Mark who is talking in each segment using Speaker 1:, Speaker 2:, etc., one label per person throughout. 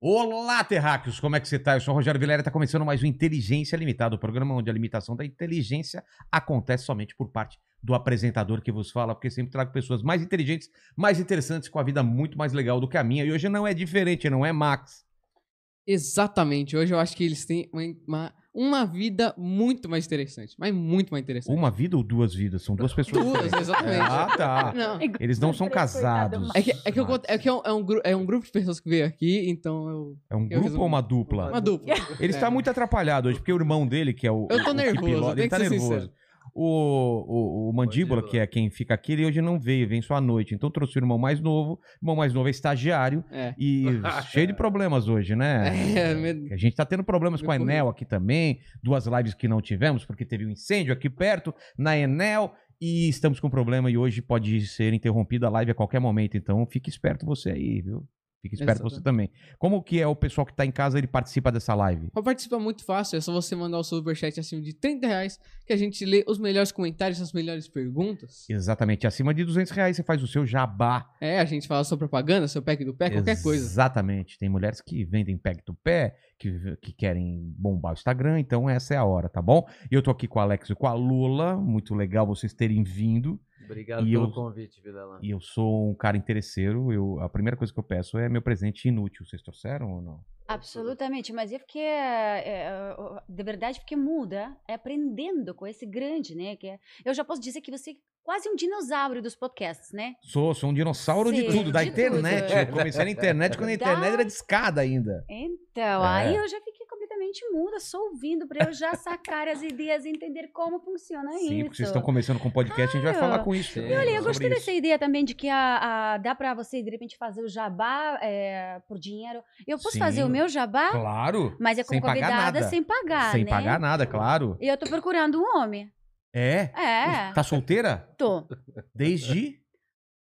Speaker 1: Olá, terráqueos! Como é que você tá? Eu sou o Rogério Vilela e tá começando mais um Inteligência Limitada, o programa onde a limitação da inteligência acontece somente por parte do apresentador que vos fala, porque sempre trago pessoas mais inteligentes, mais interessantes, com a vida muito mais legal do que a minha. E hoje não é diferente, não é, Max?
Speaker 2: Exatamente. Hoje eu acho que eles têm uma, uma vida muito mais interessante. Mas muito mais interessante.
Speaker 1: Uma vida ou duas vidas? São duas pessoas.
Speaker 2: Duas,
Speaker 1: diferentes.
Speaker 2: exatamente.
Speaker 1: Um Ah, tá.
Speaker 2: Não.
Speaker 1: Eles não são
Speaker 3: Três, coitado,
Speaker 1: casados.
Speaker 3: Max.
Speaker 2: É que, é que, eu,
Speaker 1: Max.
Speaker 2: conto- é, que é, um, é, um, gru- é um grupo de pessoas que veio aqui, então eu.
Speaker 1: É um grupo
Speaker 2: resolvi-
Speaker 1: ou uma dupla?
Speaker 2: Uma dupla.
Speaker 1: Ele está
Speaker 2: É.
Speaker 1: muito atrapalhado hoje, porque o irmão dele, que é o.
Speaker 2: Eu tô
Speaker 1: o que
Speaker 2: nervoso,
Speaker 1: pilota-
Speaker 2: eu
Speaker 1: ele
Speaker 2: tenho
Speaker 1: tá
Speaker 2: que ser
Speaker 1: nervoso.
Speaker 2: sincero.
Speaker 1: O, o, o Mandíbula,
Speaker 4: Mandíbula.
Speaker 1: que é quem fica aqui, ele hoje não veio, vem só à noite. Então trouxe o irmão mais novo. O irmão mais novo é estagiário
Speaker 2: É.
Speaker 1: e cheio de problemas hoje, né?
Speaker 2: É, meu-
Speaker 1: A gente tá tendo problemas
Speaker 2: Meu
Speaker 1: com a Enel aqui também. Duas lives que não tivemos, porque teve um incêndio aqui perto, na Enel. E estamos com problema e hoje pode ser interrompida a live a qualquer momento. Então fique esperto você aí, viu? Fique esperto você
Speaker 2: Exatamente.
Speaker 1: também. Como que é o pessoal que tá em casa, ele participa dessa live?
Speaker 2: Pra participar é muito fácil, é só você mandar o superchat acima de 30 reais que a gente lê os melhores comentários, as melhores perguntas.
Speaker 1: Exatamente. Acima de 200 reais você faz o seu jabá.
Speaker 2: É, a gente fala sua propaganda, seu pack do pé, É qualquer coisa.
Speaker 1: Exatamente. Tem mulheres que vendem peg do pé, que, que querem bombar o Instagram, então essa é a hora, tá bom? E eu tô aqui com o Alex e com a Lula. Muito legal vocês terem vindo.
Speaker 4: Obrigado
Speaker 1: E
Speaker 4: pelo
Speaker 1: eu-
Speaker 4: convite, Vilela.
Speaker 1: E eu sou um cara interesseiro. Eu, a primeira coisa que eu peço é meu presente inútil. Vocês trouxeram ou não?
Speaker 3: Absolutamente, mas é porque, é, é, de verdade, porque muda, é aprendendo com esse grande, né? Que é- eu já posso dizer que você é quase um dinossauro dos podcasts, né?
Speaker 1: Sou, sou um dinossauro de
Speaker 3: Sim,
Speaker 1: tudo, da
Speaker 3: de
Speaker 1: internet.
Speaker 3: tudo.
Speaker 1: Eu comecei na internet quando a
Speaker 3: Da-
Speaker 1: internet era de escada ainda.
Speaker 3: Então,
Speaker 1: É.
Speaker 3: aí eu já fiquei completamente muda, só ouvindo, para eu já sacar as ideias e entender como funciona
Speaker 1: Sim,
Speaker 3: Ah, isso.
Speaker 1: porque vocês estão começando com podcast, a gente vai
Speaker 3: Claro.
Speaker 1: falar com isso.
Speaker 4: E
Speaker 3: E olha, eu
Speaker 1: sobre
Speaker 3: gostei
Speaker 1: isso.
Speaker 3: dessa ideia também de que a, a- dá para você, de repente, fazer o jabá é, por dinheiro. Eu posso
Speaker 1: Sim.
Speaker 3: fazer o meu jabá,
Speaker 1: Claro.
Speaker 3: mas é como
Speaker 1: sem pagar
Speaker 3: convidada
Speaker 1: nada.
Speaker 3: sem pagar,
Speaker 1: Sem
Speaker 3: né?
Speaker 1: pagar nada, claro.
Speaker 3: E eu tô procurando um homem.
Speaker 1: É?
Speaker 3: É,
Speaker 1: Tá solteira?
Speaker 3: tô.
Speaker 1: Desde?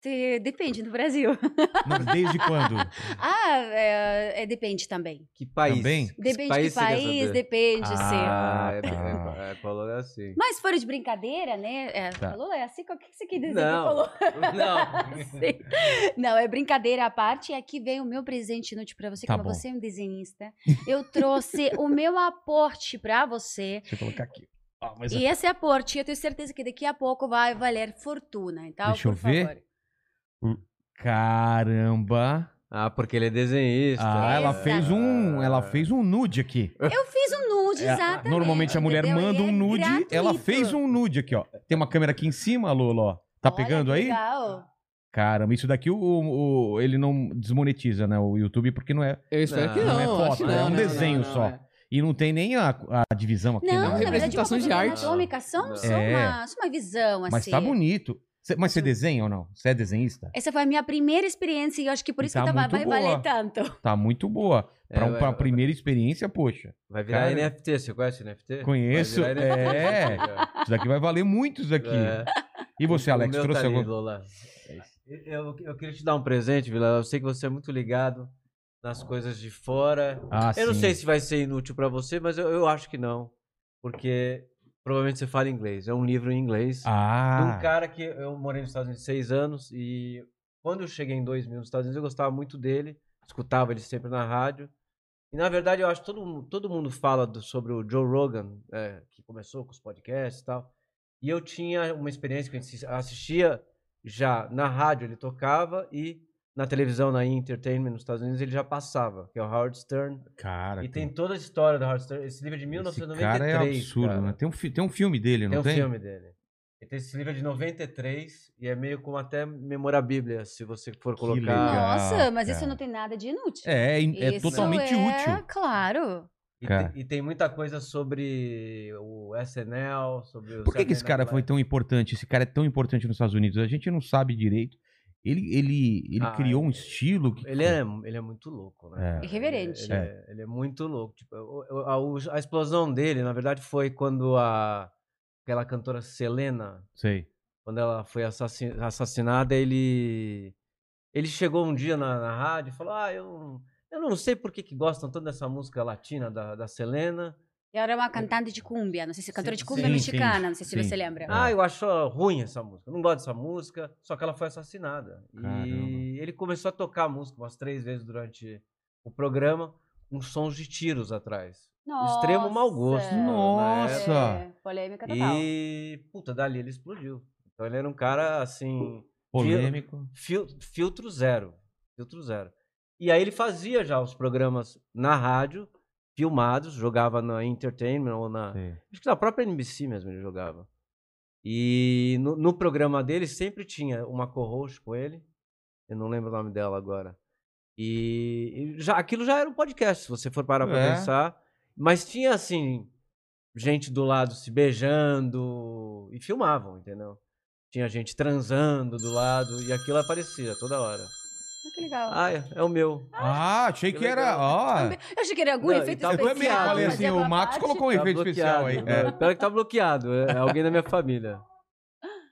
Speaker 3: Se- Depende do Brasil.
Speaker 1: Não, desde quando?
Speaker 3: Ah, é, é, depende também.
Speaker 4: Que país?
Speaker 1: Também?
Speaker 4: Que
Speaker 3: Depende do
Speaker 4: país você quer
Speaker 3: país,
Speaker 4: saber?
Speaker 3: depende, sim.
Speaker 1: Ah,
Speaker 4: Ah, é,
Speaker 1: tá.
Speaker 4: é, é, Colônia é assim.
Speaker 3: Mas se for de brincadeira, né? É,
Speaker 1: Tá.
Speaker 3: Falou, é assim? O que você quer dizer?
Speaker 4: Não.
Speaker 3: Que falou?
Speaker 4: Não.
Speaker 3: Sim. Não, é brincadeira à parte. E aqui vem o meu presente inútil pra você,
Speaker 1: Tá
Speaker 3: como
Speaker 1: bom.
Speaker 3: você é um desenhista. Eu trouxe o meu aporte pra você.
Speaker 1: Deixa eu colocar aqui. Ah, mas
Speaker 3: E esse aporte, eu tenho certeza que daqui a pouco vai valer fortuna. Então,
Speaker 1: Deixa eu
Speaker 3: por
Speaker 1: ver. Hum,
Speaker 3: favor.
Speaker 1: Caramba.
Speaker 4: Ah, porque ele é desenhista.
Speaker 1: Ah, ela
Speaker 3: Exato.
Speaker 1: fez um, ela fez um nude aqui.
Speaker 3: Eu fiz um nude,
Speaker 1: É,
Speaker 3: exatamente.
Speaker 1: Normalmente a mulher
Speaker 3: entendeu? E
Speaker 1: manda
Speaker 3: é
Speaker 1: um nude, ela
Speaker 3: gratuito.
Speaker 1: fez um nude aqui, ó. Tem uma câmera aqui em cima, Lolo, ó. Tá
Speaker 3: Olha,
Speaker 1: pegando
Speaker 3: que
Speaker 1: aí?
Speaker 3: Legal.
Speaker 1: Caramba, isso daqui o, o- o- ele não desmonetiza, né, o YouTube, porque não é
Speaker 2: Eu espero
Speaker 4: Não,
Speaker 2: que
Speaker 4: não
Speaker 2: não.
Speaker 1: é foto,
Speaker 2: acho que
Speaker 1: né? É
Speaker 2: não,
Speaker 1: um
Speaker 2: não,
Speaker 1: desenho
Speaker 2: não, não,
Speaker 1: só.
Speaker 2: é.
Speaker 1: e não tem nem a, a divisão aqui,
Speaker 3: Não,
Speaker 1: né?
Speaker 3: na verdade, uma
Speaker 2: Representação de
Speaker 3: cultura
Speaker 2: arte.
Speaker 3: anatômica, só, um,
Speaker 4: Não.
Speaker 3: só
Speaker 1: É.
Speaker 3: uma, só uma visão,
Speaker 1: Mas
Speaker 3: assim.
Speaker 1: tá bonito. Cê- mas você desenha ou não? Você é desenhista?
Speaker 3: Essa foi a minha primeira experiência e eu acho que por isso
Speaker 1: Tá
Speaker 3: que eu tava,
Speaker 1: muito
Speaker 3: vai
Speaker 1: boa.
Speaker 3: valer tanto.
Speaker 1: Tá muito boa.
Speaker 4: É,
Speaker 1: Pra, um-
Speaker 4: vai-
Speaker 1: pra primeira experiência, poxa.
Speaker 4: Vai virar
Speaker 1: Cara,
Speaker 4: NFT, você conhece NFT?
Speaker 1: Conheço,
Speaker 4: Vai virar NFT,
Speaker 1: é.
Speaker 4: cara.
Speaker 1: Isso daqui vai valer muito isso daqui.
Speaker 4: né? É.
Speaker 1: E você,
Speaker 4: O
Speaker 1: Alex,
Speaker 4: meu
Speaker 1: trouxe É
Speaker 4: tá ali,
Speaker 1: alguma
Speaker 4: Lola. Eu, eu queria te dar um presente, Vilela. Eu sei que você é muito ligado nas coisas de fora.
Speaker 1: Ah,
Speaker 4: Eu não
Speaker 1: sim.
Speaker 4: sei se vai ser inútil pra você, mas eu, eu acho que não. Porque provavelmente você fala inglês. É um livro em inglês. de
Speaker 1: Ah,
Speaker 4: um cara que eu morei nos Estados Unidos seis anos e quando eu cheguei em 2000 nos Estados Unidos eu gostava muito dele, escutava ele sempre na rádio. E na verdade eu acho que todo, mu- todo mundo fala do- sobre o Joe Rogan, é, que começou com os podcasts e tal. E eu tinha uma experiência que a gente assistia já na rádio ele tocava e na televisão, na E! Entertainment nos Estados Unidos ele já passava, que é o Howard Stern.
Speaker 1: cara.
Speaker 4: E tem toda a história do Howard Stern. Esse livro é de
Speaker 1: esse
Speaker 4: 1993.
Speaker 1: cara é absurdo,
Speaker 4: cara.
Speaker 1: né? Tem um, fi- tem um filme dele,
Speaker 4: Tem
Speaker 1: não
Speaker 4: um
Speaker 1: tem?
Speaker 4: filme dele. Ele tem esse livro é de 93 e é meio como até memorabilia, se você for
Speaker 1: legal.
Speaker 4: colocar.
Speaker 3: Nossa, mas isso
Speaker 1: Ah, cara.
Speaker 3: não tem nada de inútil.
Speaker 1: É, é, é
Speaker 3: Isso
Speaker 1: totalmente
Speaker 3: é,
Speaker 1: útil.
Speaker 3: Claro.
Speaker 4: E,
Speaker 1: Cara.
Speaker 4: tem, e tem muita coisa sobre o SNL, sobre o
Speaker 1: Por que, que esse
Speaker 4: Saturday
Speaker 1: cara
Speaker 4: Night
Speaker 1: foi
Speaker 4: Live.
Speaker 1: tão importante? Esse cara é tão importante nos Estados Unidos. A gente não sabe direito. Ele, ele, ele
Speaker 4: Ah,
Speaker 1: criou um
Speaker 4: é.
Speaker 1: estilo. que-
Speaker 4: Ele é, ele é muito louco, né?
Speaker 1: É.
Speaker 4: cara?
Speaker 3: Irreverente.
Speaker 4: Ele, ele é. ele é muito louco. Tipo, o- o- a, o- a explosão dele, na verdade, foi quando a, aquela cantora Selena
Speaker 1: Sei.
Speaker 4: quando ela foi assassi- assassinada, ele ele chegou um dia na, na rádio e falou: Ah, eu, eu não sei por que, que gostam tanto dessa música latina da, da Selena.
Speaker 3: Eu era é uma cantante de cumbia, não sei se é cantora de
Speaker 4: Sim,
Speaker 3: cumbia
Speaker 4: sim,
Speaker 3: mexicana,
Speaker 1: sim,
Speaker 3: não sei se
Speaker 1: sim.
Speaker 3: você lembra.
Speaker 1: Ah,
Speaker 4: Ah, eu acho ruim essa música, eu não gosto dessa música. Só que ela foi assassinada.
Speaker 1: Caramba.
Speaker 4: E ele começou a tocar a música umas três vezes durante o programa, com sons de tiros atrás. extremo mau gosto, né?
Speaker 3: Nossa.
Speaker 1: Nossa!
Speaker 3: É, polêmica total.
Speaker 4: E, puta, dali ele explodiu. Então ele era um cara, assim,
Speaker 1: Polêmico.
Speaker 4: fil- filtro zero. Filtro zero. E aí ele fazia já os programas na rádio, filmados, jogava na Entertainment ou na.
Speaker 1: Sim.
Speaker 4: Acho que na própria NBC mesmo ele jogava. E no, no programa dele sempre tinha uma co-host com ele. Eu não lembro o nome dela agora. E, e já, aquilo já era um podcast, se você for parar pra
Speaker 1: É.
Speaker 4: pensar. Mas tinha, assim, gente do lado se beijando e filmavam, entendeu? Tinha gente transando do lado e aquilo aparecia toda hora.
Speaker 3: Ah, que legal.
Speaker 4: Ah, é, é o meu.
Speaker 1: Ah, achei
Speaker 4: que
Speaker 1: que era. Ó.
Speaker 3: Eu achei que era algum
Speaker 4: Não,
Speaker 3: efeito
Speaker 4: e tá
Speaker 1: Eu também
Speaker 3: especial. é
Speaker 1: falei assim,
Speaker 3: fazia
Speaker 1: o Max
Speaker 3: babate.
Speaker 1: colocou um
Speaker 4: Tá
Speaker 1: efeito especial aí.
Speaker 4: bloqueado,
Speaker 1: É.
Speaker 4: né? Pior que tá bloqueado. É alguém da minha família.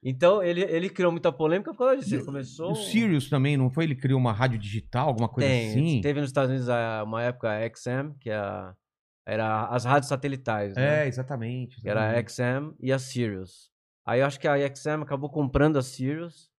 Speaker 4: Então, ele, ele criou muita polêmica por causa disso. Ele começou. um
Speaker 1: O Sirius também, não foi? Ele criou uma rádio digital, alguma coisa
Speaker 4: Tem,
Speaker 1: assim?
Speaker 4: Teve nos Estados Unidos a- uma época a XM, que é a- era as rádios satelitais, né?
Speaker 1: É, Uhum. exatamente.
Speaker 4: Que era a
Speaker 1: exatamente.
Speaker 4: XM e a Sirius. Aí eu acho que a XM acabou comprando a Sirius.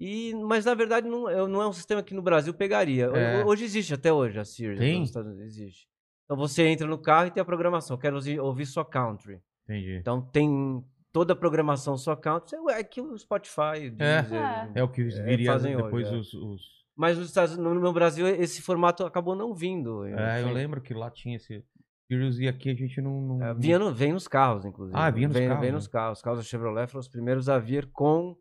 Speaker 4: E, mas na verdade não, eu- não é um sistema que no Brasil pegaria. Ho-
Speaker 1: É.
Speaker 4: Hoje existe até hoje a Sirius. né?
Speaker 1: Tem?
Speaker 4: Nos Estados Unidos existe. Então você entra no carro e tem a programação. Quero ouvi- ouvir só country.
Speaker 1: Entendi.
Speaker 4: Então tem toda a programação só country. É que o Spotify. Deezer,
Speaker 3: É.
Speaker 1: É o que viria
Speaker 4: fazem hoje,
Speaker 1: depois
Speaker 4: é.
Speaker 1: os. os-
Speaker 4: Mas nos Estados, no no Brasil esse formato acabou não vindo.
Speaker 1: É, eu
Speaker 4: Enfim,
Speaker 1: lembro que lá tinha esse Sirius e aqui a gente não. não-
Speaker 4: É, vinha no- vem nos carros, inclusive.
Speaker 1: Ah, vinha nos
Speaker 4: vem,
Speaker 1: carros,
Speaker 4: Vem
Speaker 1: né?
Speaker 4: nos carros. Os carros da Chevrolet foram os primeiros a vir com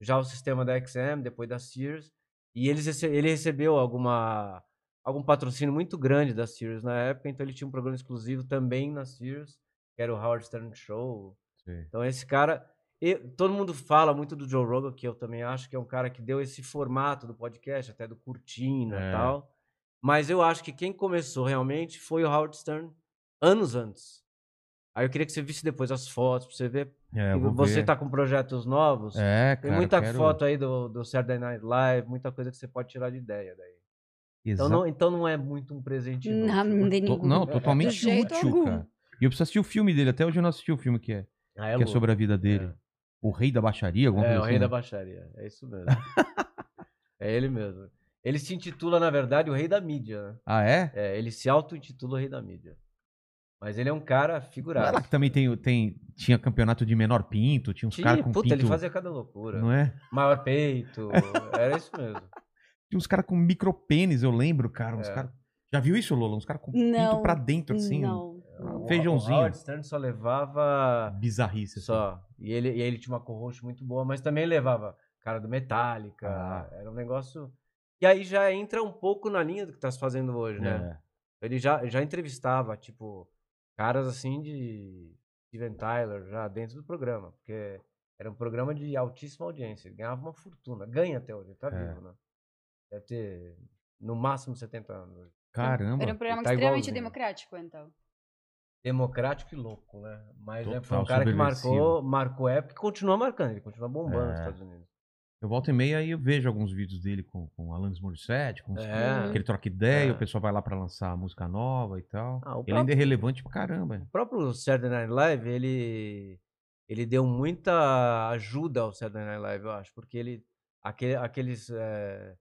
Speaker 4: já o sistema da XM, depois da Sears. E eles, rece- ele recebeu alguma, algum patrocínio muito grande da Sears na época, então ele tinha um programa exclusivo também na Sears, que era o Howard Stern Show.
Speaker 1: Sim.
Speaker 4: Então esse cara... e- todo mundo fala muito do Joe Rogan, que eu também acho que é um cara que deu esse formato do podcast, até do Curtina
Speaker 1: É.
Speaker 4: e tal. Mas eu acho que quem começou realmente foi o Howard Stern anos antes. Aí eu queria que você visse depois as fotos, pra você ver.
Speaker 1: É, eu vou
Speaker 4: você
Speaker 1: ver.
Speaker 4: tá com projetos novos.
Speaker 1: É, cara.
Speaker 4: Tem
Speaker 1: eu
Speaker 4: muita
Speaker 1: quero-
Speaker 4: foto aí do, do Saturday Night Live, muita coisa que você pode tirar de ideia daí. Então,
Speaker 1: Exa-
Speaker 4: não, então não é muito um presente inútil.
Speaker 3: Não, não tem
Speaker 1: to-
Speaker 3: nenhum.
Speaker 1: Não,
Speaker 3: Do
Speaker 1: totalmente
Speaker 3: jeito
Speaker 1: útil,
Speaker 3: algum.
Speaker 1: cara. E eu preciso assistir o filme dele. Até hoje eu não assisti o filme que é,
Speaker 4: Ah,
Speaker 1: que é
Speaker 4: louco.
Speaker 1: sobre a vida dele. O Rei da Baixaria, alguma
Speaker 4: É,
Speaker 1: coisa
Speaker 4: o
Speaker 1: assim,
Speaker 4: rei da
Speaker 1: né?
Speaker 4: baixaria. É isso mesmo. é ele mesmo. Ele se intitula, na verdade, o rei da mídia, né?
Speaker 1: Ah, é?
Speaker 4: É, ele se auto-intitula o rei da mídia. Mas ele é um cara
Speaker 1: Não é
Speaker 4: figurado.
Speaker 1: lá que também tem, tem, tinha campeonato de menor pinto, tinha uns caras
Speaker 4: Tinha,
Speaker 1: com
Speaker 4: puta,
Speaker 1: pinto.
Speaker 4: ele fazia cada loucura.
Speaker 1: Não é?
Speaker 4: Maior peito. Era isso mesmo.
Speaker 1: Tinha uns caras com micropênis, eu lembro, cara. Uns
Speaker 4: É.
Speaker 1: cara... Já viu isso, Lola? Uns caras com pinto
Speaker 3: Não,
Speaker 1: pra dentro, assim.
Speaker 3: Não.
Speaker 1: Um
Speaker 4: O
Speaker 1: feijãozinho.
Speaker 4: Howard Stern só levava
Speaker 1: Bizarrice. assim.
Speaker 4: só. E ele, e ele tinha uma co-host muito boa, mas também levava cara do Metallica.
Speaker 1: Ah.
Speaker 4: Era um negócio. E aí já entra um pouco na linha do que tá se fazendo hoje, né?
Speaker 1: É.
Speaker 4: Ele já, já entrevistava, tipo, caras assim de Steven Tyler já dentro do programa, porque era um programa de altíssima audiência. Ele ganhava uma fortuna. Ganha até hoje, ele tá
Speaker 1: É.
Speaker 4: vivo, né? Deve ter no máximo 70 anos.
Speaker 1: Caramba.
Speaker 3: Era um programa
Speaker 4: tá
Speaker 3: extremamente
Speaker 4: igualzinho.
Speaker 3: democrático, então.
Speaker 4: democrático e louco, né? Mas né, foi
Speaker 1: Total,
Speaker 4: um cara que
Speaker 1: subversivo.
Speaker 4: marcou, marcou época e continua marcando, ele continua bombando
Speaker 1: É.
Speaker 4: nos Estados Unidos.
Speaker 1: Eu volto e meia e eu vejo alguns vídeos dele com, com Alanis Morissette, com os...
Speaker 4: É.
Speaker 1: que ele troca ideia,
Speaker 4: É.
Speaker 1: o pessoal vai lá pra lançar música nova e tal.
Speaker 4: Ah, o
Speaker 1: ele ainda é
Speaker 4: próprio-
Speaker 1: relevante pra caramba. né?
Speaker 4: O próprio Saturday Night Live, ele ele deu muita ajuda ao Saturday Night Live, eu acho, porque ele aquele, aqueles eh,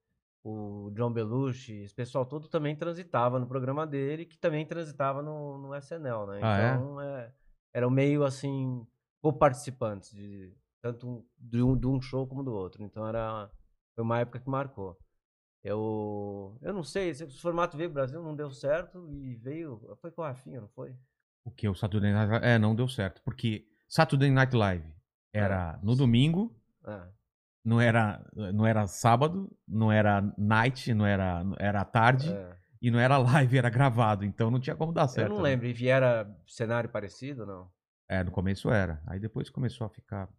Speaker 4: o John Belushi, esse pessoal todo também transitava no programa dele, que também transitava no, no SNL, né?
Speaker 1: Ah, é?
Speaker 4: então é, eram meio assim co-participantes de tanto um- de um, de um show como do outro. Então era foi uma época que marcou. Eu eu não sei, esse formato veio pro Brasil, não deu certo e veio, foi com o Rafinha, não foi?
Speaker 1: O que? O Saturday Night Live. É, não deu certo. Porque Saturday Night Live era no domingo,
Speaker 4: É.
Speaker 1: não era, não era sábado, não era night, não era, era tarde,
Speaker 4: É.
Speaker 1: e não era live, era gravado. Então não tinha como dar certo.
Speaker 4: eu não
Speaker 1: né?
Speaker 4: lembro. E viera cenário parecido, não?
Speaker 1: É, no começo era. Aí depois começou a ficar.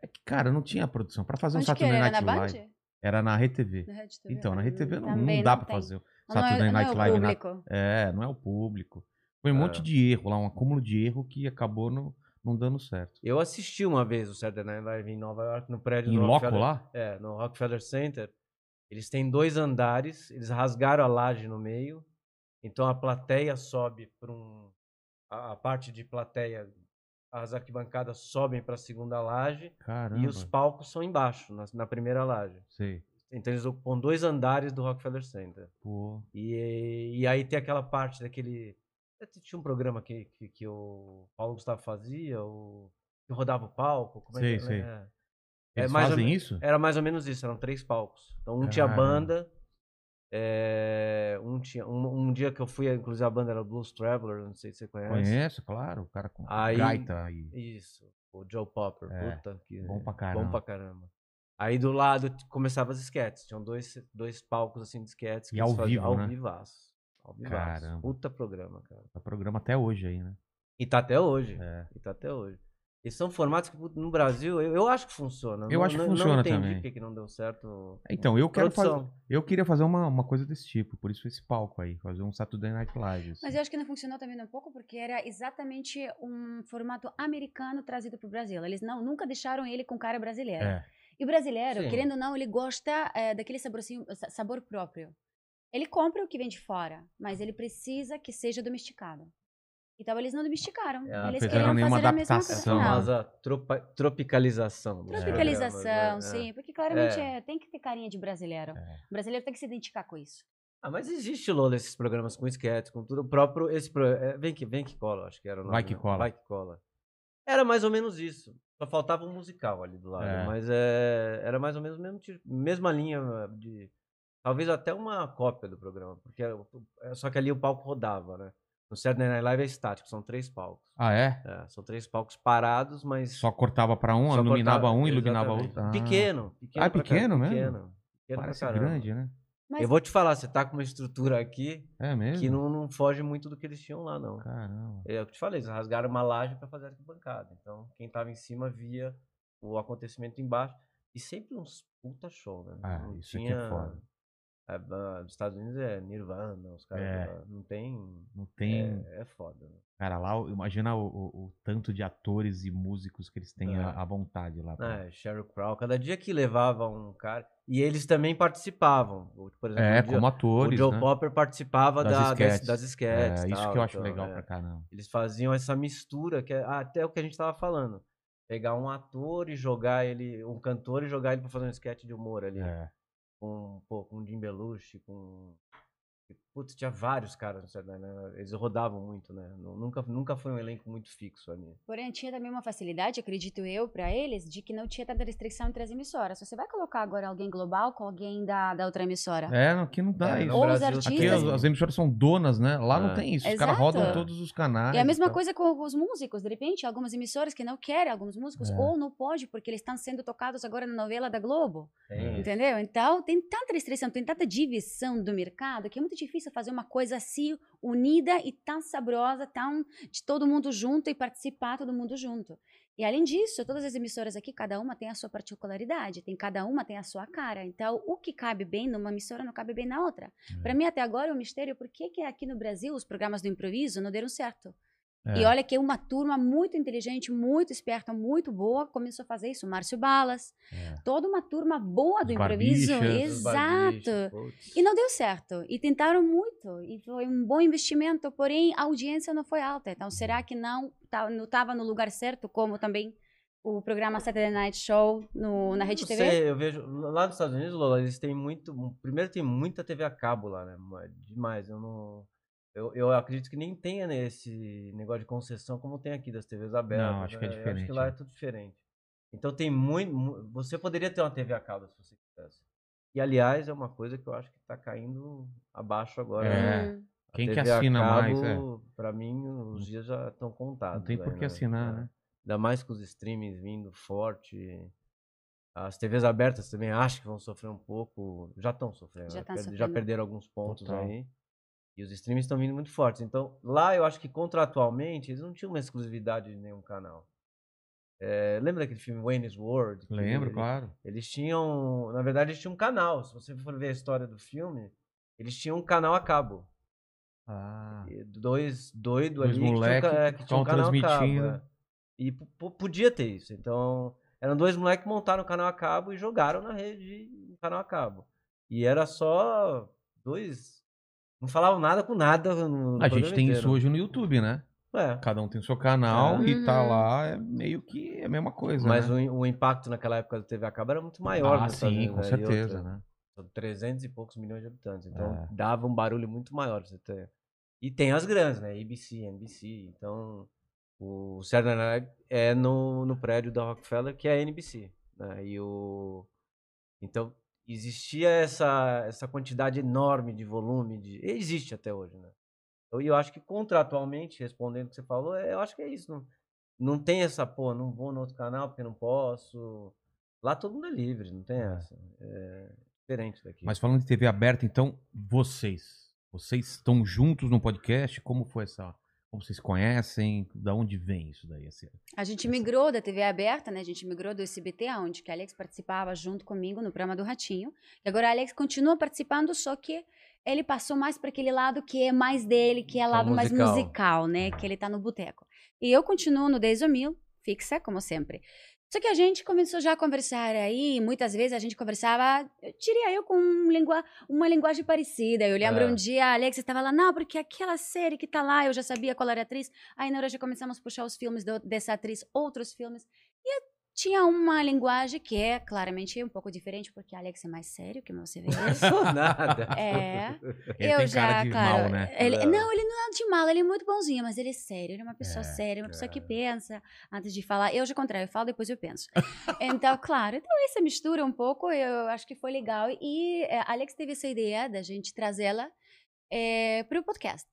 Speaker 1: É que, cara, não tinha produção. Pra fazer um
Speaker 3: Onde que
Speaker 1: Saturday
Speaker 3: era?
Speaker 1: Night
Speaker 3: Na
Speaker 1: Live.
Speaker 3: Band?
Speaker 1: Era na RedeTV.
Speaker 3: Na Rede TV?
Speaker 1: Então, na
Speaker 3: Ah,
Speaker 1: RedeTV não,
Speaker 3: também
Speaker 1: não dá pra
Speaker 3: tem.
Speaker 1: fazer. o
Speaker 3: Não é-
Speaker 1: Saturday Night
Speaker 3: não é o
Speaker 1: Live. na-
Speaker 3: público.
Speaker 1: É, não é o público. Foi um
Speaker 4: É.
Speaker 1: monte de erro lá, um acúmulo de erro que acabou no, não dando certo.
Speaker 4: Eu assisti uma vez o Saturday Night Live em Nova York, no prédio
Speaker 1: Em
Speaker 4: do
Speaker 1: loco
Speaker 4: Rockefeller-
Speaker 1: lá?
Speaker 4: É, no Rockefeller Center. Eles têm dois andares, eles rasgaram a laje no meio, então a plateia sobe para um. A, a parte de plateia, as arquibancadas sobem para a segunda laje
Speaker 1: Caramba.
Speaker 4: e os palcos são embaixo, na, na primeira laje.
Speaker 1: Sei.
Speaker 4: Então eles ocupam dois andares do Rockefeller Center.
Speaker 1: Pô.
Speaker 4: E, e aí tem aquela parte daquele. até Tinha um programa que, que, que o Paulo Gustavo fazia, o, que rodava o palco. Como é
Speaker 1: Sei,
Speaker 4: que
Speaker 1: sei.
Speaker 4: É. É,
Speaker 1: Eles
Speaker 4: mais ou
Speaker 1: fazem
Speaker 4: me-
Speaker 1: isso?
Speaker 4: Era mais ou menos isso, eram três palcos. Então um tinha
Speaker 1: Caramba.
Speaker 4: banda. é, um, tinha, um, um dia que eu fui, inclusive a banda era Blues Traveler, não sei se você conhece.
Speaker 1: Conheço, claro. O cara com
Speaker 4: Aí-
Speaker 1: gaita aí.
Speaker 4: Isso, o Joe Popper.
Speaker 1: É,
Speaker 4: Puta que
Speaker 1: bom pra
Speaker 4: Bom pra caramba. Aí do lado t- começava as esquetes. Tinham dois, dois palcos assim de esquetes. que
Speaker 1: E
Speaker 4: eles
Speaker 1: ao
Speaker 4: faziam-
Speaker 1: vivo,
Speaker 4: ao
Speaker 1: né?
Speaker 4: vivaço. Ao vivaço.
Speaker 1: Caramba.
Speaker 4: Puta programa, cara.
Speaker 1: É programa até hoje aí, né?
Speaker 4: E tá até hoje.
Speaker 1: É.
Speaker 4: E tá até hoje. E são formatos que putz, no Brasil, eu, eu acho que funciona.
Speaker 1: Eu
Speaker 4: Não-
Speaker 1: acho que
Speaker 4: não-
Speaker 1: funciona
Speaker 4: não entendi
Speaker 1: também.
Speaker 4: por que que não deu certo.
Speaker 1: Então, eu quero fazer.
Speaker 4: Produção. É
Speaker 1: Eu queria fazer uma, uma coisa desse tipo, por isso esse palco aí, fazer um Saturday Night Live. assim.
Speaker 3: Mas eu acho que não funcionou também um pouco, porque era exatamente um formato americano trazido para o Brasil. Eles não, nunca deixaram ele com cara brasileira.
Speaker 1: É.
Speaker 3: E o brasileiro,
Speaker 4: Sim.
Speaker 3: querendo ou não, ele gosta eh, daquele saborcinho- sa- sabor próprio. Ele compra o que vem de fora, mas ele precisa que seja domesticado. Então eles não domesticaram.
Speaker 4: É,
Speaker 3: eles
Speaker 1: fizeram
Speaker 3: queriam
Speaker 1: nenhuma
Speaker 3: fazer a mesma coisa.
Speaker 1: adaptação,
Speaker 4: A
Speaker 3: Não.
Speaker 4: famosa tropa- tropicalização. dos
Speaker 3: Tropicalização,
Speaker 4: programas, né? É.
Speaker 3: sim, porque claramente
Speaker 4: É.
Speaker 3: é, tem que ter carinha de brasileiro. O brasileiro tem que se identificar com isso.
Speaker 4: Ah, mas existe, Lola, esses programas com esquete, com tudo. O próprio. Esse pro... é, vem, que, vem que cola, acho que era o nome.
Speaker 1: Vai Que
Speaker 4: né?
Speaker 1: Cola.
Speaker 4: Vai que cola. Era mais ou menos isso. Só faltava um musical ali do lado.
Speaker 1: É.
Speaker 4: Mas é, era mais ou menos o mesmo tipo- mesma linha de. Talvez até uma cópia do programa. Porque era o- é, só que ali o palco rodava, né? No Saturday Night Live é estático, são três palcos.
Speaker 1: Ah, é?
Speaker 4: É, são três palcos parados, mas.
Speaker 1: Só cortava pra um,
Speaker 4: só
Speaker 1: iluminava
Speaker 4: cortava-
Speaker 1: um, iluminava
Speaker 4: exatamente.
Speaker 1: outro. Ah,
Speaker 4: Pequeno, pequeno.
Speaker 1: Ah,
Speaker 4: pra
Speaker 1: pequeno
Speaker 4: caramba,
Speaker 1: mesmo?
Speaker 4: Pequeno. pequeno
Speaker 1: Parece
Speaker 4: pra caramba.
Speaker 1: grande, né?
Speaker 3: Mas
Speaker 4: Eu vou te falar, você tá com uma estrutura aqui
Speaker 1: É mesmo?
Speaker 4: que não, não foge muito do que eles tinham lá, não.
Speaker 1: Caramba.
Speaker 4: É o que eu te falei, eles rasgaram uma laje para fazer arquibancada. Então, quem tava em cima via o acontecimento embaixo. E sempre uns puta show, né?
Speaker 1: Ah,
Speaker 4: Não
Speaker 1: isso aqui é foda.
Speaker 4: É, ba- dos Estados Unidos é Nirvana, os caras
Speaker 1: É.
Speaker 4: lá, não tem.
Speaker 1: Não tem. um
Speaker 4: É, é foda. né?
Speaker 1: Cara, lá, o- imagina o, o- o tanto de atores e músicos que eles têm
Speaker 4: É.
Speaker 1: à, à vontade lá. pra-
Speaker 4: Ah, é, Sheryl Crow, cada dia que levava um cara. E eles também participavam. O- Por exemplo,
Speaker 1: É,
Speaker 4: o,
Speaker 1: como
Speaker 4: Joe,
Speaker 1: atores.
Speaker 4: o Joe
Speaker 1: né?
Speaker 4: Popper participava
Speaker 1: Das
Speaker 4: da- das,
Speaker 1: esquetes.
Speaker 4: das esquetes.
Speaker 1: É, isso
Speaker 4: tal,
Speaker 1: que eu acho
Speaker 4: então,
Speaker 1: legal
Speaker 4: é.
Speaker 1: pra caramba.
Speaker 4: Eles faziam essa mistura, que é até o que a gente tava falando. Pegar um ator e jogar ele, um cantor e jogar ele pra fazer um sketch de humor ali.
Speaker 1: É.
Speaker 4: Com, pô, com Jim Belushi, com. Putz, tinha vários caras, no Saturday Night Live. eles rodavam muito, né? Nu- Nunca, nunca foi um elenco muito fixo ali.
Speaker 3: Porém, tinha também uma facilidade, acredito eu, para eles, de que não tinha tanta restrição entre as emissoras. Você vai colocar agora alguém global com alguém da, da outra emissora?
Speaker 1: É, aqui não dá
Speaker 4: É,
Speaker 1: isso.
Speaker 4: no
Speaker 3: Ou os
Speaker 4: Brasil-
Speaker 3: artistas-
Speaker 1: Aqui as,
Speaker 3: Disney.
Speaker 1: as emissoras são donas, né? Lá não
Speaker 4: É.
Speaker 1: tem isso. Os
Speaker 3: Exato.
Speaker 1: caras rodam todos os canais.
Speaker 3: E a mesma
Speaker 4: então.
Speaker 1: tal.
Speaker 3: coisa com os músicos, de repente, algumas emissoras que não querem alguns músicos,
Speaker 1: É.
Speaker 3: ou não pode, porque eles estão sendo tocados agora na novela da Globo,
Speaker 4: Tem isso.
Speaker 3: entendeu? Então, tem tanta restrição, tem tanta divisão do mercado, que é muito difícil fazer uma coisa assim, unida e tão saborosa, tão de todo mundo junto e participar todo mundo junto. E além disso, todas as emissoras aqui, cada uma tem a sua particularidade, tem cada uma tem a sua cara. Então, o que cabe bem numa emissora não cabe bem na outra.
Speaker 1: É.
Speaker 3: Para mim, até agora, é um mistério por que, que aqui no Brasil os programas do improviso não deram certo.
Speaker 1: É.
Speaker 3: E olha que uma turma muito inteligente, muito esperta, muito boa começou a fazer isso. Márcio Balas,
Speaker 1: É.
Speaker 3: toda uma turma boa do
Speaker 1: Os
Speaker 3: improviso.
Speaker 1: barbichas,
Speaker 4: Os barbichos,
Speaker 3: Exato.
Speaker 4: putz.
Speaker 3: E não deu certo. E tentaram muito. E foi um bom investimento, porém a audiência não foi alta. Então será que não estava no lugar certo, como também o programa Saturday Night Show no- na Rede
Speaker 4: Não
Speaker 3: TV?
Speaker 4: sei, eu vejo. Lá nos Estados Unidos, Lola, eles têm muito. um, Primeiro tem muita TV a cabo lá, né? Mo- Demais. Eu não. Eu, eu acredito que nem tenha né, esse negócio de concessão como tem aqui das TVs abertas.
Speaker 1: acho que é
Speaker 4: né? Eu Acho
Speaker 1: diferente,
Speaker 4: que lá
Speaker 1: né?
Speaker 4: é tudo diferente. Então tem muito. mu- Você poderia ter uma TV a cabo se você quisesse. E aliás, é uma coisa que eu acho que tá caindo abaixo agora. né?
Speaker 1: É.
Speaker 3: Hum.
Speaker 4: A
Speaker 1: Quem que
Speaker 4: TV a
Speaker 1: assina mais, é?
Speaker 4: cabo, Pra mim, os dias já estão contados.
Speaker 1: Não tem
Speaker 4: aí,
Speaker 1: por que assinar,
Speaker 4: É.
Speaker 1: né?
Speaker 4: Ainda mais com os streamings vindo forte. As TVs abertas também acho que vão sofrer um pouco. Já estão sofrendo.
Speaker 3: Já
Speaker 4: né?
Speaker 3: tá
Speaker 4: Perde-
Speaker 3: sofrendo.
Speaker 4: perderam alguns pontos
Speaker 1: Total.
Speaker 4: aí. E os streamings estão vindo muito fortes. Então, lá eu acho que contratualmente eles não tinham uma exclusividade de nenhum canal. É, lembra daquele filme Wayne's World? Que
Speaker 1: Lembro,
Speaker 4: ele-
Speaker 1: claro.
Speaker 4: Eles tinham. Na verdade, eles tinham um canal. Se você for ver a história do filme, eles tinham um canal a cabo.
Speaker 1: Ah,
Speaker 4: E Dois doido
Speaker 1: Dois
Speaker 4: ali que tinha um
Speaker 1: moleque
Speaker 4: ca- é, que
Speaker 1: que
Speaker 4: tinha um
Speaker 1: estavam
Speaker 4: canal a cabo,
Speaker 1: transmitindo.
Speaker 4: é. E p- p- podia ter isso. Então, eram dois moleques que montaram o canal a cabo e jogaram na rede o canal a cabo. E era só dois. Não falavam nada com nada. No, no
Speaker 1: A gente
Speaker 4: programa
Speaker 1: tem
Speaker 4: inteiro.
Speaker 1: isso hoje no YouTube, né?
Speaker 4: É.
Speaker 1: Cada um tem o seu canal
Speaker 3: É.
Speaker 1: e tá
Speaker 3: Uhum.
Speaker 1: lá, é meio que a mesma coisa.
Speaker 4: Mas
Speaker 1: né?
Speaker 4: o, o impacto naquela época da TV a cabo era muito maior.
Speaker 1: Ah,
Speaker 4: nos Estados
Speaker 1: sim,
Speaker 4: Unidos,
Speaker 1: com
Speaker 4: né? E outra,
Speaker 1: certeza, né?
Speaker 4: São 300 e poucos milhões de habitantes. Então
Speaker 1: É.
Speaker 4: dava um barulho muito maior. pra Você ter. E tem as grandes, né? ABC, NBC. Então o Saturday Night é no, no prédio da Rockefeller, que é a NBC. Né? E o... Então existia essa, essa quantidade enorme de volume. De... Existe até hoje, né? Eu- E eu acho que contratualmente, respondendo o que você falou, é- eu acho que é isso. Não, não tem essa, pô, não vou no outro canal porque não posso. Lá todo mundo é livre, não tem essa. É diferente daqui.
Speaker 1: Mas falando de TV aberta, então, vocês. Vocês estão juntos no podcast? Como foi essa. Como vocês conhecem? Da onde vem isso daí? assim? esse-
Speaker 3: A gente
Speaker 1: Essa-
Speaker 3: migrou da TV aberta, né? A gente migrou do SBT, onde que a Alex participava junto comigo no programa do Ratinho. E agora a Alex continua participando, só que ele passou mais para aquele lado que é mais dele, que é
Speaker 4: o
Speaker 3: lado mais
Speaker 4: musical.
Speaker 3: musical, né? Que ele tá no boteco. E eu continuo no Days of Mil, fixa, como sempre. Só que a gente começou já a conversar aí, muitas vezes a gente conversava, eu diria eu, com um lingua- uma linguagem parecida. Eu lembro
Speaker 4: É.
Speaker 3: um dia a Alex estava lá, não, porque aquela série que tá lá, eu já sabia qual era a atriz. Aí na hora já começamos a puxar os filmes do- dessa atriz, outros filmes. E eu tinha uma linguagem que é claramente um pouco diferente, porque Alex é mais sério que você vê.
Speaker 4: Sou nada.
Speaker 3: É.
Speaker 1: Ele
Speaker 3: eu
Speaker 1: tem
Speaker 3: já,
Speaker 1: cara de
Speaker 3: cara.
Speaker 1: mal, né?
Speaker 3: ele-
Speaker 4: É.
Speaker 3: Não, ele não é de mal, ele é muito bonzinho, mas ele é sério, ele é uma pessoa
Speaker 1: É,
Speaker 3: séria, uma pessoa que
Speaker 4: é.
Speaker 3: pensa antes de falar. Eu já contrário, eu falo, depois eu penso. então, claro, então essa mistura um pouco, eu acho que foi legal. E é, a Alex teve essa ideia da gente trazê-la para o podcast.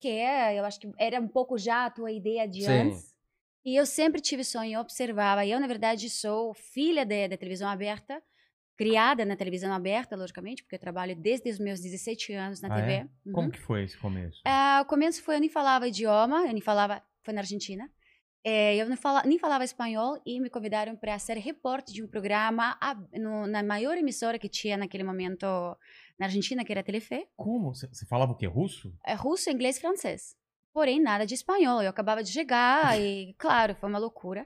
Speaker 3: Que é, eu acho que era um pouco já a tua ideia de
Speaker 4: Sim.
Speaker 3: antes. E eu sempre tive sonho, eu observava. Eu, na verdade, sou filha da- da televisão aberta, criada na televisão aberta, logicamente, porque eu trabalho desde os meus 17 anos na
Speaker 1: Ah,
Speaker 3: TV.
Speaker 1: é?
Speaker 3: Uhum.
Speaker 1: Como que foi esse começo?
Speaker 3: Ah, o começo foi eu nem falava idioma, eu nem falava, foi na Argentina. É, eu não fala, nem falava espanhol e me convidaram para ser repórter de um programa a- no- na maior emissora que tinha naquele momento na Argentina, que era a Telefe.
Speaker 1: Como? Você você falava o quê? Russo?
Speaker 3: É russo, inglês, francês. Porém, nada de espanhol. Eu acabava de chegar e, claro, foi uma loucura.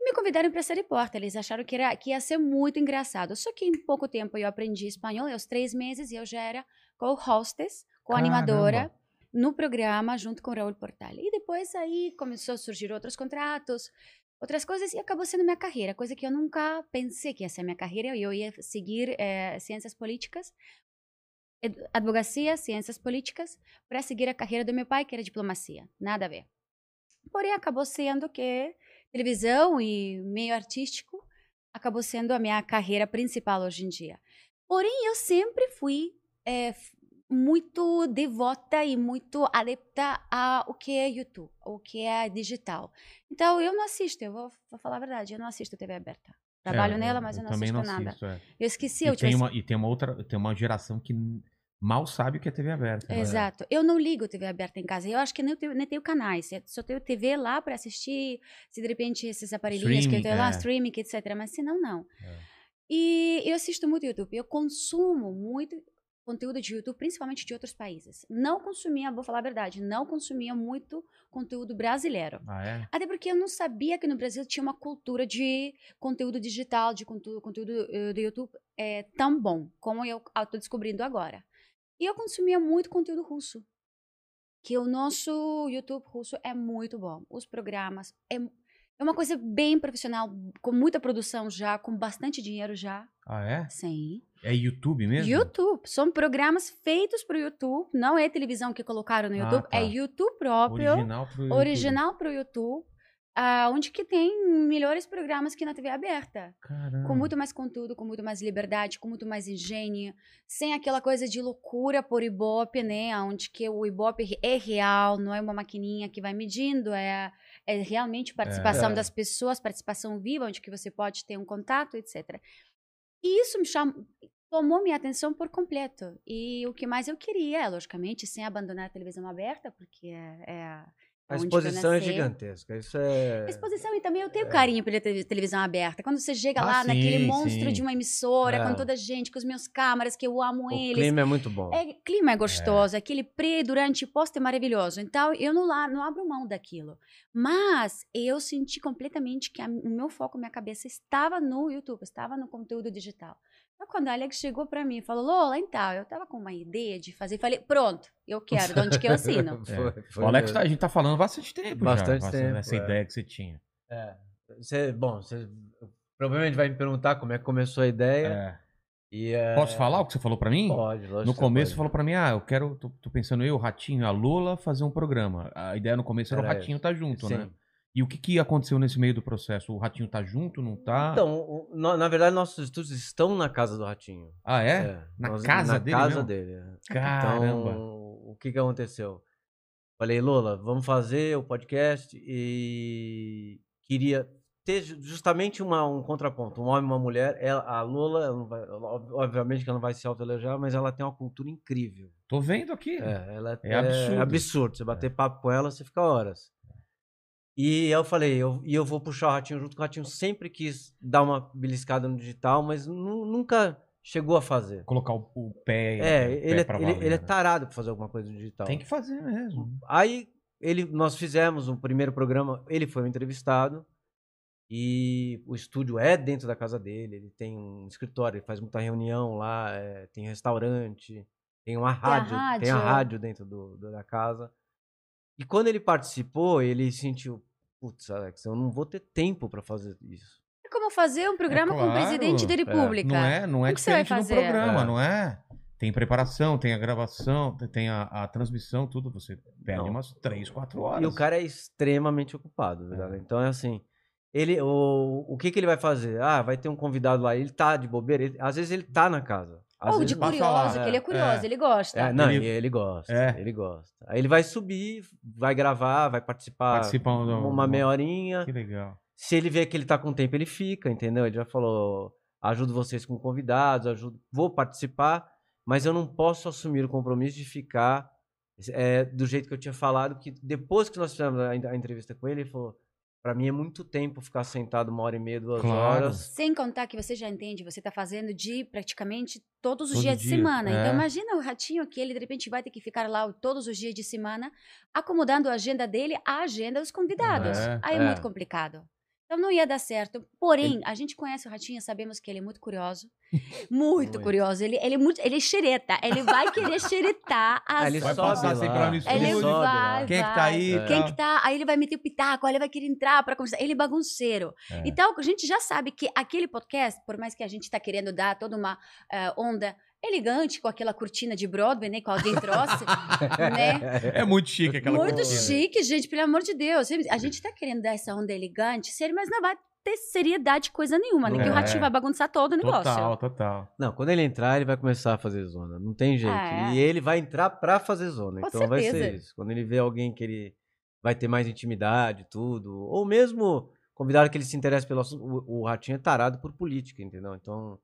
Speaker 3: Me convidaram para ser repórter. Eles acharam que, era, que ia ser muito engraçado. Só que em pouco tempo eu aprendi espanhol. E aos três meses eu já era co-hostess, co-animadora, no programa junto com o Raul Portal. E depois aí começou a surgir outros contratos, outras coisas. E acabou sendo minha carreira. Coisa que eu nunca pensei que ia ser minha carreira. Eu ia seguir eh, ciências políticas. ed- Advocacia, ciências políticas, para seguir a carreira do meu pai, que era diplomacia. Nada a ver. Porém, acabou sendo que televisão e meio artístico acabou sendo a minha carreira principal hoje em dia. Porém, eu sempre fui eh, f- muito devota e muito adepta ao que é YouTube, o que é digital. Então, eu não assisto, eu vou, vou falar a verdade, eu não assisto TV aberta. Trabalho
Speaker 1: É,
Speaker 3: nela, mas eu, não
Speaker 1: também
Speaker 3: assisto nada.
Speaker 1: assisto, é.
Speaker 3: Eu esqueci a
Speaker 1: E
Speaker 3: última
Speaker 1: tem, uma, e tem uma outra, tem uma geração que n- mal sabe o que é TV aberta. né?
Speaker 3: Exato. Eu não ligo TV aberta em casa. Eu acho que nem tenho, nem tenho canais. Eu Só tenho TV lá para assistir, se de repente esses aparelhinhos que eu tenho
Speaker 1: Streaming,
Speaker 3: lá,
Speaker 1: é.
Speaker 3: streaming, etc. Mas se não, não.
Speaker 1: É.
Speaker 3: E eu assisto muito YouTube. Eu consumo muito conteúdo de YouTube, principalmente de outros países. Não consumia, vou falar a verdade, não consumia muito conteúdo brasileiro.
Speaker 1: Ah, é?
Speaker 3: Até porque eu não sabia que no Brasil tinha uma cultura de conteúdo digital, de conteúdo, conteúdo eh, do YouTube eh, tão bom, como eu estou descobrindo agora. E eu consumia muito conteúdo russo. Que o nosso YouTube russo é muito bom. Os programas. É, é uma coisa bem profissional, com muita produção já, com bastante dinheiro já.
Speaker 1: Ah, é?
Speaker 3: Sim.
Speaker 1: É YouTube mesmo?
Speaker 3: YouTube. São programas feitos para o YouTube. Não é televisão que colocaram no
Speaker 1: Ah,
Speaker 3: YouTube.
Speaker 1: tá.
Speaker 3: É YouTube próprio
Speaker 1: Original pro YouTube.
Speaker 3: original para o YouTube, ah, onde que tem melhores programas que na TV aberta.
Speaker 1: Caramba.
Speaker 3: Com
Speaker 4: Hum.
Speaker 3: muito mais conteúdo, com muito mais liberdade, com muito mais engenho, sem aquela coisa de loucura por Ibope, né? Onde que o Ibope é real, não é uma maquininha que vai medindo, é, é realmente participação
Speaker 4: É.
Speaker 3: das pessoas, participação viva, onde que você pode ter um contato, etc. E isso me chamou, tomou minha atenção por completo. E o que mais eu queria, logicamente, sem abandonar a televisão aberta, porque é, é
Speaker 4: A
Speaker 3: onde que eu
Speaker 4: exposição é
Speaker 3: nasci.
Speaker 4: gigantesca. Isso é.
Speaker 3: A exposição e também eu tenho carinho pela te- televisão aberta. Quando você chega
Speaker 1: Ah,
Speaker 3: lá
Speaker 1: sim,
Speaker 3: naquele monstro
Speaker 1: sim.
Speaker 3: de uma emissora,
Speaker 4: É.
Speaker 3: com toda a gente, com os meus câmaras, que eu amo
Speaker 4: O
Speaker 3: eles.
Speaker 4: clima é muito bom.
Speaker 3: É, clima é gostoso, aquele pré, durante e pós é maravilhoso. Então, eu não, lá, não abro mão daquilo. Mas eu senti completamente que a- o meu foco, minha cabeça estava no YouTube, estava no conteúdo digital. Então, quando a Alex chegou para mim e falou, Lola, então, eu estava com uma ideia de fazer, falei, pronto, eu quero, de onde que eu assino?
Speaker 4: Foi,
Speaker 1: É.
Speaker 4: foi
Speaker 1: O Alex,
Speaker 4: mesmo.
Speaker 1: tá- a gente tá falando bastante tempo
Speaker 4: Bastante
Speaker 1: já.
Speaker 4: tempo,
Speaker 1: Essa
Speaker 4: é.
Speaker 1: ideia que você tinha.
Speaker 4: É. Você- bom, você provavelmente vai me perguntar como é que começou a ideia.
Speaker 1: É.
Speaker 4: E, é,
Speaker 1: Posso falar o que você falou pra mim?
Speaker 4: Pode, lógico.
Speaker 1: No
Speaker 4: que
Speaker 1: começo
Speaker 4: pode.
Speaker 1: falou pra mim, ah, eu quero, tô, tô pensando eu, o Ratinho, a Lula fazer um programa. A ideia no começo era,
Speaker 4: Era
Speaker 1: o Ratinho tá junto, né?
Speaker 4: Sim.
Speaker 1: E o que que aconteceu nesse meio do processo? O Ratinho tá junto, não tá?
Speaker 4: Então, o- no- na verdade, nossos estudos estão na casa do Ratinho.
Speaker 1: ah, é? Na casa
Speaker 4: na
Speaker 1: dele
Speaker 4: casa
Speaker 1: mesmo?
Speaker 4: dele. é.
Speaker 1: Caramba.
Speaker 4: Então, o que que aconteceu? Falei, Lola, vamos fazer o podcast e queria ter ju- justamente uma- um contraponto, um homem e uma mulher. Ela- a Lola, ela não vai- ela- obviamente que ela não vai se autoelejar, mas ela tem uma cultura incrível.
Speaker 1: Tô vendo aqui.
Speaker 4: É, ela
Speaker 1: É
Speaker 4: é,
Speaker 1: absurdo.
Speaker 4: absurdo. Você bater papo com ela, você fica horas. E eu falei, eu, e eu vou puxar o Ratinho junto, porque o Ratinho sempre quis dar uma beliscada no digital, mas nu- nunca chegou a fazer.
Speaker 1: Colocar o, o pé,
Speaker 4: É,
Speaker 1: o pé
Speaker 4: ele, é-
Speaker 1: pra
Speaker 4: ele,
Speaker 1: valer,
Speaker 4: ele é
Speaker 1: né?
Speaker 4: tarado pra fazer alguma coisa no digital.
Speaker 1: Tem que fazer mesmo.
Speaker 4: Aí ele, nós fizemos o primeiro programa, ele foi o entrevistado e o estúdio é dentro da casa dele, ele tem um escritório, ele faz muita reunião lá, é, tem restaurante, tem uma rádio, é. tem a
Speaker 3: rádio.
Speaker 4: rádio dentro do- do- da casa. E quando ele participou, ele sentiu, putz, Alex, eu não vou ter tempo pra fazer isso.
Speaker 3: É como fazer um programa com o
Speaker 1: claro,
Speaker 3: presidente da
Speaker 1: é.
Speaker 3: república.
Speaker 1: Não é, não é
Speaker 3: O que você vai
Speaker 1: diferente do
Speaker 3: fazer?
Speaker 1: programa,
Speaker 4: É.
Speaker 1: não é? Tem preparação, tem a gravação, tem- tem a, a transmissão, tudo. Você perde
Speaker 4: Não.
Speaker 1: umas 3, 4 horas.
Speaker 4: E o cara é extremamente ocupado, verdade? Então é assim, ele, o, o que que ele vai fazer? Ah, vai ter um convidado lá, ele tá de bobeira, ele- às vezes ele tá na casa. Às
Speaker 3: Ou de
Speaker 4: vezes não.
Speaker 1: passa
Speaker 3: curioso,
Speaker 1: lá,
Speaker 3: que
Speaker 4: é,
Speaker 3: ele é curioso,
Speaker 1: é.
Speaker 3: ele gosta.
Speaker 4: É, não,
Speaker 1: Ele-
Speaker 4: ele, ele gosta,
Speaker 1: É.
Speaker 4: ele gosta. Aí ele vai subir, vai gravar, vai participar
Speaker 1: participa do-
Speaker 4: uma
Speaker 1: do-
Speaker 4: meia horinha.
Speaker 1: Que legal.
Speaker 4: Se ele vê que ele tá com tempo, ele fica, entendeu? Ele já falou, ajudo vocês com convidados, ajudo, vou participar, mas eu não posso assumir o compromisso de ficar é, do jeito que eu tinha falado, porque depois que nós fizemos a, a entrevista com ele, ele falou, pra mim é muito tempo ficar sentado uma hora e meia, duas
Speaker 1: Claro.
Speaker 4: horas.
Speaker 3: Sem contar que você já entende, você está fazendo de praticamente todos os
Speaker 1: Todo
Speaker 3: dias de
Speaker 1: dia,
Speaker 3: semana.
Speaker 1: é.
Speaker 3: Então imagina o ratinho que ele de repente vai ter que ficar lá todos os dias de semana, acomodando a agenda dele à agenda dos convidados.
Speaker 1: É,
Speaker 3: Aí é,
Speaker 4: é.
Speaker 3: muito complicado. Então não ia dar certo. Porém, a gente conhece o ratinho, sabemos que ele é muito curioso. Muito,
Speaker 4: Muito.
Speaker 3: curioso. Ele, ele é muito, ele é xereta. Ele vai querer xeretar as
Speaker 4: Ah, Ele
Speaker 1: Vai
Speaker 4: sobe
Speaker 1: passar assim
Speaker 4: lá.
Speaker 1: sempre lá no
Speaker 3: Ele
Speaker 1: Ele
Speaker 4: sobe
Speaker 3: vai,
Speaker 4: lá.
Speaker 1: Quem é que tá aí?
Speaker 4: É.
Speaker 3: Quem
Speaker 1: Tá.
Speaker 3: que tá? Aí ele vai meter o pitaco, aí ele vai querer entrar pra conversar. Ele é bagunceiro.
Speaker 1: É.
Speaker 3: Então, a gente já sabe que aquele podcast, por mais que a gente tá querendo dar toda uma eh, onda elegante com aquela cortina de Broadway, né? Que alguém trouxe, né?
Speaker 1: É muito chique aquela
Speaker 3: Muito
Speaker 1: cortina.
Speaker 3: chique, gente, pelo amor de Deus. A gente tá querendo dar essa onda elegante, sério, mas não vai ter seriedade coisa nenhuma, né? Que
Speaker 1: É.
Speaker 3: o ratinho vai bagunçar todo o negócio.
Speaker 1: Total, total.
Speaker 4: Não, quando ele entrar, ele vai começar a fazer zona. Não tem jeito.
Speaker 3: Ah, é.
Speaker 4: E ele vai entrar pra fazer zona.
Speaker 3: Com
Speaker 4: então vai ser
Speaker 3: certeza.
Speaker 4: isso. Quando ele vê alguém que ele vai ter mais intimidade, tudo. Ou mesmo convidado que ele se interessa pelo assunto. O, o Ratinho é tarado por política, entendeu? Então.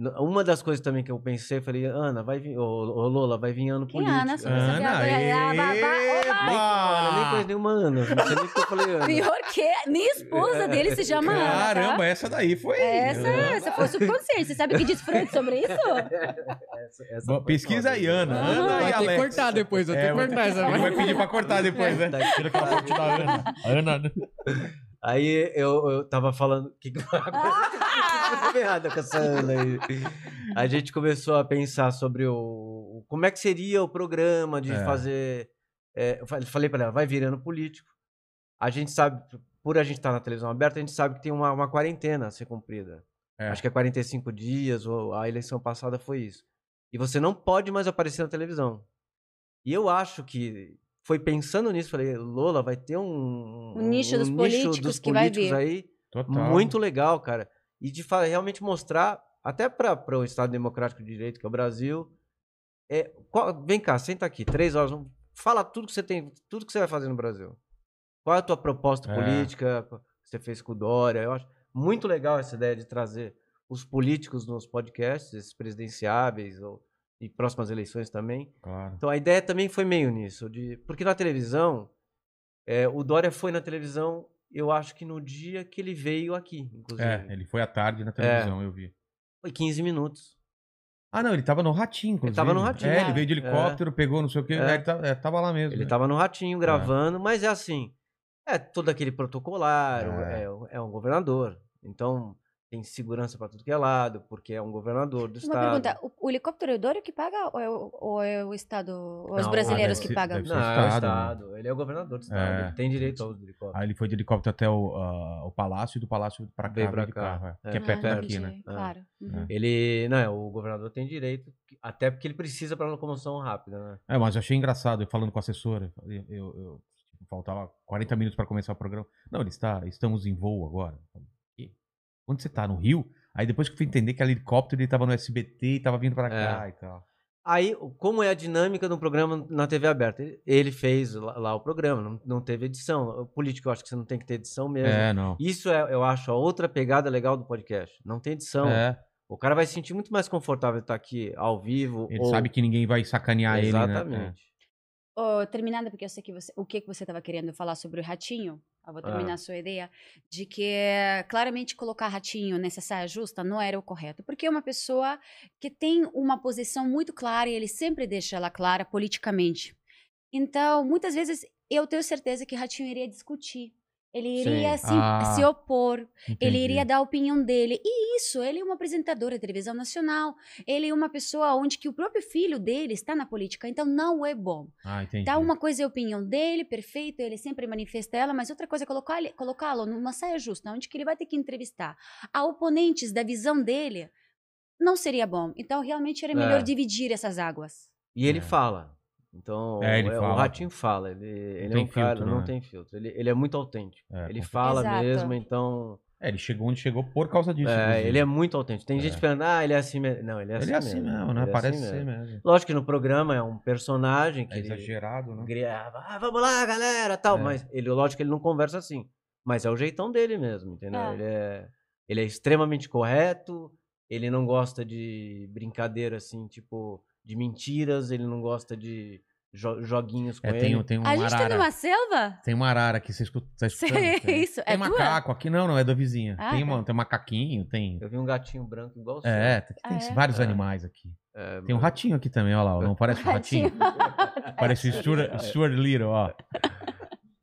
Speaker 4: n- Uma das coisas também que eu pensei, falei, Ana, vai vir. Ô, ô, Lola, vai vir ano
Speaker 3: Quem é
Speaker 4: político.
Speaker 3: a Ana? Sou essa
Speaker 4: Ana.
Speaker 1: Ana,
Speaker 3: viada- é babá-
Speaker 4: Nem, olha, nem
Speaker 1: eba!
Speaker 4: conheço nenhuma Ana. Não sei nem o que eu falei, Ana.
Speaker 3: Pior que nem esposa dele se chama Ana, tá?
Speaker 1: Caramba, essa daí foi.
Speaker 3: Essa, é
Speaker 1: Ah.
Speaker 3: essa foi subconsciente. Você sabe o que diz Freud sobre isso?
Speaker 4: Essa- essa
Speaker 1: Bom,
Speaker 4: foi
Speaker 1: pesquisa
Speaker 4: foda.
Speaker 1: aí, Ana. Ana e
Speaker 2: vai ter que
Speaker 1: Alex.
Speaker 2: cortar depois, vai
Speaker 1: É,
Speaker 2: ter que
Speaker 1: vai
Speaker 2: cortar essa
Speaker 1: Ele vai
Speaker 2: parte.
Speaker 1: pedir pra cortar depois, né?
Speaker 4: Puta que
Speaker 1: Tira aquela foto da Ana. A Ana. né?
Speaker 4: Aí eu, eu tava falando. O que, que vai acontecer? Coisa errada com essa Ana aí. A gente começou a pensar sobre o, o- como é que seria o programa de
Speaker 1: É.
Speaker 4: fazer. é, eu fa- falei pra ela, vai virando político. A gente sabe, por a gente estar na televisão aberta, a gente sabe que tem uma, uma quarentena a ser cumprida.
Speaker 1: É.
Speaker 4: Acho que é 45 dias, ou a eleição passada foi isso. E você não pode mais aparecer na televisão. E eu acho que foi pensando nisso, falei, Lola, vai ter um,
Speaker 3: O nicho dos políticos que vai vir.
Speaker 4: aí
Speaker 1: Total.
Speaker 4: muito legal, cara. E de fa- realmente mostrar, até para o Estado Democrático de Direito, que é o Brasil. É, qual- vem cá, senta aqui, três horas. vamos- Fala tudo que você tem, tudo que você vai fazer no Brasil. Qual é a tua proposta
Speaker 1: É.
Speaker 4: política que você fez com o Dória? Eu acho muito legal essa ideia de trazer os políticos nos podcasts, esses presidenciáveis ou, e próximas eleições também.
Speaker 1: Claro.
Speaker 4: Então a ideia também foi meio nisso, de porque na televisão É, o Dória foi na televisão, eu acho que no dia que ele veio aqui, inclusive.
Speaker 1: É, ele foi à tarde na televisão, eu vi.
Speaker 4: Foi 15 minutos.
Speaker 1: Ah, não, ele tava no Ratinho, inclusive.
Speaker 4: tava no Ratinho.
Speaker 1: É, ele
Speaker 3: Ah,
Speaker 1: veio de helicóptero, pegou não sei o quê.
Speaker 4: É.
Speaker 1: É, ele tá- é, tava lá mesmo.
Speaker 4: Ele
Speaker 1: é.
Speaker 4: tava no ratinho gravando, mas é assim. É todo aquele protocolar,
Speaker 1: É.
Speaker 4: é, é um governador. Então tem segurança pra tudo que é lado, porque é um governador do
Speaker 3: Uma
Speaker 4: estado.
Speaker 3: pergunta, o, o helicóptero é o Dória que paga ou é o, ou é o Estado, ou os
Speaker 4: Não,
Speaker 3: brasileiros
Speaker 4: ah,
Speaker 3: que
Speaker 1: deve ser-
Speaker 3: pagam?
Speaker 1: deve
Speaker 4: Não,
Speaker 1: ser
Speaker 4: é o
Speaker 1: estado, né?
Speaker 4: estado. Ele é o governador do estado.
Speaker 1: É. Ah.
Speaker 4: Ele tem direito ao uso do helicóptero.
Speaker 1: Aí ele foi de helicóptero até o, ah, o palácio e do palácio pra cá.
Speaker 4: Veio pra
Speaker 1: de
Speaker 4: cá.
Speaker 1: carro, é.
Speaker 4: É.
Speaker 1: Que é
Speaker 3: Ah,
Speaker 1: perto daqui,
Speaker 3: entendi,
Speaker 1: né?
Speaker 3: Claro. Uhum.
Speaker 4: Ele, não, é, o governador tem direito, que- até porque ele precisa pra locomoção rápida, né?
Speaker 1: É, mas eu achei engraçado, eu falando com a assessora, eu, eu- eu- tipo, faltava 40 minutos para começar o programa. Não, ele está, estamos em voo agora. Eu falei, "Quê? Onde você tá? No Rio? Aí depois que eu fui entender que era helicóptero, ele tava no SBT e tava vindo
Speaker 4: É.
Speaker 1: para cá e tal.
Speaker 4: Aí, o- como é a dinâmica de um programa na TV aberta? Ele- Ele fez lá, lá o programa, não, não teve edição. O político, eu acho que você não tem que ter edição mesmo.
Speaker 1: É, não.
Speaker 4: Isso é, eu acho, a outra pegada legal do podcast. Não tem edição.
Speaker 1: É,
Speaker 4: O cara vai se sentir muito mais confortável de estar aqui ao vivo.
Speaker 1: ele
Speaker 4: ou-
Speaker 1: sabe que ninguém vai sacanear ele, né?
Speaker 4: Exatamente.
Speaker 3: Ô, terminando, porque eu sei que você, o que que você estava querendo falar sobre o ratinho, eu vou terminar
Speaker 4: Ah.
Speaker 3: a sua ideia, de que claramente colocar ratinho nessa saia justa não era o correto, porque é uma pessoa que tem uma posição muito clara e ele sempre deixa ela clara politicamente. Então, muitas vezes, eu tenho certeza que ratinho iria discutir, ele
Speaker 4: Sim.
Speaker 3: iria se,
Speaker 1: Ah.
Speaker 3: se opor,
Speaker 1: É,
Speaker 3: ele
Speaker 1: entendi.
Speaker 3: iria dar a opinião dele. E isso, ele é um apresentador da televisão nacional. Ele é uma pessoa onde que o próprio filho dele está na política. Então não é bom.
Speaker 1: Ah, entendi.
Speaker 3: Tá, uma coisa é a opinião dele, perfeito, ele sempre manifesta ela, mas outra coisa é colocar ele- colocá-lo numa saia justa, onde que ele vai ter que entrevistar a oponentes da visão dele. Não seria bom. Então realmente era melhor
Speaker 4: É.
Speaker 3: dividir essas águas.
Speaker 4: E ele
Speaker 1: É.
Speaker 4: fala. Então,
Speaker 1: É, ele
Speaker 4: é,
Speaker 1: fala.
Speaker 4: o Ratinho fala. Ele, ele é
Speaker 1: tem
Speaker 4: um cara,
Speaker 1: filtro,
Speaker 4: não
Speaker 1: né?
Speaker 4: tem filtro. Ele, ele é muito autêntico.
Speaker 1: É,
Speaker 4: ele
Speaker 1: com-
Speaker 4: fala
Speaker 3: Exato.
Speaker 4: mesmo, então.
Speaker 1: É, ele chegou onde chegou por causa disso.
Speaker 4: é,
Speaker 1: inclusive.
Speaker 4: ele é muito autêntico. Tem
Speaker 1: É.
Speaker 4: gente falando, ah, ele é assim mesmo. Não, ele é assim,
Speaker 1: Ele é assim mesmo, né?
Speaker 4: ele é
Speaker 1: Parece
Speaker 4: assim
Speaker 1: ser
Speaker 4: mesmo.
Speaker 1: mesmo.
Speaker 4: Lógico que no programa é um personagem que
Speaker 1: É
Speaker 4: ele
Speaker 1: exagerado, né?
Speaker 4: grava, ah, vamos lá, galera, tal.
Speaker 1: É.
Speaker 4: Mas ele, lógico que ele não conversa assim. Mas é o jeitão dele mesmo, entendeu?
Speaker 3: É.
Speaker 4: Ele, é, ele é extremamente correto, ele não gosta de brincadeira, assim, tipo, de mentiras, ele não gosta de jo- joguinhos com
Speaker 1: É,
Speaker 4: ele.
Speaker 1: tem, um- tem um
Speaker 3: a gente tá
Speaker 1: arara.
Speaker 3: numa selva?
Speaker 1: Tem uma arara aqui, você escuta, tá escutando?
Speaker 3: Sei,
Speaker 1: Tem.
Speaker 3: isso,
Speaker 1: Tem
Speaker 3: é tua?
Speaker 1: macaco aqui, não, não, é da vizinha.
Speaker 3: Ah,
Speaker 1: tem,
Speaker 3: tá.
Speaker 1: uma, tem macaquinho, tem.
Speaker 4: Eu vi um gatinho branco igual o seu.
Speaker 1: É, tem, tem
Speaker 3: Ah, é?
Speaker 1: vários
Speaker 4: É.
Speaker 1: animais aqui.
Speaker 4: É,
Speaker 1: Tem um ratinho aqui também, olha lá, não parece um ratinho? Parece um o Stuart, Stuart Little, ó.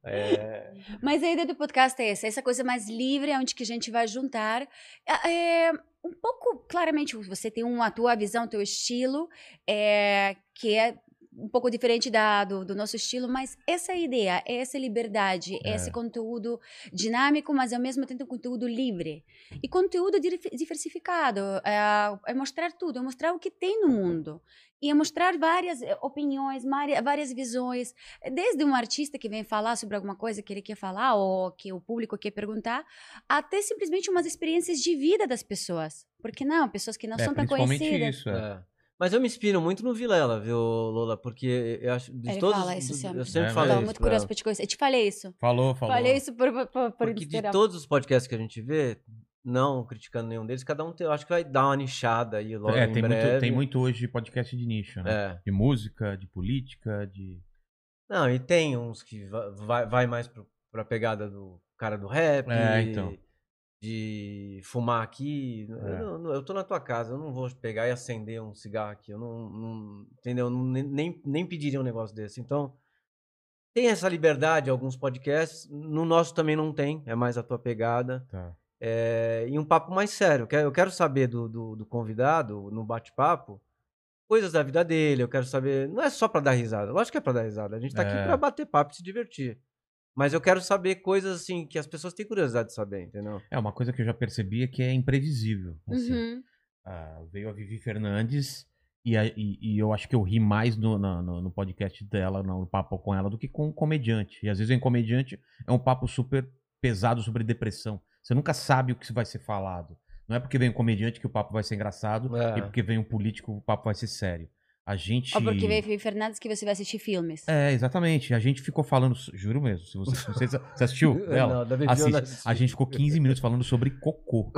Speaker 4: é,
Speaker 3: Mas a ideia do podcast é essa, essa coisa mais livre, é onde que a gente vai juntar. é, é, um pouco, claramente, você tem uma tua visão, teu estilo, é, que é um pouco diferente da, do, do nosso estilo, mas essa é ideia, essa liberdade,
Speaker 1: É.
Speaker 3: esse conteúdo dinâmico, mas ao mesmo tempo um conteúdo livre. E conteúdo dif- diversificado, é, é mostrar tudo, é mostrar o que tem no mundo. E é mostrar várias eh, opiniões, mari- várias visões, desde um artista que vem falar sobre alguma coisa que ele quer falar ou que o público quer perguntar, até simplesmente umas experiências de vida das pessoas. Porque não, pessoas que não
Speaker 1: É,
Speaker 3: são tão
Speaker 1: principalmente
Speaker 3: conhecidas.
Speaker 1: isso. É.
Speaker 4: é. Mas eu me inspiro muito no Vilela, viu, Lola? Porque eu acho. De
Speaker 3: Ele
Speaker 4: todos,
Speaker 3: fala isso
Speaker 4: do-
Speaker 3: sempre.
Speaker 4: Eu sempre
Speaker 1: É
Speaker 4: falo
Speaker 1: mesmo?
Speaker 3: Estou
Speaker 4: isso.
Speaker 3: muito
Speaker 4: pra ela.
Speaker 3: curioso para te conhecer. Eu te falei isso.
Speaker 1: Falou, falou.
Speaker 3: Falei isso por, por, por, por
Speaker 4: Porque de
Speaker 3: Instagram.
Speaker 4: todos os podcasts que a gente vê, não criticando nenhum deles, cada um tem, eu acho que vai dar uma nichada aí logo
Speaker 1: É,
Speaker 4: em
Speaker 1: tem
Speaker 4: breve.
Speaker 1: muito, tem muito hoje podcast de nicho, né?
Speaker 4: É.
Speaker 1: De música, de política, de.
Speaker 4: Não, e tem uns que va- vai, vai mais pro, pra pegada do cara do rap.
Speaker 1: É, então.
Speaker 4: De fumar aqui. Eu,
Speaker 1: É.
Speaker 4: não- não- eu tô na tua casa, eu não vou pegar e acender um cigarro aqui. Eu não. não- entendeu? Eu não- nem- nem, nem pediria um negócio desse. Então, tem essa liberdade, alguns podcasts. No nosso também não tem, é mais a tua pegada.
Speaker 1: Tá.
Speaker 4: É, e um papo mais sério. Eu quero- Eu quero saber do, do, do convidado, no bate-papo, coisas da vida dele. Eu quero saber. Não é só pra dar risada. Lógico que é pra dar risada. A gente tá aqui
Speaker 1: É.
Speaker 4: pra bater papo e se divertir. Mas eu quero saber coisas assim que as pessoas têm curiosidade de saber, entendeu?
Speaker 1: É, uma coisa que eu já percebi é que é imprevisível. assim.
Speaker 3: Uhum.
Speaker 1: Ah, veio a Vivi Fernandes e, a- e- e eu acho que eu ri mais no, na- no, no podcast dela, no, no papo com ela, do que com um comediante. E às vezes um comediante é um papo super pesado sobre depressão. Você nunca sabe o que vai ser falado. Não é porque vem um comediante que o papo vai ser engraçado
Speaker 4: É.
Speaker 1: e porque vem um político o papo vai ser sério. A gente.
Speaker 3: Ó, porque veio Felipe Fernandes que você vai assistir filmes.
Speaker 1: É, exatamente. A gente ficou falando. Juro mesmo. Se você, não é sei se você assistiu dela.
Speaker 4: Não, da Vivi eu não
Speaker 1: Assiste.
Speaker 4: assisti.
Speaker 1: A gente ficou 15 minutos falando sobre cocô.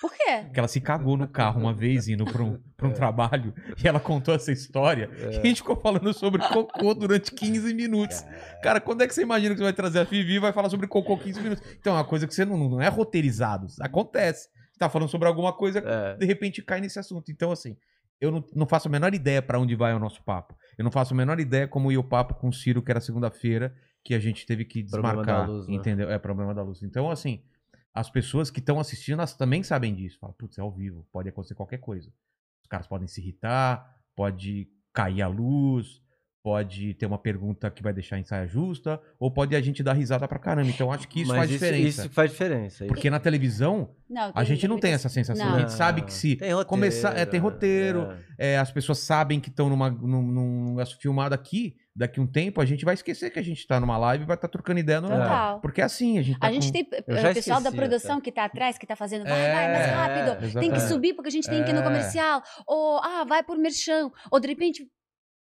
Speaker 3: Por quê?
Speaker 1: Que ela se cagou no carro uma vez indo pra um, pra um trabalho e ela contou essa história e
Speaker 4: É.
Speaker 1: a gente ficou falando sobre cocô durante 15 minutos. Cara, quando é que você imagina que você vai trazer a Fivi e vai falar sobre cocô 15 minutos? Então é uma coisa que você não, não é roteirizado, acontece. Você tá falando sobre alguma coisa,
Speaker 4: É.
Speaker 1: de repente cai nesse assunto. Então, assim, eu não, não faço a menor ideia pra onde vai o nosso papo. Eu não faço a menor ideia como ia o papo com o Ciro, que era segunda-feira, que a gente teve que
Speaker 4: Problema
Speaker 1: desmarcar.
Speaker 4: da luz, né?
Speaker 1: Entendeu? É problema da luz. Então, assim, as pessoas que estão assistindo, elas também sabem disso. Fala, putz, é ao vivo, pode acontecer qualquer coisa. Os caras podem se irritar, pode cair a luz. Pode ter uma pergunta que vai deixar a ensaia justa, ou pode a gente dar risada pra caramba. Então acho que isso
Speaker 4: Mas
Speaker 1: faz diferença.
Speaker 4: Isso faz diferença. Ah,
Speaker 1: Porque na televisão,
Speaker 3: Não,
Speaker 1: a gente não tem
Speaker 3: muita-
Speaker 1: essa sensação.
Speaker 3: Não.
Speaker 1: A gente sabe que se
Speaker 4: Tem roteiro,
Speaker 1: começar- é, tem roteiro.
Speaker 4: é.
Speaker 1: é, as pessoas sabem que estão numa, num, num negócio filmado aqui, daqui um tempo a gente vai esquecer que a gente tá numa live e vai estar trocando ideia no
Speaker 3: Total.
Speaker 1: Porque é assim, a gente tá
Speaker 3: A gente
Speaker 1: com-
Speaker 3: tem eh,
Speaker 4: já
Speaker 3: o pessoal da
Speaker 4: esqueci
Speaker 3: produção
Speaker 4: até.
Speaker 3: que tá atrás, que tá fazendo, vai,
Speaker 1: É,
Speaker 3: vai, mais rápido. Tem que
Speaker 1: exatamente.
Speaker 3: subir porque a gente tem que ir no
Speaker 1: É.
Speaker 3: comercial. Ou, ah, vai por merchan. Ou, de repente,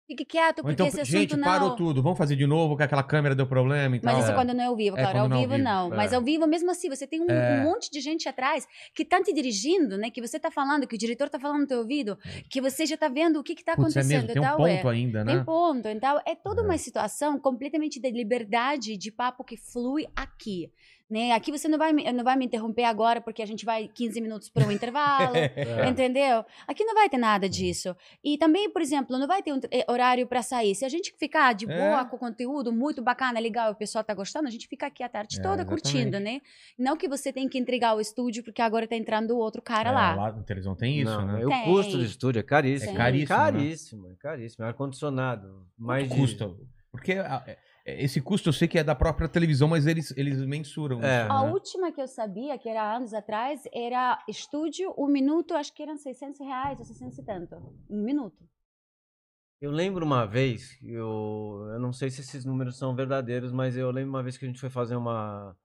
Speaker 3: fique quieto
Speaker 1: Ou
Speaker 3: porque
Speaker 1: então,
Speaker 3: esse assunto
Speaker 1: gente,
Speaker 3: não...
Speaker 1: parou tudo, vamos fazer de novo, que aquela câmera deu problema e
Speaker 3: Mas
Speaker 1: tal.
Speaker 3: isso
Speaker 4: É.
Speaker 3: quando não é ao vivo,
Speaker 1: É,
Speaker 3: claro.
Speaker 1: quando
Speaker 3: ao
Speaker 1: não é ao
Speaker 3: vivo,
Speaker 1: vivo,
Speaker 3: não.
Speaker 1: é.
Speaker 3: Mas ao vivo, mesmo assim, você tem um,
Speaker 1: É.
Speaker 3: um monte de gente atrás que tá te dirigindo, né? Que você tá falando, que o diretor tá falando no teu ouvido, que você já tá vendo o que que tá
Speaker 1: Putz, é
Speaker 3: acontecendo.
Speaker 1: mesmo, tem um
Speaker 3: tal, é.
Speaker 1: ponto ainda, né?
Speaker 3: Tem ponto. Então, é toda uma situação completamente de liberdade de papo que flui aqui. Né? Aqui você não vai, me- não vai me interromper agora porque a gente vai 15 minutos para um intervalo.
Speaker 4: É.
Speaker 3: Entendeu? Aqui não vai ter nada disso. E também, por exemplo, não vai ter um eh, horário para sair. Se a gente ficar de
Speaker 1: É.
Speaker 3: boa com o conteúdo, muito bacana, legal, o pessoal tá gostando, a gente fica aqui a tarde
Speaker 1: É,
Speaker 3: toda curtindo, né? Não que você tem que entregar o estúdio porque agora tá entrando outro cara
Speaker 1: É,
Speaker 3: lá.
Speaker 1: lá no televisão tem isso,
Speaker 4: Não,
Speaker 1: né?
Speaker 4: é O
Speaker 3: Tem.
Speaker 4: custo do estúdio é caríssimo.
Speaker 3: É
Speaker 1: caríssimo, né?
Speaker 4: Caríssimo, é caríssimo. É ar-condicionado. Mais de-
Speaker 1: Custa. Porque ah, é- é- esse custo eu sei que é da própria televisão, mas eles, eles mensuram
Speaker 4: É.
Speaker 1: isso,
Speaker 3: A
Speaker 1: né?
Speaker 3: última que eu sabia, que era anos atrás, era estúdio, um minuto, acho que eram 600 reais ou 600 e tanto. Um minuto.
Speaker 4: Eu lembro uma vez, eu, eu não sei se esses números são verdadeiros, mas eu lembro uma vez que a gente foi fazer uma.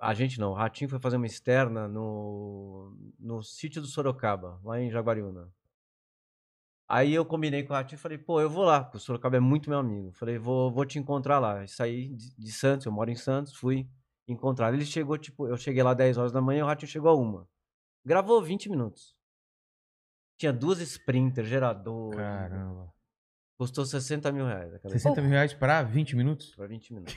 Speaker 4: A gente não, o Ratinho foi fazer uma externa no, no sítio do Sorocaba, lá em Jaguariúna. Aí eu combinei com o Ratinho e falei, pô, eu vou lá, porque o Sorocaba é muito meu amigo. Falei, vou, vou te encontrar lá. E saí de, de Santos, eu moro em Santos, fui encontrar. Ele chegou, tipo, eu cheguei lá 10 horas da manhã e o Ratinho chegou a uma. Gravou 20 minutos. Tinha duas sprinters, gerador.
Speaker 1: Caramba.
Speaker 4: Custou 60 mil reais aquela
Speaker 1: 60 mil reais pra 20 minutos?
Speaker 4: para 20 minutos.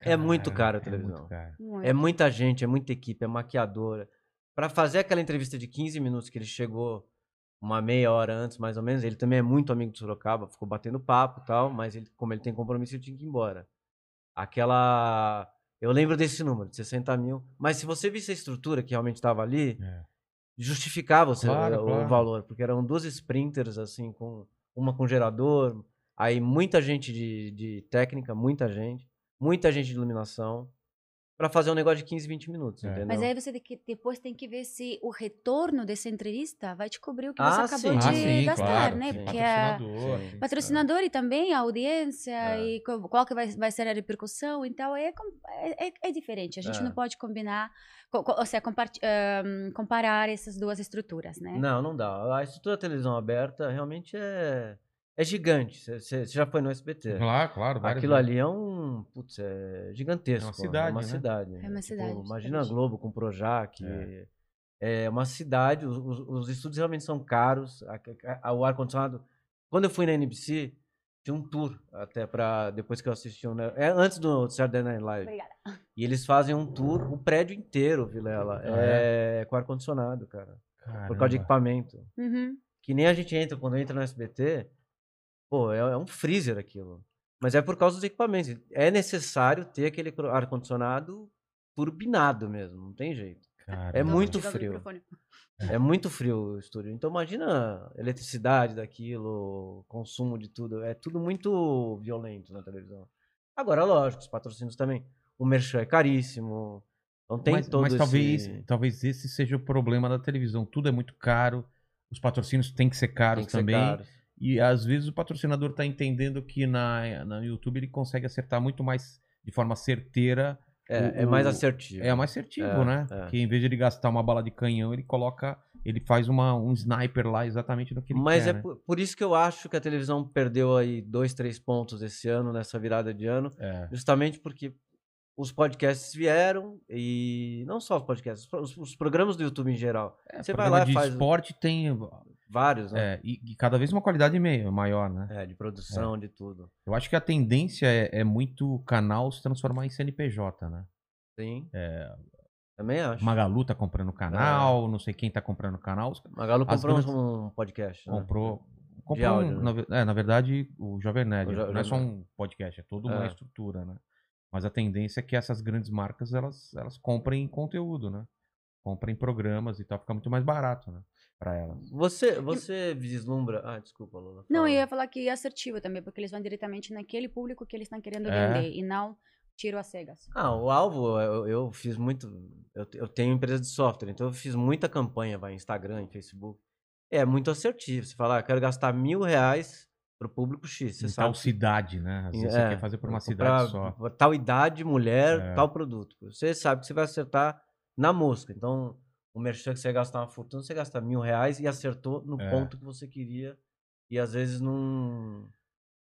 Speaker 4: É muito caro a televisão.
Speaker 1: É muito caro.
Speaker 3: Muito.
Speaker 4: É muita gente, é muita equipe, é maquiadora. Pra fazer aquela entrevista de 15 minutos que ele chegou uma meia hora antes, mais ou menos, ele também é muito amigo do Sorocaba, ficou batendo papo e tal, mas ele, como ele tem compromisso, ele tinha que ir embora. Aquela. Eu lembro desse número, de 60 mil. Mas se você visse a estrutura que realmente estava ali,
Speaker 1: É.
Speaker 4: justificava o, seu-
Speaker 1: Claro,
Speaker 4: o
Speaker 1: claro.
Speaker 4: valor, porque eram duas sprinters, assim, com uma com gerador, aí muita gente de, de técnica, muita gente, muita gente de iluminação, pra fazer um negócio de 15, 20 minutos,
Speaker 1: É.
Speaker 4: entendeu?
Speaker 3: Mas aí você tem que- depois tem que ver se o retorno dessa entrevista vai te cobrir o que
Speaker 4: Ah,
Speaker 3: você
Speaker 4: sim.
Speaker 3: acabou
Speaker 4: Ah,
Speaker 3: de
Speaker 4: sim,
Speaker 3: gastar,
Speaker 4: claro,
Speaker 3: né?
Speaker 4: sim.
Speaker 3: Porque é
Speaker 1: Patrocinador.
Speaker 4: Sim.
Speaker 3: patrocinador e também a audiência
Speaker 4: Tá. É.
Speaker 3: e co- qual que vai, vai ser a repercussão. Então é, com- é, é- é diferente. A gente
Speaker 4: É.
Speaker 3: não pode combinar, co- co- ou seja, comparti- ahn, comparar essas duas estruturas, né?
Speaker 4: Não, não dá. A estrutura da televisão aberta realmente é, é gigante. Você já foi no SBT.
Speaker 1: Claro, claro. várias
Speaker 4: É. Aquilo
Speaker 1: vezes.
Speaker 4: ali é um. Putz, é gigantesco.
Speaker 1: É uma
Speaker 4: né?
Speaker 1: cidade,
Speaker 4: É uma
Speaker 1: né?
Speaker 4: cidade.
Speaker 3: uma cidade,
Speaker 4: imagina a
Speaker 3: exatamente.
Speaker 4: Globo com Projac. É. é uma cidade. Os, os- os estúdios realmente são caros. a- a- a- o ar-condicionado. Quando eu fui na NBC, tinha um tour até para Depois que eu assisti. Um, é antes do Saturday Night Live.
Speaker 3: Obrigada.
Speaker 4: E eles fazem um tour, o prédio inteiro, Vilela.
Speaker 1: Ah,
Speaker 4: É, com ar-condicionado, cara. Por causa de
Speaker 1: Caramba.
Speaker 4: equipamento
Speaker 3: Uhum.
Speaker 4: que nem a gente entra quando entra no SBT, pô, é, é um freezer aquilo. Mas é por causa dos equipamentos. É necessário ter aquele cro- ar-condicionado turbinado mesmo, não tem jeito.
Speaker 1: Caramba.
Speaker 4: É muito
Speaker 3: Desligar o
Speaker 4: frio.
Speaker 3: microfone.
Speaker 4: É muito frio o estúdio. Então imagina a eletricidade daquilo, consumo de tudo. É tudo muito violento na televisão. Agora, lógico, os patrocínios também. O merchan é caríssimo. Então tem
Speaker 1: mas,
Speaker 4: todo
Speaker 1: mas
Speaker 4: esse...
Speaker 1: talvez, talvez esse seja o problema da televisão. Tudo é muito caro. Os patrocínios têm que ser caros
Speaker 4: tem que ser
Speaker 1: também.
Speaker 4: caro.
Speaker 1: E às vezes o patrocinador está entendendo que na, na YouTube ele consegue acertar muito mais de forma certeira.
Speaker 4: É, é
Speaker 1: O-
Speaker 4: mais
Speaker 1: o-
Speaker 4: assertivo.
Speaker 1: É mais assertivo,
Speaker 4: É,
Speaker 1: né?
Speaker 4: é.
Speaker 1: Que em vez de ele gastar uma bala de canhão, ele coloca. Ele faz uma, um sniper lá exatamente no que ele
Speaker 4: Mas
Speaker 1: quer.
Speaker 4: é
Speaker 1: né?
Speaker 4: por, por isso que eu acho que a televisão perdeu aí dois, três pontos esse ano, nessa virada de ano,
Speaker 1: É.
Speaker 4: justamente porque os podcasts vieram e não só os podcasts, os, os programas do YouTube em geral.
Speaker 1: É,
Speaker 4: Você vai
Speaker 1: programa
Speaker 4: lá e
Speaker 1: de
Speaker 4: faz
Speaker 1: esporte tem
Speaker 4: vários, né?
Speaker 1: é, e, e cada vez uma qualidade meio, maior, né?
Speaker 4: É, de produção, de tudo.
Speaker 1: Eu acho que a tendência é, é muito canal se transformar em CNPJ, né?
Speaker 4: Sim.
Speaker 1: É.
Speaker 4: Também acho. É.
Speaker 1: Magalu tá comprando canal, não sei quem tá comprando canal. os-
Speaker 4: Magalu
Speaker 1: As
Speaker 4: comprou
Speaker 1: grandes-
Speaker 4: um podcast. né?
Speaker 1: Comprou. Comprou,
Speaker 4: áudio,
Speaker 1: um-
Speaker 4: né?
Speaker 1: na, ve- é, na verdade, o Jovem Nerd.
Speaker 4: O Jo-
Speaker 1: não é só
Speaker 4: Jovem
Speaker 1: um podcast, é toda uma
Speaker 4: É.
Speaker 1: estrutura, né? Mas a tendência é que essas grandes marcas, elas, elas comprem conteúdo, né? Comprem programas e tal, fica muito mais barato, né? Pra elas.
Speaker 4: Você, você vislumbra. Ah, desculpa, Lula.
Speaker 3: Não,
Speaker 4: fala.
Speaker 3: eu ia falar que é assertivo também, porque eles vão diretamente naquele público que eles estão querendo
Speaker 1: É.
Speaker 3: vender e não tiro às cegas.
Speaker 4: Ah, o alvo, eu, eu fiz muito. Eu, te- eu tenho empresa de software, então eu fiz muita campanha, vai, Instagram, em Facebook. É muito assertivo. Você fala, ah, quero gastar mil reais pro público X. Você
Speaker 1: Em
Speaker 4: sabe.
Speaker 1: tal cidade, né? Às vezes
Speaker 4: É,
Speaker 1: você quer fazer por uma
Speaker 4: pra-
Speaker 1: cidade só.
Speaker 4: pra Tal idade, mulher,
Speaker 1: É.
Speaker 4: tal produto. Você sabe que você vai acertar na mosca. Então, o merchan que você gastar uma fortuna, você gasta mil reais e acertou no
Speaker 1: É.
Speaker 4: ponto que você queria. E às vezes num,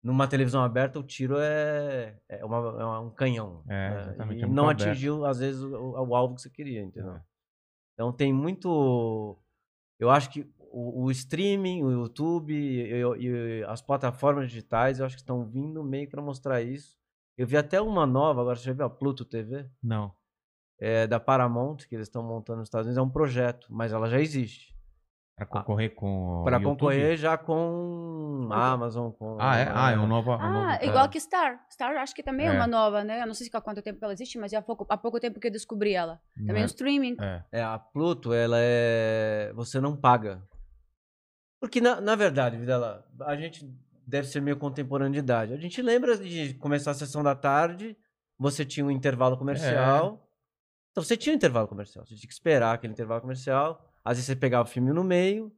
Speaker 4: numa televisão aberta, o tiro é, é, uma- é uma- um canhão.
Speaker 1: É,
Speaker 4: né?
Speaker 1: exatamente,
Speaker 4: E
Speaker 1: é muito
Speaker 4: não
Speaker 1: aberto.
Speaker 4: atingiu, às vezes, o, o alvo que você queria, entendeu?
Speaker 1: É.
Speaker 4: Então tem muito. Eu acho que o, o streaming, o YouTube e, e- e as plataformas digitais, eu acho que estão vindo meio para mostrar isso. Eu vi até uma nova, agora você já viu a Pluto TV?
Speaker 1: Não.
Speaker 4: É da Paramount, que eles estão montando nos Estados Unidos, é um projeto, mas ela já existe.
Speaker 1: Pra concorrer com. o
Speaker 4: Para
Speaker 1: YouTube?
Speaker 4: Ah, concorrer já com a Amazon, com.
Speaker 1: Ah, é? Ah, é um novo. um
Speaker 3: Ah,
Speaker 1: novo-
Speaker 3: igual que Star. Star acho que também é,
Speaker 1: É.
Speaker 3: uma nova, né? Eu não sei se há quanto tempo que ela existe, mas é há pouco, há pouco tempo que eu descobri ela.
Speaker 1: não
Speaker 4: Né?
Speaker 3: Também
Speaker 1: é-
Speaker 3: um streaming.
Speaker 1: é.
Speaker 4: É, a Pluto, ela é. Você não paga. Porque, na, na verdade, Videla, a gente deve ser meio contemporâneo de idade. A gente lembra de começar a sessão da tarde, você tinha um intervalo comercial. Então, você tinha um intervalo comercial. Você tinha que esperar aquele intervalo comercial. Às vezes, você pegava o filme no meio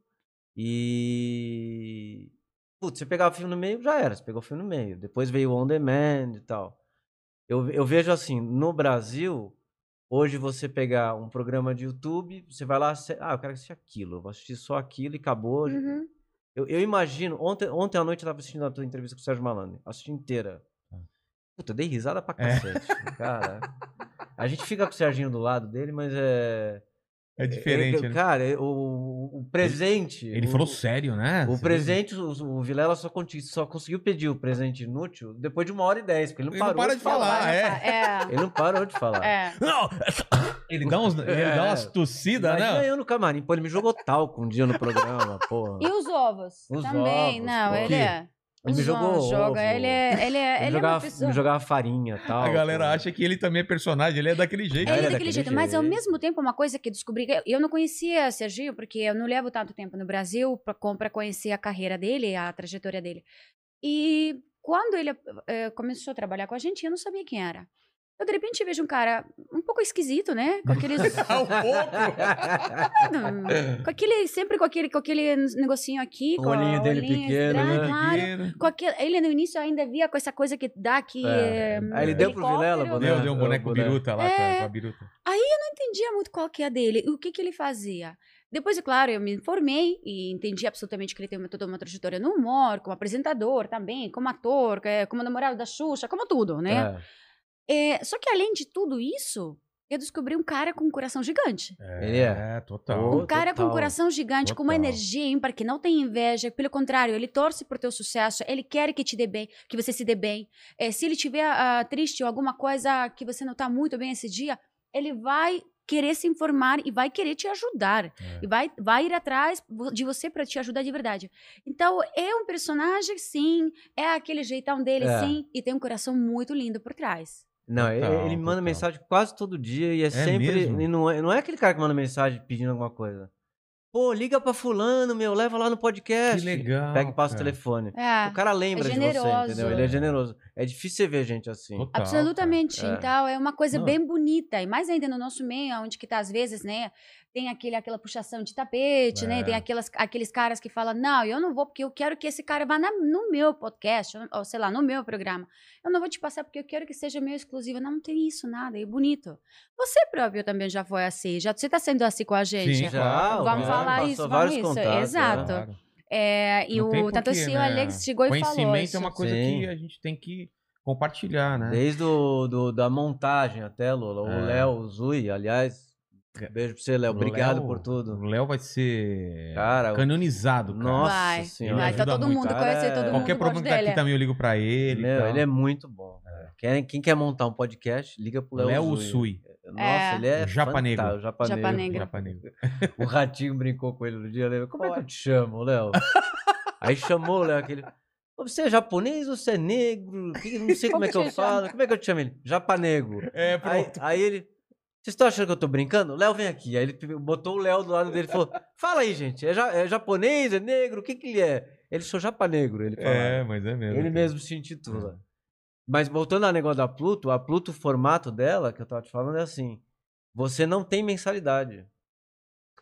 Speaker 4: e. Putz, você pegava o filme no meio, já era. Você pegou o filme no meio. Depois veio o On Demand e tal. Eu, eu vejo assim, no Brasil, Hoje você pegar um programa de YouTube, você vai lá, asse- ah, eu quero assistir aquilo, eu vou assistir só aquilo e acabou.
Speaker 3: Uhum.
Speaker 4: Eu, eu imagino, ontem, ontem à noite eu tava assistindo a tua entrevista com o Sérgio Malandro, assisti inteira. Puta, eu dei risada pra
Speaker 1: Ah. É.
Speaker 4: cacete, né, cara. A gente fica com o Serginho do lado dele, mas é...
Speaker 1: É diferente,
Speaker 4: eu-
Speaker 1: né?
Speaker 4: Cara, eu- o, o presente...
Speaker 1: Ele
Speaker 4: o-
Speaker 1: falou sério, né?
Speaker 4: O
Speaker 1: Você-
Speaker 4: presente, o, o Vilela só, conti- só conseguiu pedir o presente inútil depois de uma hora e dez, porque ele não
Speaker 1: Ele não
Speaker 4: parou
Speaker 1: para de falar,
Speaker 3: Ela-
Speaker 1: é.
Speaker 3: É.
Speaker 4: Ele não parou de falar.
Speaker 3: é.
Speaker 1: Não! Ele dá, uns, ele dá umas
Speaker 4: É.
Speaker 1: tossidas,
Speaker 4: Imagina
Speaker 1: né?
Speaker 4: eu no camarim. Pô, ele me jogou talco um dia no programa, porra.
Speaker 3: E os ovos?
Speaker 4: Os
Speaker 3: também.
Speaker 4: ovos,
Speaker 3: não,
Speaker 4: pô.
Speaker 3: ele é.
Speaker 4: Ele me
Speaker 3: Os
Speaker 4: jogou
Speaker 3: ovos,
Speaker 4: ovo.
Speaker 3: joga. Ele é, ele é,
Speaker 4: Ele
Speaker 3: ele é
Speaker 4: jogava,
Speaker 3: uma pessoa.
Speaker 4: me jogava farinha tal.
Speaker 1: A galera acha que ele também é personagem, ele é daquele jeito.
Speaker 3: Ele
Speaker 4: Ele
Speaker 3: é
Speaker 4: é
Speaker 3: daquele
Speaker 4: daquele
Speaker 3: jeito, mas ao
Speaker 4: jeito.
Speaker 3: mesmo tempo uma coisa que eu descobri, que eu- eu não conhecia Serginho, porque eu não levo tanto tempo no Brasil para conhecer a carreira dele, a trajetória dele. E quando ele eh, começou a trabalhar com a gente, eu não sabia quem era. Eu de repente vejo um cara um pouco esquisito, né? Com aqueles
Speaker 4: tá
Speaker 1: Ah, o pouco!
Speaker 3: com aquele sempre com aquele com aquele negocinho aqui,
Speaker 4: O
Speaker 3: com a
Speaker 4: Um olhinho dele
Speaker 3: olhinha
Speaker 4: pequeno,
Speaker 3: estranha,
Speaker 4: né?
Speaker 3: claro.
Speaker 1: Pequeno.
Speaker 3: Com aquele, ele no início ainda via com essa coisa que dá que
Speaker 4: É.
Speaker 3: eh,
Speaker 4: Aí ele deu pro Vilela,
Speaker 3: helicóptero.
Speaker 4: boné.
Speaker 1: Deu, deu um
Speaker 4: É,
Speaker 1: boneco
Speaker 4: o boneco.
Speaker 1: biruta lá,
Speaker 3: É.
Speaker 1: com a biruta.
Speaker 3: entendia muito qual que é a dele e o que, que ele fazia. Depois, é claro, eu me informei e entendi absolutamente que ele tem uma- toda uma trajetória no humor, como apresentador também, como ator, eh, como namorado da Xuxa, como tudo, né?
Speaker 4: É.
Speaker 3: É, só que além de tudo isso, eu descobri um cara com um coração gigante.
Speaker 4: Ele é.
Speaker 1: total.
Speaker 4: Pô,
Speaker 3: um cara com um
Speaker 4: total.
Speaker 3: coração gigante, com uma
Speaker 1: Total.
Speaker 3: energia ímpar, que não tem inveja, pelo contrário, ele torce pro teu sucesso, ele quer que te dê bem, que você se dê bem. É, se ele tiver ah, triste ou alguma coisa que você não tá muito bem esse dia, ele vai querer se informar e vai querer te ajudar.
Speaker 1: É.
Speaker 3: E vai, vai ir atrás vo- de você para te ajudar de verdade. Então, é um personagem, sim, é aquele jeitão dele,
Speaker 4: É.
Speaker 3: sim, e tem um coração muito lindo por trás.
Speaker 4: Não, ele,
Speaker 1: Total,
Speaker 4: ele me manda
Speaker 1: total.
Speaker 4: mensagem quase todo dia e é, sempre.
Speaker 1: mesmo?
Speaker 4: E não, é, não é aquele cara que manda mensagem pedindo alguma coisa. Pô, liga pra fulano, meu, leva lá no podcast.
Speaker 1: Que legal,
Speaker 4: Pega e passa o
Speaker 1: cara.
Speaker 4: telefone.
Speaker 3: É.
Speaker 4: O cara lembra
Speaker 3: É
Speaker 4: de você, entendeu?
Speaker 3: generoso.
Speaker 4: Ele é generoso. É difícil você ver gente assim.
Speaker 1: Total,
Speaker 3: Absolutamente.
Speaker 4: cara. É.
Speaker 3: Então, é uma coisa
Speaker 1: Não.
Speaker 3: bem bonita. E mais ainda no nosso meio, onde que tá, às vezes, né? Tem aquele, aquela puxação de tapete,
Speaker 1: É.
Speaker 3: né? Tem aquelas, aqueles caras que falam, não, eu não vou porque eu quero que esse cara vá na- no meu podcast, ou sei lá, no meu programa. Eu não vou te passar porque eu quero que seja meu exclusivo. Não, não tem isso, nada. É bonito. Você próprio também já foi assim. Já, você tá sendo assim com a gente.
Speaker 1: Sim,
Speaker 4: Já,
Speaker 3: Vamos
Speaker 4: já,
Speaker 3: falar
Speaker 4: passou
Speaker 3: isso, vamos
Speaker 4: vários
Speaker 3: isso.
Speaker 4: contatos,
Speaker 3: Exato.
Speaker 4: é.
Speaker 1: Claro.
Speaker 3: É, e
Speaker 1: Não tem
Speaker 3: o
Speaker 1: porquê,
Speaker 3: Tatocinho
Speaker 1: né?
Speaker 3: Alex chegou e falou
Speaker 1: Conhecimento
Speaker 3: isso.
Speaker 1: é uma coisa
Speaker 4: Sim.
Speaker 1: que a gente tem que compartilhar, né?
Speaker 4: Desde o, do, da montagem até, Lola. O
Speaker 1: É.
Speaker 4: Léo, o Zui, aliás. Beijo pra você, Léo.
Speaker 1: O
Speaker 4: Obrigado
Speaker 1: Léo-
Speaker 4: por tudo.
Speaker 1: O Léo vai ser
Speaker 4: Cara, o-
Speaker 1: canonizado, cara.
Speaker 4: Nossa
Speaker 3: vai,
Speaker 4: senhora.
Speaker 3: vai, tá
Speaker 1: ajuda
Speaker 3: todo
Speaker 1: muito.
Speaker 3: mundo,
Speaker 4: Cara,
Speaker 3: conhece todo
Speaker 4: é-
Speaker 3: mundo.
Speaker 1: Qualquer
Speaker 3: gosta
Speaker 1: problema que tá
Speaker 3: dele.
Speaker 1: aqui também eu ligo pra ele. então. e
Speaker 4: Meu,
Speaker 1: tal.
Speaker 4: ele é muito bom. cara. Quem, quem quer montar um podcast, liga pro Léo,
Speaker 1: Léo é
Speaker 4: Zui.
Speaker 1: Usui.
Speaker 4: Nossa,
Speaker 3: É.
Speaker 4: ele é
Speaker 1: O japa negro.
Speaker 4: fantástico, o japa
Speaker 3: Japa
Speaker 4: negro.
Speaker 3: negro.
Speaker 1: Japa Negro.
Speaker 4: O ratinho brincou com ele no dia. Lembra? Como é que eu te chamo, Léo? Aí chamou o Léo aquele. "Ô, Você é japonês ou você é negro? Que- Não sei como,
Speaker 3: Como
Speaker 4: é que
Speaker 3: que
Speaker 4: eu
Speaker 3: te
Speaker 4: falo.
Speaker 3: chama?
Speaker 4: Como é que eu te chamo ele? Japa negro.
Speaker 1: É,
Speaker 4: Aí,
Speaker 1: pronto.
Speaker 4: aí ele. Vocês estão achando que eu tô brincando? Léo, vem aqui. Aí ele botou o Léo do lado dele e falou: Fala aí, gente. É, ja- é japonês? É negro? O que que ele é? Ele sou japa negro. Ele falou.
Speaker 1: É, mas é mesmo.
Speaker 4: Ele
Speaker 1: cara.
Speaker 4: mesmo se
Speaker 1: É.
Speaker 4: intitula. Mas voltando ao negócio da Pluto, a Pluto, o formato dela, que eu tava te falando, é assim: você não tem mensalidade.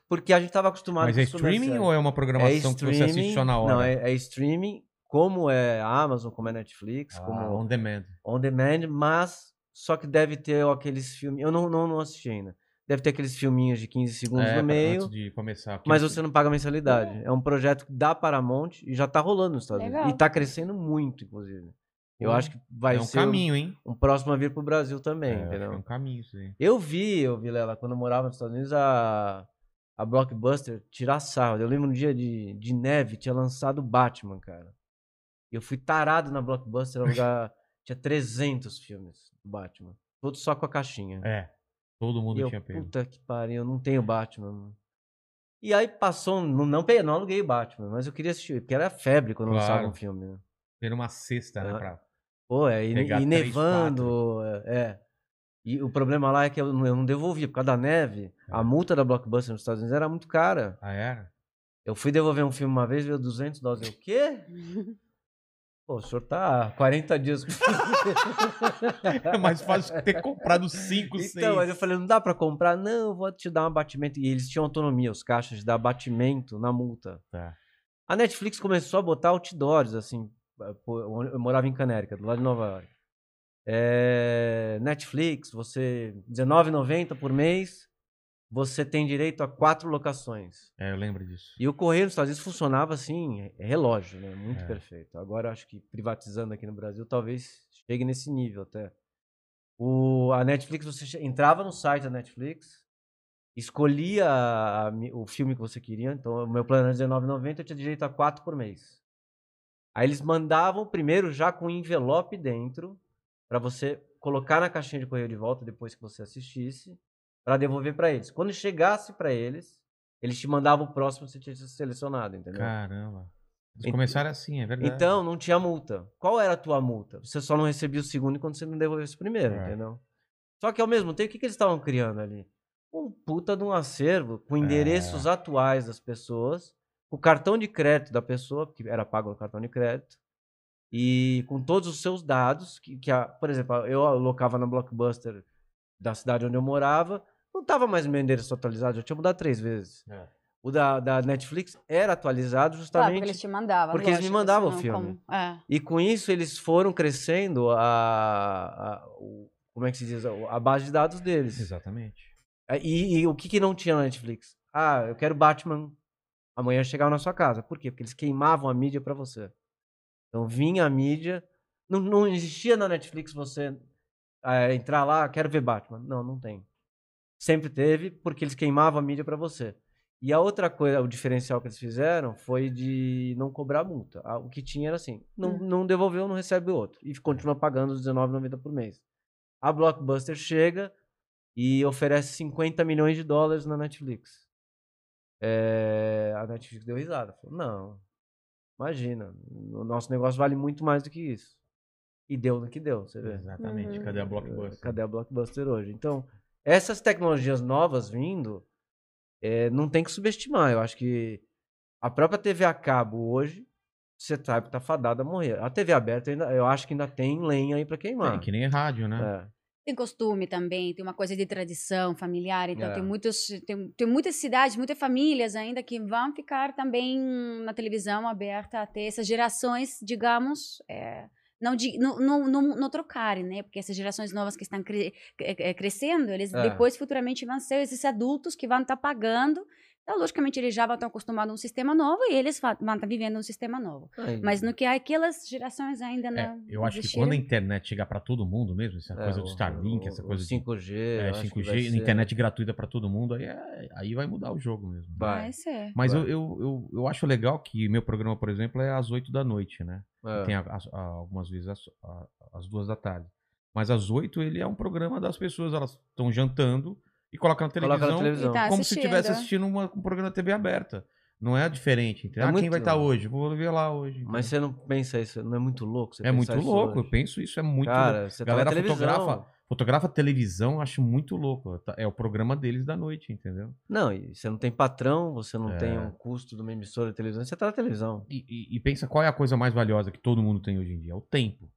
Speaker 4: Porque a gente tava acostumado
Speaker 1: Mas é streaming ou é uma programação que você assiste só na hora?
Speaker 4: Não, é, é streaming, como é a Amazon, como é Netflix,
Speaker 1: Ah,
Speaker 4: como
Speaker 1: on demand.
Speaker 4: on demand, mas só que deve ter aqueles filmes. Eu não, não, não assisti ainda. Deve ter aqueles filminhos de 15 segundos
Speaker 1: É,
Speaker 4: no
Speaker 1: pra-
Speaker 4: meio.
Speaker 1: Antes de começar. assim, aqui.
Speaker 4: Mas você não paga mensalidade. É um projeto da Paramount e já tá rolando nos Estados
Speaker 3: Legal.
Speaker 4: Unidos. E tá crescendo muito, inclusive. Eu
Speaker 1: Pô,
Speaker 4: acho que vai
Speaker 1: É um
Speaker 4: ser
Speaker 1: caminho, hein?
Speaker 4: um próximo a vir pro Brasil também,
Speaker 1: É, eu acho que é um
Speaker 4: entendeu?
Speaker 1: caminho isso aí.
Speaker 4: Eu vi, eu vi Lela, quando eu morava nos Estados Unidos, a, a Blockbuster tirar sarro. Eu lembro um dia de, de neve, tinha lançado o Batman, cara. E eu fui tarado na Blockbuster, era um lugar. tinha 300 filmes do Batman. Todos só com a caixinha.
Speaker 1: É. Todo
Speaker 4: E
Speaker 1: mundo
Speaker 4: eu,
Speaker 1: tinha pego.
Speaker 4: Puta que pariu, eu não tenho Batman. mano. E aí passou, um- não, não, peguei- não aluguei o Batman, mas eu queria assistir, porque era febre quando
Speaker 1: Claro.
Speaker 4: lançava um filme. né?
Speaker 1: Ter uma cesta, né?
Speaker 4: Ah.
Speaker 1: Pra...
Speaker 4: Pô, é, e,
Speaker 1: Pegar
Speaker 4: e
Speaker 1: três,
Speaker 4: nevando, é, é. E o problema lá é que eu, não- eu não devolvi, por causa da neve, a
Speaker 1: É.
Speaker 4: multa da Blockbuster nos Estados Unidos era muito cara.
Speaker 1: Ah, era?
Speaker 4: Eu fui devolver um filme uma vez, veio 200 dólares. Eu, o quê? Pô, o senhor tá há 40 dias com
Speaker 1: É mais fácil ter comprado cinco, seis.
Speaker 4: Então, aí eu falei, não dá pra comprar? Não, eu vou te dar um abatimento. E eles tinham autonomia, os caixas, de dar abatimento na multa.
Speaker 1: Tá.
Speaker 4: A Netflix começou a botar outdoors, assim. pô, Eu morava em Canérica, do lado de Nova York. É, Netflix, você. R$19,90 por mês, você tem direito a quatro locações.
Speaker 1: É, eu lembro disso.
Speaker 4: E o correio nos Estados Unidos funcionava assim, relógio, né? Muito
Speaker 1: É.
Speaker 4: perfeito. Agora acho que privatizando aqui no Brasil talvez chegue nesse nível até. O, a Netflix, você che- entrava no site da Netflix, escolhia a- a mi- o filme que você queria. Então, o meu plano era R$19,90, eu tinha direito a quatro por mês. Aí eles mandavam o primeiro já com envelope dentro, para você colocar na caixinha de correio de volta depois que você assistisse, para devolver para eles. Quando chegasse para eles, eles te mandavam o próximo você tinha sido selecionado, entendeu?
Speaker 1: Caramba. Eles
Speaker 4: Ent-
Speaker 1: começaram assim, é verdade.
Speaker 4: Então, não tinha multa. Qual era a tua multa? Você só não recebia o segundo quando você não devolvesse o primeiro,
Speaker 1: É.
Speaker 4: entendeu? Só que ao mesmo tempo, o que, que eles estavam criando ali? Um puta de um acervo
Speaker 1: É.
Speaker 4: com endereços atuais das pessoas, o cartão de crédito da pessoa, que era pago no cartão de crédito, e com todos os seus dados, que, que a- por exemplo, eu alocava na Blockbuster da cidade onde eu morava, não estava mais meu endereço atualizado, já tinha mudado três vezes.
Speaker 1: É.
Speaker 4: O da, da Netflix era atualizado
Speaker 3: Claro,
Speaker 4: justamente...
Speaker 3: porque eles te mandavam.
Speaker 4: Porque eles me
Speaker 3: lógico,
Speaker 4: mandavam o
Speaker 3: senão
Speaker 4: filme.
Speaker 3: como- É.
Speaker 4: E com isso eles foram crescendo a, a- o- como é que se diz a, a base de dados deles. É,
Speaker 1: Exatamente.
Speaker 4: E, e o que, que não tinha na Netflix? Ah, eu quero Batman amanhã chegar na sua casa. Por quê? Porque eles queimavam a mídia pra você. Então vinha a mídia, não, não existia na Netflix você ah, entrar lá, quero ver Batman. Não, não tem. Sempre teve porque eles queimavam a mídia pra você. E a outra coisa, o diferencial que eles fizeram foi de não cobrar multa. Ah, O que tinha era assim, não,
Speaker 3: Hum.
Speaker 4: não devolveu, não recebe o outro. E continua pagando os R$19,90 por mês. A Blockbuster chega e oferece 50 milhões de dólares na Netflix. É, a Netflix deu risada. Falou, não, imagina, o nosso negócio vale muito mais do que isso. E deu no que deu, você vê.
Speaker 1: Exatamente.
Speaker 3: Uhum.
Speaker 1: Cadê a Blockbuster?
Speaker 4: Cadê a Blockbuster hoje? Então, essas tecnologias novas vindo, é, não tem que subestimar. Eu acho que a própria TV a cabo hoje, você sabe que tá fadada a morrer. A TV aberta, ainda, eu acho que ainda tem lenha aí pra queimar.
Speaker 1: É, que nem rádio, né?
Speaker 4: É.
Speaker 3: Tem costume também, tem uma coisa de tradição familiar, então
Speaker 4: É.
Speaker 3: tem, muitos, tem, tem muitas cidades, muitas famílias ainda que vão ficar também na televisão aberta até essas gerações, digamos, é, não, di- não, não, não, não trocarem, né? Porque essas gerações novas que estão cre- eh, eh, crescendo, eles
Speaker 4: É.
Speaker 3: depois futuramente vão ser esses adultos que vão estar tá pagando Então, logicamente, eles já estão acostumados a um sistema novo e eles fa- vão estar vivendo um sistema novo.
Speaker 4: Aí,
Speaker 3: Mas no que aquelas gerações ainda
Speaker 1: Uhum. É,
Speaker 3: não.
Speaker 1: eu acho que
Speaker 3: existiram,
Speaker 1: quando a internet chegar pra todo mundo mesmo, essa
Speaker 4: é,
Speaker 1: coisa
Speaker 4: o-
Speaker 1: do Starlink,
Speaker 4: o-
Speaker 1: essa
Speaker 4: o
Speaker 1: coisa de
Speaker 4: 5G,
Speaker 1: é,
Speaker 4: eu acho que
Speaker 1: 5G,
Speaker 4: vai ser-
Speaker 1: internet gratuita pra todo mundo, aí, é- aí vai mudar o jogo mesmo. né?
Speaker 4: Vai.
Speaker 3: Vai ser.
Speaker 1: Mas
Speaker 4: vai.
Speaker 1: eu, eu, eu, eu acho legal que meu programa, por exemplo, é às 8 da noite, né?
Speaker 4: É.
Speaker 1: Tem a- as- a- algumas vezes as, a- as duas da tarde. Mas às oito ele é um programa das pessoas, elas estão jantando e colocam na televisão,
Speaker 4: Coloca na televisão.
Speaker 3: Tá
Speaker 1: como se estivesse
Speaker 3: assistindo.
Speaker 1: assistindo uma- um programa da TV aberta. Não é diferente. entendeu?
Speaker 4: É
Speaker 1: ah, quem
Speaker 4: muito-
Speaker 1: vai estar hoje? Vou ver lá hoje. entendeu?
Speaker 4: Mas você não pensa isso, não é muito louco? Você
Speaker 1: é
Speaker 4: pensar
Speaker 1: muito
Speaker 4: isso
Speaker 1: louco,
Speaker 4: hoje?
Speaker 1: eu penso isso, é muito louco.
Speaker 4: Cara, você
Speaker 1: Galera
Speaker 4: tá na televisão.
Speaker 1: fotografa. Fotografa televisão, acho muito louco. Tá- É o programa deles da noite, entendeu?
Speaker 4: Não, e você não tem patrão, você não
Speaker 1: É.
Speaker 4: tem um custo de uma emissora de televisão, você tá na televisão.
Speaker 1: E, e- e pensa qual é a coisa mais valiosa que todo mundo tem hoje em dia: é o tempo.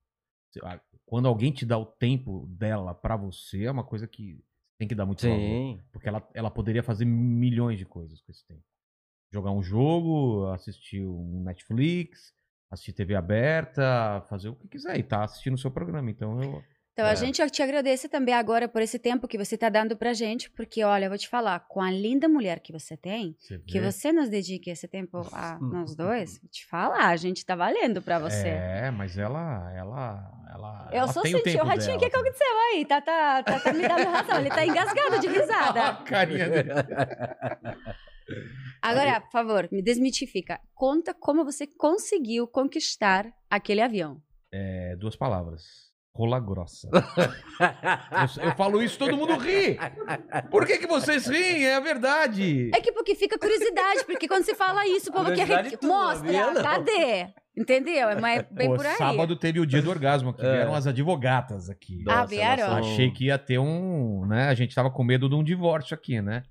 Speaker 1: Você- ah, Quando alguém te dá o tempo dela pra você, é uma coisa que tem que dar muito valor.
Speaker 4: Sim.
Speaker 1: Porque ela, ela poderia fazer milhões de coisas com esse tempo. Jogar um jogo, assistir um Netflix, assistir TV aberta, fazer o que quiser. E tá assistindo o seu programa. Então eu.
Speaker 3: Então
Speaker 1: É.
Speaker 3: a gente te agradece também agora por esse tempo que você está dando pra gente, porque olha, eu vou te falar, com a linda mulher que você tem,
Speaker 1: Você
Speaker 3: que
Speaker 1: vê.
Speaker 3: você nos dedique esse tempo a nós dois, vou te falar, a gente tá valendo pra você.
Speaker 1: É, mas ela. ela, ela
Speaker 3: Eu
Speaker 1: ela
Speaker 3: só
Speaker 1: tem o
Speaker 3: senti, o
Speaker 1: tempo
Speaker 3: Ratinho,
Speaker 1: dela
Speaker 3: o que, que
Speaker 1: também.
Speaker 3: aconteceu aí? Tá, tá, tá, tá me dando razão, ele tá engasgado de
Speaker 1: Ah,
Speaker 3: risada.
Speaker 1: a carinha dele.
Speaker 3: Agora, por favor, me desmitifica, conta como você conseguiu conquistar aquele avião.
Speaker 1: É, duas palavras. Rola grossa.
Speaker 3: Ah,
Speaker 1: Eu, eu falo isso, todo mundo ri. Por que, que vocês riem? É a verdade.
Speaker 3: É que porque fica curiosidade, porque quando se fala isso, o povo quer
Speaker 4: Curiosidade
Speaker 3: re-
Speaker 4: tua, minha
Speaker 3: mostra,
Speaker 4: não.
Speaker 3: cadê? Entendeu? É mais bem
Speaker 1: Pô,
Speaker 3: por aí.
Speaker 1: sábado teve o dia do orgasmo aqui.
Speaker 4: É.
Speaker 1: Vieram as advogatas aqui.
Speaker 3: Ah, vieram?
Speaker 4: elas são-
Speaker 1: Achei que ia ter um. né? A gente tava com medo de um divórcio aqui, né?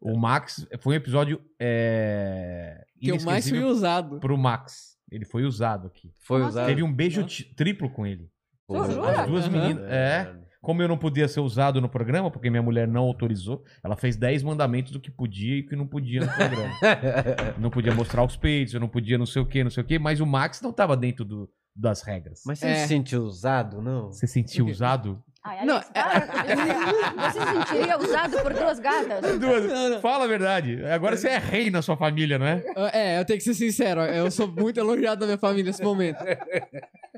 Speaker 1: O Max foi um episódio. É,
Speaker 2: Que o mais fui
Speaker 1: inesquecível
Speaker 2: usado.
Speaker 1: pro Max. Ele foi usado aqui.
Speaker 4: Foi
Speaker 3: Nossa.
Speaker 4: usado.
Speaker 1: Teve um beijo ti- triplo com ele.
Speaker 3: Pô,
Speaker 1: As duas
Speaker 2: Aham.
Speaker 1: meninas. É. Como eu não podia ser usado no programa, porque minha mulher não autorizou, ela fez 10 mandamentos do que podia e o que não podia no programa. não podia mostrar os peitos, eu não podia não sei o que, não sei o que, mas o Max não tava dentro do- das regras.
Speaker 4: Mas você
Speaker 2: É.
Speaker 4: não se sente usado, não?
Speaker 1: Você sentiu usado?
Speaker 3: Ai,
Speaker 2: Não,
Speaker 3: Alex, para. é, Você se sentiria usado por duas gatas?
Speaker 2: Não, não.
Speaker 1: Fala a verdade. Agora você é rei na sua família, não é?
Speaker 2: Eu- É, eu tenho que ser sincero, eu sou muito elogiado da minha família nesse momento.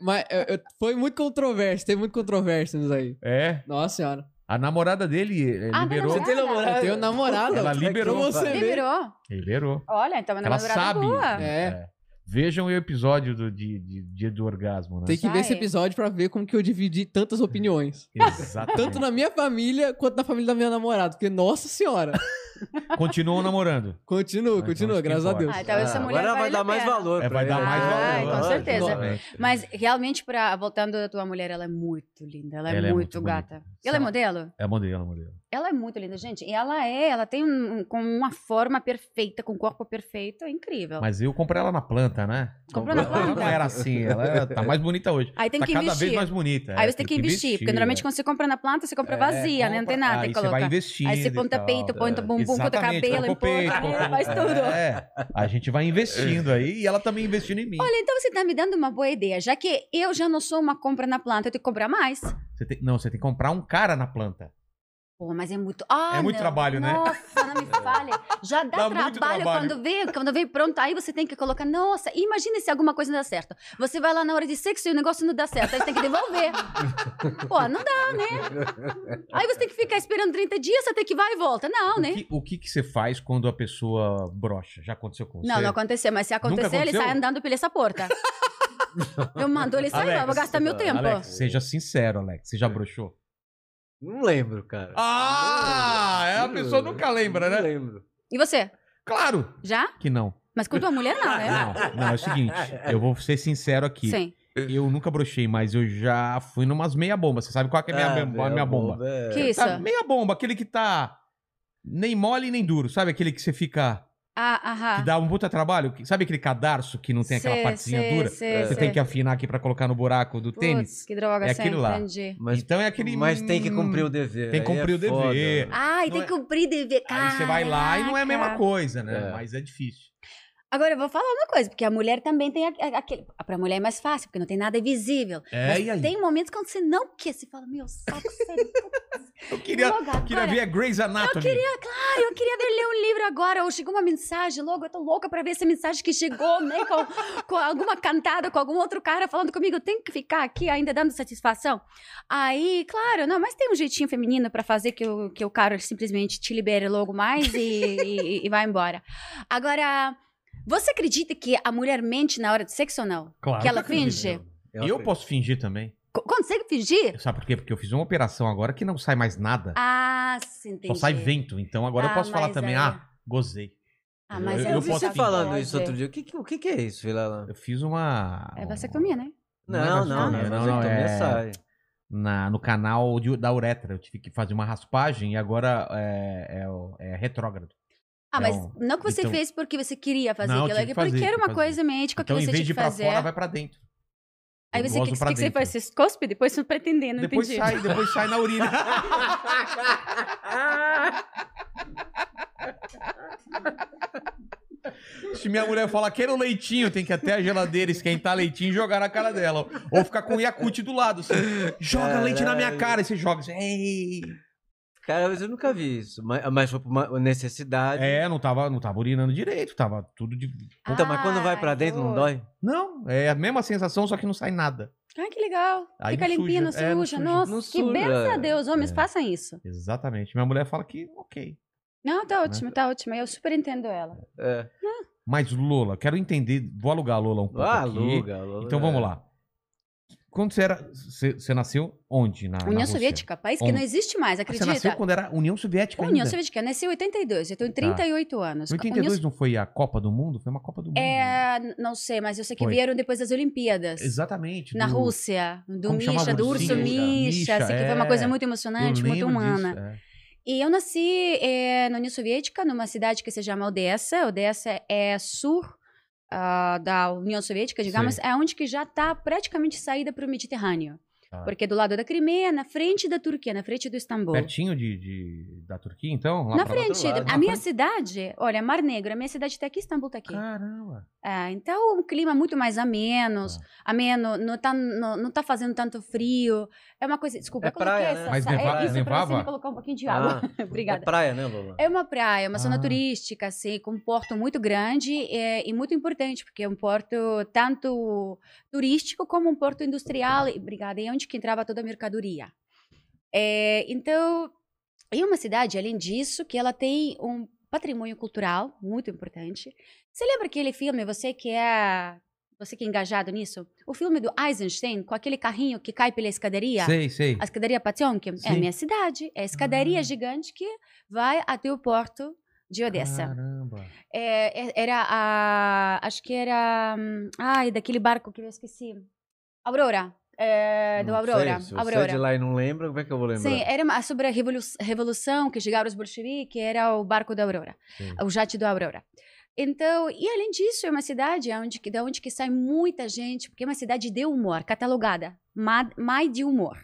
Speaker 2: Mas eu- eu- foi muito controverso, tem muito controvérsia nisso aí.
Speaker 1: É.
Speaker 2: Nossa senhora.
Speaker 1: A namorada dele eh,
Speaker 3: Ah, tá
Speaker 1: liberou.
Speaker 3: namorada?
Speaker 2: Eu tenho namorada. é
Speaker 1: Ela
Speaker 2: pra
Speaker 1: liberou,
Speaker 2: Você
Speaker 1: pai.
Speaker 2: ver.
Speaker 3: Liberou.
Speaker 1: Liberou.
Speaker 3: Olha, então minha
Speaker 1: Ela
Speaker 3: namorada
Speaker 1: sabe.
Speaker 3: boa. Ah,
Speaker 2: É.
Speaker 1: Vejam o episódio do dia de, de- do orgasmo, né?
Speaker 2: Tem que ver esse
Speaker 3: Vai.
Speaker 2: episódio pra ver como que eu dividi tantas opiniões.
Speaker 1: Exatamente.
Speaker 2: Tanto na minha família quanto na família da minha namorada. Porque, nossa senhora.
Speaker 1: Continuam namorando.
Speaker 2: Continua,
Speaker 1: Mas
Speaker 2: continua,
Speaker 1: vamos que
Speaker 2: graças a
Speaker 1: importa.
Speaker 2: Deus.
Speaker 3: Ah, então essa mulher
Speaker 4: agora vai
Speaker 3: vale
Speaker 4: dar
Speaker 3: a
Speaker 4: mais
Speaker 3: pena.
Speaker 4: valor.
Speaker 1: É, vai
Speaker 4: pra
Speaker 1: dar
Speaker 4: ele.
Speaker 1: mais
Speaker 3: Ah,
Speaker 1: valor.
Speaker 3: com
Speaker 1: lógico,
Speaker 3: certeza.
Speaker 4: é.
Speaker 1: lógico.
Speaker 3: Mas realmente, pra, voltando à tua mulher, ela é muito linda. Ela é,
Speaker 1: Ela é
Speaker 3: muito,
Speaker 1: muito
Speaker 3: gata.
Speaker 1: bonita.
Speaker 3: Ela é
Speaker 1: Sim.
Speaker 3: modelo?
Speaker 1: É modelo, é modelo.
Speaker 3: Ela é muito linda, gente. E ela é, ela tem um, um- com uma forma perfeita, com um corpo perfeito, é incrível.
Speaker 1: Mas eu comprei ela na planta, né?
Speaker 3: Comprou na
Speaker 1: Ela não
Speaker 3: planta?
Speaker 1: era assim, ela era- tá mais bonita hoje.
Speaker 3: Aí tem
Speaker 1: tá
Speaker 3: que
Speaker 1: cada
Speaker 3: investir.
Speaker 1: vez mais bonita.
Speaker 3: Aí
Speaker 1: é,
Speaker 3: você tem que investir, porque normalmente
Speaker 1: é.
Speaker 3: quando você compra na planta, você compra
Speaker 1: É,
Speaker 3: vazia, né? Não tem
Speaker 1: compra-
Speaker 3: nada
Speaker 1: aí
Speaker 3: que
Speaker 1: você vai
Speaker 3: colocar.
Speaker 1: investindo.
Speaker 3: Aí você põe
Speaker 1: e tal.
Speaker 3: peito, põe
Speaker 4: É,
Speaker 3: bumbum, põe
Speaker 1: Exatamente,
Speaker 3: cabelo,
Speaker 1: colocou
Speaker 3: põe
Speaker 1: peito, colocou-
Speaker 3: faz tudo.
Speaker 1: É, a gente vai investindo aí e ela também investindo em mim.
Speaker 3: Olha, então você tá me dando uma boa ideia, já que eu já não sou uma compra na planta, eu tenho que comprar mais.
Speaker 1: Você tem- não, você tem que comprar um cara na planta.
Speaker 3: Pô, mas é muito. Ah,
Speaker 1: É muito
Speaker 3: não.
Speaker 1: trabalho, né?
Speaker 3: Nossa, não me fale. Já dá,
Speaker 1: Dá
Speaker 3: trabalho,
Speaker 1: muito trabalho.
Speaker 3: quando vem, quando vem pronto, aí você tem que colocar. Nossa, imagina se alguma coisa não dá certo. Você vai lá na hora de sexo e o negócio não dá certo, aí você tem que devolver. Pô, não dá, né? Aí você tem que ficar esperando 30 dias até que vai e volta. Não,
Speaker 1: O,
Speaker 3: né?
Speaker 1: que, o que que você faz quando a pessoa brocha? Já aconteceu com você?
Speaker 3: Não, não aconteceu, mas se acontecer, ele
Speaker 1: aconteceu?
Speaker 3: sai andando pela essa porta. Eu mando ele sair,
Speaker 1: Alex,
Speaker 3: eu vou gastar meu tempo.
Speaker 1: Alex, seja sincero, Alex. Você já broxou?
Speaker 4: Não lembro, cara.
Speaker 1: Ah, é, a pessoa nunca lembra, né?
Speaker 4: Não lembro.
Speaker 3: E você?
Speaker 1: Claro
Speaker 3: Já?
Speaker 1: que não.
Speaker 3: Mas com tua mulher, não, né?
Speaker 1: Não, não, é o seguinte, eu vou ser sincero aqui.
Speaker 3: Sim.
Speaker 1: Eu nunca brochei, mas eu já fui numas meia bomba. Você sabe qual que é a minha,
Speaker 4: Ah,
Speaker 1: bem- a minha bomba?
Speaker 4: é.
Speaker 3: Que isso?
Speaker 1: Sabe, meia bomba, aquele que tá nem mole nem duro, sabe aquele que você fica
Speaker 3: Ah, aham.
Speaker 1: que dá um puta trabalho, Que- sabe aquele cadarço que não tem aquela
Speaker 3: Sei,
Speaker 1: partezinha
Speaker 3: sei,
Speaker 1: dura?
Speaker 3: sei,
Speaker 1: Você
Speaker 3: sei.
Speaker 1: tem que afinar aqui pra colocar no buraco do
Speaker 3: Putz,
Speaker 1: tênis.
Speaker 3: Que droga,
Speaker 1: É
Speaker 3: sim,
Speaker 1: aquilo lá.
Speaker 3: entendi.
Speaker 4: Mas,
Speaker 1: então é aquele
Speaker 4: mas tem que cumprir o
Speaker 1: hum,
Speaker 4: dever.
Speaker 1: Tem que
Speaker 4: aí é
Speaker 1: cumprir o
Speaker 4: foda.
Speaker 1: dever.
Speaker 3: Ai,
Speaker 1: Não
Speaker 3: tem
Speaker 1: é-
Speaker 3: que cumprir dever.
Speaker 1: Aí você vai lá e não é a mesma
Speaker 3: Caraca.
Speaker 1: coisa, né?
Speaker 4: É.
Speaker 1: Mas é difícil.
Speaker 3: Agora eu vou falar uma coisa, porque a mulher também tem a- a- aquele. Pra mulher é mais fácil, porque não tem nada visível.
Speaker 1: É,
Speaker 3: Mas
Speaker 1: e aí?
Speaker 3: Tem momentos quando você não quer, você fala, meu saco, sério.
Speaker 1: Eu queria,
Speaker 3: logo agora.
Speaker 1: queria ver a Grey's Anatomy.
Speaker 3: Eu queria, claro, Ah, eu queria ver ler um livro agora, ou chegou uma mensagem logo, eu tô louca pra ver essa mensagem que chegou, né, com, com alguma cantada, com algum outro cara falando comigo, eu tenho que ficar aqui ainda dando satisfação. Aí, claro, não, mas tem um jeitinho feminino pra fazer que o, que o cara simplesmente te libere logo mais e, e, e vai embora. Agora, você acredita que a mulher mente na hora do sexo ou não?
Speaker 1: Claro.
Speaker 3: Que ela
Speaker 1: acredito.
Speaker 3: finge?
Speaker 1: E eu posso fingir também.
Speaker 3: Co- Consegue fingir?
Speaker 1: Sabe por quê? Porque eu fiz uma operação agora que não sai mais nada.
Speaker 3: Ah, sim, entendi.
Speaker 1: Só sai vento. Então agora eu
Speaker 3: Ah,
Speaker 1: posso falar
Speaker 3: mas
Speaker 1: também,
Speaker 3: aí-
Speaker 1: ah, gozei.
Speaker 3: Ah, mas
Speaker 1: Eu-
Speaker 3: aí
Speaker 4: Eu,
Speaker 1: posso
Speaker 4: vi você
Speaker 1: fingir.
Speaker 4: falando
Speaker 3: pode.
Speaker 4: isso outro dia. O que, que- o que, que é isso, Vilela?
Speaker 1: Eu fiz uma.
Speaker 3: É vasectomia, né?
Speaker 4: Não, não, não.
Speaker 1: vasectomia,
Speaker 4: Não,
Speaker 1: não, não, é-
Speaker 4: sai.
Speaker 1: na- no canal de- da uretra. Eu tive que fazer uma raspagem e agora é, é o- é retrógrado.
Speaker 3: Ah, mas
Speaker 1: Então,
Speaker 3: não que você
Speaker 1: então-
Speaker 3: fez porque você queria fazer
Speaker 1: Não, eu
Speaker 3: aquilo,
Speaker 1: tive que
Speaker 3: é
Speaker 1: fazer,
Speaker 3: porque era
Speaker 1: tive
Speaker 3: uma
Speaker 1: que
Speaker 3: coisa médica que
Speaker 1: então, em
Speaker 3: você
Speaker 1: vez
Speaker 3: tinha
Speaker 1: de
Speaker 3: que
Speaker 1: ir pra fora,
Speaker 3: fazer.
Speaker 1: vai pra dentro.
Speaker 3: Aí
Speaker 1: Eu
Speaker 3: você, o que,
Speaker 1: gozo pra
Speaker 3: que você
Speaker 1: dentro.
Speaker 3: faz? Você cospe? Depois você pretendendo, não
Speaker 1: Depois
Speaker 3: entendi.
Speaker 1: sai, depois sai na urina. Se minha mulher falar, quero leitinho, tem que ir até a geladeira esquentar leitinho e jogar na cara dela. Ou ficar com o Yakut do lado, assim. Joga leite na minha
Speaker 4: Caralho.
Speaker 1: cara. E você joga assim, ei.
Speaker 4: Cara, mas eu nunca vi isso. Mas, mas foi por uma necessidade.
Speaker 1: É, não tava, não tava urinando direito, tava tudo de...
Speaker 4: Então, mas quando vai pra
Speaker 3: Ai,
Speaker 4: dentro, não
Speaker 3: pô.
Speaker 4: dói?
Speaker 1: Não, é a mesma sensação, só que não sai nada.
Speaker 3: Ai, que legal.
Speaker 1: Aí
Speaker 3: Fica
Speaker 1: não
Speaker 3: limpinha, não
Speaker 1: suja. É, não
Speaker 3: suja.
Speaker 1: suja.
Speaker 3: Nossa,
Speaker 4: Não
Speaker 3: que
Speaker 4: suja.
Speaker 3: benção a Deus, homens,
Speaker 1: É.
Speaker 3: façam isso.
Speaker 1: Exatamente. Minha mulher fala que, ok.
Speaker 3: Não,
Speaker 1: Né?
Speaker 3: tá ótimo, tá ótimo. Eu super entendo ela.
Speaker 1: Tá
Speaker 4: É.
Speaker 1: Mas Lola, quero entender, vou alugar a Lola um pouco
Speaker 4: Ah,
Speaker 1: aqui.
Speaker 4: aluga, aluga.
Speaker 1: Então vamos lá. Quando você era. Você, você nasceu onde? Na, na
Speaker 3: União
Speaker 1: Rússia?
Speaker 3: Soviética, país que
Speaker 1: Onde?
Speaker 3: não existe mais,
Speaker 1: Ah, Você nasceu
Speaker 3: acredita?
Speaker 1: quando era União Soviética
Speaker 3: União
Speaker 1: ainda.
Speaker 3: Soviética, eu nasci em 82, eu
Speaker 1: Tá.
Speaker 3: tenho 38 anos.
Speaker 1: Em
Speaker 3: União
Speaker 1: 82 não foi a Copa do Mundo? Foi uma Copa do Mundo.
Speaker 3: É, não sei, mas eu sei que
Speaker 1: Foi.
Speaker 3: vieram depois das Olimpíadas.
Speaker 1: Exatamente.
Speaker 3: Na
Speaker 1: do-
Speaker 3: Rússia, do
Speaker 1: Tipo, Como que chamava
Speaker 3: Misha,
Speaker 1: o
Speaker 3: do urso
Speaker 1: ursinho?
Speaker 3: Misha,
Speaker 1: Misha,
Speaker 3: assim, que foi
Speaker 1: é.
Speaker 3: né, uma né? coisa muito
Speaker 1: eu
Speaker 3: emocionante, muito
Speaker 1: lembro
Speaker 3: humana.
Speaker 1: disso, é.
Speaker 3: E eu nasci eh, na União Soviética, numa cidade que se chama Odessa. Odessa é sul ah, da União Soviética, digamos, é onde que já está praticamente saída para o Mediterrâneo.
Speaker 1: Tá.
Speaker 3: Porque é do lado da Crimeia, na frente da Turquia, na frente do Istambul.
Speaker 1: Pertinho de, de- da Turquia, então? Lá
Speaker 3: na
Speaker 1: pra lá.
Speaker 3: frente,
Speaker 4: lado,
Speaker 3: a
Speaker 4: na
Speaker 3: minha cidade, olha, Mar Negro, a minha cidade está aqui, Istambul está aqui.
Speaker 1: Caramba.
Speaker 3: É, então, um clima muito mais ameno,
Speaker 1: Ah.
Speaker 3: ameno, não tá, não, não tá fazendo tanto frio. É uma coisa. Desculpa,
Speaker 4: É
Speaker 3: eu coloquei
Speaker 4: praia,
Speaker 3: essa.
Speaker 4: né?
Speaker 1: Mas
Speaker 3: essa-
Speaker 1: neva-
Speaker 3: é, isso pra você
Speaker 1: nevava?
Speaker 3: me colocar um pouquinho de água.
Speaker 4: Ah, é
Speaker 3: Obrigada.
Speaker 4: praia, né, Lola?
Speaker 3: É uma praia, uma zona
Speaker 1: Ah.
Speaker 3: turística, assim, com um porto muito grande é, e muito importante, porque é um porto tanto turístico como um porto industrial. E, obrigada, é onde que entrava toda a mercadoria. É, então, é uma cidade, além disso, que ela tem um patrimônio cultural muito importante. Você lembra aquele filme, você que é... Você que é engajado nisso? O filme do Eisenstein, com aquele carrinho que cai pela escadaria?
Speaker 1: Sei, sei.
Speaker 3: A escadaria Potemkin é
Speaker 1: Sim.
Speaker 3: a minha cidade, é a escadaria
Speaker 4: Ah.
Speaker 3: gigante que vai até o porto de Odessa.
Speaker 1: Caramba.
Speaker 3: É, é- era a. Acho que era. hum, Ai, daquele barco que eu esqueci. Aurora. É, do
Speaker 4: Não
Speaker 3: Aurora.
Speaker 4: sei, se você é de
Speaker 3: Aurora.
Speaker 4: lá e não lembra, como é que eu vou lembrar?
Speaker 3: Sim, era uma- sobre a revolu- revolução que chegaram os bolcheviques, era o barco da Aurora,
Speaker 1: Sim.
Speaker 3: o jato da Aurora. Então, e além disso, é uma cidade onde, que- da onde que sai muita gente, porque é uma cidade de humor, catalogada, ma- mais de humor.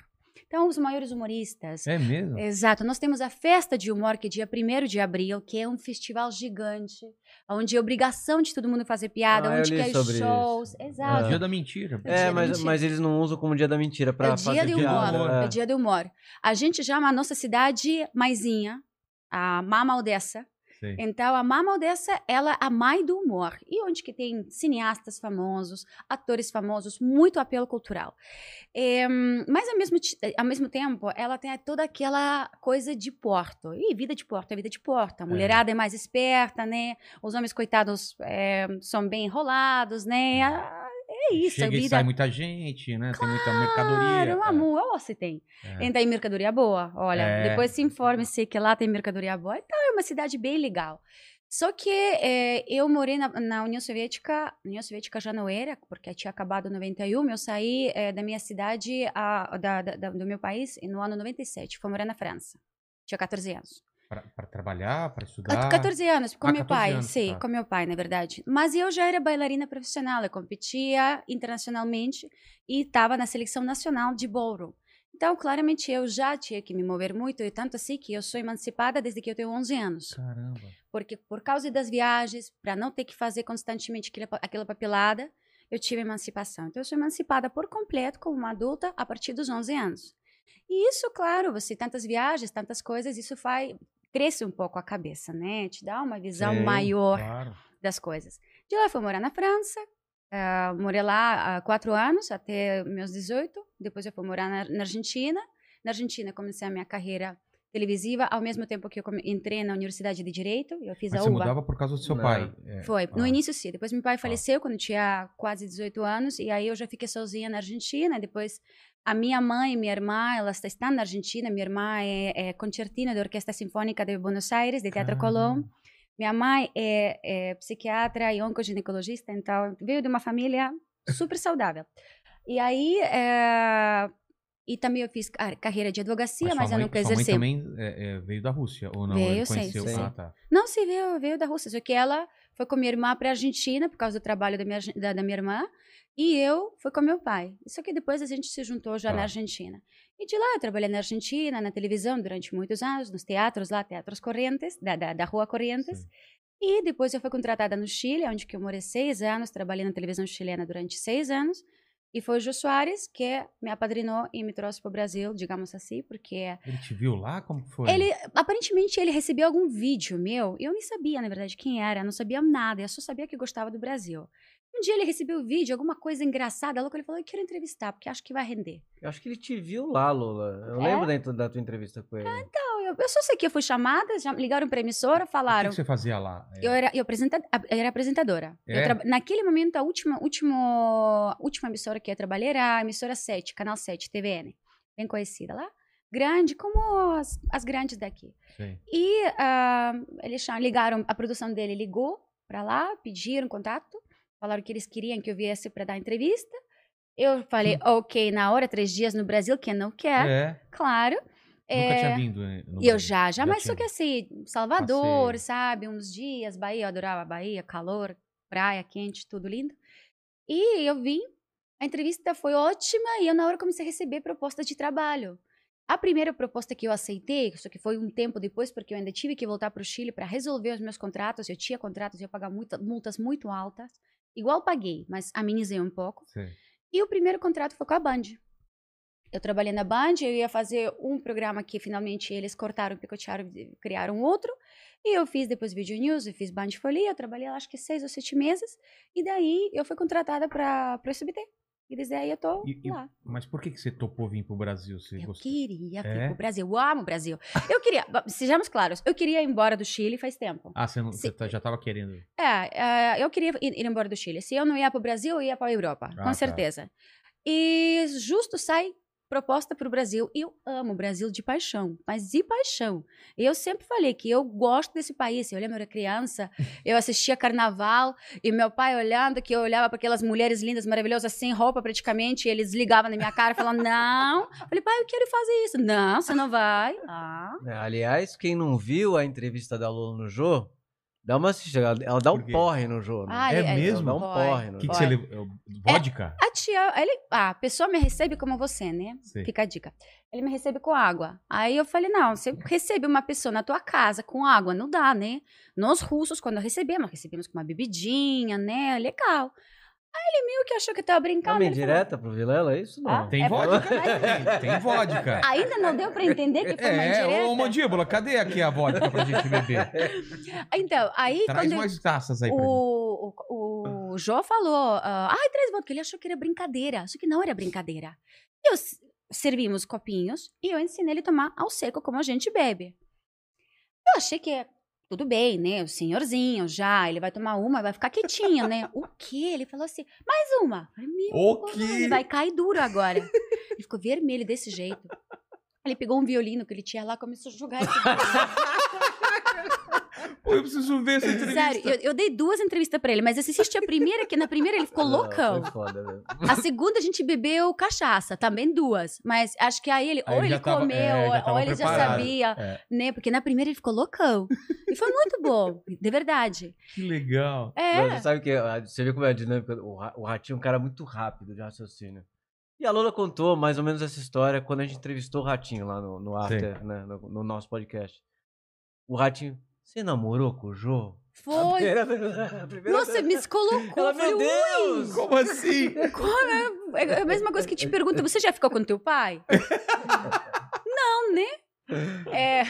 Speaker 3: Então, os maiores humoristas,
Speaker 1: É mesmo?
Speaker 3: Exato. Nós temos a Festa de Humor, que é dia 1 de abril, que é um festival gigante, onde é obrigação de todo mundo fazer piada,
Speaker 4: Ah, eu
Speaker 3: onde que
Speaker 4: li
Speaker 3: é
Speaker 4: sobre
Speaker 3: shows.
Speaker 1: É o
Speaker 3: Exato.
Speaker 1: Dia da mentira.
Speaker 3: dia
Speaker 4: É,
Speaker 3: da
Speaker 4: mas,
Speaker 3: mentira.
Speaker 4: mas eles não usam como dia da mentira pra
Speaker 3: É
Speaker 4: fazer
Speaker 3: dia de
Speaker 4: piada.
Speaker 3: humor. É. dia do humor. A gente chama a nossa cidade Maisinha, a Mama Odessa.
Speaker 1: Sei.
Speaker 3: Então, a Mama Odessa, ela é a mãe do humor. E onde que tem cineastas famosos, atores famosos, muito apelo cultural. É, hum, mas, ao mesmo, ti- ao mesmo tempo, ela tem toda aquela coisa de porto. E vida de porto é vida de porto. A mulherada é, mais esperta, né? Os homens, coitados, é, são bem enrolados, né? Ah, É isso,
Speaker 1: Hum. Chega
Speaker 3: a
Speaker 1: e
Speaker 3: vida...
Speaker 1: sai muita gente, né? Tem muita mercadoria.
Speaker 3: Claro,
Speaker 1: cara.
Speaker 3: amor, ó, se tem.
Speaker 1: É.
Speaker 3: Então, tem mercadoria boa. Olha,
Speaker 1: É.
Speaker 3: depois se informe-se que lá tem mercadoria boa. Então, é uma cidade bem legal. Só que eh, eu morei na, na União Soviética. União Soviética já não era, porque tinha acabado em 91. Eu saí eh, da minha cidade, a- da- da- da- do meu país, no ano 97. Fui morar na França. Tinha 14 anos.
Speaker 1: Pra, pra trabalhar, pra
Speaker 3: Quat-
Speaker 1: estudar.
Speaker 3: 14 anos, com
Speaker 1: Ah,
Speaker 3: meu
Speaker 1: 14
Speaker 3: pai,
Speaker 1: anos,
Speaker 3: sim,
Speaker 1: tá.
Speaker 3: com meu pai, na verdade. Mas eu já era bailarina profissional, eu competia internacionalmente e estava na seleção nacional de ballroom. Então, claramente, eu já tinha que me mover muito, e tanto assim que eu sou emancipada desde que eu tenho 11 anos.
Speaker 1: Caramba.
Speaker 3: Porque por causa das viagens, para não ter que fazer constantemente aquela, pa- aquela papelada, eu tive emancipação. Então, eu sou emancipada por completo como uma adulta a partir dos 11 anos. E isso, claro, você tantas viagens, tantas coisas, isso faz cresce um pouco a cabeça, né? Te dá uma visão
Speaker 1: Sim,
Speaker 3: maior
Speaker 1: Claro.
Speaker 3: das coisas. De lá eu fui morar na França, ah, morei lá há quatro anos, até meus 18. Depois eu fui morar na, na Argentina. Na Argentina comecei a minha carreira televisiva, ao mesmo tempo que eu come- entrei na Universidade de Direito, eu fiz
Speaker 1: Mas
Speaker 3: a
Speaker 1: você
Speaker 3: UBA.
Speaker 1: mudava por causa do seu
Speaker 4: Não.
Speaker 1: pai. É.
Speaker 3: Foi. No
Speaker 1: Ah.
Speaker 3: início, sim. Depois meu pai faleceu quando eu tinha quase 18 anos. E aí eu já fiquei sozinha na Argentina. e Depois a minha mãe e minha irmã, elas estão na Argentina. Minha irmã é, é concertina da Orquestra Sinfônica de Buenos Aires, de Teatro Colón. Minha mãe é, é psiquiatra e oncoginecologista. Então, veio de uma família super saudável. E aí... é, E também eu fiz car- carreira de advocacia, mas,
Speaker 1: sua
Speaker 3: eu
Speaker 1: mãe-
Speaker 3: nunca
Speaker 1: sua mãe
Speaker 3: exerci.
Speaker 1: também é, é, veio da Rússia, ou não?
Speaker 3: Veio,
Speaker 1: Ele
Speaker 3: sim,
Speaker 1: conheceu.
Speaker 4: sim,
Speaker 1: Ah,
Speaker 4: sim.
Speaker 1: tá.
Speaker 3: Não, sim, veio, veio da Rússia. Só que ela foi com minha irmã para a Argentina por causa do trabalho da minha, argen- da, da minha irmã. E eu fui com meu pai. Só que depois a gente se juntou já
Speaker 1: Tá.
Speaker 3: na Argentina. E de lá eu trabalhei na Argentina, na televisão durante muitos anos, nos teatros lá, Teatros Correntes, da, da, da Rua Correntes. E depois eu fui contratada no Chile, onde que eu morei seis anos, trabalhei na televisão chilena durante seis anos. E foi o Jô Soares que me apadrinou e me trouxe para o Brasil, digamos assim, porque
Speaker 1: Ele te viu lá? Como que foi?
Speaker 3: ele, aparentemente, ele recebeu algum vídeo meu. Eu nem sabia, na verdade, quem era. Não sabia nada. Eu só sabia que gostava do Brasil. Um dia ele recebeu o vídeo, alguma coisa engraçada. Logo ele falou, eu quero entrevistar, porque acho que vai render.
Speaker 4: Eu acho que ele te viu lá, Lola. Eu
Speaker 3: É?
Speaker 4: lembro dentro da tua entrevista com ele.
Speaker 3: Então, eu, eu só sei que eu fui chamada, já ligaram pra emissora,
Speaker 1: O
Speaker 3: falaram.
Speaker 1: que que você fazia lá? É,
Speaker 3: Eu era, eu apresenta- eu era apresentadora. Eu
Speaker 1: É?
Speaker 3: traba- naquele momento, a última, último, última emissora que eu trabalhei era a emissora 7, Canal 7, TVN. Bem conhecida lá. Grande, como as- as grandes daqui.
Speaker 1: sei.
Speaker 3: E ah, eles cham- ligaram, a produção dele ligou para lá, pediram contato, falaram que eles queriam que eu viesse para dar entrevista. Eu falei, ok, na hora, três dias no Brasil, quem não quer,
Speaker 1: Hum. É,
Speaker 3: claro.
Speaker 1: Nunca
Speaker 3: É,
Speaker 1: tinha vindo. né, no
Speaker 3: e eu
Speaker 1: Brasil.
Speaker 3: já, já, mas só
Speaker 1: tinha
Speaker 3: que assim, Salvador,
Speaker 1: Passeio.
Speaker 3: sabe, uns dias, Bahia, eu adorava Bahia, calor, praia quente, tudo lindo. E eu vim, a entrevista foi ótima e eu na hora comecei a receber propostas de trabalho. A primeira proposta que eu aceitei, só que foi um tempo depois, porque eu ainda tive que voltar para o Chile para resolver os meus contratos, eu tinha contratos, eu ia pagar muita- multas muito altas, igual paguei, mas amenizei um pouco.
Speaker 1: Sei.
Speaker 3: E o primeiro contrato foi com a Band. Eu trabalhei na Band, eu ia fazer um programa que finalmente eles cortaram, picotearam, e criaram outro. E eu fiz depois Video News, eu fiz Band Folia, eu trabalhei lá acho que seis ou sete meses. E daí eu fui contratada para o SBT. E desde aí eu tô
Speaker 1: E- e-
Speaker 3: lá.
Speaker 1: Mas por que, que você topou vir pro Brasil? Você
Speaker 3: Eu
Speaker 1: gostou?
Speaker 3: queria vir
Speaker 1: É?
Speaker 3: pro Brasil, eu amo o Brasil. Eu queria, sejamos claros, eu queria ir embora do Chile faz tempo.
Speaker 1: Ah, você, não,
Speaker 3: Sim.
Speaker 1: você tá- já tava querendo.
Speaker 3: É, é, eu queria ir, ir embora do Chile. Se eu não ia para o Brasil, eu ia para a Europa,
Speaker 1: Ah, tá.
Speaker 3: com certeza. E justo sai proposta para o Brasil. Eu amo o Brasil de paixão, mas de paixão. E Eu sempre falei que eu gosto desse país. Eu lembro, eu era criança, eu assistia carnaval e meu pai olhando, que eu olhava para aquelas mulheres lindas, maravilhosas, sem roupa praticamente, e eles ligavam na minha cara falando, não. Falei, pai, eu quero fazer isso. Não, você não vai. Ah.
Speaker 4: É, Aliás, quem não viu a entrevista da Lola no Jô, dá uma assistida. Ela- Ela dá
Speaker 1: Por
Speaker 4: um
Speaker 1: quê?
Speaker 4: porre no Jô. né?
Speaker 3: Ah,
Speaker 1: É
Speaker 3: ele-
Speaker 1: mesmo?
Speaker 4: Dá um porre,
Speaker 1: O que,
Speaker 4: né?
Speaker 1: que
Speaker 3: Pode.
Speaker 1: você levou? É, Vodka?
Speaker 3: A tia, ele, ah, a pessoa me recebe como você, né?
Speaker 1: Sei.
Speaker 3: Fica a dica. Ele me recebe com água. Aí eu falei, não, você recebe uma pessoa na tua casa com água, não dá, né? Nós russos, quando recebemos, recebemos com uma bebidinha, né? Legal. Aí ele meio que achou que eu tava brincando.
Speaker 4: Também
Speaker 3: ele falou-
Speaker 4: direta pro Vilela, é isso não?
Speaker 3: Ah,
Speaker 1: Tem
Speaker 3: É
Speaker 1: vodka?
Speaker 3: vodka, Ah,
Speaker 1: Tem, tem vodka.
Speaker 3: Ainda não deu pra entender que foi uma
Speaker 1: É,
Speaker 3: indireta?
Speaker 1: ô mandíbula, cadê aqui a vodka pra gente beber?
Speaker 3: Então, aí
Speaker 1: Traz
Speaker 3: quando eu-
Speaker 1: mais taças aí pra gente.
Speaker 3: o, o, o Jô falou, ah, ai, traz vodka, ele achou que era brincadeira, só que não era brincadeira. E eu s- servimos copinhos e eu ensinei ele a tomar ao seco como a gente bebe. Eu achei que é tudo bem, né, o senhorzinho já, ele vai tomar uma, vai ficar quietinho, né. O quê? Ele falou assim, mais uma. Eu falei, Meu,
Speaker 1: O
Speaker 3: caralho,
Speaker 1: quê?
Speaker 3: Ele vai cair duro agora. Ele ficou vermelho desse jeito. Ele pegou um violino que ele tinha lá, começou a jogar esse violino.
Speaker 1: Pô, eu preciso ver essa entrevista.
Speaker 3: Sério, eu, eu dei duas entrevistas pra ele, mas assiste a primeira, que na primeira ele ficou
Speaker 4: Ah, Não,
Speaker 3: loucão.
Speaker 4: Foi foda, velho.
Speaker 3: A segunda a gente bebeu cachaça, também duas. Mas acho que aí ele,
Speaker 1: Aí
Speaker 3: ou
Speaker 1: ele
Speaker 3: ele
Speaker 1: já tava-
Speaker 3: comeu,
Speaker 1: é, já
Speaker 3: ou
Speaker 1: tava
Speaker 3: ele já
Speaker 1: preparado,
Speaker 3: sabia,
Speaker 1: é.
Speaker 3: né? Porque na primeira ele ficou loucão. E foi muito bom, de verdade.
Speaker 1: Que legal.
Speaker 4: Não, Você
Speaker 3: É.
Speaker 4: sabe que a- você vê como é a dinâmica. do- O, Ra- o Ratinho é um cara muito rápido de raciocínio. E a Lola contou mais ou menos essa história quando a gente entrevistou o Ratinho lá no, no After, né, no, no nosso podcast. O Ratinho, você namorou com o Jô? A
Speaker 3: Foi.
Speaker 4: primeira vez- a primeira
Speaker 3: Nossa,
Speaker 4: vez-
Speaker 3: me descolocou.
Speaker 4: Ela,
Speaker 3: Eu falei,
Speaker 4: meu Deus!
Speaker 1: Como assim?
Speaker 3: é "Ué, É a mesma coisa que te pergunta, você já ficou com teu pai? Não, né? É,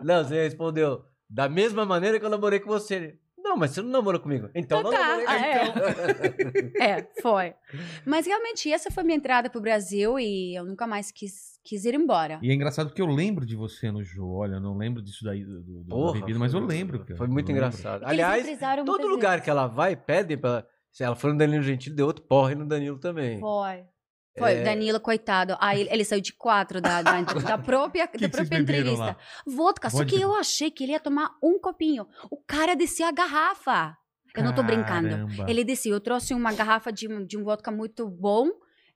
Speaker 4: Não, você respondeu. Da mesma maneira que eu namorei com você. Ele, Não, mas você não namorou comigo. Então não
Speaker 3: Então tá,
Speaker 4: namorei.
Speaker 3: ah, é.
Speaker 4: então.
Speaker 3: é, foi. Mas realmente, essa foi minha entrada pro Brasil e eu nunca mais quis, quis ir embora.
Speaker 1: E é engraçado porque eu lembro de você no jogo. Olha, eu não lembro disso daí do, do- do- da
Speaker 4: Porra,
Speaker 1: bebida, mas eu
Speaker 4: foi-
Speaker 1: lembro. cara,
Speaker 4: Foi
Speaker 1: eu
Speaker 4: muito
Speaker 1: lembro.
Speaker 4: engraçado.
Speaker 3: Porque eles
Speaker 4: Aliás,
Speaker 3: reprisaram
Speaker 4: todo
Speaker 3: muitas
Speaker 4: lugar
Speaker 3: vezes.
Speaker 4: que ela vai, pedem pra ela. Se ela for no Danilo Gentili, deu outro porre no Danilo também.
Speaker 3: Foi.
Speaker 1: É.
Speaker 3: Foi, o Danilo, coitado. Aí ele- ele saiu de quatro da, da, da própria,
Speaker 1: O que,
Speaker 3: da
Speaker 1: que vocês
Speaker 3: própria
Speaker 1: beberam
Speaker 3: entrevista.
Speaker 1: lá?
Speaker 3: Vodka, só
Speaker 1: Vodka.
Speaker 3: que eu achei que ele ia tomar um copinho. O cara desceu a garrafa. Eu não tô brincando.
Speaker 1: Caramba.
Speaker 3: Ele desceu. Eu trouxe uma garrafa de, um- de um vodka muito bom,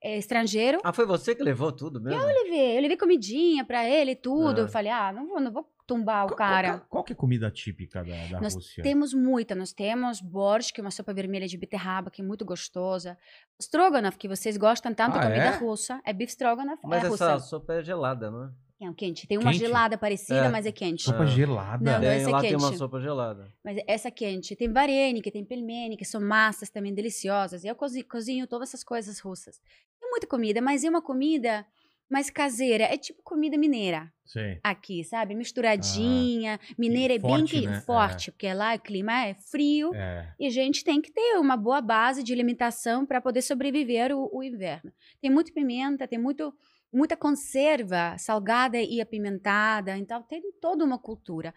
Speaker 3: eh, estrangeiro.
Speaker 4: Ah, foi você que levou tudo mesmo?
Speaker 3: Eu levei, eu levei comidinha pra ele e tudo.
Speaker 4: Ah.
Speaker 3: Eu falei, ah, não vou, não vou tumbar o
Speaker 1: Qual-
Speaker 3: cara.
Speaker 1: Qual, qual que é a comida típica da, da
Speaker 3: Nós
Speaker 1: Rússia?
Speaker 3: Temos muita. Nós temos borsch, que é uma sopa vermelha de beterraba, que é muito gostosa. Stroganoff, que vocês gostam tanto,
Speaker 1: Ah,
Speaker 3: comida
Speaker 1: é?
Speaker 3: russa. É beef stroganoff,
Speaker 4: Mas
Speaker 3: é
Speaker 4: essa
Speaker 3: russa.
Speaker 4: sopa é gelada, não é?
Speaker 3: É um quente. Tem uma
Speaker 1: Quente?
Speaker 3: gelada parecida,
Speaker 4: É.
Speaker 3: mas é quente.
Speaker 1: Sopa
Speaker 4: Ah.
Speaker 1: gelada.
Speaker 3: Não, não.
Speaker 4: Tem-
Speaker 3: essa é
Speaker 4: lá tem uma
Speaker 3: quente.
Speaker 4: sopa gelada.
Speaker 3: Mas essa é quente. Tem varenike, tem pelmeni, que são massas também deliciosas. Eu cozi- cozinho todas essas coisas russas. Tem muita comida, mas é uma comida mais caseira. É tipo comida mineira
Speaker 1: Sim.
Speaker 3: aqui, sabe? Misturadinha. mineira é
Speaker 1: Ah.
Speaker 3: bem
Speaker 1: forte,
Speaker 3: que-
Speaker 1: né?
Speaker 3: forte, porque lá o clima é frio.
Speaker 1: É.
Speaker 3: E a gente tem que ter uma boa base de alimentação para poder sobreviver o, o inverno. Tem muito pimenta, tem muito, muita conserva salgada e apimentada, então tem toda uma cultura.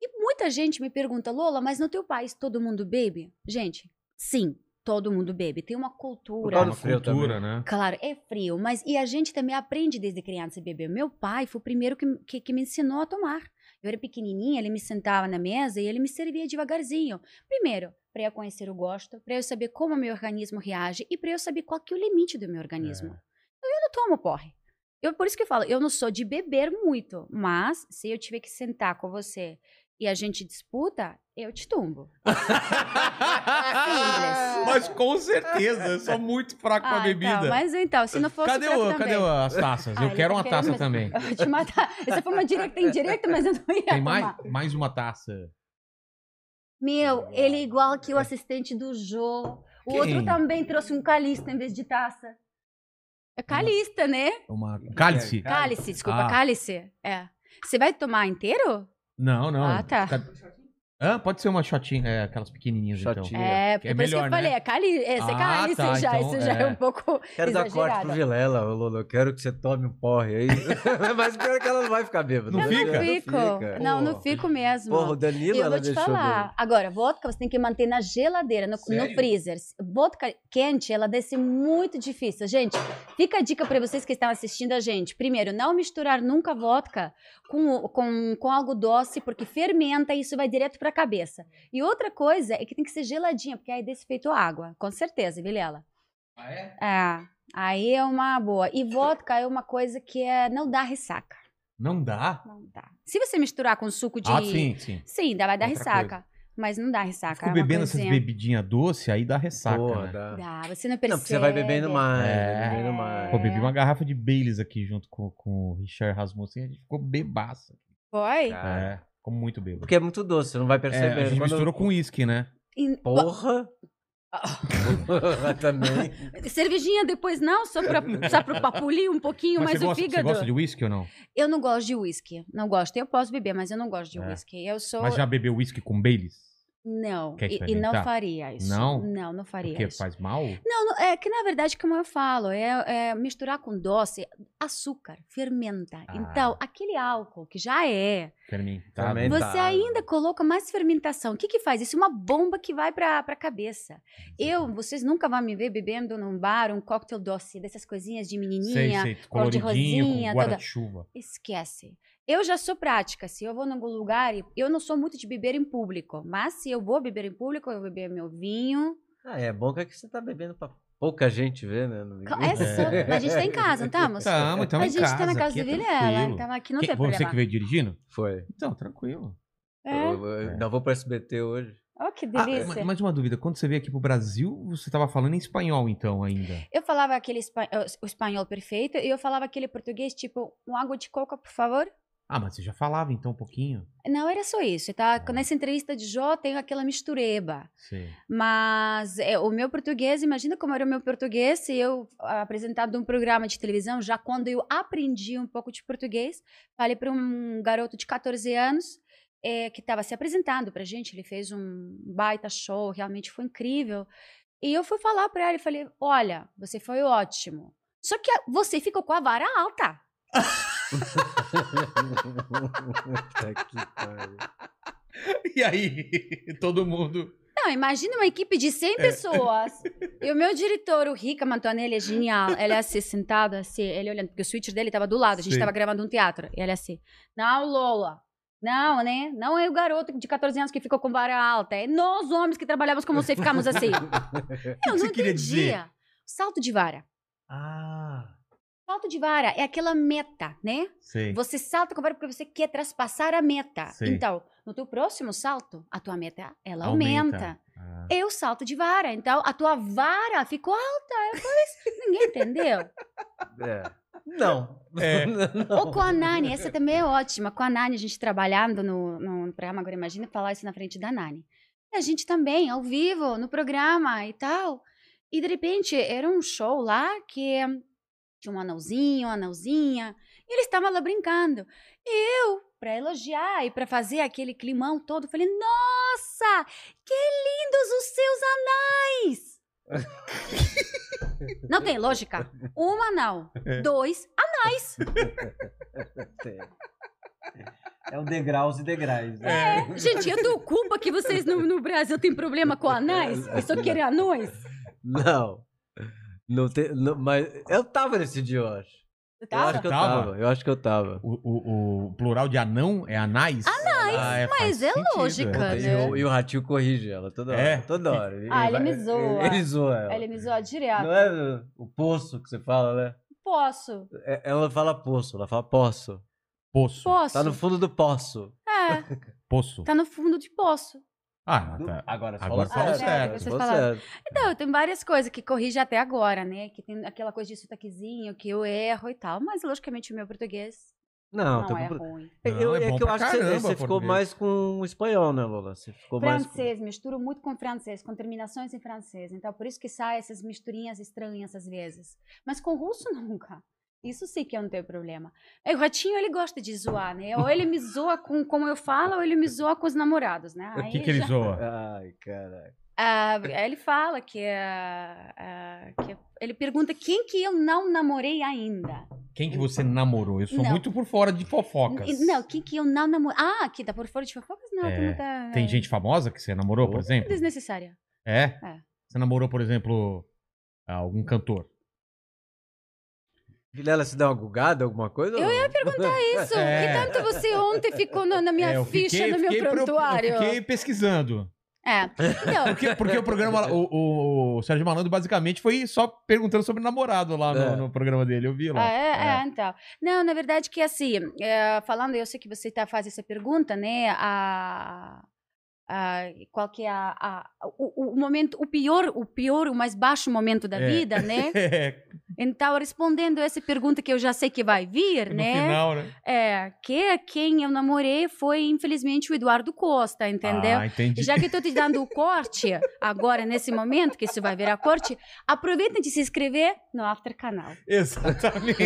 Speaker 3: E muita gente me pergunta, Lola, mas no teu país todo mundo bebe? Gente, sim, todo mundo bebe. Tem uma
Speaker 4: Por
Speaker 3: cultura.
Speaker 1: É
Speaker 4: causa
Speaker 1: uma
Speaker 4: do frio
Speaker 1: cultura, né?
Speaker 3: Claro, é frio, mas e a gente também aprende desde criança a beber. Meu pai foi o primeiro que, que, que me ensinou a tomar. Eu era pequenininha, ele me sentava na mesa e ele me servia devagarzinho. Primeiro, para eu conhecer o gosto, para eu saber como o meu organismo reage e para eu saber qual que é o limite do meu organismo.
Speaker 1: É.
Speaker 3: Então, Eu não tomo porre. Eu, por isso que eu falo, eu não sou de beber muito, mas se eu tiver que sentar com você e a gente disputa, eu te tumbo. Simples.
Speaker 1: Mas com certeza, eu sou muito fraco pra
Speaker 3: Ah,
Speaker 1: bebida.
Speaker 3: então, mas então, se não fosse
Speaker 1: cadê
Speaker 3: fraco
Speaker 1: o,
Speaker 3: também.
Speaker 1: cadê as taças?
Speaker 3: Ah,
Speaker 1: Eu
Speaker 3: ele
Speaker 1: quero
Speaker 3: tá
Speaker 1: uma
Speaker 3: querendo
Speaker 1: taça
Speaker 3: mesmo.
Speaker 1: também.
Speaker 3: Eu vou te matar. Essa foi uma direta indireta, mas eu não ia
Speaker 1: Tem
Speaker 3: tomar.
Speaker 1: mais, mais uma taça.
Speaker 3: Meu, ele é igual que o assistente do Jô. O
Speaker 1: Quem?
Speaker 3: outro também trouxe um calista em vez de taça. É calista, né?
Speaker 1: Uma cálice?
Speaker 3: Cálice, desculpa,
Speaker 1: Ah.
Speaker 3: cálice. É. Você vai tomar inteiro?
Speaker 1: Não, não.
Speaker 3: Ah, tá.
Speaker 1: Ca- Hã? Ah, pode ser uma shotinha, é, aquelas pequenininhas então.
Speaker 4: Shotinha.
Speaker 3: É, porque
Speaker 1: é
Speaker 3: por isso que
Speaker 1: melhor,
Speaker 3: eu
Speaker 1: né?
Speaker 3: falei, é cálice, esse é
Speaker 1: Ah,
Speaker 3: cálice
Speaker 1: tá,
Speaker 3: já,
Speaker 1: então,
Speaker 3: isso já é
Speaker 1: é.
Speaker 3: um pouco
Speaker 4: Quero dar corte
Speaker 3: exagerado.
Speaker 4: pro Vilela, ô, Lolo. Eu quero que você tome um porre aí. Mas pior que ela não vai ficar bêbada.
Speaker 1: Não
Speaker 3: eu
Speaker 1: fica?
Speaker 3: não fico, não, não
Speaker 4: Pô.
Speaker 3: fico mesmo.
Speaker 4: Porra, o Danilo,
Speaker 3: E eu
Speaker 4: ela
Speaker 3: vou te
Speaker 4: deixou
Speaker 3: falar.
Speaker 4: bêbado.
Speaker 3: Agora, vodka você tem que manter na geladeira, no, no
Speaker 1: Sério?
Speaker 3: freezer. Vodka quente, ela desce muito difícil. Gente, fica a dica pra vocês que estão assistindo a gente. Primeiro, não misturar nunca vodka com, o- com, com algo doce, porque fermenta e isso vai direto pra cabeça. E outra coisa é que tem que ser geladinha, porque aí desce feito água. Com certeza, Vilela. Ah, é? É. Aí é uma boa. E vodka é uma coisa que é, não dá ressaca.
Speaker 1: Não dá?
Speaker 3: Não dá. Se você misturar com suco de.
Speaker 1: Ah, sim, sim.
Speaker 3: Sim, dá, vai dar
Speaker 1: Outra
Speaker 3: ressaca. Mas não dá ressaca.
Speaker 1: Fico
Speaker 3: é uma
Speaker 1: bebendo essas
Speaker 3: coisinha.
Speaker 1: bebidinhas doces, aí dá ressaca,
Speaker 4: Porra,
Speaker 1: né?
Speaker 4: dá.
Speaker 3: Dá, você não percebe.
Speaker 4: Não, porque você vai bebendo mais,
Speaker 1: É.
Speaker 4: bebendo mais.
Speaker 1: Pô, bebi uma garrafa de Baileys aqui junto com, com o Richard Rasmussen, a gente ficou bebaça.
Speaker 3: Foi?
Speaker 4: Cara,
Speaker 1: É, ficou muito bêbado.
Speaker 4: Porque é muito doce, você não vai
Speaker 1: É,
Speaker 4: perceber.
Speaker 1: a gente
Speaker 4: Quando-
Speaker 1: misturou com uísque, né?
Speaker 3: E-
Speaker 4: Porra! Porra também.
Speaker 3: Cervejinha depois não, só pra, só pro papulinho um pouquinho,
Speaker 1: Mas
Speaker 3: mas,
Speaker 1: você
Speaker 3: o
Speaker 1: gosta, você
Speaker 3: fígado.
Speaker 1: gosta de uísque ou não?
Speaker 3: Eu não gosto de uísque. Não gosto. Eu posso beber, mas eu não gosto de
Speaker 1: É.
Speaker 3: uísque. Eu sou.
Speaker 1: Mas já bebeu uísque com Baileys?
Speaker 3: Não.
Speaker 1: Quer
Speaker 3: E, e não
Speaker 1: experimentar?
Speaker 3: faria isso.
Speaker 1: Não?
Speaker 3: Não, não faria
Speaker 1: Porque
Speaker 3: isso.
Speaker 1: faz mal?
Speaker 3: Não, não, é que na verdade, como eu falo, é, é misturar com doce, açúcar, fermenta.
Speaker 1: Ah.
Speaker 3: Então, aquele álcool que já é
Speaker 1: Fermentado.
Speaker 4: Também dá.
Speaker 3: Você
Speaker 4: Tá.
Speaker 3: ainda coloca mais fermentação. O que que faz? Isso é uma bomba que vai pra, pra cabeça. Eu, vocês nunca vão me ver bebendo num bar um coquetel doce, dessas coisinhas de
Speaker 1: Sei,
Speaker 3: menininha.
Speaker 1: sei,
Speaker 3: cor de
Speaker 1: coloridinho, com
Speaker 3: rosinha, toda-
Speaker 1: guarda-chuva.
Speaker 3: Esquece. Eu já sou prática. Se eu vou num lugar, e- eu não sou muito de beber em público. Mas se eu vou beber em público, eu vou beber meu vinho.
Speaker 4: Ah, é bom que é que você tá bebendo pra pouca gente ver, né? No-
Speaker 3: É só- mas a gente tá em casa, não estamos?
Speaker 1: Tamo, Uhum. tamo
Speaker 3: a
Speaker 1: em
Speaker 3: gente tá na
Speaker 1: casa,
Speaker 3: casa
Speaker 1: aqui
Speaker 3: do
Speaker 1: é
Speaker 3: Vilela.
Speaker 1: tranquilo.
Speaker 3: Então aqui não
Speaker 1: Quem-
Speaker 3: tem
Speaker 1: você
Speaker 3: problema.
Speaker 1: que veio dirigindo?
Speaker 4: Foi.
Speaker 1: Então, tranquilo.
Speaker 3: É?
Speaker 4: Eu- eu-
Speaker 1: É.
Speaker 4: Não vou pro SBT hoje.
Speaker 3: Oh, que
Speaker 1: Ah,
Speaker 3: delícia.
Speaker 1: ma- mais uma dúvida. Quando você veio aqui pro Brasil, você tava falando em espanhol, então, ainda.
Speaker 3: Eu falava aquele espa- o espanhol perfeito e eu falava aquele português tipo, um água de coca, por favor.
Speaker 1: Ah, mas você já falava então um pouquinho?
Speaker 3: Não era só isso, tá? Nessa entrevista de Jó tem aquela mistureba.
Speaker 1: Sim.
Speaker 3: Mas é, o meu português, imagina como era o meu português se eu apresentado um programa de televisão, já quando eu aprendi um pouco de português, falei para um garoto de 14 anos é, que estava se apresentando para gente, ele fez um baita show, realmente foi incrível. E eu fui falar para ele, falei, olha, você foi ótimo, só que ah, você ficou com a vara alta.
Speaker 4: Puta que pariu.
Speaker 1: E aí, todo mundo.
Speaker 3: Não, imagina uma equipe de
Speaker 1: É.
Speaker 3: 100 pessoas. E o meu diretor, o Rica Mantonelli, é genial. Ele é assim, sentado assim, ele olhando, porque o switcher dele estava do lado, a gente
Speaker 1: Sim.
Speaker 3: estava gravando um teatro. E ele assim, não, Lola, não, né? Não é o garoto de 14 anos que ficou com vara alta. É nós, homens, que trabalhamos com você, ficamos assim.
Speaker 1: que
Speaker 3: Eu
Speaker 1: você
Speaker 3: não
Speaker 1: queria dizer?
Speaker 3: entendia. Salto de vara.
Speaker 1: Ah,
Speaker 3: Salto de vara é aquela meta, né?
Speaker 1: sei.
Speaker 3: Você salta com a vara porque você quer traspassar a meta.
Speaker 1: Sim.
Speaker 3: Então, no teu próximo salto, a tua meta, ela aumenta.
Speaker 1: Ah.
Speaker 3: Eu salto de vara, então a tua vara ficou alta. Eu falei, ninguém entendeu.
Speaker 4: É. Não.
Speaker 1: É.
Speaker 4: Não.
Speaker 3: Ou com a Nani, essa também é ótima. Com a Nani, a gente trabalhando no, no programa, agora imagina falar isso na frente da Nani. E a gente também, ao vivo, no programa e tal. E de repente, era um show lá que tinha um anãozinho, uma anãozinha, e eles estavam lá brincando. E eu, pra elogiar e pra fazer aquele climão todo, falei, nossa, que lindos os seus anais! Não tem lógica. Um anal, dois anais.
Speaker 4: É o degraus e degraus.
Speaker 3: É,
Speaker 4: né?
Speaker 3: gente, eu tenho culpa que vocês no, no Brasil têm problema com anais e só querem anões.
Speaker 4: Não. Não tem, não, mas eu tava nesse dia, eu acho.
Speaker 3: Eu
Speaker 4: Eu
Speaker 3: tava.
Speaker 4: acho que eu
Speaker 1: Tava?
Speaker 4: tava. Eu acho que eu tava.
Speaker 1: O, o- o plural de anão é anais? Anais,
Speaker 3: mas é lógica,
Speaker 4: Puta, E
Speaker 3: né?
Speaker 4: o, e o ratinho corrige ela toda hora.
Speaker 1: É?
Speaker 4: Toda hora.
Speaker 3: Ah, ele
Speaker 4: vai-
Speaker 3: me zoa.
Speaker 4: Ele zoa ela.
Speaker 3: Ele me zoa direto.
Speaker 4: Não é o poço que você fala, né?
Speaker 3: Posso,
Speaker 4: É- Ela não fala poço, ela fala poço.
Speaker 1: Poço.
Speaker 3: posso.
Speaker 4: Tá no fundo do poço.
Speaker 3: É,
Speaker 1: Poço.
Speaker 3: tá no fundo de poço.
Speaker 1: Ah,
Speaker 4: Do-
Speaker 1: tá.
Speaker 4: Agora você
Speaker 1: Agora
Speaker 4: fala
Speaker 3: fala
Speaker 4: certo.
Speaker 3: certo.
Speaker 4: agora
Speaker 3: Você
Speaker 4: fala
Speaker 3: fala-
Speaker 4: certo.
Speaker 3: Então, tem várias coisas que corrige até agora, né? Que tem aquela coisa de sotaquezinho, que eu erro e tal. Mas, logicamente, o meu português
Speaker 4: Não,
Speaker 3: não,
Speaker 4: tem
Speaker 3: é
Speaker 4: um pro-
Speaker 3: ruim.
Speaker 1: Não,
Speaker 4: eu,
Speaker 1: é
Speaker 4: é,
Speaker 1: bom
Speaker 4: que eu
Speaker 1: pra
Speaker 4: acho que você,
Speaker 1: caramba,
Speaker 4: você ficou
Speaker 1: português.
Speaker 4: mais com o espanhol, né, Lola? Você ficou mais.
Speaker 3: Francês, misturo muito com francês, com terminações em francês. Então, por isso que saem essas misturinhas estranhas às vezes. Mas com russo, nunca. Isso sim que eu não tenho problema. É, O ratinho, ele gosta de zoar, né? Ou ele me zoa com como eu falo, ou ele me zoa com os namorados, né?
Speaker 1: O que,
Speaker 3: Aí
Speaker 1: que ele
Speaker 3: já-
Speaker 4: Com...
Speaker 1: zoa?
Speaker 4: Ai, caraca.
Speaker 3: Ah, aí ele fala que, ah, ah, que- Ele pergunta quem que eu não namorei ainda.
Speaker 1: Quem que você namorou? Eu sou
Speaker 3: Não.
Speaker 1: muito por fora de fofocas.
Speaker 3: N- Não, quem que eu não namorei... Ah, que tá por fora de fofocas? Não,
Speaker 1: É,
Speaker 3: tem muita...
Speaker 1: Tem gente famosa que você namorou, por
Speaker 4: Oh.
Speaker 1: exemplo?
Speaker 3: Desnecessária.
Speaker 1: É?
Speaker 3: É.
Speaker 1: Você namorou, por exemplo, algum cantor?
Speaker 4: Vilela, você deu uma gugada, alguma coisa?
Speaker 3: Eu
Speaker 4: ia perguntar
Speaker 3: Isso,
Speaker 1: É.
Speaker 3: que tanto você ontem ficou na, na minha
Speaker 1: É, eu
Speaker 3: ficha,
Speaker 1: fiquei-
Speaker 3: no meu
Speaker 1: fiquei pro-
Speaker 3: prontuário.
Speaker 1: Eu fiquei pesquisando.
Speaker 3: É. Então,
Speaker 1: Porque, porque o programa, o, o Sérgio Malandro basicamente foi só perguntando sobre namorado lá no,
Speaker 4: É.
Speaker 1: no programa dele, eu vi lá.
Speaker 3: ah, é, é, então. Não, na verdade que assim, é, falando, eu sei que você tá, faz essa pergunta, né? A, a- qual que é a, a- o, o- o momento, o pior, o pior, o mais baixo momento da
Speaker 1: É.
Speaker 3: vida, né?
Speaker 1: É,
Speaker 3: Então, respondendo essa pergunta que eu já sei que vai vir,
Speaker 1: no
Speaker 3: né?
Speaker 1: final, né?
Speaker 3: É, que quem eu namorei foi, infelizmente, o Eduardo Costa, entendeu?
Speaker 1: Ah, entendi.
Speaker 3: Já que eu tô te dando o corte agora, nesse momento, que isso vai virar corte, aproveita de se inscrever no After Canal.
Speaker 1: Exatamente.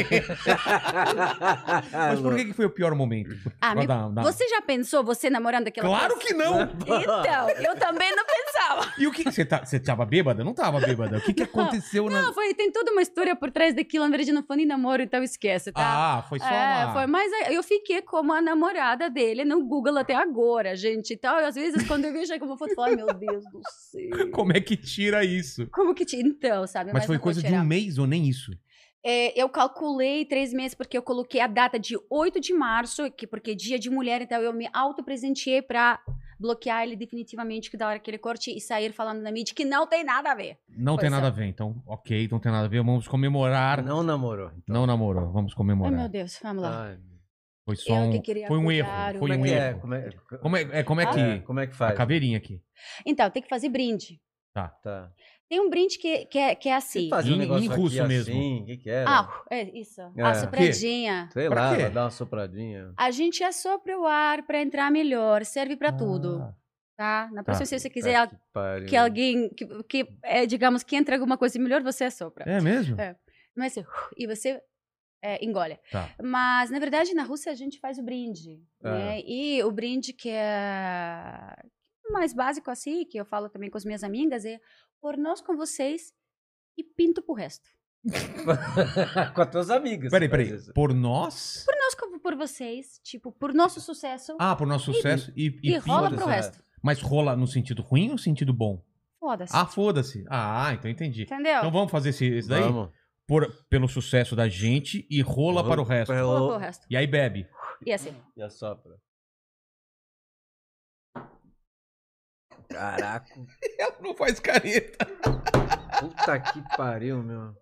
Speaker 4: Ah,
Speaker 1: Mas por que, que foi o pior momento? Por
Speaker 3: Ah,
Speaker 1: causa
Speaker 3: me-
Speaker 1: da- da-
Speaker 3: Você já pensou você namorando aquela
Speaker 1: Claro que não!
Speaker 3: pessoa? Então, eu também não pensava.
Speaker 1: E o que. Você, tá, você tava bêbada? Não tava bêbada. O que, que
Speaker 3: Não,
Speaker 1: aconteceu na.
Speaker 3: Não, Ah, foi, tem toda uma história por trás daquilo, na verdade não foi nem namoro, então esquece, tá?
Speaker 1: Ah, foi só.
Speaker 3: é,
Speaker 1: uma-
Speaker 3: foi, mas eu fiquei como a namorada dele no Google até agora, gente. e tal. e às vezes, quando eu vejo alguma foto, eu falo, "Ai, meu Deus do céu.
Speaker 1: Como é que tira isso?
Speaker 3: Como que te... Então, sabe?
Speaker 1: Mas foi
Speaker 3: não
Speaker 1: coisa de
Speaker 3: tirar.
Speaker 1: um mês ou nem isso?
Speaker 3: É, eu calculei três meses porque eu coloquei a data de 8 de março, que porque é dia de mulher, então eu me auto-presenteei pra bloquear ele definitivamente, que da hora que ele corte e sair falando na mídia que não tem nada a ver.
Speaker 1: Não
Speaker 3: Pois
Speaker 1: tem nada
Speaker 3: é.
Speaker 1: a ver, então. Ok, não tem nada a ver. Vamos comemorar. Não,
Speaker 4: Não namorou. então.
Speaker 1: namorou. Vamos
Speaker 3: Ai, meu
Speaker 1: comemorar.
Speaker 3: Deus, vamos lá.
Speaker 4: Ai,
Speaker 1: Foi só
Speaker 3: Eu
Speaker 1: um.
Speaker 3: que queria
Speaker 1: foi um
Speaker 3: cuidar,
Speaker 1: erro.
Speaker 3: o
Speaker 1: Foi
Speaker 4: como
Speaker 1: um
Speaker 4: é que é?
Speaker 1: erro.
Speaker 4: Como é,
Speaker 3: Ah.
Speaker 1: Como é, é, como é
Speaker 4: É,
Speaker 1: que.
Speaker 4: como é que
Speaker 1: A
Speaker 4: faz?
Speaker 1: caveirinha aqui.
Speaker 3: Então, tem que fazer brinde.
Speaker 1: Tá.
Speaker 4: Tá.
Speaker 3: Tem um brinde que, que, é, que é assim.
Speaker 4: Fazia
Speaker 1: Em- em russo
Speaker 4: assim,
Speaker 1: mesmo.
Speaker 4: O que, que era?
Speaker 3: Ah, é isso.
Speaker 4: tá É.
Speaker 3: A sopradinha.
Speaker 4: Sei
Speaker 1: pra
Speaker 4: lá,
Speaker 1: quê?
Speaker 4: ela dá uma sopradinha.
Speaker 3: A gente assopra o ar para entrar melhor. Serve para tudo, tá? Na próxima, se você quiser
Speaker 4: Ah. Tá
Speaker 3: al-
Speaker 4: que, pariu.
Speaker 3: que alguém, que, que, é, digamos, que entre alguma coisa melhor, você assopra.
Speaker 1: É mesmo?
Speaker 3: É. Não é assim, "Uf", e você é, engole.
Speaker 1: Tá. É.
Speaker 3: Mas, na verdade, na Rússia a gente faz o brinde.
Speaker 4: Ah.
Speaker 3: Né? E o brinde que é o mais básico assim, que eu falo também com as minhas amigas, é por nós com vocês e pinto pro resto.
Speaker 4: Com as tuas
Speaker 3: É.
Speaker 4: amigas.
Speaker 1: Peraí,
Speaker 4: faz
Speaker 1: peraí.
Speaker 4: isso.
Speaker 1: Por nós?
Speaker 3: Por nós com por vocês, tipo, por nosso sucesso
Speaker 1: Ah, por nosso sucesso. E,
Speaker 3: e,
Speaker 1: e
Speaker 3: rola
Speaker 1: pinta-
Speaker 3: pro
Speaker 4: foda-se, né?
Speaker 3: resto.
Speaker 1: Mas rola no sentido ruim ou sentido bom?
Speaker 3: Foda-se.
Speaker 1: Ah, foda-se. Ah, então entendi.
Speaker 3: Entendeu?
Speaker 1: Então vamos fazer esse, esse daí?
Speaker 4: Vamos.
Speaker 1: Por- pelo sucesso da gente e rola
Speaker 4: Rola
Speaker 1: para o resto.
Speaker 4: pra-
Speaker 3: Rola pro resto.
Speaker 1: E aí bebe.
Speaker 3: E assim.
Speaker 4: E assopra. Caraca,
Speaker 1: Ela não faz careta.
Speaker 4: puta que pariu, meu.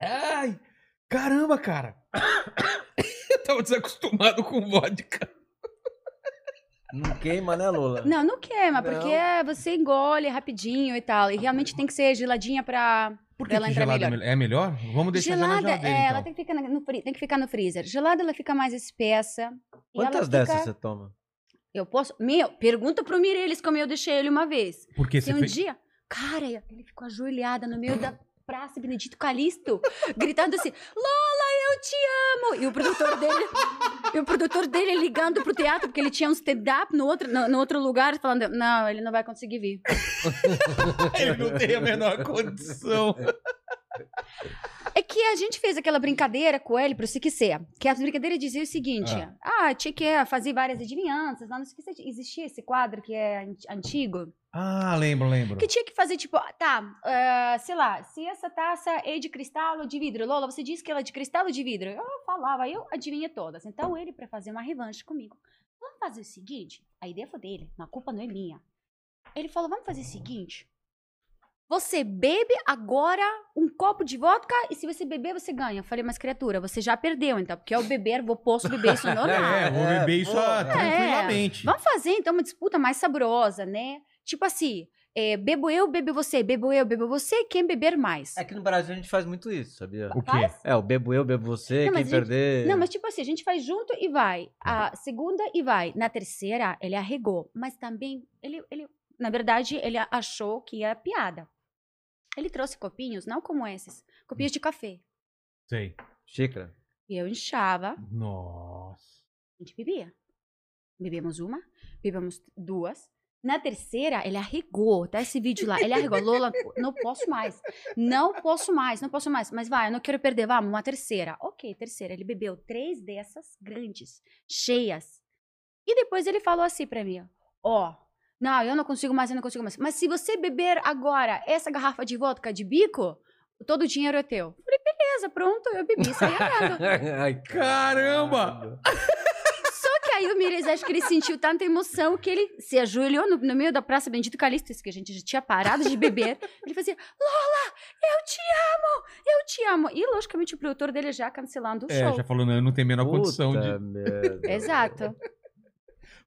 Speaker 1: Ai, caramba, cara. Eu tava desacostumado com vodka.
Speaker 4: Não queima, né,
Speaker 1: Ah.
Speaker 4: Lola?
Speaker 3: Não, não queima,
Speaker 4: Não.
Speaker 3: porque é, você engole rapidinho e tal. E realmente tem que ser geladinha pra,
Speaker 1: Por
Speaker 3: pra
Speaker 1: que,
Speaker 3: ela
Speaker 1: que
Speaker 3: entrar
Speaker 1: gelada
Speaker 3: melhor.
Speaker 1: é melhor? é melhor? Vamos deixar
Speaker 3: gelada,
Speaker 1: ela na geladeira,
Speaker 3: é,
Speaker 1: então.
Speaker 3: ela tem que, ficar na- no, fri- tem que ficar no freezer. Gelada, ela fica mais espessa. e ela
Speaker 4: Quantas
Speaker 3: fica-
Speaker 4: dessas você toma?
Speaker 3: Eu posso... Meu, pergunta pro Mireles como eu deixei ele uma vez.
Speaker 1: Porque você
Speaker 3: Tem um
Speaker 1: fez...
Speaker 3: dia... Cara, ele ficou ajoelhada no meio da praça Benedito Calixto, gritando assim, Lola, eu te amo! E o produtor dele... E o produtor dele ligando pro teatro, porque ele tinha um stand-up no outro, no, no outro lugar, falando, não, ele não vai conseguir vir.
Speaker 1: Ele não tem a menor condição.
Speaker 3: É que a gente fez aquela brincadeira com ele pro Siquecer, que a brincadeira dizia o seguinte: ah, tinha que fazer várias adivinhanças, lá no Siquecer existia esse quadro que é an- antigo,
Speaker 1: Ah, lembro, lembro.
Speaker 3: que tinha que fazer tipo, ah, tá, ah, sei lá, se essa taça é de cristal ou de vidro, Lola, você disse que ela é de cristal ou de vidro? Eu falava, eu adivinha todas. Então ele, pra fazer uma revanche comigo, vamos fazer o seguinte: a ideia foi dele, a culpa não é minha. Ele falou: vamos fazer o seguinte. Você bebe agora um copo de vodka e se você beber, você ganha. Eu falei, mas criatura, você já perdeu, então, porque eu beber, vou posso beber isso normal.
Speaker 1: É, eu vou
Speaker 4: É,
Speaker 1: beber isso
Speaker 4: pô,
Speaker 1: ah,
Speaker 4: é.
Speaker 1: tranquilamente.
Speaker 3: Vamos fazer, então, uma disputa mais saborosa, né? Tipo assim, é, bebo eu, bebo você, bebo eu, bebo você, quem beber mais.
Speaker 4: É que no Brasil a gente faz muito isso, sabia?
Speaker 1: O quê? É.
Speaker 3: Faz?
Speaker 4: É, o bebo eu, bebo você,
Speaker 3: Não,
Speaker 4: quem
Speaker 3: mas a gente-
Speaker 4: perder.
Speaker 3: Não, mas tipo assim, a gente faz junto e vai. A segunda e vai. Na terceira, ele arregou. Mas também, ele, ele na verdade, ele achou que era piada. Ele trouxe copinhos, não como esses,
Speaker 1: Hum.
Speaker 3: copinhos de café.
Speaker 1: Sei.
Speaker 4: Xícara.
Speaker 3: E eu inchava,
Speaker 1: Nossa.
Speaker 3: a gente bebia. Bebemos uma, bebemos duas. Na terceira, ele arregou, tá esse vídeo lá. Ele arregou, Lola, não posso mais. Não posso mais, não posso mais. Mas vai, eu não quero perder, vamos, uma terceira. Ok, terceira. Ele bebeu três dessas grandes, cheias. E depois ele falou assim pra mim, ó, não, eu não consigo mais, eu não consigo mais. Mas se você beber agora essa garrafa de vodka de bico, todo o dinheiro é teu. Eu falei, beleza, pronto, eu bebi, saí andando.
Speaker 4: Ai, Ah,
Speaker 1: Caramba!
Speaker 3: Só que aí o Mires, acho que ele sentiu tanta emoção que ele se ajoelhou no, no meio da Praça Bendito Calixto, isso que a gente já tinha parado de beber. Ele fazia, Lola, eu te amo, eu te amo. E, logicamente, o produtor dele já cancelando o
Speaker 1: É,
Speaker 3: um show.
Speaker 1: já falou, não, eu não tenho a menor condição de.
Speaker 4: Puta merda.
Speaker 3: Exato.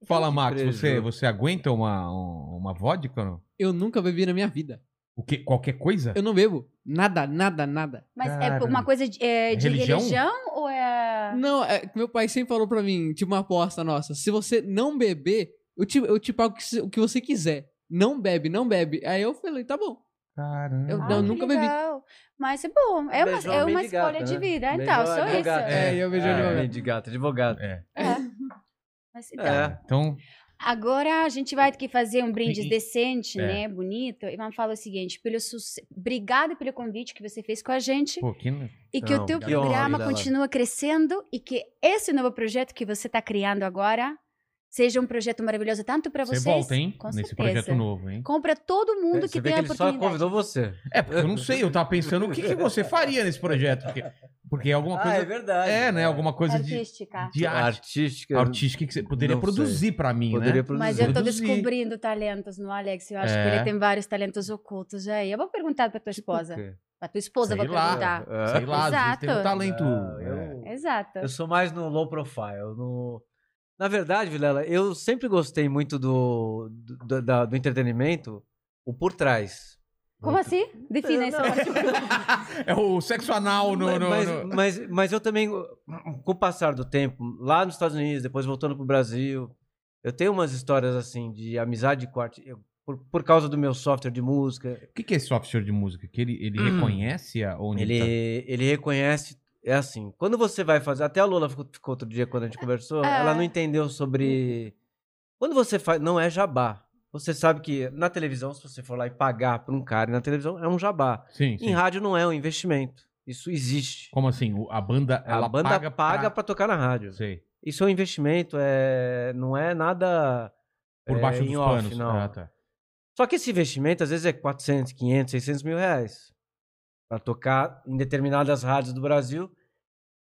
Speaker 1: Fala, Max,
Speaker 4: prejuízo.
Speaker 1: você, você aguenta uma, um- uma vodka? ou não?
Speaker 2: Eu nunca bebi na minha vida.
Speaker 1: O quê? Qualquer coisa?
Speaker 2: Eu não bebo. Nada, nada, nada.
Speaker 3: Mas é
Speaker 1: Caramba.
Speaker 3: uma coisa de, é, de
Speaker 1: Religião?
Speaker 3: religião? ou é...
Speaker 2: Não, é que meu pai sempre falou pra mim, tipo uma aposta nossa, se você não beber, eu te, eu te pago o que se- o que você quiser. Não bebe, não bebe. Aí eu falei, tá bom.
Speaker 1: Caramba.
Speaker 2: Eu- eu
Speaker 3: que
Speaker 2: nunca bebi.
Speaker 3: legal. Mas é bom, é uma,
Speaker 4: Beijou
Speaker 3: é
Speaker 4: a
Speaker 3: uma
Speaker 4: mendigata,
Speaker 3: escolha de
Speaker 4: né?
Speaker 3: vida.
Speaker 4: Beijou
Speaker 3: Então,
Speaker 4: a
Speaker 3: só isso.
Speaker 4: mendigata.
Speaker 3: É.
Speaker 2: É, eu beijei
Speaker 1: É.
Speaker 2: é.
Speaker 4: É,
Speaker 2: advogado.
Speaker 4: mendigata, advogado.
Speaker 1: É.
Speaker 3: Mas, então,
Speaker 4: É.
Speaker 1: Então,
Speaker 3: Agora a gente vai ter que fazer um brinde
Speaker 1: E- e-
Speaker 3: decente,
Speaker 1: é.
Speaker 3: né? Bonito. E vamos falar o seguinte: pelo suce- obrigada pelo convite que você fez com a gente
Speaker 1: pô, que.
Speaker 3: e que
Speaker 4: não,
Speaker 3: o teu
Speaker 4: que honra,
Speaker 3: programa
Speaker 4: Vilela.
Speaker 3: continua crescendo e que esse novo projeto que você está criando agora seja um projeto maravilhoso tanto para
Speaker 1: Você
Speaker 3: vocês.
Speaker 1: volta, hein?
Speaker 3: Com
Speaker 1: Nesse
Speaker 3: certeza.
Speaker 1: projeto novo, hein?
Speaker 3: Compra todo mundo
Speaker 4: É, Você
Speaker 3: que
Speaker 4: vê
Speaker 3: tem a
Speaker 4: que ele só
Speaker 3: oportunidade.
Speaker 4: convidou você.
Speaker 1: É, porque eu não sei, eu tava pensando o que, que você faria nesse projeto. Porque, porque é alguma
Speaker 4: Ah, é
Speaker 1: coisa.
Speaker 4: verdade.
Speaker 1: é, né? Alguma coisa de,
Speaker 3: Artística.
Speaker 1: de arte
Speaker 4: Artística.
Speaker 1: artística que você poderia
Speaker 4: Não sei.
Speaker 1: produzir pra mim, né?
Speaker 4: Poderia produzir.
Speaker 3: Mas eu estou
Speaker 1: Produzir.
Speaker 3: descobrindo talentos no Alex. Eu acho
Speaker 1: É.
Speaker 3: que ele tem vários talentos ocultos aí. Eu vou perguntar para tua esposa.
Speaker 4: Ok.
Speaker 3: Para tua esposa, eu vou
Speaker 1: Sei lá.
Speaker 3: perguntar.
Speaker 4: É.
Speaker 1: Sei lá, às vezes
Speaker 3: Exato.
Speaker 1: tem um talento.
Speaker 4: Não,
Speaker 1: é.
Speaker 4: eu,
Speaker 3: Exato.
Speaker 4: eu sou mais no low profile. No... Na verdade, Vilela, eu sempre gostei muito do, do, da- do entretenimento, o por trás.
Speaker 3: Como assim? Defina isso.
Speaker 4: Não, não.
Speaker 1: É o sexo anal no. no-
Speaker 4: mas,
Speaker 1: no-
Speaker 4: Mas, mas eu também, com o passar do tempo, lá nos Estados Unidos, depois voltando pro Brasil, eu tenho umas histórias assim de amizade com arte, eu- por, por causa do meu software de música.
Speaker 1: O que, que é esse software de música? Que ele, ele reconhece a- onde
Speaker 4: Ele,
Speaker 1: ele tá?
Speaker 4: ele reconhece. É assim, quando você vai fazer. Até a Lola ficou, ficou outro dia quando a gente conversou,
Speaker 3: É.
Speaker 4: ela não entendeu sobre. Quando você faz. Não é jabá. Você sabe que na televisão, se você for lá e pagar pra um cara na televisão, é um jabá.
Speaker 1: Sim,
Speaker 4: Em
Speaker 1: sim.
Speaker 4: rádio não é um investimento. Isso existe.
Speaker 1: Como assim? O- A banda, ela
Speaker 4: a banda paga,
Speaker 1: paga, pra-
Speaker 4: pra tocar na rádio.
Speaker 1: Sei.
Speaker 4: Isso é um investimento, é... não é nada.
Speaker 1: Por
Speaker 4: é,
Speaker 1: baixo
Speaker 4: em
Speaker 1: dos
Speaker 4: off,
Speaker 1: panos.
Speaker 4: não.
Speaker 1: Ah, tá.
Speaker 4: Só que esse investimento às vezes é 400, 500, 600 mil reais pra tocar em determinadas rádios do Brasil,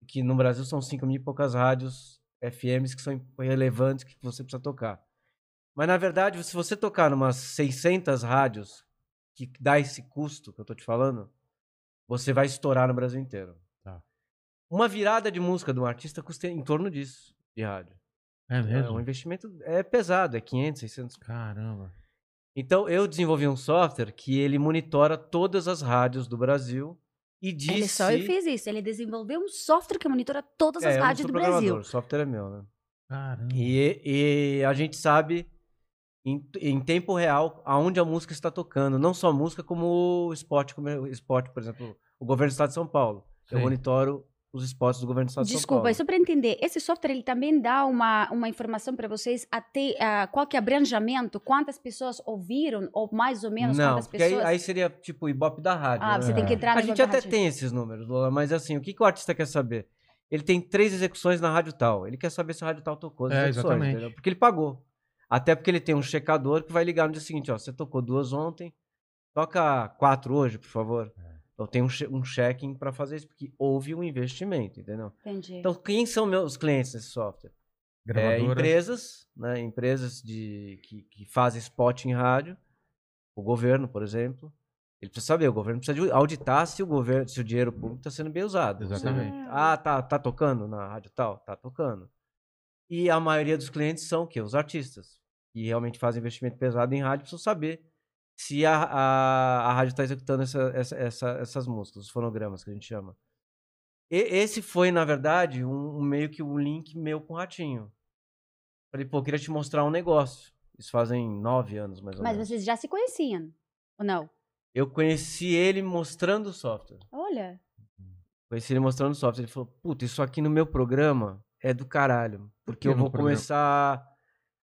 Speaker 4: que no Brasil são 5 mil e poucas rádios FMs que são relevantes que você precisa tocar. Mas na verdade, se você tocar numas 600 rádios que dá esse custo que eu tô te falando, você vai estourar no Brasil inteiro.
Speaker 1: Tá.
Speaker 4: Uma virada de música de um artista custa em torno disso de rádio.
Speaker 1: É
Speaker 4: É um
Speaker 1: mesmo?
Speaker 4: investimento é pesado, é 500, 600
Speaker 1: Caramba.
Speaker 4: então, eu desenvolvi um software que ele monitora todas as rádios do Brasil e diz
Speaker 3: Ele só
Speaker 4: se...
Speaker 3: fez isso. Ele desenvolveu um software que monitora todas as
Speaker 4: É, eu não
Speaker 3: rádios
Speaker 4: sou
Speaker 3: do
Speaker 4: programador,
Speaker 3: Brasil.
Speaker 4: O software é meu, né?
Speaker 1: Caramba.
Speaker 4: E, e a gente sabe em, em tempo real aonde a música está tocando. Não só a música, como o esporte, como o esporte, por exemplo, o governo do estado de São Paulo. Eu
Speaker 1: Sim.
Speaker 4: monitoro os esportes do governo do estado de São Paulo.
Speaker 3: Desculpa, é só para entender, esse software ele também dá uma, uma informação para vocês até ah, qual que é abrangimento, quantas pessoas ouviram ou mais ou menos
Speaker 4: Não,
Speaker 3: quantas
Speaker 4: porque aí,
Speaker 3: pessoas.
Speaker 4: aí seria tipo o Ibope da rádio.
Speaker 3: ah,
Speaker 4: né?
Speaker 3: você tem que entrar no
Speaker 4: A gente
Speaker 3: negócio da
Speaker 4: até
Speaker 3: rádio.
Speaker 4: tem esses números, Lola, mas assim, o que, que o artista quer saber? Ele tem três execuções na rádio tal. Ele quer saber se a rádio tal tocou as
Speaker 1: É,
Speaker 4: execuções,
Speaker 1: exatamente.
Speaker 4: entendeu? Porque ele pagou. Até porque ele tem um checador que vai ligar no dia seguinte, ó, você tocou duas ontem, toca quatro hoje, por favor.
Speaker 1: É.
Speaker 4: Então tem um, che- um checking para fazer isso, porque houve um investimento, entendeu?
Speaker 3: Entendi.
Speaker 4: Então quem são meus clientes nesse software? É,
Speaker 1: Gravadora.
Speaker 4: empresas, né? Empresas de, que, que fazem spot em rádio. O governo, por exemplo. Ele precisa saber, o governo precisa de auditar se o governo, se o dinheiro público está sendo bem usado.
Speaker 1: Exatamente.
Speaker 4: Ah, tá, tá tocando na rádio tal? Tá tocando. E a maioria dos clientes são o quê? Os artistas. Que realmente fazem investimento pesado em rádio, precisam saber se a, a, a rádio está executando essa- essa- essa- essas músicas, os fonogramas que a gente chama. E- esse foi, na verdade, um, um meio que um link meu com o Ratinho. Falei, pô, queria te mostrar um negócio. Isso fazem nove anos, mais ou
Speaker 3: Mas
Speaker 4: menos.
Speaker 3: vocês já se conheciam ou não?
Speaker 4: Eu conheci ele mostrando o software.
Speaker 3: Olha,
Speaker 4: Conheci ele mostrando o software. Ele falou: Puta, isso aqui no meu programa é do caralho. Porque
Speaker 1: que
Speaker 4: eu
Speaker 1: no
Speaker 4: vou
Speaker 1: programa?
Speaker 4: começar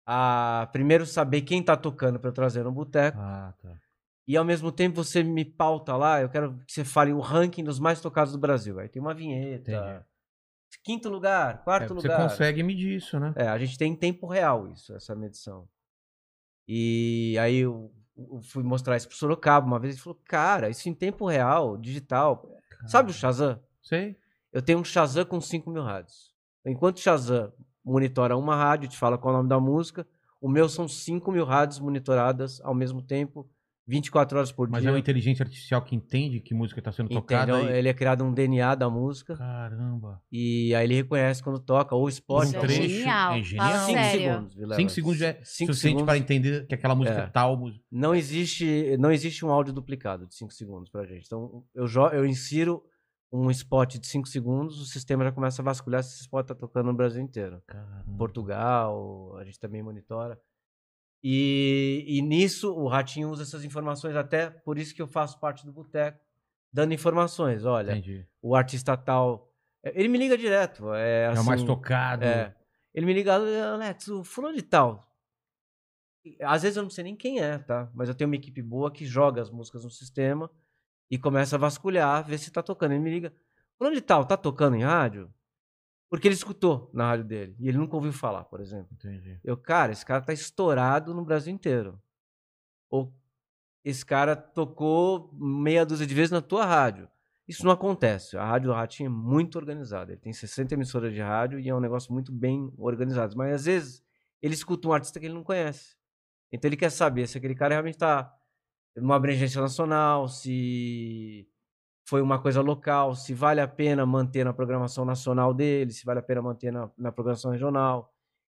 Speaker 4: a primeiro saber quem tá tocando pra eu trazer no boteco.
Speaker 1: Ah, tá.
Speaker 4: E ao mesmo tempo você me pauta lá. Eu quero que você fale o ranking dos mais tocados do Brasil. Aí tem uma vinheta.
Speaker 1: Entendi.
Speaker 4: Quinto lugar,
Speaker 1: É,
Speaker 4: quarto
Speaker 1: você
Speaker 4: lugar.
Speaker 1: consegue medir isso, né?
Speaker 4: É, a gente tem em tempo real isso, essa medição. E aí eu, eu fui mostrar isso pro Sorocaba uma vez. Ele falou: Cara, isso em tempo real, digital. É. Sabe o Shazam?
Speaker 1: Sei.
Speaker 4: Eu tenho um Shazam com 5 mil rádios. Enquanto o Shazam monitora uma rádio, te fala qual é o nome da música, o meu são 5 mil rádios monitoradas ao mesmo tempo, 24 horas por
Speaker 1: Mas é
Speaker 4: dia.
Speaker 1: uma inteligência artificial que entende que música tá sendo tocada.
Speaker 4: Entendeu?
Speaker 1: e-
Speaker 4: Ele é criado um DNA da música
Speaker 1: Caramba.
Speaker 4: e aí ele reconhece quando toca ou spot.
Speaker 3: isso
Speaker 1: um
Speaker 3: é
Speaker 4: ou-
Speaker 1: trecho,
Speaker 3: genial.
Speaker 1: é
Speaker 3: Fala
Speaker 1: genial.
Speaker 4: Cinco
Speaker 3: sério.
Speaker 4: segundos, Vilela.
Speaker 1: 5 segundos já é
Speaker 4: Cinco
Speaker 1: suficiente
Speaker 4: segundos.
Speaker 1: para entender que aquela música é,
Speaker 4: É.
Speaker 1: tal. música-
Speaker 4: Não existe, não existe um áudio duplicado de 5 segundos pra gente. Então, eu, jo- eu insiro um spot de 5 segunds, o sistema já começa a vasculhar se esse spot tá tocando no Brasil inteiro.
Speaker 1: Caramba.
Speaker 4: Portugal, a gente também monitora. E, e nisso o Ratinho usa essas informações, até por isso que eu faço parte do Boteco, dando informações. Olha,
Speaker 1: Entendi.
Speaker 4: o artista tal. é, Ele me liga direto. É,
Speaker 1: é
Speaker 4: assim,
Speaker 1: o mais tocado.
Speaker 4: é. Ele me liga, Alex, o fulano de tal. E, Às vezes eu não sei nem quem é, tá? Mas eu tenho uma equipe boa que joga as músicas no sistema e começa a vasculhar, ver se tá tocando. Ele me liga, fulano de tal, tá tocando em rádio? Porque ele escutou na rádio dele e ele nunca ouviu falar, por exemplo.
Speaker 1: Entendi.
Speaker 4: Eu, cara, esse cara tá estourado no Brasil inteiro. Ou esse cara tocou meia dúzia de vezes na tua rádio. Isso não acontece. A Rádio Ratinho é muito organizada. Ele tem 60 emissoras de rádio e é um negócio muito bem organizado. Mas às vezes ele escuta um artista que ele não conhece. Então ele quer saber se aquele cara realmente tá numa abrangência nacional, se foi uma coisa local, se vale a pena manter na programação nacional dele, se vale a pena manter na, na programação regional.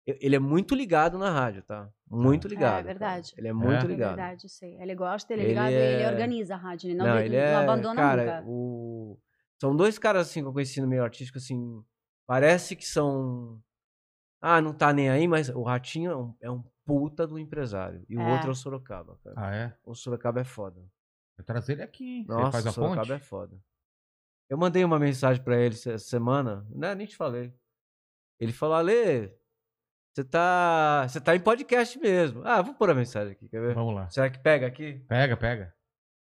Speaker 4: e- Ele é muito ligado na rádio, tá? Muito ligado. cara.
Speaker 3: verdade.
Speaker 4: Ele é muito
Speaker 1: É
Speaker 4: ligado.
Speaker 3: verdade, eu sei. Ele gosta, ele é
Speaker 4: Ele
Speaker 3: ligado, ele,
Speaker 4: é-
Speaker 3: organiza a rádio, ele não,
Speaker 4: Não,
Speaker 3: de-
Speaker 4: ele
Speaker 3: não
Speaker 4: é.
Speaker 3: abandona
Speaker 4: cara,
Speaker 3: nunca.
Speaker 4: o- São dois caras assim que eu conheci no meio artístico, assim. Parece que são. Ah, não tá nem aí, mas o Ratinho é um, é um puta do empresário. E o
Speaker 3: É.
Speaker 4: outro é o Sorocaba, cara.
Speaker 1: Ah, é?
Speaker 4: O Sorocaba é foda.
Speaker 1: Eu trazer ele aqui, hein? Você
Speaker 4: Nossa,
Speaker 1: faz
Speaker 4: o
Speaker 1: a
Speaker 4: Sorocaba
Speaker 1: ponte?
Speaker 4: é foda. Eu mandei uma mensagem pra ele essa semana, né? Nem te falei. Ele falou, Ale, você tá. Você tá em podcast mesmo. Ah, vou pôr a mensagem aqui, quer ver?
Speaker 1: Vamos lá.
Speaker 4: Será que pega aqui?
Speaker 1: Pega, pega.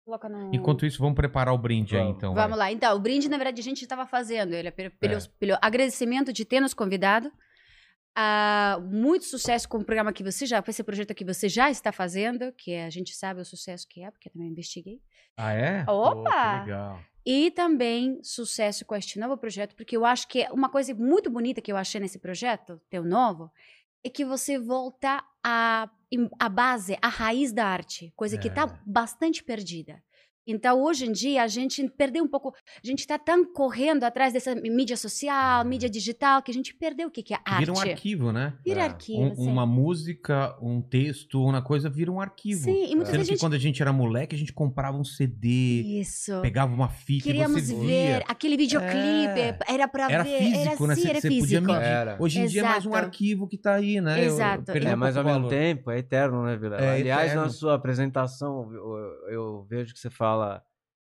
Speaker 3: Coloca no...
Speaker 1: Enquanto isso, vamos preparar o brinde aí,
Speaker 4: Vamos.
Speaker 1: então.
Speaker 3: Vamos lá. Então, o brinde, na verdade, a gente estava fazendo. Ele é pelo, pelo-
Speaker 1: É.
Speaker 3: pelo agradecimento de ter nos convidado. Ah, muito sucesso com o programa que você já, com esse projeto que você já está fazendo, que é, a gente sabe o sucesso que é, porque eu também investiguei.
Speaker 1: Ah, é?
Speaker 3: Opa!
Speaker 1: Pô, que legal.
Speaker 3: E também sucesso com este novo projeto, porque eu acho que é uma coisa muito bonita que eu achei nesse projeto, teu novo, é que você volta à em- à base, à raiz da arte, coisa que está
Speaker 1: É.
Speaker 3: bastante perdida. Então, hoje em dia, a gente perdeu um pouco. A gente está tão correndo atrás dessa mídia social, mídia digital, que a gente perdeu o que, que é arte.
Speaker 1: É. Vira um arquivo, né?
Speaker 3: Vira
Speaker 4: É.
Speaker 3: arquivo, assim.
Speaker 1: Um-
Speaker 3: sim.
Speaker 1: uma música, um texto, uma coisa, vira um arquivo.
Speaker 3: Sim, e muitas
Speaker 1: Sendo
Speaker 3: vezes a
Speaker 1: que
Speaker 3: gente.
Speaker 1: quando a gente era moleque, a gente comprava um CD,
Speaker 3: Isso.
Speaker 1: pegava uma fita e
Speaker 3: Queríamos
Speaker 1: você
Speaker 3: ver
Speaker 1: via.
Speaker 3: aquele videoclipe,
Speaker 1: É.
Speaker 3: era pra
Speaker 1: Era
Speaker 3: ver,
Speaker 1: físico,
Speaker 3: era assim,
Speaker 1: né? Você-
Speaker 3: era
Speaker 1: você podia
Speaker 3: físico.
Speaker 1: medir.
Speaker 4: Era.
Speaker 1: Hoje em dia é mais um
Speaker 3: Exato.
Speaker 1: arquivo que tá aí, né? Eu- eu
Speaker 3: Exato.
Speaker 1: perdi
Speaker 4: É,
Speaker 1: um
Speaker 4: mas ao
Speaker 1: pouco o
Speaker 4: mesmo
Speaker 1: valor.
Speaker 4: tempo é eterno, né, Vila?
Speaker 1: É
Speaker 4: Aliás, na
Speaker 1: eterno.
Speaker 4: sua apresentação, eu, eu vejo que você fala: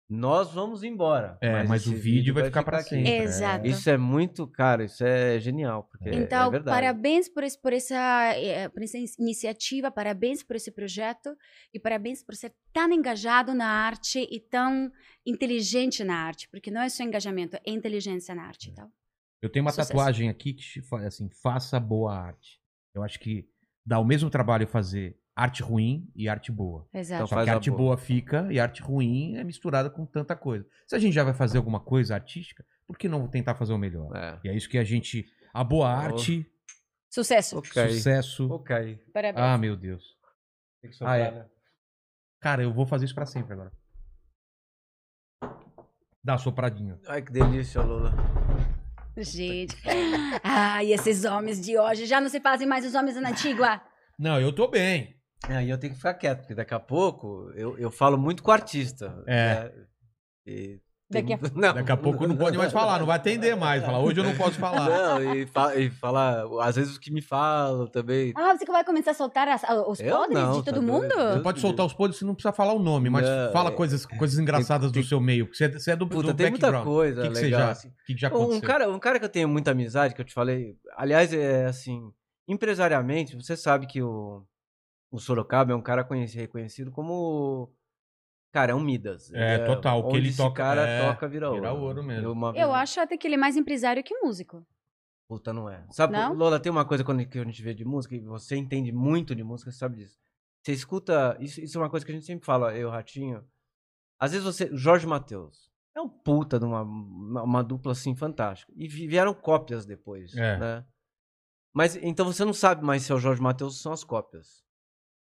Speaker 4: Nós vamos embora.
Speaker 1: É, mas, o
Speaker 4: esse
Speaker 1: vídeo, vai ficar, pra
Speaker 4: aqui."
Speaker 1: sempre. é.
Speaker 3: Exato.
Speaker 4: Isso é muito, cara, isso é genial. Porque é-
Speaker 3: Então,
Speaker 4: é verdade.
Speaker 3: parabéns por, esse- por essa, eh, por essa in- iniciativa, parabéns por esse projeto e parabéns por ser tão engajado na arte e tão inteligente na arte, porque não é só engajamento, é inteligência na arte. Então.
Speaker 1: Eu tenho uma
Speaker 3: Sucesso.
Speaker 1: tatuagem aqui que se fala assim, faça boa arte. Eu acho que dá o mesmo trabalho fazer arte ruim e arte boa.
Speaker 3: Exato.
Speaker 1: Só
Speaker 4: faz
Speaker 1: que
Speaker 4: a
Speaker 1: arte boa.
Speaker 4: boa.
Speaker 1: fica e arte ruim é misturada com tanta coisa. Se a gente já vai fazer alguma coisa artística, por que não tentar fazer o melhor?
Speaker 4: É.
Speaker 1: E é isso que a gente... A boa
Speaker 4: Boa.
Speaker 1: arte,
Speaker 3: Sucesso.
Speaker 4: Ok.
Speaker 1: sucesso...
Speaker 4: Ok.
Speaker 3: Parabéns.
Speaker 1: Ah, meu Deus.
Speaker 4: Tem que
Speaker 1: Ah, é.
Speaker 4: né?
Speaker 1: Cara, eu vou fazer isso pra sempre agora. Dá a sopradinha.
Speaker 4: Ai, que delícia, Lula.
Speaker 3: Gente. Ai, esses homens de hoje já não se fazem mais os homens da antigua.
Speaker 1: Não, eu tô bem.
Speaker 4: Aí eu tenho que ficar quieto, porque daqui a pouco eu, eu falo muito com o artista.
Speaker 1: É.
Speaker 4: né? E tem
Speaker 3: Daqui a...
Speaker 4: muito- não.
Speaker 1: Daqui a pouco não pode mais falar, não vai atender mais. Falar, hoje eu não posso falar.
Speaker 4: Não, e, fa e falar, às vezes, o que me falam também.
Speaker 3: Ah, você que vai começar a soltar as- os
Speaker 4: Eu
Speaker 3: podres
Speaker 4: não,
Speaker 3: de todo
Speaker 4: tá
Speaker 3: mundo?
Speaker 4: doido.
Speaker 1: Você pode soltar os podres, você não precisa falar o nome, mas
Speaker 4: Não,
Speaker 1: fala
Speaker 4: é-
Speaker 1: coisas, coisas engraçadas do
Speaker 4: tem-
Speaker 1: seu meio. porque Você é, você é do,
Speaker 4: Puta,
Speaker 1: do
Speaker 4: tem muita
Speaker 1: background.
Speaker 4: coisa
Speaker 1: O que que você
Speaker 4: legal.
Speaker 1: já-
Speaker 4: assim.
Speaker 1: O que, que já aconteceu?
Speaker 4: Um cara, um cara que eu tenho muita amizade, que eu te falei, aliás, é assim, empresariamente, você sabe que o, o Sorocaba é um cara conheci- reconhecido como. Cara, é um Midas.
Speaker 1: É,
Speaker 4: Ele
Speaker 1: total, o que
Speaker 4: onde
Speaker 1: ele
Speaker 4: esse
Speaker 1: toca-
Speaker 4: cara
Speaker 1: é,
Speaker 4: toca vira ouro.
Speaker 1: vira ouro mesmo.
Speaker 4: uma
Speaker 3: Eu
Speaker 4: vez-
Speaker 3: acho até que ele é mais empresário que músico.
Speaker 4: Puta, não é. Sabe,
Speaker 3: Não?
Speaker 4: Lola, tem uma coisa quando que a gente vê de música, e você entende muito de música, você sabe disso. Você escuta. Isso, isso é uma coisa que a gente sempre fala, eu, Ratinho. Às vezes você. Jorge Matheus. É um puta de uma, uma, uma dupla assim fantástica. E vi- vieram cópias depois,
Speaker 1: É.
Speaker 4: né? Mas então você não sabe mais se é o Jorge Matheus ou são as cópias.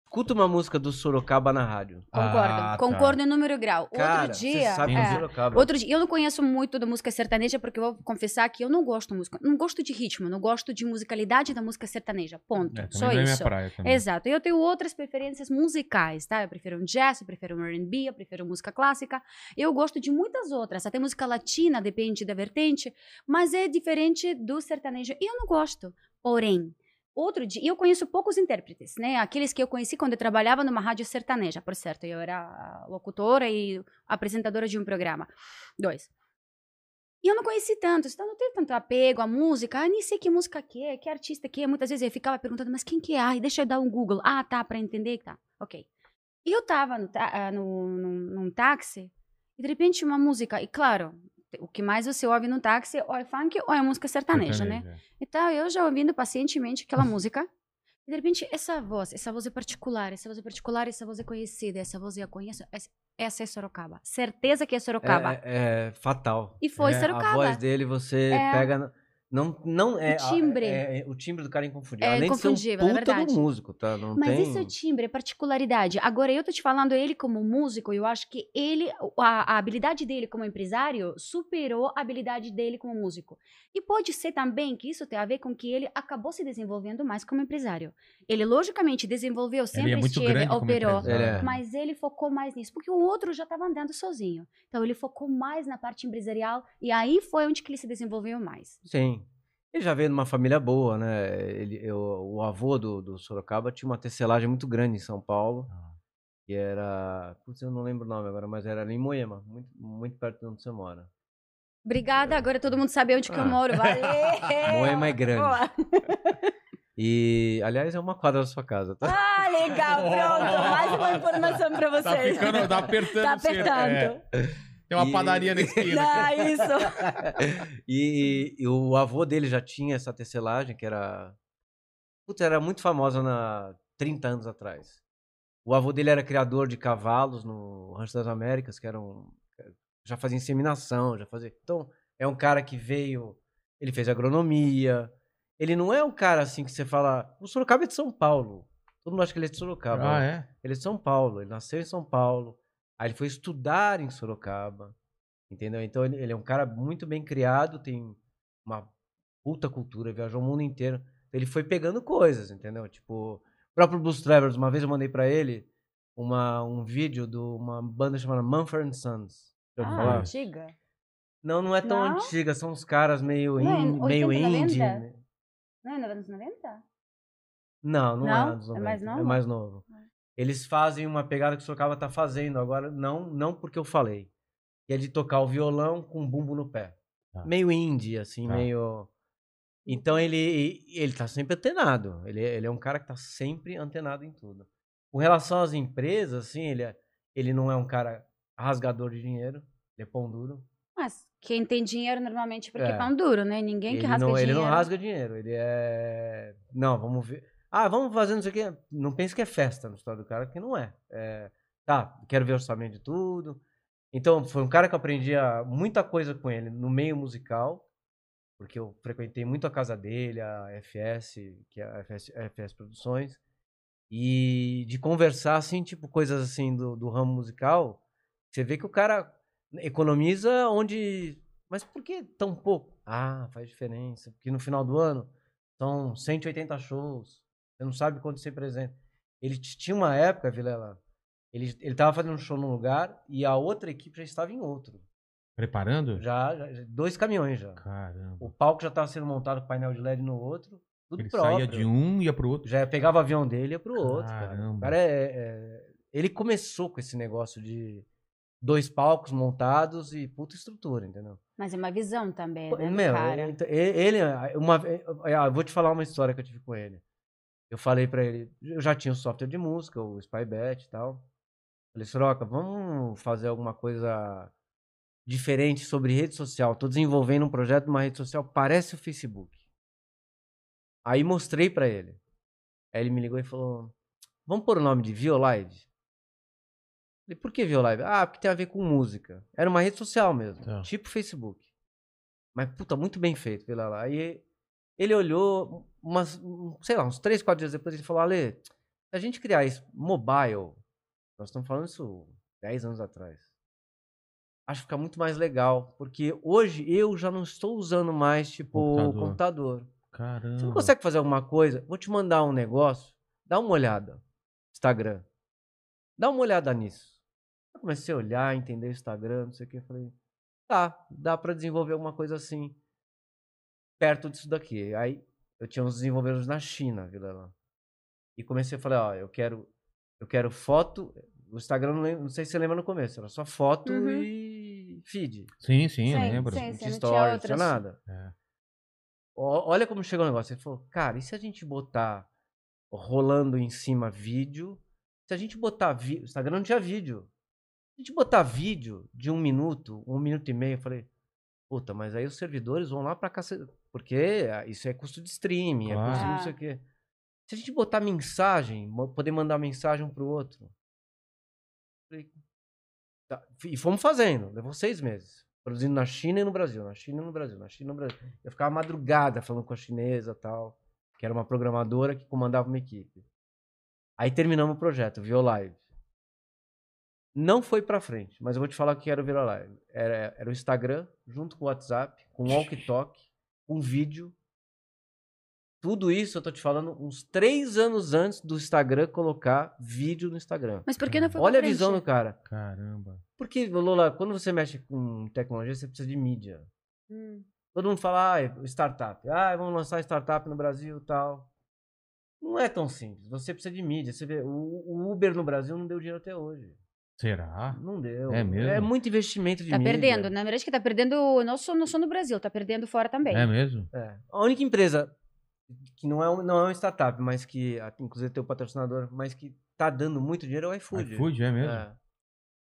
Speaker 4: Escuta uma música do Sorocaba na rádio.
Speaker 3: Concordo.
Speaker 1: Ah, tá.
Speaker 3: Concordo em número e grau.
Speaker 4: Cara,
Speaker 3: Outro dia.
Speaker 4: Você sabe que é
Speaker 3: é.
Speaker 4: o Sorocaba.
Speaker 3: Outro dia, eu não conheço muito da música sertaneja, porque eu vou confessar que eu não gosto de música. Não gosto de ritmo, não gosto de musicalidade da música sertaneja. Ponto.
Speaker 1: É, também
Speaker 3: Só
Speaker 1: não é minha
Speaker 3: isso.
Speaker 1: praia também.
Speaker 3: Exato. Eu tenho outras preferências musicais, tá? Eu prefiro um jazz, eu prefiro um R&B, eu prefiro música clássica. Eu gosto de muitas outras, até música latina, depende da vertente, mas é diferente do sertanejo. E eu não gosto. Porém, outro dia, e eu conheço poucos intérpretes, né? Aqueles que eu conheci quando eu trabalhava numa rádio sertaneja, por certo. Eu era locutora e apresentadora de um programa. Dois. E eu não conheci tantos, então não teve tanto apego à música. Ah, nem sei que música que é, que artista que é. Muitas vezes eu ficava perguntando, mas quem que é? Ai, deixa eu dar um Google. Ah, tá, pra entender que tá. Ok. E eu tava no, ta- ah, no, num- num táxi, e de repente uma música, e claro, o que mais você ouve no táxi ou é funk ou é música
Speaker 4: tá
Speaker 3: sertaneja, né? Então, eu já ouvindo pacientemente aquela música. E de repente, essa voz, essa voz é particular, essa voz é particular, essa voz é conhecida, essa voz eu conheço, essa- essa é Sorocaba. Certeza que é Sorocaba.
Speaker 4: É, é fatal.
Speaker 3: E foi
Speaker 1: É, a
Speaker 4: A
Speaker 3: Sorocaba.
Speaker 4: voz dele você
Speaker 3: É.
Speaker 4: pega. na- Não, não é, a-
Speaker 3: timbre.
Speaker 4: é- é- o timbre do cara é inconfundível.
Speaker 3: É
Speaker 4: Além de ser um
Speaker 3: inconfundível, é
Speaker 4: puta do
Speaker 3: verdade.
Speaker 4: músico, tá? Não
Speaker 3: Mas
Speaker 4: tem...
Speaker 3: isso é timbre, é particularidade. Agora, eu tô te falando ele como músico, eu acho que ele, a, a habilidade dele como empresário superou a habilidade dele como músico. E pode ser também que isso tenha a ver com que ele acabou se desenvolvendo mais como empresário. Ele, logicamente, desenvolveu, sempre
Speaker 1: Ele é muito
Speaker 3: esteve,
Speaker 1: grande como
Speaker 3: operou.
Speaker 1: empresário.
Speaker 4: Ele é.
Speaker 3: Mas ele focou mais nisso, porque o outro já estava andando sozinho. Então ele focou mais na parte empresarial e aí foi onde que ele se desenvolveu mais.
Speaker 4: Sim. Ele já veio de uma família boa, né? Ele, eu- o avô do, do Sorocaba tinha uma tecelagem muito grande em São Paulo. E era. Putz, eu não lembro o nome agora, mas era ali em Moema, muito, muito perto de onde você mora.
Speaker 3: Obrigada, agora todo mundo sabe onde que eu
Speaker 4: Ah.
Speaker 3: moro. Valeu!
Speaker 4: Moema é grande.
Speaker 3: Boa.
Speaker 4: E, aliás, é uma quadra da sua casa, tá?
Speaker 3: Ah, legal, pronto. Mais uma informação pra vocês.
Speaker 1: Tá ficando, tá apertando.
Speaker 3: Tá
Speaker 1: o cerco, é.
Speaker 3: apertando.
Speaker 1: Tem uma
Speaker 4: E-
Speaker 1: padaria na esquina.
Speaker 3: Ah, isso.
Speaker 4: E, e o avô dele já tinha essa tecelagem, que era. Putz, era muito famosa na 30 anos atrás. O avô dele era criador de cavalos no Rancho das Américas, que eram. Já fazia inseminação, já fazia. Então, é um cara que veio. Ele fez agronomia. Ele não é um cara assim que você fala. O Sorocaba é de São Paulo. Todo mundo acha que ele é de Sorocaba.
Speaker 1: Ah, é?
Speaker 4: Ele é de São Paulo, ele nasceu em São Paulo. Aí ele foi estudar em Sorocaba. Entendeu? Então ele, ele é um cara muito bem criado, tem uma puta cultura, viajou o mundo inteiro. Ele foi pegando coisas, entendeu? Tipo, o próprio Blues Travers, uma vez eu mandei pra ele uma, um vídeo de uma banda chamada Mumford and Sons. Já ouviu
Speaker 3: Ah,
Speaker 4: falar?
Speaker 3: antiga.
Speaker 4: Não, não é tão
Speaker 3: Não?
Speaker 4: antiga, são uns caras meio,
Speaker 3: Não é
Speaker 4: in- meio
Speaker 3: 80,
Speaker 4: indie. né?
Speaker 3: 90? Não é 90?
Speaker 4: Não, não,
Speaker 3: Não?
Speaker 4: é dos
Speaker 3: É mais Ah.
Speaker 4: 90,
Speaker 3: novo?
Speaker 4: É mais novo. Eles fazem uma pegada que o Sorocaba tá fazendo agora, não, não porque eu falei. Que é de tocar o violão com um bumbo no pé.
Speaker 1: Tá.
Speaker 4: Meio indie, assim,
Speaker 1: Tá.
Speaker 4: meio. Então ele, ele tá sempre antenado. Ele, é- ele é um cara que tá sempre antenado em tudo. Com relação às empresas, assim, ele, é- ele não é um cara rasgador de dinheiro, ele é pão duro.
Speaker 3: Mas quem tem dinheiro normalmente porque
Speaker 4: É.
Speaker 3: é pão duro, né? Ninguém que
Speaker 4: ele
Speaker 3: rasga
Speaker 4: não,
Speaker 3: dinheiro.
Speaker 4: Ele não rasga dinheiro, ele é... Não, vamos ver... Ah, vamos fazer não sei o quê. Não pense que é festa no história do cara, que não é. É, Tá, quero ver o orçamento de tudo. Então, foi um cara que eu aprendia muita coisa com ele no meio musical, porque eu frequentei muito a casa dele, a FS, que é a FS, a FS Produções, e de conversar, assim, tipo, coisas assim do, do ramo musical, você vê que o cara economiza onde mas por que tão pouco? Ah, faz diferença, porque no final do ano são 180 shows. Você não sabe quando você presente. Ele t- tinha uma época, Vilela, ele, ele tava fazendo um show num lugar e a outra equipe já estava em outro.
Speaker 1: Preparando?
Speaker 4: Já, já- já- dois caminhões já.
Speaker 1: Caramba.
Speaker 4: O palco já estava sendo montado com painel de LED no outro, tudo
Speaker 1: Ele
Speaker 4: próprio.
Speaker 1: saía de um e ia pro outro.
Speaker 4: Já pegava o avião dele e ia pro outro, cara.
Speaker 1: Caramba.
Speaker 4: O cara é, é- Ele começou com esse negócio de dois palcos montados e puta estrutura, entendeu?
Speaker 3: Mas é uma visão também,
Speaker 4: Pô,
Speaker 3: né? do
Speaker 4: Meu,
Speaker 3: cara.
Speaker 4: então, e- ele, uma, ve- ah, eu vou te falar uma história que eu tive com ele. Eu falei pra ele, eu já tinha o software de música, o Spybet e tal. Falei, Soroka, vamos fazer alguma coisa diferente sobre rede social. Tô desenvolvendo um projeto de uma rede social, parece o Facebook. Aí mostrei pra ele. Aí ele me ligou e falou, vamos pôr o nome de Violive? Falei, por que Violive? Ah, porque tem a ver com música. Era uma rede social mesmo,
Speaker 1: Tá.
Speaker 4: tipo Facebook. Mas, puta, muito bem feito, pela lá. Aí ele olhou, umas, um, sei lá, uns três, quatro dias depois, ele falou, Ale, se a gente criar isso mobile, nós estamos falando isso 10 anos atrás, acho que fica muito mais legal, porque hoje eu já não estou usando mais, tipo,
Speaker 1: Computador.
Speaker 4: computador. computador.
Speaker 1: Caramba.
Speaker 4: Você não consegue fazer alguma coisa? Vou te mandar um negócio, dá uma olhada. Instagram. Dá uma olhada nisso. Eu comecei a olhar, entender o Instagram, não sei o que. Eu falei, tá, dá pra desenvolver alguma coisa assim, perto disso daqui. Aí eu tinha uns desenvolvedores na China, Vila lá. E comecei a falar, ó, eu quero, eu quero foto. O Instagram, não, lem- não sei se você lembra no começo, era só foto
Speaker 3: Uhum.
Speaker 4: e feed.
Speaker 1: Sim, sim, eu
Speaker 3: Sim,
Speaker 1: lembro.
Speaker 3: sim. você
Speaker 4: Não tinha
Speaker 3: não tinha
Speaker 4: stories, não tinha
Speaker 3: outras.
Speaker 4: nada.
Speaker 1: É.
Speaker 4: Ó- Olha como chegou o negócio. Ele falou, cara, e se a gente botar rolando em cima vídeo? Se a gente botar vídeo. O Instagram não tinha vídeo. Se a gente botar vídeo de um minuto, um minuto e meio, eu falei, puta, mas aí os servidores vão lá pra cacete. Porque ah, isso é custo de streaming, é custo de não
Speaker 3: Claro.
Speaker 4: sei o quê. Se a gente botar mensagem, mo- poder mandar mensagem um pro outro. Falei, tá. E fomos fazendo, levou seis meses. Produzindo na China e no Brasil, na China e no Brasil, na China e no Brasil. Eu ficava madrugada falando com a chinesa tal, que era uma programadora que comandava uma equipe. Aí terminamos o projeto, Violive. Não foi pra frente, mas eu vou te falar o que era o Violive. Era, era o Instagram, junto com o WhatsApp, com o walkie-talkie, com vídeo. Tudo isso eu tô te falando uns três anos antes do Instagram colocar vídeo no Instagram.
Speaker 3: Mas por que não foi pra
Speaker 4: Olha a
Speaker 3: frente?
Speaker 4: visão do cara.
Speaker 1: Caramba.
Speaker 4: Porque, Lola, quando você mexe com tecnologia, você precisa de mídia.
Speaker 3: Hum.
Speaker 4: Todo mundo fala, ah, startup. Ah, vamos lançar startup no Brasil e tal. Não é tão simples. Você precisa de mídia. Você vê, o, o Uber no Brasil não deu dinheiro até hoje.
Speaker 1: Será?
Speaker 4: Não deu.
Speaker 1: É mesmo?
Speaker 4: É muito investimento de
Speaker 3: Tá
Speaker 4: mídia.
Speaker 3: perdendo, na verdade que tá perdendo, não só, não só no Brasil, tá perdendo fora também.
Speaker 1: É mesmo?
Speaker 4: É. A única empresa que não é, um, não é uma startup, mas que, ah, inclusive, tem o patrocinador, mas que tá dando muito dinheiro é o iFood.
Speaker 1: iFood, é mesmo?
Speaker 4: É.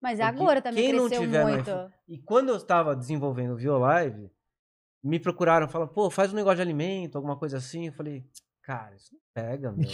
Speaker 3: Mas
Speaker 4: Porque
Speaker 3: agora também
Speaker 4: quem não
Speaker 3: cresceu
Speaker 4: tiver no
Speaker 3: muito.
Speaker 4: iFood- E quando eu estava desenvolvendo o Violive, me procuraram, falaram, pô, faz um negócio de alimento, alguma coisa assim. Eu falei, cara, isso não pega, meu.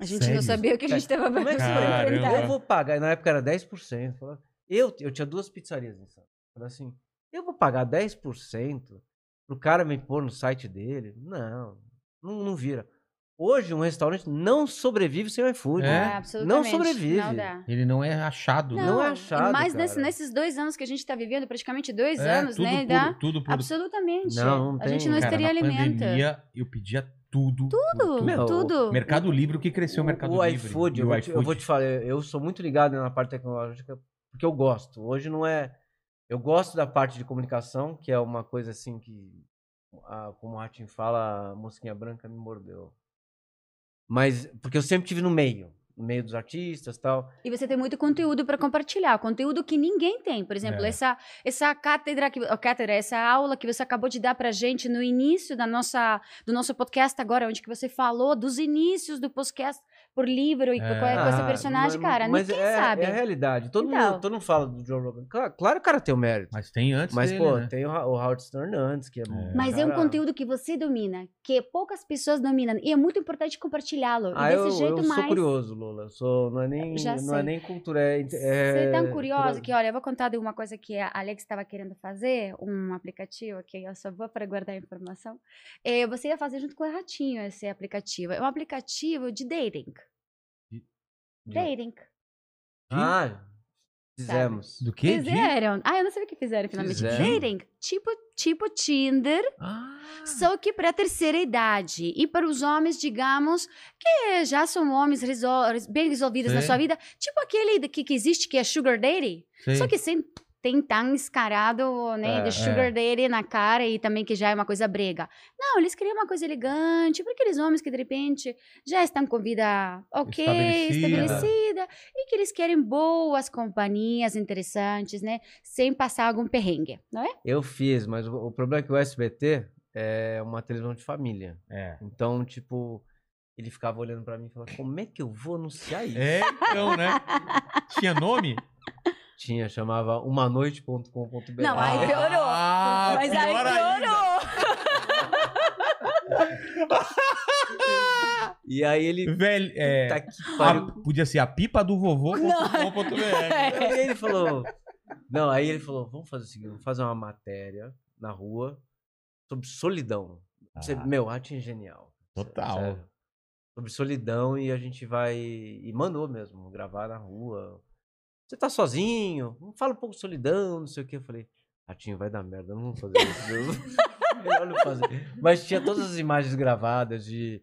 Speaker 3: A gente
Speaker 1: Sério?
Speaker 3: não sabia o que a gente tava
Speaker 4: Como é que
Speaker 1: Caramba.
Speaker 4: você vai? Eu
Speaker 3: enfrentar.
Speaker 4: vou pagar. E Na época era 10%. Eu falava- Eu, eu tinha duas pizzarias em Santos. Eu Falei assim, eu vou pagar 10% pro cara me pôr no site dele? Não, não, não vira. Hoje um restaurante não sobrevive sem o iFood.
Speaker 1: É?
Speaker 3: Ah, absolutamente.
Speaker 4: sobrevive.
Speaker 3: Não dá.
Speaker 1: Ele não é achado.
Speaker 4: Não,
Speaker 1: né?
Speaker 4: é
Speaker 3: e
Speaker 4: achado,
Speaker 3: mais
Speaker 4: cara.
Speaker 3: nesse- nesses dois anos que a gente tá vivendo, praticamente dois
Speaker 1: É,
Speaker 3: anos,
Speaker 1: tudo
Speaker 3: né?
Speaker 1: Por,
Speaker 3: dá-
Speaker 1: Tudo por...
Speaker 3: Absolutamente.
Speaker 4: Não, não
Speaker 3: A gente
Speaker 4: tem.
Speaker 3: não
Speaker 4: Cara,
Speaker 3: estaria
Speaker 1: na
Speaker 3: alimento.
Speaker 1: pandemia, eu pedia tudo. por
Speaker 3: Tudo,
Speaker 4: Meu,
Speaker 3: tudo.
Speaker 1: Mercado Livre, o que cresceu o Mercado
Speaker 4: o
Speaker 1: Livre?
Speaker 4: iFood,
Speaker 1: E
Speaker 4: eu,
Speaker 1: o
Speaker 4: vou te, eu
Speaker 1: iFood.
Speaker 4: vou te falar, eu sou muito ligado na parte tecnológica porque eu gosto. Hoje não é. Eu gosto da parte de comunicação, que é uma coisa assim que, a- como o Ratinho fala, a mosquinha branca me mordeu. Mas, porque eu sempre tive no meio, no meio dos artistas e tal.
Speaker 3: E você tem muito conteúdo para compartilhar, conteúdo que ninguém tem. Por exemplo,
Speaker 1: É.
Speaker 3: essa, essa cátedra, que, ó, cátedra, essa aula que você acabou de dar para gente no início da nossa, do nosso podcast agora, onde que você falou dos inícios do podcast por livro e
Speaker 1: É.
Speaker 3: qual é com esse
Speaker 4: Ah,
Speaker 3: personagem,
Speaker 4: mas-
Speaker 3: cara.
Speaker 4: mas
Speaker 3: ninguém
Speaker 4: é,
Speaker 3: sabe.
Speaker 4: É a realidade. Todo,
Speaker 3: Então.
Speaker 4: mundo, todo mundo fala do Joe Rogan. Claro, claro que o cara tem o mérito. Mas,
Speaker 1: Mas tem antes dele,
Speaker 4: pô,
Speaker 1: né?
Speaker 4: tem o, Ra- o Howard Stern antes, que é. um
Speaker 3: Mas é um
Speaker 4: cara-
Speaker 3: conteúdo que você domina, que poucas pessoas dominam. E é muito importante compartilhá-lo.
Speaker 4: Ah,
Speaker 3: e
Speaker 4: eu,
Speaker 3: desse jeito
Speaker 4: eu
Speaker 3: mais.
Speaker 4: sou curioso, Lola. Eu Sou, não é nem,
Speaker 3: Já
Speaker 4: não
Speaker 3: sei.
Speaker 4: é nem cultura. É, inte-
Speaker 3: Você é tão
Speaker 4: é
Speaker 3: curioso
Speaker 4: curiosidade.
Speaker 3: que, olha, eu vou contar de uma coisa que a Alex estava querendo fazer, um aplicativo que eu só vou para guardar a informação. Eh, você ia fazer junto com o Ratinho esse aplicativo. É um aplicativo de dating.
Speaker 1: De-
Speaker 3: Dating.
Speaker 4: Ah, fizemos.
Speaker 1: Do quê? De-
Speaker 3: Fizeram. Ah, eu não sei o que fizeram finalmente.
Speaker 4: Fizeram.
Speaker 3: Dating. Tipo, tipo Tinder,
Speaker 1: Ah,
Speaker 3: só que para a terceira idade. E para os homens, digamos, que já são homens resol- bem resolvidos na
Speaker 1: Sei.
Speaker 3: sua vida. Tipo aquele que, que existe que é Sugar Daddy.
Speaker 1: sei.
Speaker 3: Só que sem tem tão escarado, né,
Speaker 4: É,
Speaker 3: de sugar daddy na cara e também que já é uma coisa brega. Não, eles queriam uma coisa elegante, para aqueles homens que de repente já estão com vida ok,
Speaker 1: Estabelecida.
Speaker 3: estabelecida. e que eles querem boas companhias interessantes, né, sem passar algum perrengue, não é?
Speaker 4: Eu fiz, mas o, o problema é que o SBT é uma televisão de família.
Speaker 1: É.
Speaker 4: Então, tipo, ele ficava olhando pra mim e falava: como é que eu vou anunciar isso?
Speaker 1: É, então, né? Tinha nome?
Speaker 4: Tinha, chamava umanoite.com.br.
Speaker 3: Não, aí
Speaker 4: Ah,
Speaker 3: piorou.
Speaker 1: Ah,
Speaker 3: Mas aí
Speaker 1: pior ainda.
Speaker 4: E aí ele.
Speaker 1: Velho, é,
Speaker 4: Puta que pariu.
Speaker 1: a- podia ser a pipa do
Speaker 3: É.
Speaker 1: vovô.com.br.
Speaker 4: Aí ele falou. Não, aí ele falou: vamos fazer o seguinte, vamos fazer uma matéria na rua sobre solidão.
Speaker 1: Ah,
Speaker 4: Você, meu, arte é genial.
Speaker 1: Total.
Speaker 4: Sério. Sobre solidão e a gente vai. E mandou mesmo, gravar na rua. Você tá sozinho? Fala um pouco de solidão, não sei o que. Eu falei, Ratinho, vai dar merda, não vamos fazer isso. não. Melhor não fazer. Mas tinha todas as imagens gravadas de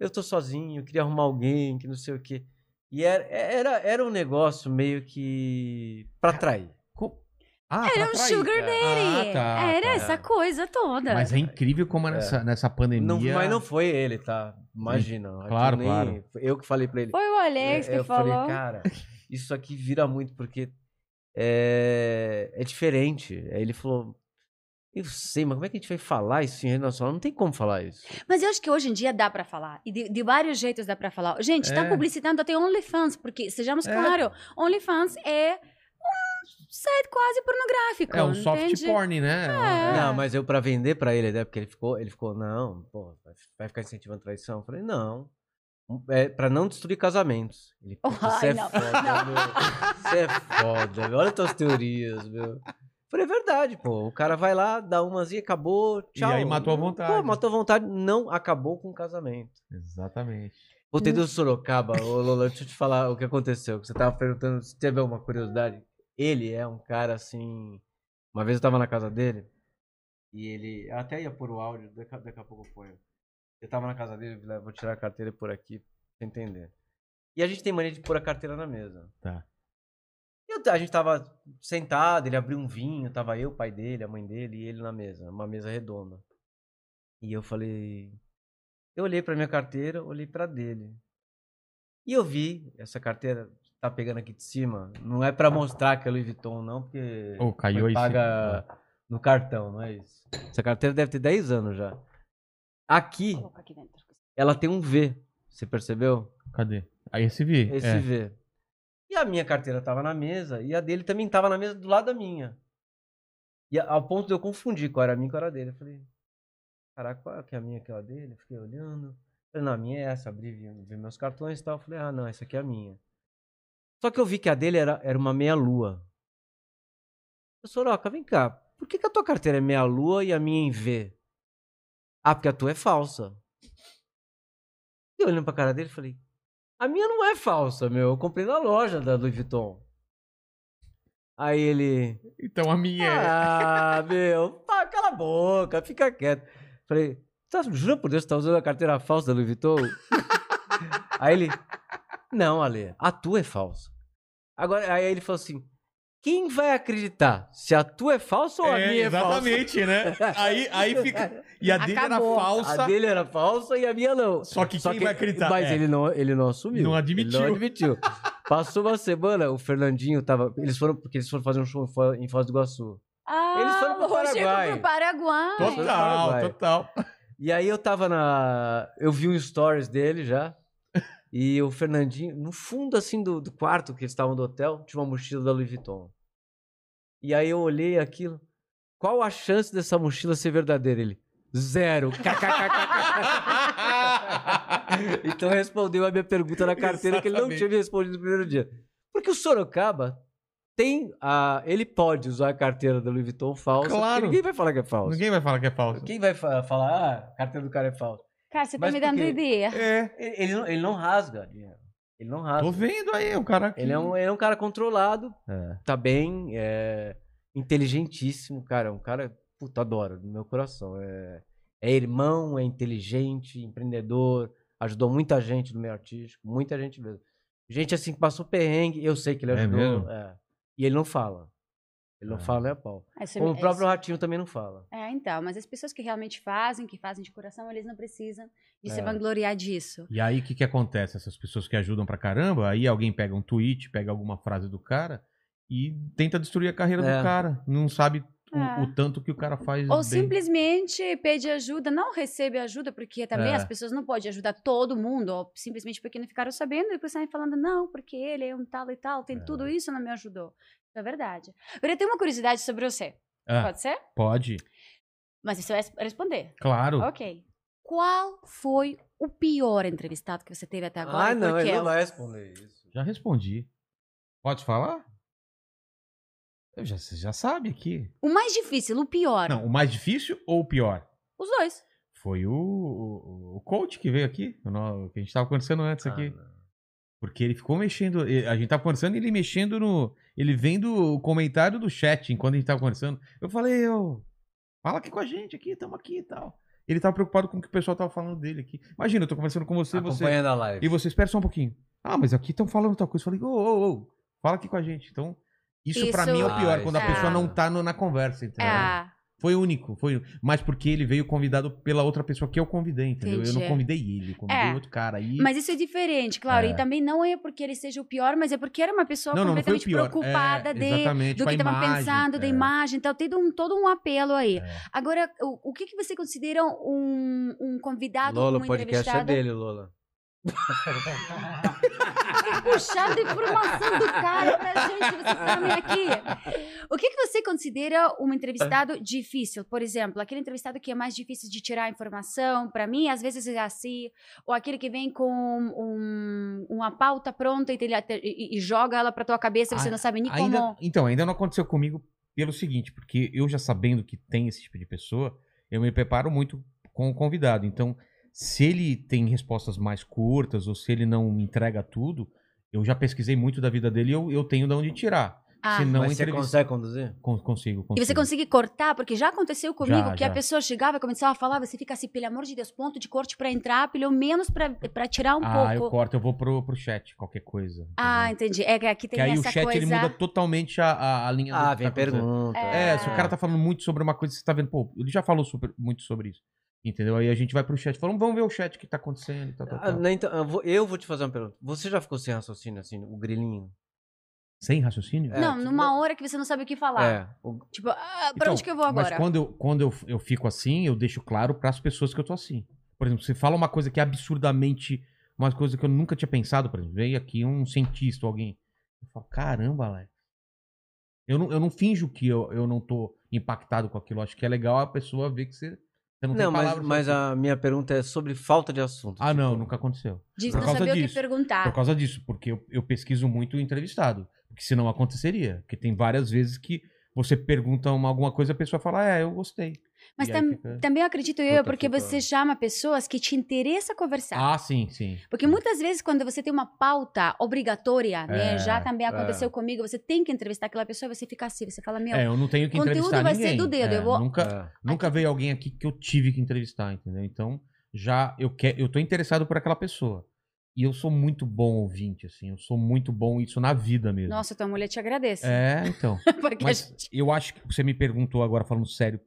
Speaker 4: eu tô sozinho, queria arrumar alguém, que não sei o que. E era, era, era um negócio meio que pra atrair.
Speaker 1: Co- Ah,
Speaker 3: Era
Speaker 1: pra
Speaker 3: um
Speaker 1: trair.
Speaker 3: sugar
Speaker 4: Ah,
Speaker 3: daddy.
Speaker 1: tá,
Speaker 3: Era
Speaker 4: tá.
Speaker 3: essa coisa toda.
Speaker 1: Mas é incrível como nessa, nessa pandemia.
Speaker 4: É. Não, mas não foi ele, tá? Imagina. Ratinho
Speaker 1: claro,
Speaker 4: nem-
Speaker 1: claro.
Speaker 4: Eu que falei pra ele.
Speaker 3: Foi o Alex
Speaker 4: É, Eu-
Speaker 3: que
Speaker 4: eu
Speaker 3: falou.
Speaker 4: falei, cara, isso aqui vira muito, porque é, é diferente. Aí ele falou, eu sei, mas como é que a gente vai falar isso em rede nacional? Não tem como falar isso.
Speaker 3: Mas eu acho que hoje em dia dá pra falar. E de, de vários jeitos dá pra falar. Gente, estão
Speaker 1: É.
Speaker 3: publicitando até OnlyFans, porque, sejamos
Speaker 1: É.
Speaker 3: claros, OnlyFans é um site quase pornográfico.
Speaker 1: É um soft
Speaker 3: entende?
Speaker 1: porn, né?
Speaker 3: É.
Speaker 4: Não, mas eu pra vender pra ele, né? Porque ele ficou, ele ficou, não, pô, vai- vai ficar incentivando traição? Eu falei, não. É pra não destruir casamentos. Ele,
Speaker 3: Oh,
Speaker 4: puta, você
Speaker 3: ai,
Speaker 4: é
Speaker 3: não,
Speaker 4: foda, meu. Você é foda, meu. Olha as tuas teorias, meu. Eu Falei, é verdade, pô. O cara vai lá, dá umas e acabou, tchau.
Speaker 1: aí matou a vontade.
Speaker 4: Pô, matou a vontade, não acabou com o casamento.
Speaker 1: é. Exatamente.
Speaker 4: Voltei do Sorocaba, ô Lola, deixa eu te falar o que aconteceu. que Você tava perguntando se teve alguma curiosidade. Ele é um cara assim. Uma vez eu tava na casa dele e ele. eu até ia pôr o áudio, daqui, a- daqui a pouco eu ponho. Eu tava na casa dele, falei, "Ah, vou tirar a carteira e pôr aqui pra você entender. E a gente tem mania de pôr a carteira na mesa.
Speaker 1: Tá.
Speaker 4: E eu- a gente tava sentado, ele abriu um vinho, tava eu, o pai dele, a mãe dele e ele na mesa, uma mesa redonda. E eu falei. Eu olhei pra minha carteira, olhei pra dele. E eu vi, essa carteira tá pegando aqui de cima, não é pra mostrar que é Louis Vuitton, não, porque
Speaker 1: Ô, caiu
Speaker 4: foi
Speaker 1: aí, sim.
Speaker 4: paga no cartão, não é isso. Essa carteira deve ter 10 anos já. Aqui,
Speaker 3: Coloca aqui dentro.
Speaker 4: ela tem um V, você percebeu?
Speaker 1: Cadê? Aí esse vi.
Speaker 4: Esse
Speaker 1: é.
Speaker 4: V. E a minha carteira tava na mesa e a dele também tava na mesa do lado da minha. E a- ao ponto de eu confundir qual era a minha e qual era a dele. Eu falei, caraca, qual que é a minha e qual é a dele? Eu fiquei olhando. Falei, não, a minha é essa. Abri, vi, vi meus cartões e tal. Eu Falei, ah, não, essa aqui é a minha. Só que eu vi que a dele era, era uma meia-lua. Eu, Soroca, vem cá. Por que, que a tua carteira é meia-lua e a minha é em V? Ah, porque a tua é falsa. E eu olhando pra cara dele, falei, a minha não é falsa, meu. Eu comprei na loja da Louis Vuitton. Aí ele.
Speaker 1: Então a minha é.
Speaker 4: Ah, meu, pá, cala a boca, fica quieto. Falei, tá, jura por Deus que tá usando a carteira falsa da Louis Vuitton? aí ele. Não, Ale, a tua é falsa. Agora, aí ele falou assim: quem vai acreditar? Se a tua é falsa ou a
Speaker 1: É,
Speaker 4: minha é falsa?
Speaker 1: exatamente, né? Aí, aí fica. E a dele
Speaker 3: Acabou.
Speaker 1: era falsa.
Speaker 4: A dele era falsa e a minha não.
Speaker 1: Só que quem vai acreditar?
Speaker 4: Mas
Speaker 1: É.
Speaker 4: ele, não, ele não assumiu.
Speaker 1: Não
Speaker 4: Ele
Speaker 1: admitiu.
Speaker 4: não admitiu. Passou uma semana, o Fernandinho tava. Eles foram, porque eles foram fazer um show em Fo- em Foz do Iguaçu.
Speaker 3: Ah,
Speaker 4: Eles foram pro
Speaker 3: Lô, chegou
Speaker 4: Paraguai.
Speaker 3: pro Paraguai.
Speaker 4: Todo-
Speaker 1: Total,
Speaker 4: Vai.
Speaker 1: total.
Speaker 4: E aí eu tava na. Eu vi um stories dele já. E o Fernandinho, no fundo assim do, do quarto que eles estavam do hotel, tinha uma mochila da Louis Vuitton. E aí eu olhei aquilo. Qual a chance dessa mochila ser verdadeira? Ele. Zero. KKKK. então respondeu a minha pergunta na carteira que ele não
Speaker 1: Exatamente.
Speaker 4: tinha me respondido no primeiro dia. Porque o Sorocaba tem a. Ele pode usar a carteira da Louis Vuitton falsa. porque
Speaker 1: Claro.
Speaker 4: Ninguém vai falar que é falsa.
Speaker 1: Ninguém vai falar que é falsa.
Speaker 4: Quem vai fa- falar, ah, a carteira do cara é falsa?
Speaker 3: Cara, você tá
Speaker 4: Mas
Speaker 3: me
Speaker 4: por
Speaker 3: dando
Speaker 4: quê?
Speaker 3: ideia.
Speaker 1: É.
Speaker 4: Ele, ele não, ele não rasga dinheiro. Ele não rasga.
Speaker 1: Tô vendo aí, o cara.
Speaker 4: Ele é, um, ele é um cara controlado,
Speaker 1: É.
Speaker 4: tá bem, é inteligentíssimo, cara. É um cara, puta, adoro, do meu coração. É, é irmão, é inteligente, empreendedor, ajudou muita gente no meio artístico, muita gente mesmo. Gente assim que passou perrengue, eu sei que ele
Speaker 1: É
Speaker 4: ajudou.
Speaker 1: mesmo?
Speaker 4: é. E ele não fala. Ele não
Speaker 1: Ah.
Speaker 4: fala, é pau.
Speaker 3: Ah, isso é-
Speaker 4: Como o
Speaker 3: é
Speaker 4: próprio Ratinho também não fala.
Speaker 3: É, então, mas as pessoas que realmente fazem, que fazem de coração, eles não precisam de se
Speaker 4: É.
Speaker 3: vangloriar disso.
Speaker 1: E aí, o que, que acontece? Essas pessoas que ajudam pra caramba, aí alguém pega um tweet, pega alguma frase do cara e tenta destruir a carreira
Speaker 4: É.
Speaker 1: do cara. Não sabe o,
Speaker 3: É.
Speaker 1: o tanto que o cara faz.
Speaker 3: Ou
Speaker 1: bem.
Speaker 3: simplesmente pede ajuda, não recebe ajuda, porque também
Speaker 1: É.
Speaker 3: as pessoas não podem ajudar todo mundo, ou simplesmente porque não ficaram sabendo e depois saem falando, não, porque ele é um tal e tal, tem
Speaker 1: É.
Speaker 3: tudo isso, não me ajudou. Isso é verdade. Agora, eu tenho uma curiosidade sobre você,
Speaker 1: Ah,
Speaker 3: pode ser?
Speaker 1: pode.
Speaker 3: Mas você vai es- responder.
Speaker 1: Claro.
Speaker 3: Ok. Qual foi o pior entrevistado que você teve até agora?
Speaker 4: ah,
Speaker 3: e
Speaker 4: não,
Speaker 3: por
Speaker 4: ele
Speaker 3: quê?
Speaker 4: não vai responder isso.
Speaker 1: Já respondi. Pode falar? Eu já, você já sabe aqui.
Speaker 3: O mais difícil, o pior.
Speaker 1: Não, o mais difícil ou o pior?
Speaker 3: Os dois.
Speaker 1: Foi o, o, o coach que veio aqui, o no- que a gente tava conversando antes
Speaker 4: Ah,
Speaker 1: aqui.
Speaker 4: não.
Speaker 1: Porque ele ficou mexendo. e- A gente tava conversando e ele mexendo no. Ele vendo o comentário do chat enquanto a gente tava conversando. Eu falei, ô, fala aqui com a gente aqui, tamo aqui e tal. Ele tava preocupado com o que o pessoal tava falando dele aqui. Imagina, eu tô conversando com você, você.
Speaker 4: Acompanhando a live.
Speaker 1: E você espera só um pouquinho. Ah, mas aqui estão falando tal coisa. Eu falei, ô, ô, ô, fala aqui com a gente. Então, isso, pra
Speaker 3: Isso-
Speaker 1: mim é o pior,
Speaker 4: Ah,
Speaker 1: quando a
Speaker 3: isso
Speaker 1: pessoa
Speaker 3: é.
Speaker 1: não tá no- na conversa, entendeu?
Speaker 3: Ah.
Speaker 1: Foi único, foi único. Mas porque ele veio convidado pela outra pessoa que eu convidei, entendeu? Eu não
Speaker 3: Entendi.
Speaker 1: convidei ele, eu convidei
Speaker 3: É.
Speaker 1: outro cara. aí.
Speaker 3: Mas isso é diferente, claro. E
Speaker 1: É.
Speaker 3: também não é porque ele seja o pior, mas é porque era uma pessoa
Speaker 1: não, não, não foi o
Speaker 3: completamente
Speaker 1: pior.
Speaker 3: preocupada
Speaker 1: É,
Speaker 3: de,
Speaker 1: exatamente,
Speaker 3: do
Speaker 1: com
Speaker 3: que
Speaker 1: a
Speaker 3: estava
Speaker 1: imagem,
Speaker 3: pensando, da
Speaker 1: é.
Speaker 3: imagem. Então tem um- todo um apelo aí.
Speaker 1: É.
Speaker 3: Agora, o, o que, que você considera um, um convidado,
Speaker 4: Lola,
Speaker 3: um
Speaker 4: o podcast é
Speaker 3: entrevistado?
Speaker 4: dele, Lola.
Speaker 3: Tá Puxando informação do cara pra gente, vocês sabem aqui. O que, que você considera um entrevistado difícil? Por exemplo, aquele entrevistado que é mais difícil de tirar a informação, pra mim, às vezes é assim. Ou aquele que vem com um- uma pauta pronta e, te- e- e joga ela pra tua cabeça e você
Speaker 1: Ah,
Speaker 3: não sabe nem
Speaker 1: Ainda-
Speaker 3: como.
Speaker 1: então, ainda não aconteceu comigo pelo seguinte, porque eu já sabendo que tem esse tipo de pessoa, eu me preparo muito com o convidado. Então, se ele tem respostas mais curtas ou se ele não entrega tudo, eu já pesquisei muito da vida dele e eu, eu tenho de onde tirar.
Speaker 3: Ah.
Speaker 1: Se não,
Speaker 4: Mas você
Speaker 1: entrevista...
Speaker 4: consegue conduzir?
Speaker 1: Con- consigo,
Speaker 3: E
Speaker 1: consigo.
Speaker 3: você consegue cortar, porque já aconteceu comigo
Speaker 1: Já,
Speaker 3: que a
Speaker 1: já.
Speaker 3: pessoa chegava e começava a falar, você fica assim, pelo amor de Deus, ponto de corte pra entrar, pelo menos pra pra tirar um
Speaker 1: ah, eu
Speaker 3: pouco.
Speaker 1: corto, eu vou pro, pro chat, qualquer coisa.
Speaker 3: Ah,
Speaker 1: entendeu?
Speaker 3: entendi. É que aqui tem
Speaker 1: que aí
Speaker 3: essa
Speaker 1: o chat
Speaker 3: coisa.
Speaker 1: ele muda totalmente a, a, a linha
Speaker 4: Ah,
Speaker 1: que
Speaker 4: vem
Speaker 1: tá acontecendo.
Speaker 4: pergunta.
Speaker 1: É, se o cara tá falando muito sobre uma coisa, você tá vendo, pô, ele já falou super- muito sobre isso. Entendeu? Aí a gente vai pro chat, falando, vamos ver o chat o que tá acontecendo e tal, tal,
Speaker 4: Ah,
Speaker 1: tal.
Speaker 4: né, então, eu vou, eu vou te fazer uma pergunta. Você já ficou sem raciocínio, assim, o grilinho?
Speaker 1: Sem raciocínio?
Speaker 4: É,
Speaker 3: Não,
Speaker 4: tipo,
Speaker 3: numa
Speaker 4: não-
Speaker 3: hora que você não sabe o que falar.
Speaker 4: É. o-
Speaker 3: Tipo, ah, pra
Speaker 1: Então,
Speaker 3: onde que eu vou agora?
Speaker 1: Mas quando, eu, quando eu, eu fico assim, eu deixo claro pras pessoas que eu tô assim. Por exemplo, você fala uma coisa que é absurdamente. Uma coisa que eu nunca tinha pensado, por exemplo, veio aqui um cientista, alguém. Eu falo, caramba, Alex. Eu não, eu não finjo que eu, eu não tô impactado com aquilo. Acho que é legal a pessoa ver que você, você não,
Speaker 4: Não,
Speaker 1: tem
Speaker 4: mas,
Speaker 1: palavras.
Speaker 4: mas
Speaker 1: pra-
Speaker 4: a minha pergunta é sobre falta de assunto.
Speaker 1: Ah,
Speaker 4: tipo,
Speaker 1: não, nunca aconteceu.
Speaker 3: De
Speaker 1: por
Speaker 3: não
Speaker 1: causa
Speaker 3: saber o que
Speaker 1: disso.
Speaker 3: perguntar.
Speaker 1: Por causa disso, porque eu, eu pesquiso muito o entrevistado. Porque senão aconteceria. Porque tem várias vezes que você pergunta uma, alguma coisa e a pessoa fala, é, eu gostei.
Speaker 3: Mas
Speaker 1: E aí
Speaker 3: tam-
Speaker 1: fica-
Speaker 3: também eu acredito eu,
Speaker 1: Puta,
Speaker 3: porque
Speaker 1: fica-
Speaker 3: você chama pessoas que te interessa conversar.
Speaker 1: Ah, sim, sim.
Speaker 3: tá. Porque muitas vezes, quando você tem uma pauta obrigatória, né?
Speaker 1: É,
Speaker 3: Já também aconteceu comigo, você tem que entrevistar aquela pessoa, você fica assim, você fala, meu,
Speaker 1: É, eu não tenho que
Speaker 3: conteúdo
Speaker 1: entrevistar
Speaker 3: vai
Speaker 1: ninguém.
Speaker 3: ser do dedo,
Speaker 1: É,
Speaker 3: eu vou-
Speaker 1: Nunca,
Speaker 4: é.
Speaker 1: nunca veio alguém aqui que eu tive que entrevistar, entendeu? Então, já eu quero, eu tô interessado por aquela pessoa. E eu sou muito bom ouvinte, assim, eu sou muito bom isso na vida mesmo.
Speaker 3: nossa, tua mulher te agradece.
Speaker 1: É, então.
Speaker 3: porque a
Speaker 1: Mas
Speaker 3: gente-
Speaker 1: eu acho que você me perguntou agora, falando sério,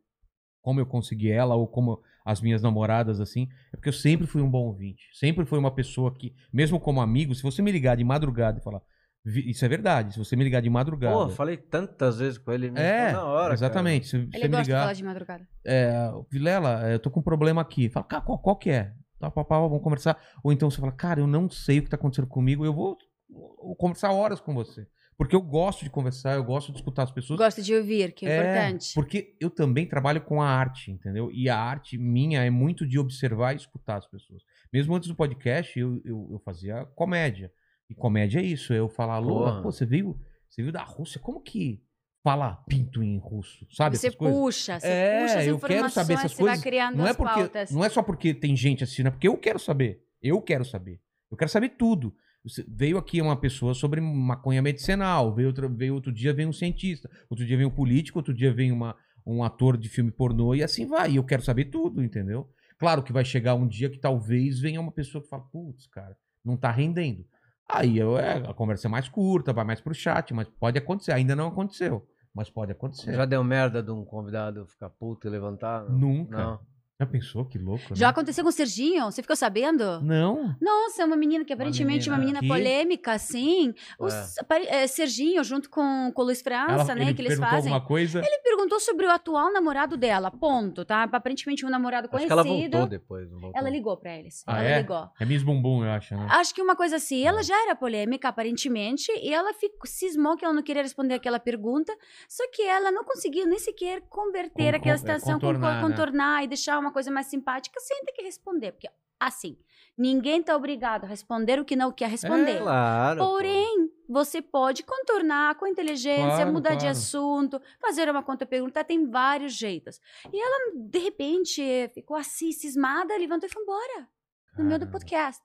Speaker 1: como eu consegui ela ou como as minhas namoradas, assim, é porque eu sempre fui um bom ouvinte. Sempre fui uma pessoa que, mesmo como amigo, se você me ligar de madrugada e falar, "Vi- isso é verdade, se você me ligar de madrugada.
Speaker 4: Pô, falei tantas vezes com ele, ele me
Speaker 1: é,
Speaker 4: respondeu na hora. cara.
Speaker 1: exatamente. Se você
Speaker 3: Ele
Speaker 1: me
Speaker 3: gosta de
Speaker 1: ligar,
Speaker 3: falar de madrugada.
Speaker 1: é, Vilela, eu tô com um problema aqui. Fala, cara, qual, qual que é? Tá, pá, pá, vamos conversar. Ou então você fala, cara, eu não sei o que tá acontecendo comigo, eu vou eu vou conversar horas com você. Porque eu gosto de conversar, eu gosto de escutar as pessoas.
Speaker 3: Gosta de ouvir, que é,
Speaker 1: É,
Speaker 3: importante.
Speaker 1: Porque eu também trabalho com a arte, entendeu? E a arte minha é muito de observar e escutar as pessoas. Mesmo antes do podcast, eu, eu, eu fazia comédia. E comédia é isso, eu falar, Lula,
Speaker 4: Porra.
Speaker 1: pô, você veio, você veio da Rússia, como que fala pinto em russo? Sabe
Speaker 3: Você
Speaker 1: essas coisas?
Speaker 3: puxa, você
Speaker 1: É,
Speaker 3: puxa as
Speaker 1: eu quero saber
Speaker 3: informações,
Speaker 1: essas
Speaker 3: você vai
Speaker 1: coisas.
Speaker 3: criando
Speaker 1: Não é,
Speaker 3: as
Speaker 1: porque,
Speaker 3: pautas.
Speaker 1: não é só porque tem gente assistindo, é porque eu quero saber. Eu quero saber. Eu quero saber tudo. Você- Veio aqui uma pessoa sobre maconha medicinal, veio outro, veio outro dia veio um cientista, outro dia veio um político, outro dia veio uma, um ator de filme pornô e assim vai. E eu quero saber tudo, entendeu? Claro que vai chegar um dia que talvez venha uma pessoa que fala, putz, cara, não tá rendendo. Aí eu, é, a conversa é mais curta, vai mais pro chat, mas pode acontecer. Ainda não aconteceu, mas pode acontecer.
Speaker 4: Já deu merda de um convidado ficar puto e levantar?
Speaker 1: Nunca.
Speaker 4: Não.
Speaker 1: Já pensou? Que louco, né?
Speaker 3: Já aconteceu com o Serginho? Você ficou sabendo?
Speaker 1: Não.
Speaker 3: Nossa, é uma menina que
Speaker 4: Uma
Speaker 3: aparentemente é uma
Speaker 1: menina
Speaker 3: menina
Speaker 1: que- Ah.
Speaker 3: polêmica, assim. O
Speaker 4: É.
Speaker 3: S- pare- é, Serginho, junto com, com o Luiz França,
Speaker 1: Ela-
Speaker 3: né, que eles
Speaker 1: perguntou
Speaker 3: fazem.
Speaker 1: alguma coisa.
Speaker 3: Ele perguntou sobre o atual namorado dela, ponto, tá? Aparentemente um namorado
Speaker 4: Acho
Speaker 3: conhecido.
Speaker 4: que ela voltou depois. não voltou?
Speaker 3: Ela ligou pra eles.
Speaker 1: Ah,
Speaker 3: ela
Speaker 1: é?
Speaker 3: ligou.
Speaker 1: É Miss Bumbum, eu acho, né?
Speaker 3: Acho que uma coisa assim, ela já era polêmica, aparentemente, e ela ficou, cismou que ela não queria responder aquela pergunta, só que ela não conseguiu nem sequer converter
Speaker 1: Con-
Speaker 3: aquela
Speaker 1: con-
Speaker 3: situação, con-
Speaker 1: contornar,
Speaker 3: contornar,
Speaker 1: né?
Speaker 3: e deixar uma coisa mais simpática, sem ter que responder. Porque, assim, ninguém tá obrigado a responder o que não quer
Speaker 1: É,
Speaker 3: responder.
Speaker 4: Claro. pô.
Speaker 3: Porém, você pode contornar com inteligência,
Speaker 1: Claro,
Speaker 3: mudar de
Speaker 1: claro.
Speaker 3: assunto, fazer uma conta-pergunta, tem vários jeitos. E ela, de repente, ficou assim, cismada, levantou e foi embora no meio do
Speaker 1: Caramba.
Speaker 3: podcast.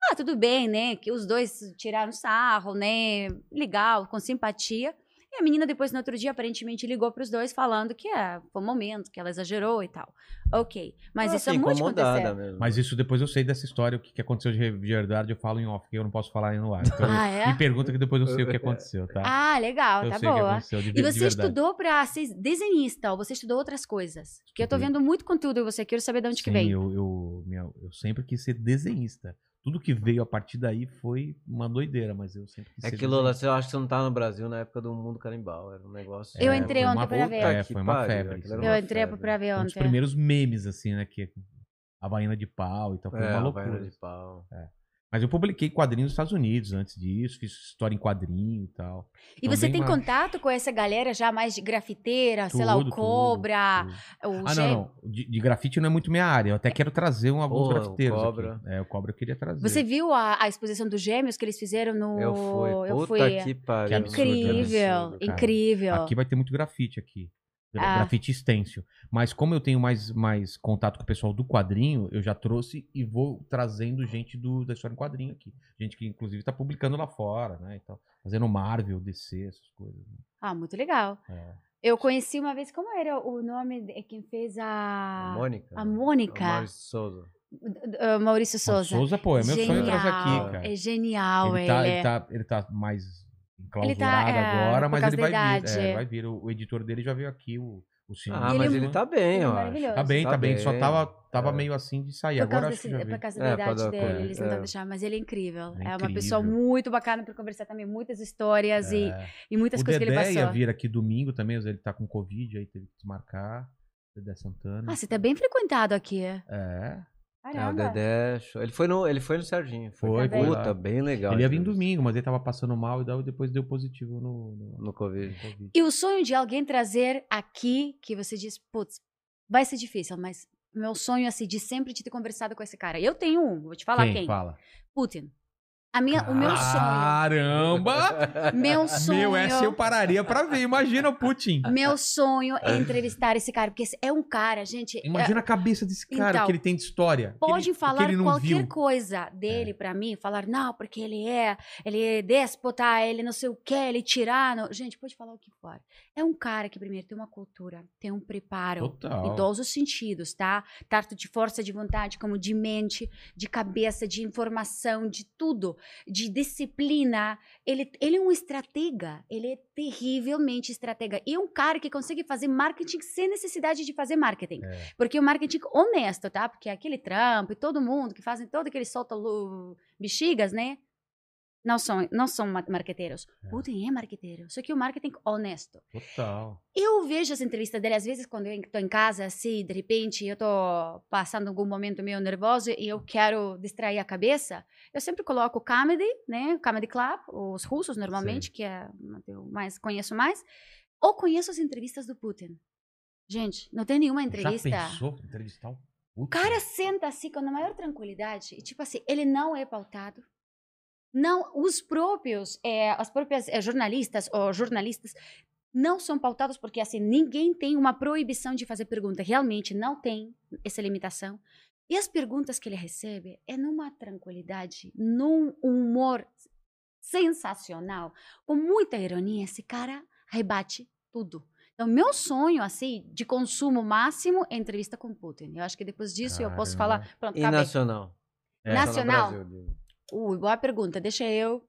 Speaker 3: Ah, tudo bem, né? Que os dois tiraram sarro, né? Legal, com simpatia. E a menina, depois, no outro dia, aparentemente ligou para os dois falando que é, foi um momento, que ela exagerou e tal. Ok. Mas
Speaker 1: Ah,
Speaker 4: Ela
Speaker 3: isso é
Speaker 4: fica
Speaker 3: muito
Speaker 4: incomodada
Speaker 3: aconteceu.
Speaker 4: mesmo. É
Speaker 1: Mas isso depois eu sei dessa história, o que, que aconteceu de verdade, eu falo em off, que eu não posso falar aí no ar. Então,
Speaker 3: Ah, é?
Speaker 1: Me pergunta que depois eu sei o que aconteceu, tá?
Speaker 3: Ah, legal,
Speaker 1: eu
Speaker 3: tá
Speaker 1: sei o que é
Speaker 3: boa.
Speaker 1: aconteceu de,
Speaker 3: E
Speaker 1: ver- de
Speaker 3: você
Speaker 1: verdade.
Speaker 3: estudou para ser desenhista ou você estudou outras coisas? Porque eu tô
Speaker 1: Estudei.
Speaker 3: vendo muito conteúdo e você quero saber de onde que
Speaker 1: Sim,
Speaker 3: vem.
Speaker 1: Eu, eu, minha- eu sempre quis ser desenhista. Tudo que veio a partir daí foi uma doideira, mas eu sempre quis
Speaker 4: É
Speaker 1: ser
Speaker 4: que Lola, você acha que você não tá no Brasil na época do mundo canibal. Era um negócio.
Speaker 3: Eu
Speaker 1: É,
Speaker 3: entrei
Speaker 1: foi
Speaker 3: ontem
Speaker 1: uma
Speaker 3: pra
Speaker 1: puta-
Speaker 3: ver.
Speaker 1: É,
Speaker 4: Que
Speaker 1: foi uma
Speaker 4: pariu,
Speaker 1: febre.
Speaker 4: aquilo era
Speaker 1: isso. né?
Speaker 3: Eu
Speaker 4: uma
Speaker 3: entrei
Speaker 4: febre.
Speaker 3: pra ver
Speaker 1: Um dos
Speaker 3: ontem.
Speaker 1: primeiros memes, assim, né? Que a baiana de pau e tal. Foi
Speaker 4: É,
Speaker 1: uma
Speaker 4: uma
Speaker 1: loucura.
Speaker 4: perna de pau.
Speaker 1: Mas eu publiquei quadrinhos nos Estados Unidos antes disso, fiz história em quadrinho e tal.
Speaker 3: E
Speaker 1: Então,
Speaker 3: você
Speaker 1: bem
Speaker 3: tem
Speaker 1: mais.
Speaker 3: contato com essa galera já mais de grafiteira, sei lá, o
Speaker 1: Tudo, tudo,
Speaker 3: Cobra,
Speaker 1: tudo.
Speaker 3: o
Speaker 1: Ah,
Speaker 3: Gê-
Speaker 1: não, não. De, de grafite não é muito minha área. Eu até quero trazer um, alguns
Speaker 4: Pô, o
Speaker 1: grafiteiros. aqui.
Speaker 4: Cobra.
Speaker 1: É, o Cobra eu queria trazer.
Speaker 3: Você viu a, a exposição dos gêmeos que eles fizeram no.
Speaker 4: Eu fui. Puta que pariu.
Speaker 1: Que absurdo,
Speaker 3: Incrível,
Speaker 4: absurdo, cara.
Speaker 3: incrível.
Speaker 1: Aqui vai ter muito grafite aqui.
Speaker 3: Ah.
Speaker 1: Grafite stencil. Mas como eu tenho mais, mais contato com o pessoal do quadrinho, eu já trouxe e vou trazendo gente do, da história em quadrinho aqui. Gente que, inclusive, tá publicando lá fora, né? e tal. Fazendo Marvel, DC, essas coisas. né.
Speaker 3: Ah, muito legal.
Speaker 1: É.
Speaker 3: Eu conheci uma vez, como era o nome de quem fez a.
Speaker 4: A Mônica. É
Speaker 3: A Mônica.
Speaker 4: O Maurício Souza.
Speaker 3: Ah, Maurício Souza.
Speaker 1: Souza, pô, é meu sonho trazer
Speaker 3: Genial,
Speaker 1: aqui, cara.
Speaker 3: É genial,
Speaker 1: ele, tá,
Speaker 3: ele
Speaker 1: ele,
Speaker 3: é.
Speaker 1: tá, ele tá mais enclausurado
Speaker 3: é,
Speaker 1: agora,
Speaker 3: por
Speaker 1: mas
Speaker 3: causa
Speaker 1: ele vai
Speaker 3: da
Speaker 1: vir.
Speaker 3: idade.
Speaker 1: é, vai vir. O, o editor dele já veio aqui, o, o Silvio.
Speaker 4: Ah,
Speaker 3: E
Speaker 4: mas
Speaker 3: ele-
Speaker 4: ele tá bem,
Speaker 3: ele é
Speaker 4: ó.
Speaker 3: maravilhoso.
Speaker 1: Tá bem, tá
Speaker 4: Tá
Speaker 1: bem. Só
Speaker 4: bem,
Speaker 1: tava, tava
Speaker 4: é.
Speaker 1: meio assim de sair.
Speaker 3: Por
Speaker 1: agora
Speaker 3: causa,
Speaker 1: acho que
Speaker 3: desse-
Speaker 1: já
Speaker 3: por
Speaker 1: veio.
Speaker 3: causa da
Speaker 4: É, por
Speaker 3: idade
Speaker 4: causa da
Speaker 3: dele,
Speaker 4: coisa,
Speaker 3: eles não estão
Speaker 4: é.
Speaker 3: deixando, mas ele é incrível.
Speaker 1: É
Speaker 3: É, uma pessoa
Speaker 1: incrível.
Speaker 3: muito bacana para conversar também, muitas histórias e,
Speaker 1: É.
Speaker 3: e muitas
Speaker 1: o
Speaker 3: coisas que ele
Speaker 1: Dedé ia
Speaker 3: passou.
Speaker 1: vir aqui domingo também, mas ele tá com Covid, aí teve que desmarcar. Dedé Santana.
Speaker 3: Ah, você tá bem frequentado aqui.
Speaker 1: É.
Speaker 4: É, o
Speaker 3: Caramba.
Speaker 4: Dedé. show. Ele foi no, ele foi no Serginho.
Speaker 1: Foi,
Speaker 3: foi
Speaker 4: Puta,
Speaker 1: lá.
Speaker 4: bem legal.
Speaker 1: Ele ia vir
Speaker 4: aquilo.
Speaker 1: domingo, mas ele tava passando mal e daí depois deu positivo no, no-
Speaker 4: No
Speaker 1: no
Speaker 4: Covid.
Speaker 1: Covid.
Speaker 3: E o sonho de alguém trazer aqui, que você diz, putz, vai ser difícil, mas meu sonho é assim, de sempre de ter conversado com esse cara. Eu tenho um, vou te falar quem.
Speaker 1: Fala.
Speaker 3: Putin. A minha, o meu sonho.
Speaker 1: Caramba!
Speaker 3: Meu sonho.
Speaker 1: Meu, essa eu pararia pra ver. Imagina o Putin.
Speaker 3: Meu sonho é entrevistar esse cara, porque esse é um cara, gente. é-
Speaker 1: Imagina a cabeça desse cara
Speaker 3: Então,
Speaker 1: que ele tem de história. que
Speaker 3: Pode
Speaker 1: ele- que
Speaker 3: falar
Speaker 1: ele não
Speaker 3: qualquer
Speaker 1: viu. É.
Speaker 3: coisa dele pra mim, falar não, porque ele é, ele é déspota, ele não sei o que, ele é tirano. Gente, pode falar o que for. É um cara que primeiro tem uma cultura, tem um preparo. Em
Speaker 1: Total.
Speaker 3: todos os sentidos, tá? Tanto de força de vontade, como de mente, de cabeça, de informação, de tudo, de disciplina. Ele, ele é um estratega, ele é terrivelmente estratega. E é um cara que consegue fazer marketing sem necessidade de fazer marketing.
Speaker 1: É.
Speaker 3: Porque o marketing honesto, tá? Porque aquele Trump e todo mundo que fazem todo aquele solta lu- bexigas, né? Não são, não são ma- marqueteiros.
Speaker 1: É.
Speaker 3: Putin é marqueteiro. Só que o marketing honesto.
Speaker 1: Total.
Speaker 3: Eu vejo as entrevistas dele, às vezes, quando eu estou em casa, assim, de repente, eu estou passando algum momento meio nervoso e eu quero distrair a cabeça, eu sempre coloco comedy, né? Comedy Club, os russos, normalmente, que é uma que eu mais conheço mais. Ou conheço as entrevistas do Putin. Gente, não tem nenhuma entrevista.
Speaker 1: Já pensou em entrevistar um
Speaker 3: O cara senta assim com a maior tranquilidade e tipo assim, ele não é pautado. Não, os próprios, eh, as próprias eh, jornalistas ou jornalistas não são pautados porque assim ninguém tem uma proibição de fazer pergunta. Realmente não tem essa limitação. E as perguntas que ele recebe é numa tranquilidade, num humor sensacional, com muita ironia. Esse cara rebate tudo. Então, meu sonho, assim, de consumo máximo é entrevista com Putin. Eu acho que depois disso eu posso
Speaker 1: Caramba.
Speaker 3: falar. Pronto,
Speaker 4: E
Speaker 3: acabei.
Speaker 4: nacional.
Speaker 1: É.
Speaker 3: Nacional?
Speaker 4: Só no Brasil, digo.
Speaker 3: Ui, boa pergunta, deixa eu.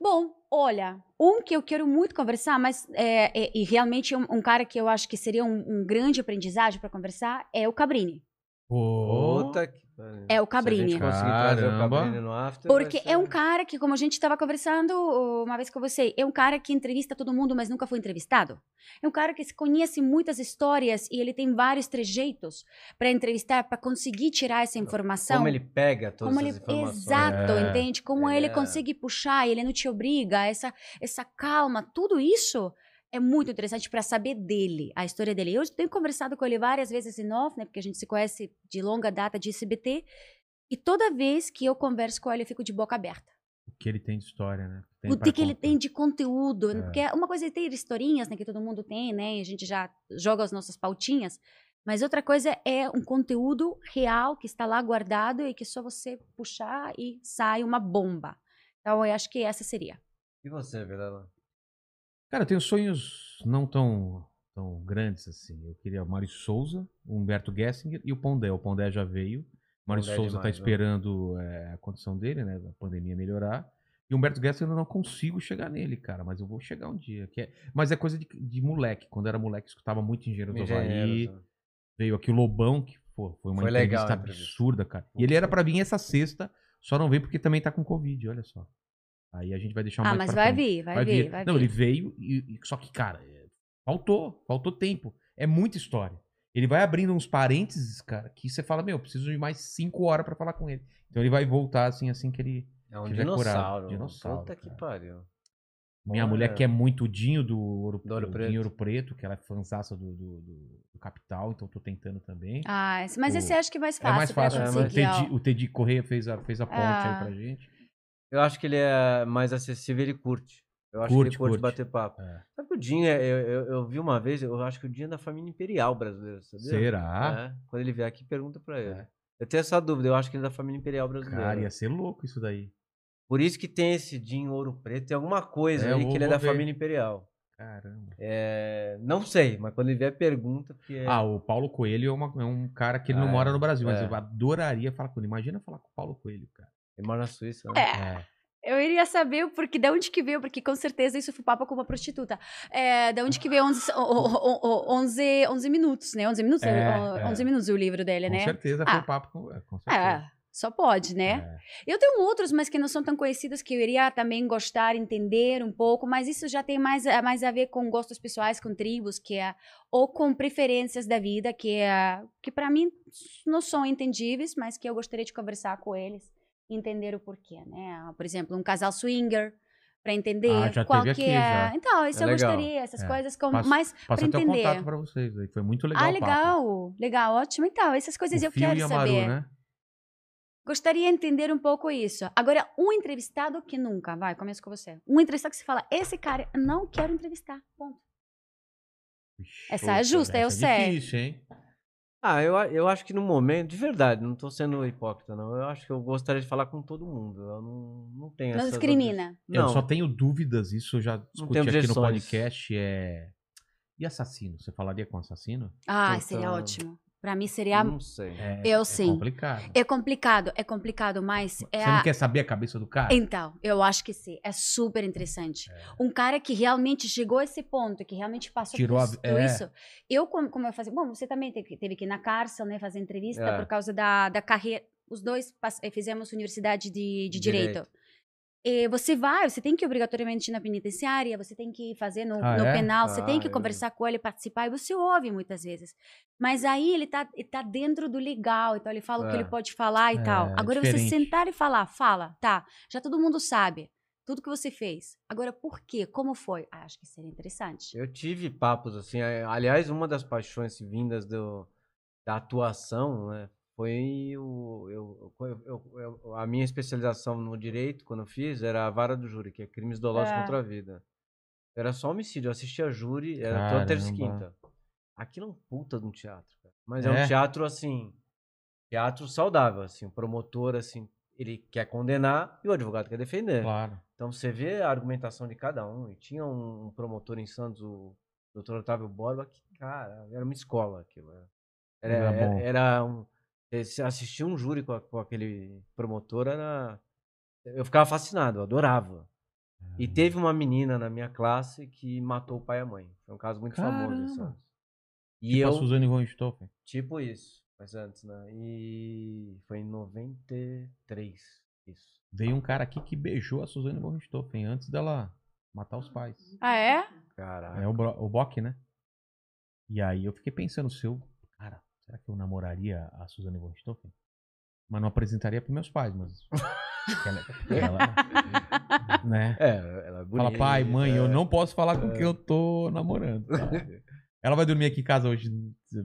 Speaker 3: Bom, olha, um que eu quero muito conversar, mas é, é- e realmente um, um cara que eu acho que seria um, um grande aprendizagem para conversar é o Cabrini.
Speaker 1: Pô,
Speaker 4: Puta que pariu.
Speaker 3: É o
Speaker 4: Se
Speaker 3: Cabrini.
Speaker 4: a gente conseguir trazer o
Speaker 1: Caramba.
Speaker 4: Cabrini no after. vai
Speaker 3: Porque
Speaker 4: ser-
Speaker 3: é um cara que, como a gente estava conversando uh, uma vez com você, é um cara que entrevista todo mundo, mas nunca foi entrevistado. É um cara que se conhece muitas histórias e ele tem vários trejeitos para entrevistar, para conseguir tirar essa informação.
Speaker 4: Como ele pega todas
Speaker 3: Como
Speaker 4: as
Speaker 3: ele-
Speaker 4: informações.
Speaker 3: exato,
Speaker 1: É.
Speaker 3: entende? Como
Speaker 4: Ele
Speaker 3: ele,
Speaker 4: é-
Speaker 3: consegue puxar, ele não te obriga, essa, essa calma, tudo isso é muito interessante para saber dele, a história dele. Eu tenho conversado com ele várias vezes em off, né? Porque a gente se conhece de longa data de CBT. E toda vez que eu converso com ele, eu fico de boca aberta
Speaker 1: o que ele tem de história, né?
Speaker 3: o
Speaker 1: pra
Speaker 3: que, que ele
Speaker 1: contar.
Speaker 3: tem de conteúdo.
Speaker 1: É.
Speaker 3: Porque uma coisa é ter historinhas, né, que todo mundo tem, né, e a gente já joga as nossas pautinhas. Mas outra coisa é um conteúdo real que está lá guardado e que só você puxar e sai uma bomba. Então eu acho que essa seria.
Speaker 4: E você, Vilela?
Speaker 1: Cara, eu tenho sonhos não tão, tão grandes assim. Eu queria o Maurício Souza, o Humberto Gessinger e o Pondé. O Pondé já veio. O Maurício
Speaker 4: Pondé é
Speaker 1: Souza tá
Speaker 4: demais, né?
Speaker 1: esperando é, a condição dele, né? A pandemia melhorar. E o Humberto Gessinger eu não consigo chegar nele, cara. Mas eu vou chegar um dia. Que é... Mas é coisa de, de moleque. Quando eu era moleque, eu escutava muito Engenheiro do Havaí.
Speaker 4: Engenheiros, né?
Speaker 1: Veio aqui o Lobão, que pô, foi uma
Speaker 4: Foi legal
Speaker 1: entrevista
Speaker 4: a entrevista.
Speaker 1: absurda, cara. E ele era pra vir essa sexta, só não veio porque também tá com Covid, olha só. Aí a gente vai deixar
Speaker 3: ah,
Speaker 1: mais
Speaker 3: mas
Speaker 1: pra
Speaker 3: vai
Speaker 1: frente.
Speaker 3: vir, vai,
Speaker 1: Vai
Speaker 3: vir,
Speaker 1: vir.
Speaker 3: vai
Speaker 1: não,
Speaker 3: vir.
Speaker 1: ele veio, e, e- só que, cara, é, faltou, faltou tempo. É muita história. Ele vai abrindo uns parênteses, cara, que você fala, meu, eu preciso de mais cinco horas pra falar com ele. Então ele vai voltar assim, assim que ele.
Speaker 4: É um
Speaker 1: Tiver curado.
Speaker 4: dinossauro.
Speaker 1: Dinossauro,
Speaker 4: Puta que
Speaker 1: cara.
Speaker 4: pariu.
Speaker 1: Minha
Speaker 4: Olha.
Speaker 1: mulher quer muito o Dinho do Ouro,
Speaker 4: Do Ouro
Speaker 1: do
Speaker 4: Preto.
Speaker 1: Dinho Ouro Preto, que ela é fanzaça do, do, do- do Capital, então eu tô tentando também.
Speaker 3: Ah, esse- mas
Speaker 1: O-
Speaker 3: esse acho que é mais fácil,
Speaker 1: é mais fácil.
Speaker 3: pra
Speaker 4: é,
Speaker 1: o,
Speaker 3: conseguir. ó.
Speaker 1: Teddy, o Teddy Correia fez a, fez a ponte
Speaker 3: Ah.
Speaker 1: aí pra gente.
Speaker 4: Eu acho que ele é mais acessível, ele curte. Eu acho
Speaker 1: Curte,
Speaker 4: que ele
Speaker 1: curte.
Speaker 4: curte, bater papo.
Speaker 1: É.
Speaker 4: Sabe que o Dinho, é- eu, eu, eu vi uma vez, eu acho que o Dinho é da família imperial brasileira, sabia?
Speaker 1: Será?
Speaker 4: É, quando ele vier aqui, pergunta pra ele.
Speaker 1: É.
Speaker 4: Eu tenho essa dúvida, eu acho que ele é da família imperial brasileira. né?
Speaker 1: Cara, ia ser louco isso daí.
Speaker 4: Por isso que tem esse Dinho Ouro Preto, tem alguma coisa
Speaker 1: É, eu
Speaker 4: ali
Speaker 1: vou-
Speaker 4: que ele é
Speaker 1: vou
Speaker 4: da
Speaker 1: ver.
Speaker 4: família imperial.
Speaker 1: Caramba.
Speaker 4: É, não sei, mas quando ele vier, pergunta, porque é-
Speaker 1: Ah, o Paulo Coelho é, uma- é um cara que ele não
Speaker 4: Ah, é.
Speaker 1: mora no Brasil, mas
Speaker 4: É.
Speaker 1: eu adoraria falar com ele. Imagina falar com o Paulo Coelho, cara.
Speaker 4: ele mora na Suíça. né?
Speaker 3: É, eu iria saber o porquê, de onde que veio, porque com certeza isso foi papo com uma prostituta. É, de onde que veio 11, o- o- o- o- 11, 11 minutos, né? 11 minutos,
Speaker 1: É,
Speaker 3: o-
Speaker 1: é.
Speaker 3: 11 minutos o livro dele,
Speaker 1: Com
Speaker 3: né?
Speaker 1: certeza foi
Speaker 3: Ah.
Speaker 1: um papo com, é, com certeza.
Speaker 3: É, só pode, né?
Speaker 1: É.
Speaker 3: Eu tenho outros, mas que não são tão conhecidos, que eu iria também gostar, entender um pouco, mas isso já tem mais, a- mais a ver com gostos pessoais, com tribos, que é, ou com preferências da vida, que, é, que para mim não são entendíveis, mas que eu gostaria de conversar com eles, entender o porquê, né? Por exemplo, um casal swinger, para entender
Speaker 1: Ah, já
Speaker 3: qual
Speaker 1: teve
Speaker 3: que
Speaker 1: aqui,
Speaker 3: é.
Speaker 1: já.
Speaker 3: Então, isso
Speaker 4: É
Speaker 3: eu
Speaker 4: legal.
Speaker 3: gostaria, essas
Speaker 1: É.
Speaker 3: coisas, com,
Speaker 1: Passa-
Speaker 3: mas
Speaker 1: Passei até o
Speaker 3: entender.
Speaker 1: contato pra vocês aí. Foi muito legal.
Speaker 3: ah,
Speaker 1: o papo.
Speaker 3: legal, legal, ótimo. Então, essas
Speaker 1: O
Speaker 3: coisas eu
Speaker 1: Fio e
Speaker 3: quero
Speaker 1: a Maru,
Speaker 3: saber.
Speaker 1: né?
Speaker 3: Gostaria de entender um pouco isso. Agora, um entrevistado que nunca, vai, começo com você. Um entrevistado que você fala, esse cara, eu não quero entrevistar, ponto.
Speaker 1: Ixi,
Speaker 3: Essa é justa, eu
Speaker 1: essa
Speaker 3: sei.
Speaker 1: É difícil, hein?
Speaker 4: Ah, eu, a- eu acho que no momento, de verdade, não tô sendo hipócrita, não. Eu acho que eu gostaria de falar com todo mundo. Eu não, não tenho
Speaker 3: Não
Speaker 4: essas obje-
Speaker 3: discrimina.
Speaker 1: Eu
Speaker 4: Não,
Speaker 1: só tenho dúvidas, isso eu já discuti
Speaker 4: tenho
Speaker 1: aqui no
Speaker 4: objeções.
Speaker 1: podcast. É... E assassino? Você falaria com assassino?
Speaker 3: Ah,
Speaker 4: Então- Hum.
Speaker 3: seria ótimo. Pra mim seria.
Speaker 4: eu não sei.
Speaker 1: É,
Speaker 3: Eu
Speaker 1: é
Speaker 3: sim.
Speaker 1: complicado.
Speaker 3: É complicado, é complicado, mas é
Speaker 1: Você não
Speaker 3: a-
Speaker 1: quer saber a cabeça do cara? É.
Speaker 3: Então, eu acho que sim. É super interessante. Um cara que realmente chegou a esse ponto, que realmente passou
Speaker 1: Tirou a
Speaker 3: por
Speaker 1: vi-
Speaker 3: tudo
Speaker 1: é.
Speaker 3: isso. Eu, como, como eu fazia. Bom, você também teve, que- teve que ir na cárcel, né? Fazer entrevista
Speaker 4: É.
Speaker 3: por causa da, da carreira. Os dois pass- eh, fizemos universidade de, de direito.
Speaker 4: Direito.
Speaker 3: Eh, você vai, você tem que ir obrigatoriamente na penitenciária, você tem que fazer no,
Speaker 1: Ah,
Speaker 3: no
Speaker 1: é?
Speaker 3: penal, você tem
Speaker 4: Ah,
Speaker 3: que
Speaker 4: eu-
Speaker 3: conversar com ele, participar, e você ouve muitas vezes. Mas aí ele tá, ele tá dentro do legal, então ele fala o que
Speaker 4: É.
Speaker 3: ele pode falar e
Speaker 1: É,
Speaker 3: tal. Agora você
Speaker 1: diferente.
Speaker 3: sentar e falar, fala, tá, já todo mundo sabe tudo que você fez. Agora, por quê? Como foi? Ah, acho que seria interessante.
Speaker 4: Eu tive papos assim. a- Aliás, uma das paixões vindas do, da atuação, né? Foi o. Eu, eu- eu- eu- a minha especialização no direito, quando eu fiz, era a vara do júri, que é crimes dolosos
Speaker 3: É.
Speaker 4: contra a vida. Era só homicídio. Eu assistia júri, era toda terça e
Speaker 1: Caramba.
Speaker 4: quinta. Aquilo é um puta de um teatro, cara. Mas é,
Speaker 1: É?
Speaker 4: um teatro assim. Teatro saudável, assim. O promotor, assim, ele quer condenar e o advogado quer defender.
Speaker 1: Claro.
Speaker 4: Então você vê a argumentação de cada um. E tinha um um promotor em Santos, o Dr. Otávio Borba, que, cara, era uma escola aquilo. né? Era,
Speaker 1: Era
Speaker 4: era,
Speaker 1: bom.
Speaker 4: era um. eh, se Assistir um júri com, a- com aquele promotor era. Eu ficava fascinado, eu adorava.
Speaker 1: É.
Speaker 4: E
Speaker 1: Uhum.
Speaker 4: teve uma menina na minha classe que matou o pai e a mãe. Foi um caso muito famoso em
Speaker 1: Caramba.
Speaker 4: Santos. E
Speaker 1: E eu...
Speaker 4: eu.
Speaker 1: a Suzane von Stoffen.
Speaker 4: Tipo isso. Mas antes, né? E foi em 93. Isso.
Speaker 1: Veio um cara aqui que beijou a Suzane von Stoffen antes dela matar os pais.
Speaker 3: Ah, é?
Speaker 4: Caraca.
Speaker 1: É o, Bro- o Bock, né? E aí eu fiquei pensando se eu. Cara, será que eu namoraria a Suzane von Stoffen? Mas não apresentaria pros meus pais, mas. ela, ela- né?
Speaker 4: É, ela é bonita.
Speaker 1: Fala, pai, mãe, eu
Speaker 4: é.
Speaker 1: não posso falar com quem eu tô namorando. tá? Ela vai dormir aqui em casa hoje.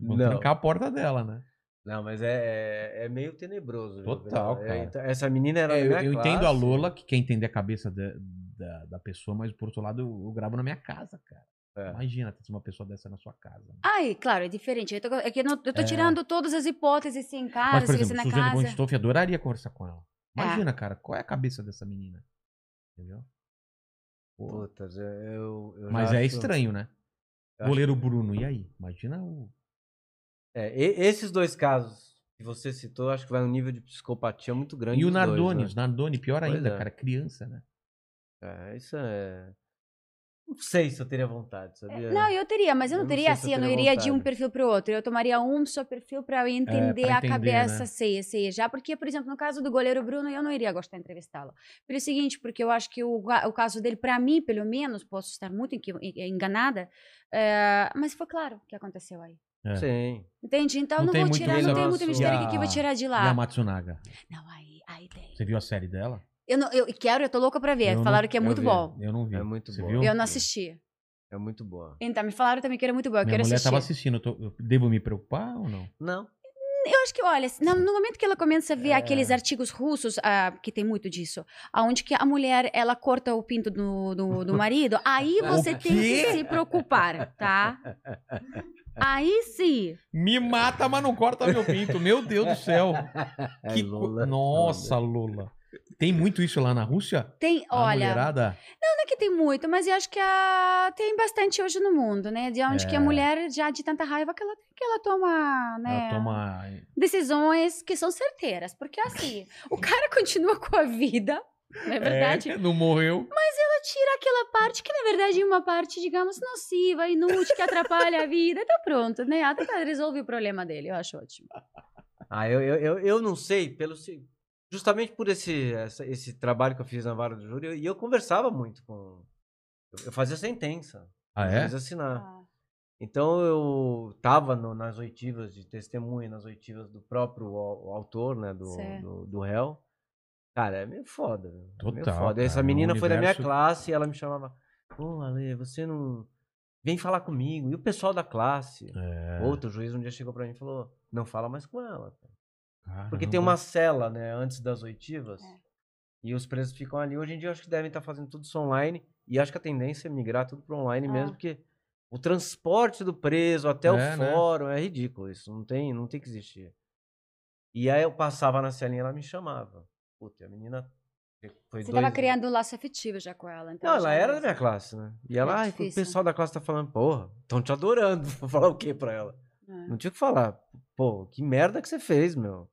Speaker 1: Vão
Speaker 4: Não.
Speaker 1: trancar a porta dela, né?
Speaker 4: Não, mas é, é, é meio tenebroso. viu,
Speaker 1: Total,
Speaker 4: Bernardo?
Speaker 1: cara.
Speaker 4: É, então, essa menina era.
Speaker 1: É,
Speaker 4: da
Speaker 1: eu, eu
Speaker 4: minha
Speaker 1: entendo a
Speaker 4: né, classe.
Speaker 1: Lola, que quer entender a cabeça da, da, da pessoa, mas por outro lado, eu, eu gravo na minha casa, cara.
Speaker 4: É.
Speaker 1: Imagina ter uma pessoa dessa na sua casa. né?
Speaker 3: Ai, claro, é diferente. Eu tô, é que eu, não, eu tô
Speaker 1: É.
Speaker 3: tirando todas as hipóteses, se em casa,
Speaker 1: mas, por
Speaker 3: Ah, se
Speaker 1: exemplo,
Speaker 3: você na
Speaker 1: Suzane von
Speaker 3: casa.
Speaker 1: Stoff adoraria conversar com ela. Imagina, cara, qual é a cabeça dessa menina? Entendeu? Pô,
Speaker 4: Putas, eu. eu- eu
Speaker 1: mas
Speaker 4: já
Speaker 1: é
Speaker 4: acho-
Speaker 1: estranho, né?
Speaker 4: eu acho-
Speaker 1: Goleiro Bruno, e aí? Imagina o.
Speaker 4: É, e- esses dois casos que você citou, acho que vai um nível de psicopatia muito grande.
Speaker 1: E o
Speaker 4: dos dois,
Speaker 1: Nardoni,
Speaker 4: né?
Speaker 1: os Nardoni, pior
Speaker 4: Pois
Speaker 1: ainda,
Speaker 4: é.
Speaker 1: cara, criança, né?
Speaker 4: É, isso é. Não sei se eu teria vontade, sabia?
Speaker 3: É, Não, eu teria, mas eu
Speaker 4: Eu
Speaker 3: não
Speaker 4: não sei
Speaker 3: teria
Speaker 4: se eu
Speaker 3: assim, eu não
Speaker 4: teria
Speaker 3: iria de um
Speaker 4: vontade.
Speaker 3: perfil para o outro. Eu tomaria um só perfil para eu entender,
Speaker 1: pra
Speaker 3: a
Speaker 1: entender,
Speaker 3: cabeça,
Speaker 1: né?
Speaker 3: sei, sei. Já porque, por exemplo, no caso do goleiro Bruno, eu não iria gostar de entrevistá-lo. Pelo seguinte, porque eu acho que o, ga- o caso dele, para mim, pelo menos, posso estar muito enqui- enganada, eh, mas foi claro o que aconteceu aí.
Speaker 1: É.
Speaker 4: Sim.
Speaker 3: Entende? Então
Speaker 1: Não
Speaker 3: não,
Speaker 1: tem
Speaker 3: vou
Speaker 1: muito
Speaker 3: tirar, não tem muito
Speaker 4: negócio.
Speaker 3: mistério.
Speaker 1: E
Speaker 3: O que, que eu
Speaker 1: a-
Speaker 3: vou tirar de
Speaker 1: E a
Speaker 3: lá?
Speaker 1: Matsunaga?
Speaker 3: Não, aí, aí tem.
Speaker 1: Você viu a série dela?
Speaker 3: Eu, não, eu quero, eu tô louca pra ver.
Speaker 1: Eu não-
Speaker 3: Falaram que é
Speaker 1: eu
Speaker 3: muito
Speaker 1: vi,
Speaker 3: bom.
Speaker 1: Eu não vi.
Speaker 4: É muito
Speaker 1: Você
Speaker 4: bom.
Speaker 1: viu?
Speaker 4: Eu
Speaker 3: Eu não
Speaker 4: vi.
Speaker 3: assisti.
Speaker 4: É muito boa.
Speaker 3: Então, me falaram também que era muito bom. Eu
Speaker 1: Minha
Speaker 3: quero
Speaker 1: mulher
Speaker 3: assistir.
Speaker 1: estava assistindo. Eu, tô- eu devo me preocupar ou não?
Speaker 4: Não.
Speaker 3: Eu acho que, olha, se- no, no momento que ela começa a ver
Speaker 1: É.
Speaker 3: aqueles artigos russos, ah, que tem muito disso, aonde que a mulher, ela corta o pinto do, do, do marido, aí
Speaker 1: O
Speaker 3: você tem
Speaker 1: quê?
Speaker 3: que se preocupar, tá? Aí sim.
Speaker 1: Me mata, mas não corta meu pinto. Meu Deus do céu.
Speaker 4: É
Speaker 1: Que co-
Speaker 4: Lola.
Speaker 1: Nossa, Lula. Tem muito isso lá na Rússia?
Speaker 3: Tem,
Speaker 1: A
Speaker 3: olha,
Speaker 1: mulherada?
Speaker 3: não é que tem muito, mas eu acho que a- tem bastante hoje no mundo, né? De onde que
Speaker 1: É.
Speaker 3: a mulher, já de tanta raiva que ela tem, que ela toma, né?
Speaker 1: Ela toma.
Speaker 3: Decisões que são certeiras. Porque assim, o cara continua com a vida, não é verdade?
Speaker 1: É, não morreu.
Speaker 3: Ela tira aquela parte que, na verdade, é uma parte, digamos, nociva, inútil, que atrapalha a vida. Tá pronto, né? Até tá, resolve o problema dele, eu acho ótimo.
Speaker 4: Ah, eu, eu, eu, eu não sei, pelo se- justamente por esse, essa- esse trabalho que eu fiz na vara do júri, eu- e eu, conversava muito com. Eu, eu fazia sentença,
Speaker 1: Ah,
Speaker 4: eu
Speaker 1: é?
Speaker 4: fiz assinar. Então eu tava no- nas oitivas de testemunha, nas oitivas do próprio au- autor, né, do,
Speaker 3: Certo.
Speaker 4: do, do réu. Cara, é meio foda. velho, é meio
Speaker 1: Total,
Speaker 4: foda. Essa
Speaker 1: cara, é um
Speaker 4: menina foi da minha
Speaker 1: universo-
Speaker 4: classe e ela me chamava: Ô, Ale, você não. Vem falar comigo. E o pessoal da classe?
Speaker 1: É.
Speaker 4: Outro juiz um dia chegou pra mim e falou: Não fala mais com ela. cara." Porque
Speaker 1: Caramba.
Speaker 4: tem uma cela, né, antes das oitivas.
Speaker 3: É.
Speaker 4: E os presos ficam ali. Hoje em dia eu acho que devem estar fazendo tudo isso online. E acho que a tendência é migrar tudo para online
Speaker 3: Ah.
Speaker 4: mesmo, porque o transporte do preso até
Speaker 1: É,
Speaker 4: o
Speaker 1: né?
Speaker 4: fórum é ridículo. Isso não tem, não tem que existir. E aí eu passava na celinha e ela me chamava. Puta, e a menina foi
Speaker 3: Você
Speaker 4: dois
Speaker 3: tava
Speaker 4: anos.
Speaker 3: criando um laço afetivo já com ela. Então
Speaker 4: Não,
Speaker 3: já
Speaker 4: ela era
Speaker 3: é-
Speaker 4: da minha classe, né? E ela, "Ai, o
Speaker 3: difícil.
Speaker 4: pessoal da classe tá falando, porra, estão te adorando. Vou falar o quê pra ela?
Speaker 3: É.
Speaker 4: Não tinha o que falar. Pô, que merda que você fez, meu.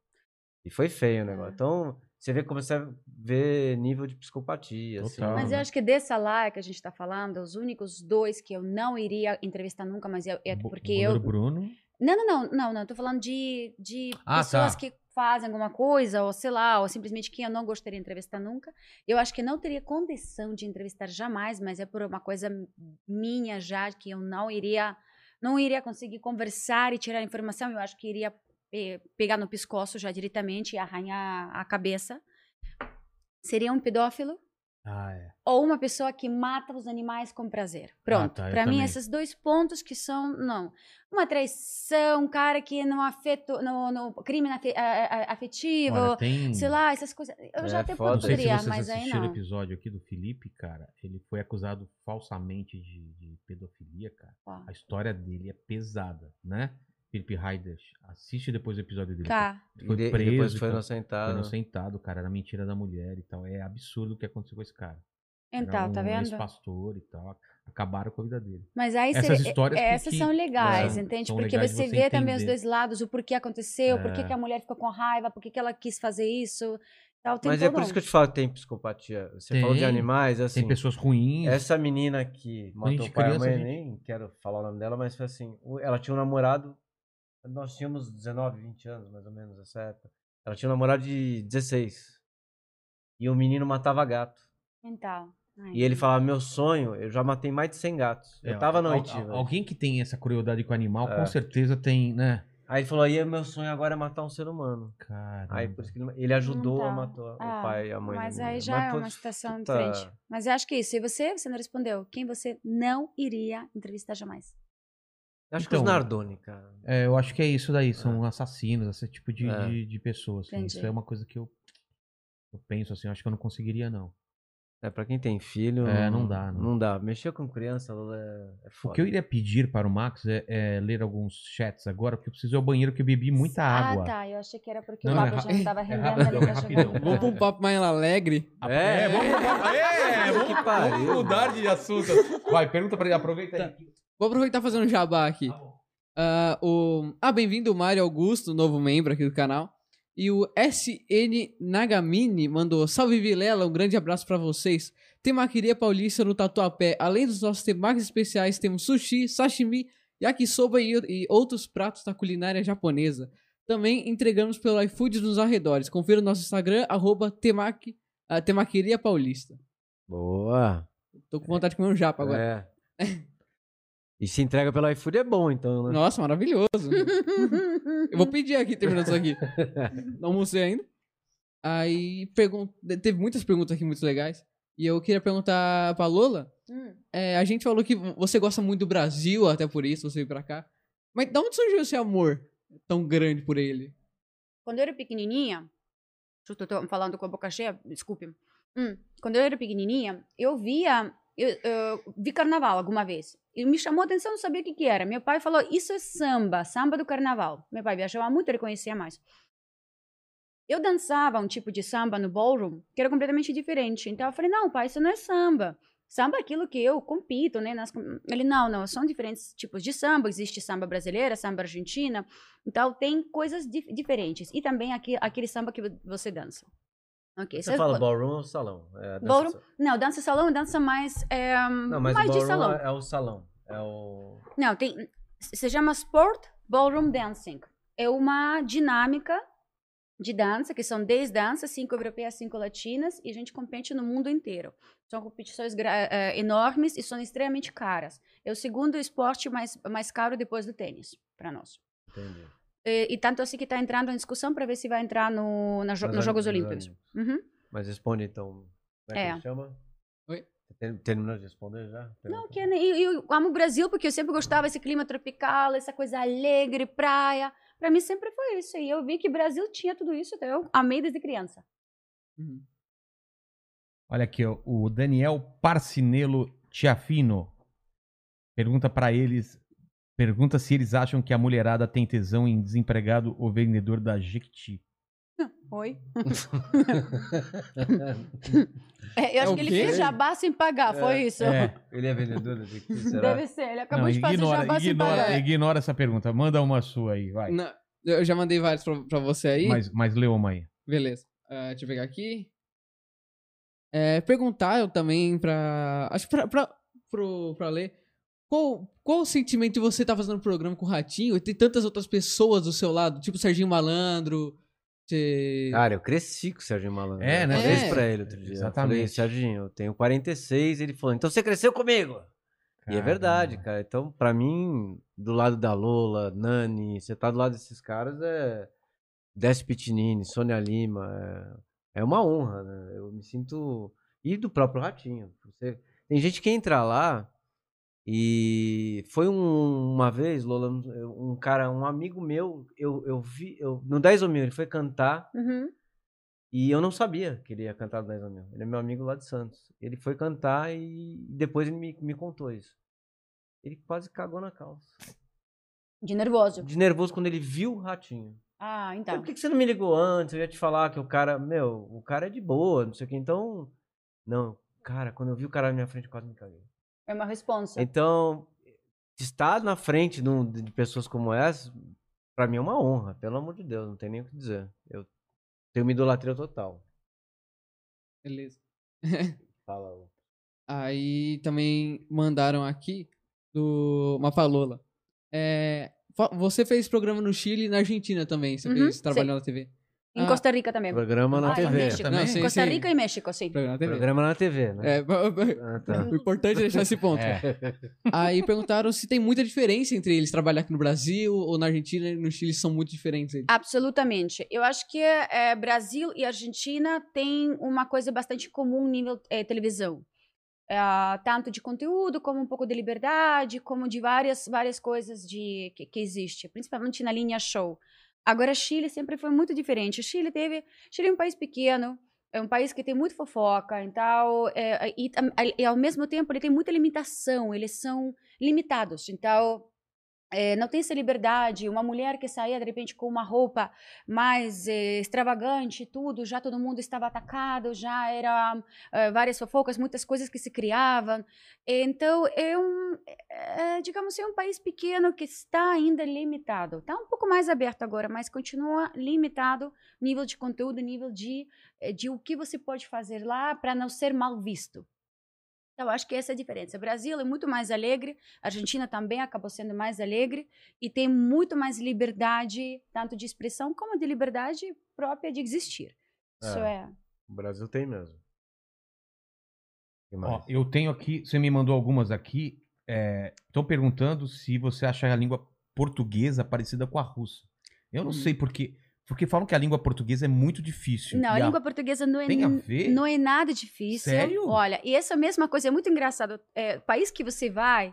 Speaker 4: E foi feio o negócio.
Speaker 3: É.
Speaker 4: Então, você vê, começa a ver nível de psicopatia. Assim,
Speaker 1: Total,
Speaker 3: Mas
Speaker 1: né?
Speaker 3: eu acho que dessa lá que a gente tá falando, os únicos dois que eu não iria entrevistar nunca, mas eu, é
Speaker 1: Bo-
Speaker 3: porque
Speaker 1: goleiro
Speaker 3: eu.
Speaker 1: Bruno.
Speaker 3: Não, não, não, não, não. Tô falando de, de
Speaker 1: Ah,
Speaker 3: pessoas
Speaker 1: tá.
Speaker 3: que fazem alguma coisa, ou sei lá, ou simplesmente quem eu não gostaria de entrevistar nunca. Eu acho que não teria condição de entrevistar jamais, mas é por uma coisa minha já, que eu não iria, não iria conseguir conversar e tirar informação. Eu acho que iria eh, pegar no pescoço já diretamente e arranhar a cabeça. Seria um pedófilo
Speaker 1: Ah, é.
Speaker 3: ou uma pessoa que mata os animais com prazer. Pronto.
Speaker 1: tá, eu
Speaker 3: Pra mim,
Speaker 1: também.
Speaker 3: esses dois pontos que são, não. Uma traição, um cara que não afeto, no, no crime afe- a- a- afetivo,
Speaker 1: Olha, tem...
Speaker 3: sei lá, essas coisas. Eu
Speaker 4: É,
Speaker 3: já até
Speaker 4: foda.
Speaker 1: Não sei se
Speaker 3: poderia,
Speaker 1: vocês
Speaker 3: mas aí
Speaker 1: assistiram o
Speaker 3: não.
Speaker 1: episódio aqui do Felipe, cara. Ele foi acusado falsamente de, de pedofilia, cara.
Speaker 3: Ó,
Speaker 1: A história dele é pesada, né? Felipe Heiders, assiste depois o episódio dele. cara.
Speaker 3: Tá.
Speaker 1: Foi
Speaker 4: de-
Speaker 1: preso.
Speaker 4: depois
Speaker 1: e
Speaker 4: foi
Speaker 1: tal.
Speaker 4: inocentado.
Speaker 1: Foi inocentado, cara. Era mentira da mulher e tal. É absurdo o que aconteceu com esse cara. Era
Speaker 3: Então, tá
Speaker 1: um
Speaker 3: vendo?
Speaker 1: Ex-pastor e tal. Acabaram com a vida dele.
Speaker 3: Mas aí
Speaker 1: Essas
Speaker 3: seria-
Speaker 1: histórias que-
Speaker 3: essas
Speaker 1: que-
Speaker 3: são legais,
Speaker 1: são-
Speaker 3: entende?
Speaker 1: são
Speaker 3: Porque
Speaker 1: legais de
Speaker 3: você
Speaker 1: você
Speaker 3: vê também os
Speaker 1: entender.
Speaker 3: dois lados, o porquê aconteceu, por que
Speaker 1: É.
Speaker 3: que a mulher ficou com raiva, por que que ela quis fazer isso, tal. Tem
Speaker 4: Mas é
Speaker 3: todo
Speaker 4: por isso
Speaker 3: um-
Speaker 4: que eu te falo que tem psicopatia. Você falou de
Speaker 1: Tem.
Speaker 4: animais, assim.
Speaker 1: Tem pessoas ruins.
Speaker 4: Essa menina que
Speaker 1: Quando a
Speaker 4: matou
Speaker 1: gente
Speaker 4: o pai e a
Speaker 1: criança, a
Speaker 4: mãe,
Speaker 1: gente-
Speaker 4: nem quero falar o nome dela, mas foi assim, o- ela tinha um namorado, nós tínhamos 19, 20 anos, mais ou menos, essa época. Ela tinha um namorado de 16. E o menino matava gato.
Speaker 3: Então, ai,
Speaker 4: E ele falava, meu sonho, eu já matei mais de 100 gatos.
Speaker 1: É,
Speaker 4: eu tava na
Speaker 1: al-
Speaker 4: oitiva.
Speaker 1: al- Alguém que tem essa crueldade com animal,
Speaker 4: É.
Speaker 1: com certeza tem, né?
Speaker 4: Aí ele falou, aí meu sonho agora é matar um ser humano.
Speaker 1: Cara.
Speaker 4: Aí por isso que ele, ele ajudou
Speaker 3: Não dá.
Speaker 4: a matar
Speaker 3: Hum, Ah,
Speaker 4: o pai e a mãe. da
Speaker 3: Mas aí
Speaker 4: menina.
Speaker 3: já é
Speaker 4: pô,
Speaker 3: uma situação
Speaker 4: puta-
Speaker 3: diferente. Mas eu acho que isso. E você, você não respondeu. Quem você não iria entrevistar jamais?
Speaker 4: Acho que os
Speaker 1: Então-
Speaker 4: Nardoni, cara.
Speaker 1: É, eu acho que é isso daí, são assassinos, esse tipo de,
Speaker 4: É.
Speaker 1: de, de pessoas. assim. Isso
Speaker 3: Entendi.
Speaker 1: é uma coisa que eu, eu penso assim, eu acho que eu não conseguiria, não.
Speaker 4: É, pra quem tem filho.
Speaker 1: É, não dá, não.
Speaker 4: Não dá. Mexer com criança Lula, é, é
Speaker 1: O
Speaker 4: foda.
Speaker 1: que eu iria pedir para o Max é, é ler alguns chats agora, porque eu preciso ir ao banheiro que eu bebi muita água.
Speaker 3: Ah, tá. Eu achei que era porque
Speaker 1: Não,
Speaker 3: o
Speaker 1: não,
Speaker 3: papo
Speaker 1: é
Speaker 3: já não tava
Speaker 1: é
Speaker 3: rendendo
Speaker 1: rapidão,
Speaker 3: ali
Speaker 1: é
Speaker 3: tá
Speaker 1: rapidão.
Speaker 3: chegando.
Speaker 2: Vamos pra um papo mais alegre?
Speaker 4: É,
Speaker 1: vamos, é,
Speaker 4: Puta que pariu.
Speaker 1: de assunto. Vai, pergunta para ele, aproveita aí.
Speaker 2: Vou aproveitar e fazer um jabá aqui. Ah, o... ah bem-vindo, Mário Augusto, novo membro aqui do canal. E o SN Nagamini mandou: Salve Vilela, um grande abraço pra vocês. Tem maqueria paulista no Tatuapé. Além dos nossos temakis especiais, temos sushi, sashimi, yakisoba e, e outros pratos da culinária japonesa. Também entregamos pelo iFood nos arredores. Confira o nosso Instagram, arroba temaki, ah, Temaqueria Paulista.
Speaker 4: Boa.
Speaker 2: Tô com vontade de comer um japa agora.
Speaker 4: É. E se entrega pelo iFood é bom, então, né?
Speaker 2: Nossa, maravilhoso. Eu vou pedir aqui, terminando isso aqui. Não almocei ainda. Aí pergun- teve muitas perguntas aqui muito legais. E eu queria perguntar pra Lola.
Speaker 3: Hum.
Speaker 2: é, a gente falou que você gosta muito do Brasil, até por isso você veio pra cá. Mas de onde surgiu esse amor tão grande por ele?
Speaker 3: Quando eu era pequenininha, estou falando com a boca cheia, desculpe. Hum, quando eu era pequenininha, eu via, eu, eu vi carnaval alguma vez. E me chamou a atenção, não sabia o que, que era. Meu pai falou, isso é samba, samba do carnaval. Meu pai viajava muito, ele conhecia mais. Eu dançava um tipo de samba no ballroom, que era completamente diferente. Então eu falei, não, pai, isso não é samba. Samba é aquilo que eu compito, né? nas com- Ele, não, não, são diferentes tipos de samba. Existe samba brasileira, samba argentina. Então, tem coisas dif- diferentes. E também aqui, aquele samba que vo- você dança. Ok. é
Speaker 4: Você
Speaker 3: cês-
Speaker 4: fala ballroom ou salão? É, a dança-
Speaker 3: Ballroom? Não, dança salão é dança mais, é,
Speaker 4: Não, mas,
Speaker 3: mais
Speaker 4: o
Speaker 3: de
Speaker 4: ballroom
Speaker 3: salão.
Speaker 4: é é o salão. É o...
Speaker 3: Não, tem... Se chama Sport Ballroom Dancing. É uma dinâmica de dança, que são 10 danças, 5 europeias, 5 latinas, e a gente compete no mundo inteiro. São competições gra- eh, enormes e são extremamente caras. É o segundo esporte mais, mais caro depois do tênis, para nós.
Speaker 4: Entendi.
Speaker 3: E, e tanto assim que está entrando em discussão para ver se vai entrar no, na jo-
Speaker 4: Mas
Speaker 3: nos
Speaker 4: é olha-
Speaker 3: Jogos
Speaker 4: mas olha,
Speaker 3: Olímpicos. Uhum.
Speaker 4: Mas responde então. Como é,
Speaker 3: É.
Speaker 4: que se chama?
Speaker 2: Oi?
Speaker 4: Ter- Terminou de responder já?
Speaker 3: Não, que é nem- eu, eu amo o Brasil porque eu sempre gostava desse clima tropical, essa coisa alegre, praia. Pra mim sempre foi isso. E eu vi que o Brasil tinha tudo isso, então eu amei desde criança.
Speaker 1: Olha aqui, ó, o Daniel Parcinello Tiafino pergunta pra eles, pergunta se eles acham que a mulherada tem tesão em desempregado ou vendedor da Jequiti.
Speaker 3: Oi?
Speaker 2: É
Speaker 3: É, eu acho
Speaker 2: o
Speaker 3: que ele
Speaker 2: quê?
Speaker 3: fez jabá sem pagar,
Speaker 4: É,
Speaker 3: foi isso.
Speaker 4: Ele é vendedor da Jequiti, será?
Speaker 3: Deve ser, ele acabou de fazer
Speaker 1: ignora,
Speaker 3: jabá sem pagar.
Speaker 1: ignora, ignora essa pergunta. Manda uma sua aí, vai.
Speaker 2: Na- eu já mandei vários pra, pra você aí.
Speaker 1: Mas, mas leu uma aí.
Speaker 2: Beleza. Ah, deixa eu pegar aqui. É, perguntaram também pra. Acho que pra, pra, pro, pra ler. Qual, qual o sentimento de você estar fazendo um programa com o Ratinho e tem tantas outras pessoas do seu lado, tipo o Serginho Malandro? Você...
Speaker 4: Cara, eu cresci com o Serginho Malandro.
Speaker 1: É, né?
Speaker 4: Eu falei isso
Speaker 2: É.
Speaker 4: pra ele outro dia. Eu falei,
Speaker 1: Exatamente.
Speaker 4: Serginho, eu tenho 46. Ele falou, então você cresceu comigo. E é verdade, cara. Então, pra mim, do lado da Lola, Nani, você tá do lado desses caras é. Des Pitinini, Sônia Lima. É, é uma honra, né? Eu me sinto. E do próprio Ratinho. Você- Tem gente que entra lá e foi um- uma vez, Lola, um um cara, um amigo meu, eu, eu vi. Eu, no 10 ou Mil, ele foi cantar.
Speaker 3: Uhum.
Speaker 4: E eu não sabia que ele ia cantar do 10 a Mil. Ele é meu amigo lá de Santos. Ele foi cantar e depois ele me, me contou isso. Ele quase cagou na calça.
Speaker 3: De nervoso.
Speaker 4: De nervoso quando ele viu o ratinho.
Speaker 3: Ah,
Speaker 4: Então,
Speaker 3: então.
Speaker 4: por que que você não me ligou antes? Eu ia te falar que o cara, meu, o cara é de boa, não sei o que. Então, não, cara, quando eu vi o cara na minha frente, eu quase me caguei.
Speaker 3: É uma responsa.
Speaker 4: Então, estar na frente de, um- de pessoas como essa, pra mim é uma honra, pelo amor de Deus, não tem nem o que dizer. Eu tenho uma idolatria total.
Speaker 2: Beleza.
Speaker 4: Fala, Lu.
Speaker 2: Aí também mandaram aqui do Mapalola. É, fa- você fez programa no Chile e na Argentina também. Você
Speaker 3: Uhum,
Speaker 2: fez
Speaker 3: sim.
Speaker 2: trabalhando na TV.
Speaker 3: Em
Speaker 2: Ah,
Speaker 3: Costa Rica também.
Speaker 4: Programa na
Speaker 3: Ah, em
Speaker 4: TV.
Speaker 3: México.
Speaker 1: também?
Speaker 2: Não, sim,
Speaker 3: Costa
Speaker 2: sim.
Speaker 3: Rica e México, sim.
Speaker 2: Programa na TV.
Speaker 4: Programa na TV, né?
Speaker 2: É,
Speaker 4: Ah, tá.
Speaker 2: O importante é deixar esse ponto.
Speaker 1: É.
Speaker 2: Aí perguntaram se tem muita diferença entre eles trabalhar aqui no Brasil ou na Argentina e no Chile são muito diferentes. Eles.
Speaker 3: Absolutamente. Eu acho que eh, Brasil e Argentina têm uma coisa bastante comum nível eh, televisão. Ah, tanto de conteúdo, como um pouco de liberdade, como de várias, várias coisas de, que, que existe, principalmente na linha show. Agora, Chile sempre foi muito diferente. O Chile teve... Chile é um país pequeno, é um país que tem muito fofoca, então... eh, e, tam- e ao mesmo tempo, ele tem muita limitação, eles são limitados. Então, eh, não tem essa liberdade. Uma mulher que saía de repente com uma roupa mais eh, extravagante, e tudo, já todo mundo estava atacado, já era eh, várias fofocas, muitas coisas que se criavam. Então é um, eh, digamos assim, um país pequeno que está ainda limitado. Está um pouco mais aberto agora, mas continua limitado nível de conteúdo, nível de eh, de o que você pode fazer lá para não ser mal visto. Então, acho que essa é a diferença. O Brasil é muito mais alegre, a Argentina também acabou sendo mais alegre e tem muito mais liberdade, tanto de expressão como de liberdade própria de existir. Isso
Speaker 4: É.
Speaker 3: é.
Speaker 4: O Brasil tem mesmo. Que mais?
Speaker 1: Ó, eu tenho aqui, você me mandou algumas aqui. é, Estão perguntando se você acha a língua portuguesa parecida com a russa. Eu não
Speaker 2: Hum.
Speaker 1: sei porque. Porque falam que a língua portuguesa é muito difícil.
Speaker 3: Não, a
Speaker 1: E
Speaker 3: língua portuguesa não é,
Speaker 1: Tem a
Speaker 3: n-
Speaker 1: ver?
Speaker 3: não é nada difícil.
Speaker 1: Sério?
Speaker 3: Olha, e essa mesma coisa é muito engraçada. É, país que você vai,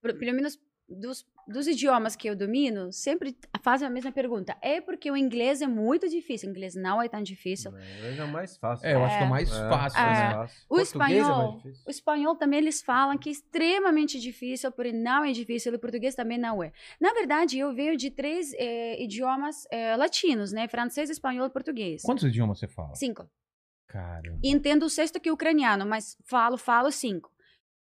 Speaker 3: pro- pelo menos dos, dos idiomas que eu domino, sempre fazem a mesma pergunta. É porque o inglês é muito difícil. O inglês não é tão difícil.
Speaker 4: Mas é o mais fácil.
Speaker 1: É, eu acho que é o
Speaker 3: É.
Speaker 1: mais fácil.
Speaker 3: É.
Speaker 4: mais
Speaker 1: né?
Speaker 4: fácil.
Speaker 3: O
Speaker 4: Português é mais
Speaker 3: espanhol,
Speaker 4: difícil.
Speaker 3: o espanhol também eles falam que é extremamente difícil, porém não é difícil, o português também não é. Na verdade, eu venho de três eh, idiomas eh, latinos, né? Francês, espanhol e português.
Speaker 1: Quantos idiomas você fala?
Speaker 3: Cinco.
Speaker 1: Cara.
Speaker 3: E entendo o sexto que é ucraniano, mas falo, falo cinco.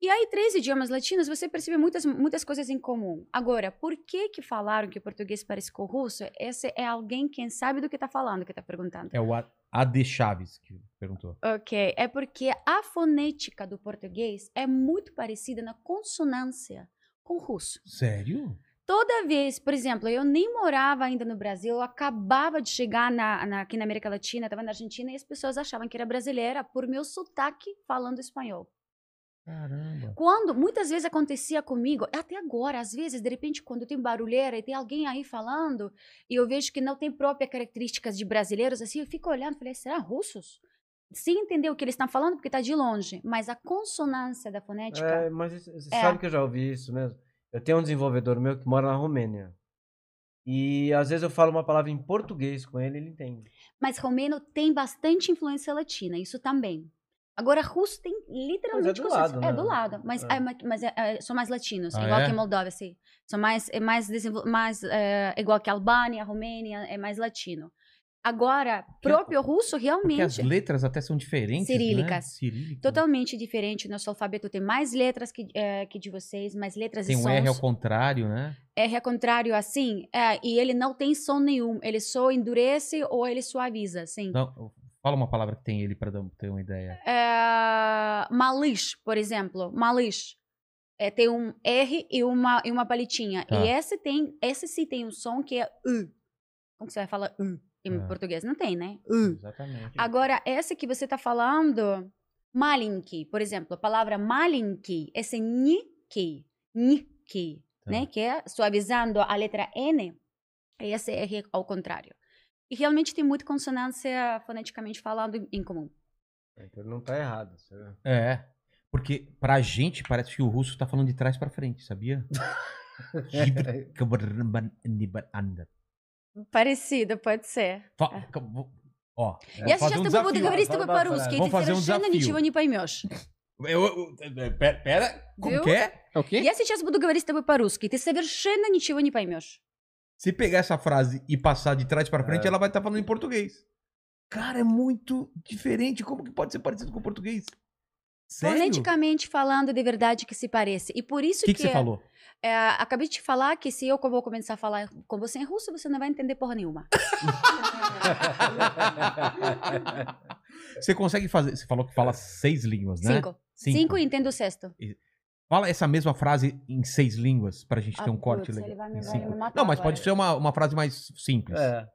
Speaker 3: E aí, três idiomas latinos, você percebe muitas, muitas coisas em comum. Agora, por que que falaram que o português parece com o russo? Esse é alguém quem sabe do que está falando, que está perguntando.
Speaker 1: É o A- AD Chaves que perguntou.
Speaker 3: Ok, é porque a fonética do português é muito parecida na consonância com o russo.
Speaker 1: Sério?
Speaker 3: Toda vez, por exemplo, eu nem morava ainda no Brasil, eu acabava de chegar na, na- aqui na América Latina, estava na Argentina, e as pessoas achavam que era brasileira por meu sotaque falando espanhol.
Speaker 1: Caramba.
Speaker 3: Quando muitas vezes acontecia comigo, até agora, às vezes, de repente, quando tem barulheira e tem alguém aí falando, e eu vejo que não tem próprias características de brasileiros, assim, eu fico olhando, falei, será russos? Sem entender o que eles estão falando, porque está de longe, mas a consonância da fonética.
Speaker 4: É, mas isso- você
Speaker 3: É.
Speaker 4: sabe que eu já ouvi isso mesmo. Eu tenho um desenvolvedor meu que mora na Romênia. E às vezes eu falo uma palavra em português com ele, ele entende.
Speaker 3: Mas romeno tem bastante influência latina, isso também. Agora, russo tem literalmente
Speaker 4: é do
Speaker 3: consonância-
Speaker 4: lado,
Speaker 3: É
Speaker 4: né?
Speaker 3: do lado, mas,
Speaker 4: É.
Speaker 3: é ma- mas é- é, são mais latinos,
Speaker 1: Ah,
Speaker 3: igual
Speaker 1: é?
Speaker 3: que Moldóvia, sim. São mais, é mais, desenvol- mais é, igual que Albânia, Romênia, é mais latino. Agora, próprio russo
Speaker 1: Porque as
Speaker 3: realmente
Speaker 1: letras até são diferentes. né?
Speaker 3: Cirílicas.
Speaker 1: Cirílicas.
Speaker 3: totalmente diferente. Nosso alfabeto tem mais letras que, é, que de vocês, mais letras
Speaker 1: Tem
Speaker 3: e
Speaker 1: um
Speaker 3: sons.
Speaker 1: R ao contrário, né?
Speaker 3: R ao contrário, assim, é, e ele não tem som nenhum. Ele só endurece ou ele suaviza, assim. sim.
Speaker 1: Não, fala uma palavra que tem ele pra dar- ter uma ideia.
Speaker 3: é, malış, por exemplo, malış. É, tem um R e uma, e uma palitinha.
Speaker 1: Tá.
Speaker 3: E esse tem, esse sim tem um som que é U. Como que você vai falar U em
Speaker 1: Ah.
Speaker 3: português? Não tem, né? U.
Speaker 1: Exatamente.
Speaker 3: Agora, essa que você tá falando, malinki, por exemplo, a palavra malinki, esse niki, niki,
Speaker 1: Tá.
Speaker 3: né? Que é suavizando a letra N, e esse R é ao contrário. E realmente tem muita consonância foneticamente falando em- em comum.
Speaker 4: Então não tá errado. sabe?
Speaker 1: É. Porque pra gente parece que o russo tá falando de trás pra frente, sabia?
Speaker 3: Parecido, pode ser.
Speaker 1: Fa- Ó,
Speaker 3: Я
Speaker 1: vou fazer
Speaker 3: сейчас
Speaker 1: um
Speaker 3: с тобой буду
Speaker 1: desafio. um
Speaker 3: говорить с тобой
Speaker 4: Давай, давай,
Speaker 3: по-русски, и
Speaker 1: давай.
Speaker 3: ты
Speaker 1: Вов, возьмем
Speaker 3: совершенно
Speaker 1: зафью.
Speaker 3: ничего не поймешь.
Speaker 1: Eu- eu- eu- pera, pera, como
Speaker 3: Viu?
Speaker 1: que é?
Speaker 2: É o quê?
Speaker 3: Я сейчас буду говорить с тобой по-русски, и ты совершенно ничего не поймешь.
Speaker 1: Se pegar essa frase e passar de trás pra frente,
Speaker 4: É.
Speaker 1: ela vai estar falando em português. Cara, é muito diferente. Como que pode ser parecido com o português? Sério? O
Speaker 3: Foneticamente falando, de verdade que se parece. E por isso
Speaker 1: que, que você falou?
Speaker 3: é, acabei de te falar que se eu vou começar a falar com você em russo, você não vai entender porra nenhuma.
Speaker 1: Você consegue fazer. Você falou que fala seis línguas, né?
Speaker 3: Cinco. Cinco e entendo o sexto.
Speaker 1: Fala essa mesma frase em seis línguas pra gente ter
Speaker 3: Ah,
Speaker 1: um corte
Speaker 3: putz,
Speaker 1: legal.
Speaker 3: ele vai me-
Speaker 1: em
Speaker 3: vai
Speaker 1: cinco.
Speaker 3: me matar
Speaker 1: Não, mas
Speaker 3: agora.
Speaker 1: pode ser uma, uma frase mais simples.
Speaker 4: É.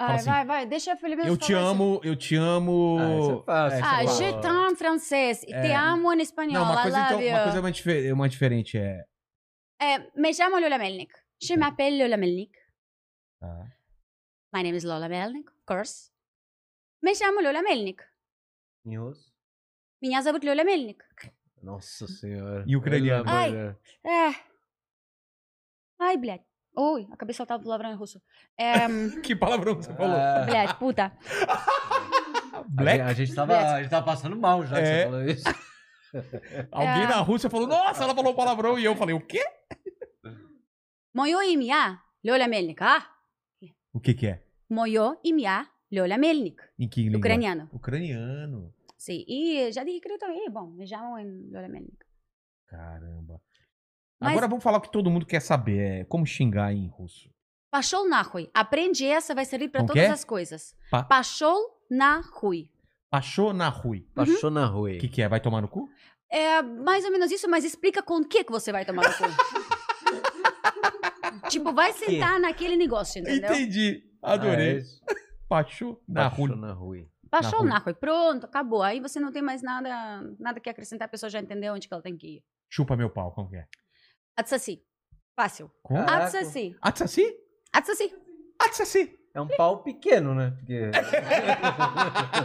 Speaker 3: Ai,
Speaker 1: Fala assim,
Speaker 3: vai, vai, deixa pelo menos
Speaker 1: Eu te
Speaker 3: falar assim.
Speaker 1: amo, eu te amo.
Speaker 4: Ah, isso é fácil.
Speaker 3: Ah,
Speaker 4: Isso é
Speaker 3: je
Speaker 4: fácil.
Speaker 3: t'aime em francês, e te
Speaker 1: É.
Speaker 3: amo em espanhol,
Speaker 1: Não, uma coisa,
Speaker 3: I
Speaker 1: então,
Speaker 3: love
Speaker 1: uma
Speaker 3: you.
Speaker 1: coisa mais, dife- uma diferente é.
Speaker 3: É, me chamo Lola Melnik. Je m'appelle Lola Melnik.
Speaker 1: Tá.
Speaker 3: My name is Lola Melnik, of course. Me chamo Lola Melnik.
Speaker 4: Em russo?
Speaker 3: Меня зовут Лёля Мельник.
Speaker 4: Nossa senhora.
Speaker 1: E ucraniano?
Speaker 4: Pelo amor
Speaker 3: Ai.
Speaker 4: de Deus.
Speaker 3: É. Ai, блядь. Ой, acabei de soltar o palavrão em russo. Ehm,
Speaker 1: Que palavrão você falou?
Speaker 4: Ah,
Speaker 3: блядь, puta.
Speaker 1: Black?
Speaker 4: A, gente- a gente tava,
Speaker 3: Black.
Speaker 4: a gente tava passando mal já que
Speaker 1: É.
Speaker 4: você falou isso.
Speaker 1: Alguém
Speaker 3: É.
Speaker 1: na Rússia falou, nossa, ela falou palavrão. E eu falei, o quê?
Speaker 3: Моё имя Лёля Мельник, а?
Speaker 1: O que que é?
Speaker 3: Моё имя Лёля Мельник.
Speaker 1: Em que língua?
Speaker 3: Ucraniano.
Speaker 1: Ucraniano.
Speaker 3: Sim. E já disse que eu também. é Bom, me chamam em Лёля Мельник.
Speaker 1: Caramba.
Speaker 3: Mas-
Speaker 1: Agora vamos falar o que todo mundo quer saber. É como xingar em russo.
Speaker 3: Пошёл нахуй. Aprende essa, vai servir pra
Speaker 1: Como
Speaker 3: todas
Speaker 1: que é?
Speaker 3: as coisas.
Speaker 1: Pa-
Speaker 3: Пошёл нахуй.
Speaker 1: Achou na Rui.
Speaker 4: Passou na rua.
Speaker 1: O que que é? Vai tomar no cu?
Speaker 3: É mais ou menos isso, mas explica com o que que você vai tomar no cu. tipo, vai sentar naquele negócio, entendeu?
Speaker 1: Entendi.
Speaker 4: É
Speaker 1: Adorei.
Speaker 4: isso.
Speaker 1: Pachou Ah, na
Speaker 4: Passou
Speaker 1: Rui.
Speaker 4: na rua.
Speaker 3: Baixou o
Speaker 1: Na
Speaker 3: Narco um e pronto, acabou. Aí você não tem mais nada, nada que acrescentar, a pessoa já entendeu onde que ela tem que ir.
Speaker 1: Chupa meu pau, como que é?
Speaker 3: A de Saci. Fácil.
Speaker 1: Como?
Speaker 3: A
Speaker 4: Caraca.
Speaker 3: de Saci.
Speaker 1: Atsassi?
Speaker 3: A de Saci.
Speaker 1: Atsassi!
Speaker 4: É um pau pequeno, né?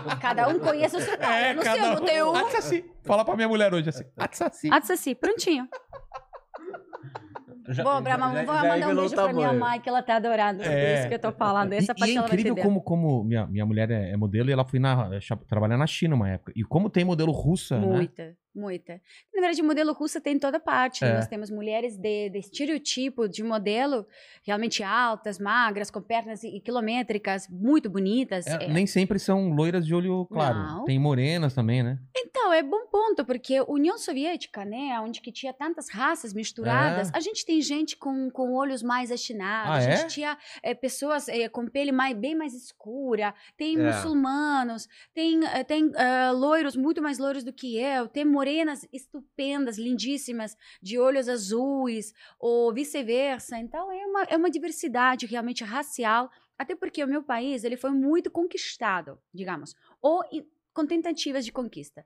Speaker 4: Porque...
Speaker 3: Cada um conhece o seu nome.
Speaker 1: É,
Speaker 4: É,
Speaker 3: Eu não sei, eu não tenho um. Ah,
Speaker 1: Atsassi. Fala pra minha mulher hoje assim. Atsassi.
Speaker 3: A de Saci. Prontinho.
Speaker 4: Já-
Speaker 3: Vou, pra, vou
Speaker 4: já-
Speaker 3: mandar
Speaker 4: já
Speaker 3: um
Speaker 4: revelou o
Speaker 3: beijo pra minha
Speaker 4: tamanho.
Speaker 3: mãe, que ela tá adorando.
Speaker 1: É.
Speaker 3: É. isso que eu tô falando. Essa
Speaker 1: e,
Speaker 3: parte
Speaker 1: e é
Speaker 3: ela vai
Speaker 1: incrível
Speaker 3: entender.
Speaker 1: como, como minha, minha mulher é, é modelo e ela foi na, cha- trabalhar na China uma época. E como tem modelo russa, né?
Speaker 3: Muita, muita. Na verdade, modelo russa tem em toda parte. né?
Speaker 1: É.
Speaker 3: Nós temos mulheres de, de estereotipo de modelo realmente altas, magras, com pernas e, e quilométricas, muito bonitas.
Speaker 1: É,
Speaker 3: É.
Speaker 1: Nem sempre são loiras de olho claro.
Speaker 3: Não.
Speaker 1: Tem morenas também, né?
Speaker 3: Então, é bom ponto, porque a União Soviética, né, onde que tinha tantas raças misturadas,
Speaker 1: É.
Speaker 3: a gente tem gente com, com olhos mais achinados,
Speaker 1: Ah,
Speaker 3: a gente
Speaker 1: é?
Speaker 3: tinha eh, pessoas eh, com pele mais, bem mais escura, tem
Speaker 4: É.
Speaker 3: muçulmanos, tem, eh, tem ah, loiros, muito mais loiros do que eu, tem morenas estupendas, lindíssimas, de olhos azuis, ou vice-versa. Então, é uma, é uma diversidade realmente racial, até porque o meu país, ele foi muito conquistado, digamos, ou em- com tentativas de conquista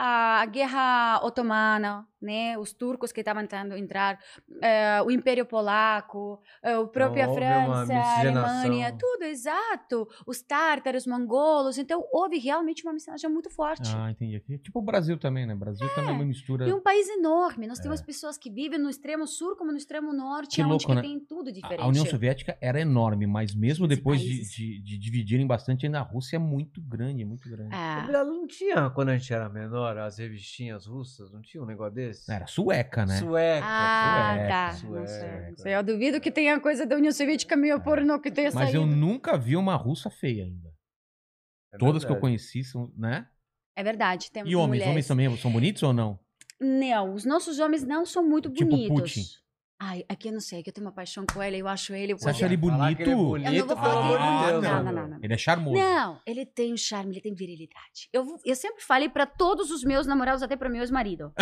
Speaker 3: a guerra otomana, né, os turcos que estavam tentando entrar, eh, o Império Polaco, eh, o própria
Speaker 4: houve uma
Speaker 3: França, a
Speaker 4: miscigenação.
Speaker 3: Alemanha, tudo exato, os tártaros, os mongolos, então houve realmente uma miscigenação muito forte.
Speaker 1: Ah, entendi. Aqui, Tipo o Brasil também, né? O Brasil também é uma mistura.
Speaker 3: E um país enorme, nós temos pessoas que vivem no extremo sul como no extremo norte,
Speaker 1: é. Que
Speaker 3: onde
Speaker 1: louco,
Speaker 3: que
Speaker 1: né?
Speaker 3: tem tudo
Speaker 1: A-
Speaker 3: diferente.
Speaker 1: A União Soviética era enorme, mas mesmo
Speaker 3: 15
Speaker 1: depois de,
Speaker 3: países.
Speaker 1: de- de dividirem bastante, ainda a Rússia é muito grande, é muito grande.
Speaker 3: É.
Speaker 4: Ela não tinha, quando a gente era menor, as revistinhas russas, não tinha um negócio desse?
Speaker 1: Era sueca, né?
Speaker 4: Sueca.
Speaker 3: Ah,
Speaker 1: sueca,
Speaker 3: tá.
Speaker 4: sueca.
Speaker 3: Não sei, não sei. Eu duvido que tenha coisa da União Soviética meio pornô que tenha
Speaker 1: É. mas eu
Speaker 3: saído.
Speaker 1: nunca vi uma russa feia ainda.
Speaker 4: É
Speaker 1: Todas que eu
Speaker 4: verdade.
Speaker 1: conheci são, né?
Speaker 3: É verdade, temos
Speaker 1: E homens,
Speaker 3: mulheres.
Speaker 1: homens também são bonitos ou não?
Speaker 3: Não, os nossos homens não são muito
Speaker 1: Tipo
Speaker 3: bonitos.
Speaker 1: Putin.
Speaker 3: Ai, aqui eu não sei, aqui eu tenho uma paixão com ele, eu acho ele.
Speaker 1: Você acha ele
Speaker 4: Falar que
Speaker 1: bonito?
Speaker 4: ele é
Speaker 3: Eu não vou
Speaker 4: bonito, pelo
Speaker 3: falar
Speaker 4: amor de
Speaker 3: que
Speaker 4: Deus.
Speaker 3: ele é
Speaker 1: Ah,
Speaker 3: bonito. Não, não,
Speaker 4: mano.
Speaker 3: não, não.
Speaker 1: Ele é charmoso.
Speaker 3: Não, ele tem um charme, ele tem virilidade. Eu, eu sempre falei pra todos os meus namorados, até pra meu ex-marido.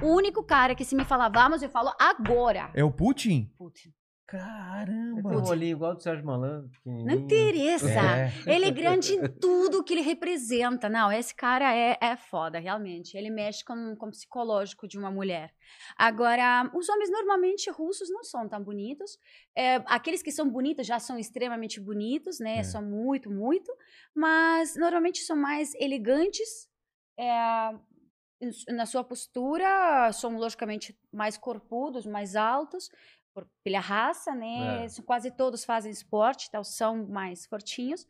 Speaker 3: o único cara que se me falar vamos, eu falo agora.
Speaker 1: É o Putin?
Speaker 3: Putin.
Speaker 4: Ele
Speaker 1: Caramba.
Speaker 4: tem um olhinho igual do Sérgio Malandro.
Speaker 3: Não
Speaker 4: pequenininho.
Speaker 3: interessa.
Speaker 1: Uh. É.
Speaker 3: Ele é grande em tudo que ele representa. Não, esse cara é, é foda, realmente. Ele mexe com, com o psicológico de uma mulher. Agora, os homens normalmente russos não são tão bonitos. É, aqueles que são bonitos já são extremamente bonitos, né?
Speaker 1: É.
Speaker 3: São muito, muito. Mas normalmente são mais elegantes. é, em su- na sua postura, são logicamente mais corpudos, mais altos por, pela raça, né?
Speaker 4: É.
Speaker 3: São- Quase todos fazem esporte, então são mais fortinhos,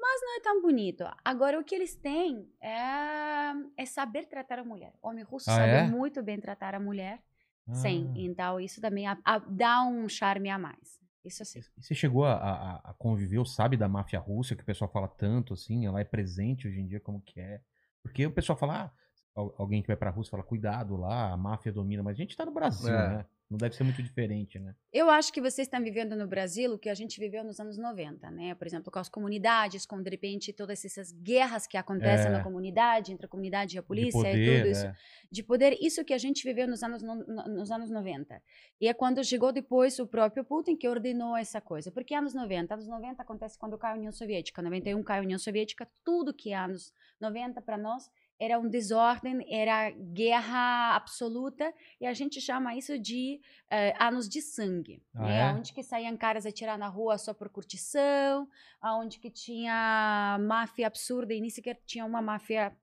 Speaker 3: mas não é tão bonito. Agora, o que eles têm é, é saber tratar a mulher. O homem russo
Speaker 1: Ah,
Speaker 3: sabe
Speaker 1: é?
Speaker 3: muito bem tratar a mulher,
Speaker 1: Ah.
Speaker 3: sim. Então, isso também a- a- dá um charme a mais. Isso assim.
Speaker 1: E Você chegou a, a- a conviver, ou sabe, da máfia russa, que o pessoal fala tanto, assim, ela é presente hoje em dia, como que é? Porque o pessoal fala, ah, al- alguém que vai pra Rússia fala, cuidado lá, a máfia domina, mas a gente tá no Brasil,
Speaker 4: É.
Speaker 1: né? Não deve ser muito diferente, né?
Speaker 3: Eu acho que vocês estão vivendo no Brasil o que a gente viveu nos anos 90, né? Por exemplo, com as comunidades, com de repente todas essas guerras que acontecem
Speaker 1: É.
Speaker 3: na comunidade, entre a comunidade e a polícia e tudo isso.
Speaker 1: é.
Speaker 3: de poder, isso que a gente viveu nos anos, no- no- nos anos 90. E é quando chegou depois o próprio Putin que ordenou essa coisa. Porque anos 90, anos 90 acontece quando cai a União Soviética, 91 cai a União Soviética, tudo que é anos 90 para nós era um desordem, era guerra absoluta, e a gente chama isso de eh, anos de sangue.
Speaker 1: Ah,
Speaker 3: né?
Speaker 1: é?
Speaker 3: Onde que saíam caras a tirar na rua só por curtição, aonde que tinha máfia absurda e nem sequer tinha uma máfia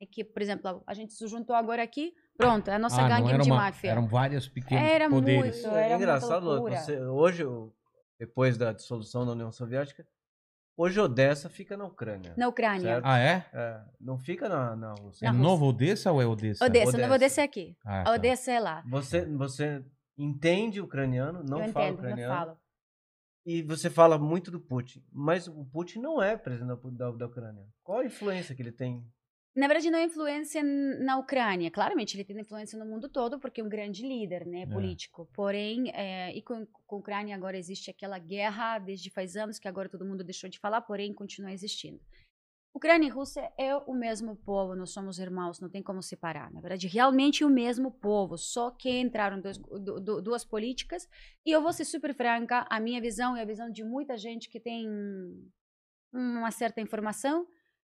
Speaker 3: é que, por exemplo, a gente se juntou agora aqui, pronto, é a nossa
Speaker 1: Ah, não,
Speaker 3: gangue
Speaker 1: era
Speaker 3: de
Speaker 1: uma-
Speaker 3: máfia.
Speaker 1: Eram vários pequenos
Speaker 3: Era
Speaker 1: poderes.
Speaker 3: Isso Então era
Speaker 4: é
Speaker 3: uma
Speaker 4: engraçado.
Speaker 3: loucura.
Speaker 4: você- hoje, eu- depois da dissolução da União Soviética, hoje Odessa fica na Ucrânia.
Speaker 3: Na Ucrânia.
Speaker 4: Certo.
Speaker 1: Ah, é?
Speaker 4: É, não fica na, na Rússia.
Speaker 1: É
Speaker 3: Na
Speaker 1: Nova Odessa ou é Odessa?
Speaker 3: Odessa, não vou
Speaker 4: Odessa.
Speaker 3: descer aqui.
Speaker 1: Ah, tá.
Speaker 3: Odessa é lá.
Speaker 4: Você, você entende ucraniano, não
Speaker 3: eu
Speaker 4: fala
Speaker 3: entendo, não
Speaker 4: ucraniano.
Speaker 3: falo.
Speaker 4: E você fala muito do Putin. Mas o Putin não é presidente da, da, da Ucrânia. Qual a influência que ele tem?
Speaker 3: Na verdade, não é influência n- na Ucrânia. Claramente, ele tem influência no mundo todo, porque é um grande líder né, político. Porém, é, e com, com a Ucrânia agora existe aquela guerra desde faz anos, que agora todo mundo deixou de falar, porém continua existindo. Ucrânia e Rússia é o mesmo povo, nós somos irmãos, não tem como separar. Na verdade, realmente é o mesmo povo, só que entraram dois- du- du- duas políticas. E eu vou ser super franca, a minha visão e a visão de muita gente que tem uma certa informação,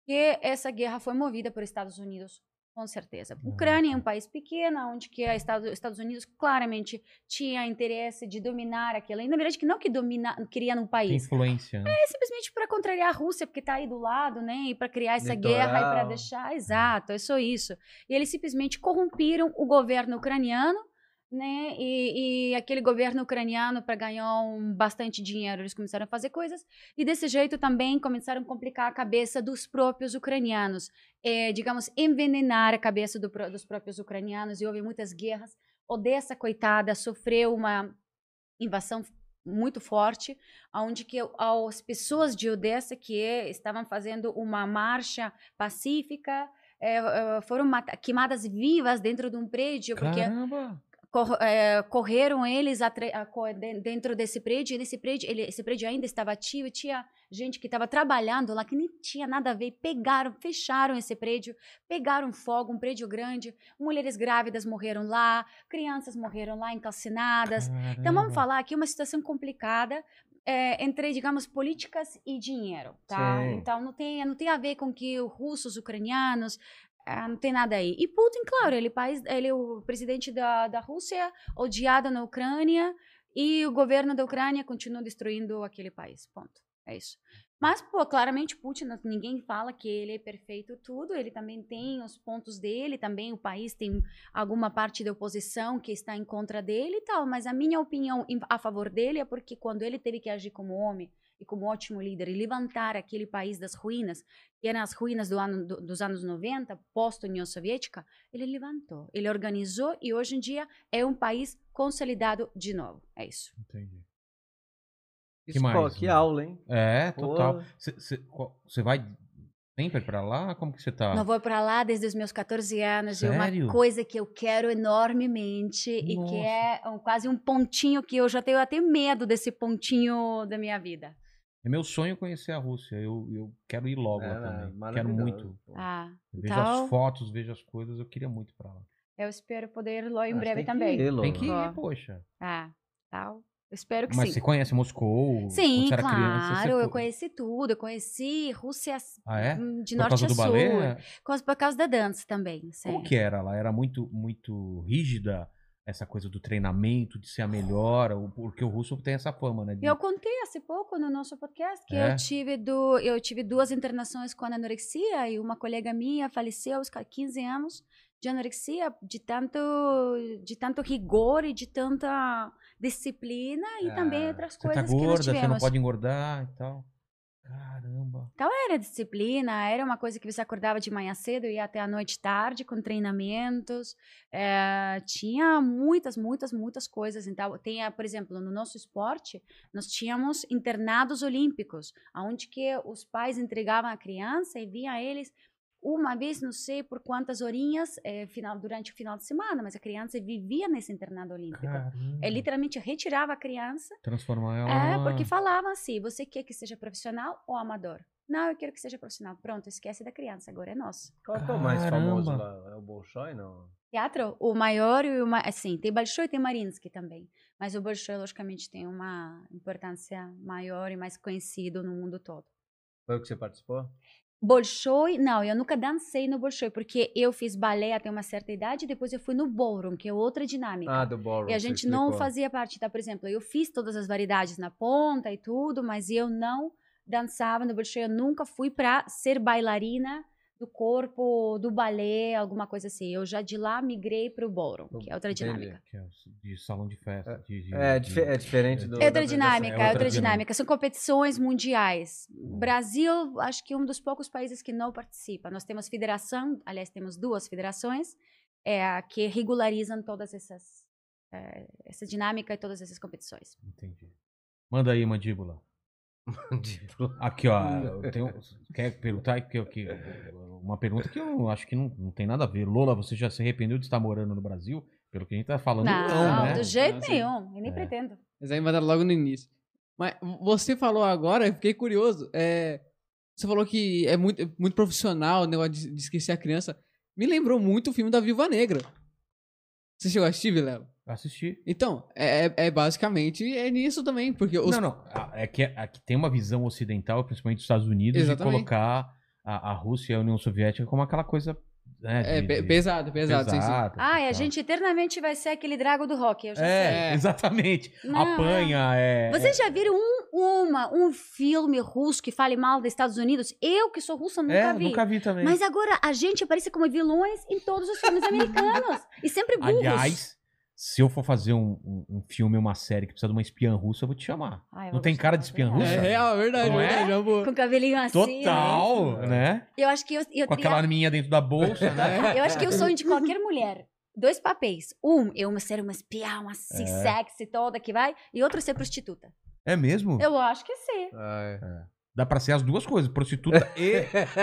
Speaker 3: que essa guerra foi movida por Estados Unidos Com certeza. Ucrânia é um país pequeno, onde que a Estados, Estados Unidos claramente tinha interesse de dominar aquela. E na verdade que não que domina, queria no
Speaker 1: Tem
Speaker 3: país.
Speaker 1: influência, né?
Speaker 3: É simplesmente para contrariar a Rússia, porque está aí do lado, né? E para criar essa
Speaker 4: Litoral.
Speaker 3: guerra e para deixar. Exato, é só isso. E eles simplesmente corromperam o governo ucraniano, né? E, e aquele governo ucraniano, para ganhar um, bastante dinheiro, eles começaram a fazer coisas. E desse jeito também começaram a complicar a cabeça dos próprios ucranianos. É, digamos, envenenar a cabeça do pró- dos próprios ucranianos. E houve muitas guerras. Odessa, coitada, sofreu uma invasão muito forte, onde que as pessoas de Odessa que é, estavam fazendo uma marcha pacífica eh, eh, foram mata- queimadas vivas dentro de um prédio, porque
Speaker 1: Caramba!
Speaker 3: cor- eh, correram eles atre- a co- de- dentro desse prédio, e nesse prédio, ele- esse prédio ainda estava ativo, e tinha gente que estava trabalhando lá, que nem tinha nada a ver, pegaram, fecharam esse prédio, pegaram fogo, um prédio grande, mulheres grávidas morreram lá, crianças morreram lá, encalcinadas, então vamos falar aqui uma situação complicada é, entre, digamos, políticas e dinheiro, tá?
Speaker 4: Sim.
Speaker 3: Então não tem, não tem a ver com que os russos, ucranianos, ah, não tem nada aí. E Putin, claro, ele, é país, ele é o presidente da, da Rússia, odiado na Ucrânia, e o governo da Ucrânia continua destruindo aquele país, ponto. É isso. Mas, pô, claramente Putin, ninguém fala que ele é perfeito tudo, ele também tem os pontos dele, também o país tem alguma parte da oposição que está em contra dele e tal, mas a minha opinião em- a favor dele é porque quando ele teve que agir como homem e como ótimo líder e levantar aquele país das ruínas, que eram as ruínas do ano, do- dos anos 90, pós-União Soviética, ele levantou, ele organizou e hoje em dia é um país consolidado de novo. É isso.
Speaker 1: Entendi.
Speaker 4: Que,
Speaker 1: Que mais,
Speaker 4: escola, que
Speaker 1: né?
Speaker 4: aula, hein?
Speaker 1: É,
Speaker 4: Pô.
Speaker 1: total. Você vai sempre pra lá? Como que você tá?
Speaker 3: Não vou para lá desde os meus 14 anos. E
Speaker 1: Sério?
Speaker 3: uma coisa que eu quero enormemente e que é um- quase um pontinho que eu já tenho até medo desse pontinho da minha vida.
Speaker 1: É meu sonho conhecer a Rússia. Eu, eu quero ir logo lá
Speaker 4: Ela é
Speaker 1: também. Quero
Speaker 4: maravilhosa,
Speaker 1: muito.
Speaker 4: pô.
Speaker 3: Ah,
Speaker 1: Eu Vejo
Speaker 3: Então-
Speaker 1: as fotos, vejo as coisas. Eu queria muito ir pra lá.
Speaker 3: eu espero poder ir lá em
Speaker 4: Ah,
Speaker 3: breve
Speaker 4: tem que
Speaker 3: também.
Speaker 4: ir, Lola.
Speaker 1: Tem que ir,
Speaker 3: Ó.
Speaker 1: poxa.
Speaker 3: Ah, tal. Eu espero que
Speaker 1: Mas
Speaker 3: sim.
Speaker 1: você conhece Moscou? Quando
Speaker 3: Sim,
Speaker 1: você era
Speaker 3: claro,
Speaker 1: criança, você
Speaker 3: eu
Speaker 1: foi-
Speaker 3: conheci tudo. Eu conheci Rússia
Speaker 1: Ah, é?
Speaker 3: hum, de
Speaker 1: Por
Speaker 3: norte
Speaker 1: causa
Speaker 3: a
Speaker 1: do
Speaker 3: sul.
Speaker 1: balé?
Speaker 3: Causa- Por causa da dança também. Sim.
Speaker 1: Como que era lá? Era muito, muito rígida essa coisa do treinamento, de ser a melhor, ou- porque o russo tem essa fama, né? de-
Speaker 3: Eu contei há pouco no nosso podcast que
Speaker 1: É?
Speaker 3: eu tive do eu tive duas internações com anorexia e uma colega minha faleceu aos 15 anos de anorexia, de tanto de tanto rigor e de tanta disciplina e
Speaker 4: Ah,
Speaker 3: também outras
Speaker 1: Você tá
Speaker 3: coisas que
Speaker 1: gorda,
Speaker 3: nós
Speaker 1: você
Speaker 3: tivemos.
Speaker 1: não pode engordar e tal. Caramba.
Speaker 3: Então era disciplina, era uma coisa que você acordava de manhã cedo e ia até a noite tarde com treinamentos. eh, tinha muitas, muitas, muitas coisas. Então, tem, ah, por exemplo, no nosso esporte, nós tínhamos internados olímpicos, onde que os pais entregavam a criança e vinha eles uma vez, não sei por quantas horinhas, eh, final, durante o final de semana, mas a criança vivia nesse internado olímpico.
Speaker 1: Caramba.
Speaker 3: É, literalmente retirava a criança
Speaker 1: Transformar ela.
Speaker 3: é,
Speaker 1: numa-
Speaker 3: porque falavam assim: você quer que seja profissional ou amador? Não, eu quero que seja profissional. Pronto, esquece da criança, agora é nosso.
Speaker 4: Qual que é o mais famoso
Speaker 1: Caramba.
Speaker 4: lá? É o Bolshoi, não?
Speaker 3: Teatro, o maior e o mais. Assim, tem Bolshoi e tem Marinsky também. Mas o Bolshoi, logicamente, tem uma importância maior e mais conhecido no mundo todo.
Speaker 4: Foi o que você participou?
Speaker 3: Bolshoi, não, eu nunca dancei no Bolshoi, porque eu fiz balé até uma certa idade e depois eu fui no Ballroom, que é outra dinâmica.
Speaker 4: Ah, do Ballroom.
Speaker 3: E a
Speaker 4: você
Speaker 3: gente não
Speaker 4: explicou.
Speaker 3: fazia parte, tá? Por exemplo, eu fiz todas as variedades na ponta e tudo, mas eu não dançava no Bolshoi, eu nunca fui pra ser bailarina do corpo, do balé, alguma coisa assim. Eu já de lá migrei pro ballroom, que é outra
Speaker 4: Entendi.
Speaker 3: dinâmica.
Speaker 1: Que é de salão de festa. de- de-
Speaker 4: É,
Speaker 1: de-
Speaker 4: dife- é diferente do.
Speaker 3: É outra
Speaker 4: da
Speaker 3: dinâmica,
Speaker 4: apresentação.
Speaker 3: é
Speaker 1: outra
Speaker 3: outra
Speaker 1: dinâmica.
Speaker 3: dinâmica. São competições mundiais. Brasil, acho que é um dos poucos países que não participa. Nós temos federação, aliás, temos duas federações é, que regularizam todas essas, é, essa dinâmica e todas essas competições.
Speaker 1: Entendi. Manda aí, mandíbula.
Speaker 4: Tipo,
Speaker 1: Aqui, ó. eu tenho- Quer perguntar? Que, que, uma pergunta que eu acho que não, não tem nada a ver. Lola, você já se arrependeu de estar morando no Brasil? Pelo que a gente tá falando, não,
Speaker 3: Não,
Speaker 1: né?
Speaker 3: do jeito
Speaker 2: Não, sim.
Speaker 3: nenhum. Eu nem
Speaker 1: É.
Speaker 3: pretendo.
Speaker 2: Mas aí mandaram logo no início. Mas você falou agora, eu fiquei curioso. é, você falou que é muito, muito profissional o negócio de, de esquecer a criança. Me lembrou muito o filme da Viúva Negra. Você chegou a assistir, Vilela?
Speaker 1: Assistir.
Speaker 2: Então, é, é- é basicamente é nisso também, porque os...
Speaker 1: Não, não. a- É que, é que tem uma visão ocidental, principalmente dos Estados Unidos,
Speaker 2: Exatamente.
Speaker 1: de colocar a, a Rússia e a União Soviética como aquela coisa né,
Speaker 2: É,
Speaker 1: de-
Speaker 2: pe-
Speaker 1: de-
Speaker 2: pesado, pesado, sim, sim.
Speaker 1: pesado,
Speaker 3: Ai, a
Speaker 1: pesado.
Speaker 3: gente eternamente vai ser aquele drago do rock, eu já sei.
Speaker 1: É,
Speaker 2: sei.
Speaker 1: exatamente.
Speaker 3: Não,
Speaker 1: Apanha, é.
Speaker 3: Vocês já viram um, uma, um filme russo que fale mal dos Estados Unidos? Eu, que sou russa, nunca
Speaker 1: é,
Speaker 3: vi.
Speaker 1: nunca vi também.
Speaker 3: Mas agora a gente aparece como vilões em todos os filmes americanos. e sempre burros.
Speaker 1: Aliás, se eu for fazer um, um- um filme, uma série que precisa de uma espiã russa, eu vou te chamar.
Speaker 3: Ai, eu
Speaker 1: não
Speaker 3: vou
Speaker 1: tem
Speaker 3: gostar,
Speaker 1: cara de espiã
Speaker 3: verdade.
Speaker 2: É
Speaker 1: russa?
Speaker 2: real, é verdade,
Speaker 1: Não é?
Speaker 2: verdade, é uma boa.
Speaker 3: Com cabelinho assim. né?
Speaker 1: Total, né?
Speaker 3: Eu acho que eu, eu
Speaker 1: Com
Speaker 3: teria-
Speaker 1: aquela arminha dentro da bolsa, né?
Speaker 3: Eu acho que é o sonho de qualquer mulher. Dois papéis. Um, eu ser uma espião assim,
Speaker 1: É.
Speaker 3: sexy toda que vai. E outro, ser prostituta.
Speaker 1: É mesmo?
Speaker 3: Eu acho que sim.
Speaker 4: Ai.
Speaker 1: Dá pra ser as duas coisas, prostituta e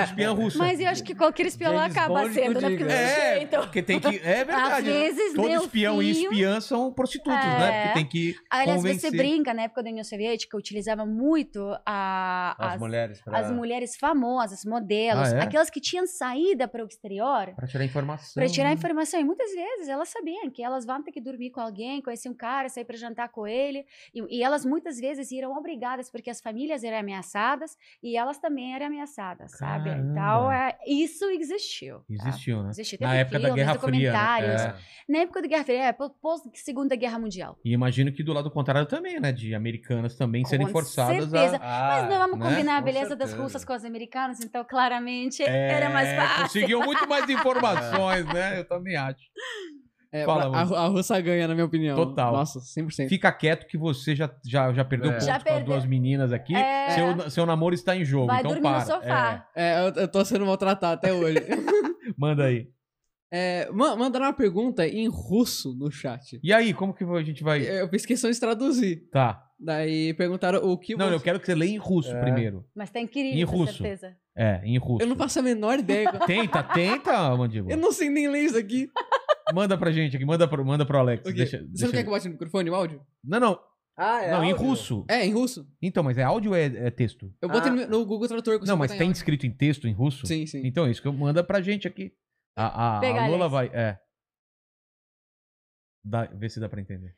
Speaker 1: espiã russa.
Speaker 3: Mas eu acho que qualquer espião lá
Speaker 4: James
Speaker 3: acaba
Speaker 4: Bond
Speaker 3: sendo, né? Porque
Speaker 4: que
Speaker 3: não
Speaker 1: É,
Speaker 3: tem jeito.
Speaker 1: porque tem que... É
Speaker 3: Às
Speaker 1: verdade.
Speaker 3: vezes,
Speaker 1: Todo
Speaker 3: meu
Speaker 1: espião
Speaker 3: filho...
Speaker 1: e espiã são prostitutos, né?
Speaker 3: É.
Speaker 1: Porque tem que...
Speaker 3: Aliás,
Speaker 1: convencer.
Speaker 3: você brinca, né? na época da União Soviética, utilizava muito a-
Speaker 4: As,
Speaker 3: as,
Speaker 4: mulheres pra...
Speaker 3: as mulheres é. famosas, modelos,
Speaker 1: Ah, é?
Speaker 3: aquelas que tinham saída para o exterior
Speaker 1: Pra tirar informação.
Speaker 3: para tirar
Speaker 1: né?
Speaker 3: informação. E muitas vezes elas sabiam que elas vão ter que dormir com alguém, conhecer um cara, sair para jantar com ele. E, e elas muitas vezes eram obrigadas, porque as famílias eram ameaçadas e elas também eram ameaçadas, sabe?
Speaker 1: Caramba.
Speaker 3: Então, é, isso existiu. tá?
Speaker 1: Existiu, né?
Speaker 3: Existiu.
Speaker 1: Na
Speaker 3: Teve
Speaker 1: época da
Speaker 3: filmes,
Speaker 1: Guerra Fria. né?
Speaker 3: documentários.
Speaker 1: É.
Speaker 3: Na época da Guerra Fria, é, pô- pós-Segunda Guerra Mundial.
Speaker 1: E imagino que do lado contrário também, né? De americanas também serem
Speaker 3: Com
Speaker 1: forçadas
Speaker 3: certeza.
Speaker 1: a.
Speaker 4: Ah,
Speaker 3: Mas não vamos
Speaker 1: né?
Speaker 3: combinar a
Speaker 4: Com
Speaker 3: beleza das
Speaker 4: certeza.
Speaker 3: russas com as americanas, então claramente
Speaker 1: É,
Speaker 3: era mais fácil.
Speaker 1: Conseguiu muito mais informações, né? Eu também acho.
Speaker 2: É,
Speaker 1: Fala,
Speaker 2: pra- a,
Speaker 1: mano.
Speaker 2: a russa ganha, na minha opinião.
Speaker 1: Total.
Speaker 2: Nossa, 100%.
Speaker 1: Fica quieto que você já, já, já perdeu
Speaker 4: É.
Speaker 1: pontos
Speaker 3: Já
Speaker 1: com as
Speaker 3: perdeu.
Speaker 1: duas meninas aqui.
Speaker 3: É.
Speaker 1: Seu, seu namoro está em jogo.
Speaker 3: Vai
Speaker 1: então
Speaker 3: dormir
Speaker 1: para.
Speaker 3: no sofá.
Speaker 2: É, eu, eu tô sendo maltratado até hoje.
Speaker 1: É, manda aí.
Speaker 2: é, ma- mandaram uma pergunta em russo no chat.
Speaker 1: E aí, como que a gente
Speaker 4: É.
Speaker 1: vai.
Speaker 2: Eu fiz questão de traduzir.
Speaker 1: Tá.
Speaker 2: Daí perguntaram o que
Speaker 1: Não,
Speaker 2: você-
Speaker 1: eu quero que você leia em russo
Speaker 4: É.
Speaker 1: primeiro.
Speaker 3: Mas tá
Speaker 1: Em
Speaker 3: incrível, com
Speaker 1: russo.
Speaker 3: certeza.
Speaker 1: É, em russo.
Speaker 2: Eu não faço a menor ideia. cara.
Speaker 1: Tenta, tenta,
Speaker 2: eu
Speaker 1: Mandíbula.
Speaker 2: não sei nem ler isso aqui.
Speaker 1: Manda pra gente aqui, manda pro, manda pro Alex.
Speaker 2: O quê?
Speaker 1: Deixa,
Speaker 2: Você
Speaker 1: deixa-
Speaker 2: não quer que eu bote no microfone o áudio?
Speaker 1: Não, não.
Speaker 4: Ah, é
Speaker 1: não, em
Speaker 4: áudio?
Speaker 1: russo.
Speaker 2: É, em russo.
Speaker 1: Então, mas é áudio ou é- é texto?
Speaker 2: Eu botei
Speaker 4: Ah.
Speaker 2: no, no Google Tradutor. consigo
Speaker 1: Não, mas
Speaker 2: botar em
Speaker 1: tem
Speaker 2: áudio.
Speaker 1: escrito em texto em russo?
Speaker 2: um. Sim, sim.
Speaker 1: Então é isso que eu manda pra gente aqui. A, a,
Speaker 3: Pega,
Speaker 1: a Lola
Speaker 3: Alex.
Speaker 1: vai. É. Dá, vê se dá pra entender.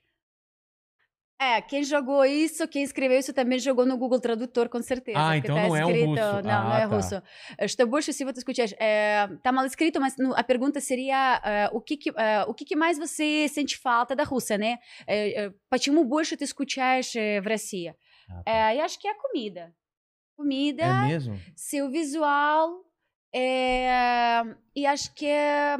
Speaker 3: É, quem jogou isso, quem escreveu isso também jogou no Google Tradutor, com certeza.
Speaker 1: Ah,
Speaker 3: porque
Speaker 1: então
Speaker 3: tá
Speaker 1: não é um
Speaker 3: escrito,
Speaker 1: russo.
Speaker 3: Não, não
Speaker 1: Ah,
Speaker 3: é
Speaker 1: tá.
Speaker 3: russo. Eh, Что больше всего ты скучаешь? É, tá mal escrito, mas no- a pergunta seria eh, o, que que, eh, o que que mais você sente falta da Rússia, né? É, é, почему больше ты скучаешь eh, в России?
Speaker 1: Ah, tá.
Speaker 3: É, eu acho que é a comida. Comida,
Speaker 1: É mesmo?
Speaker 3: seu visual, é, e acho que é,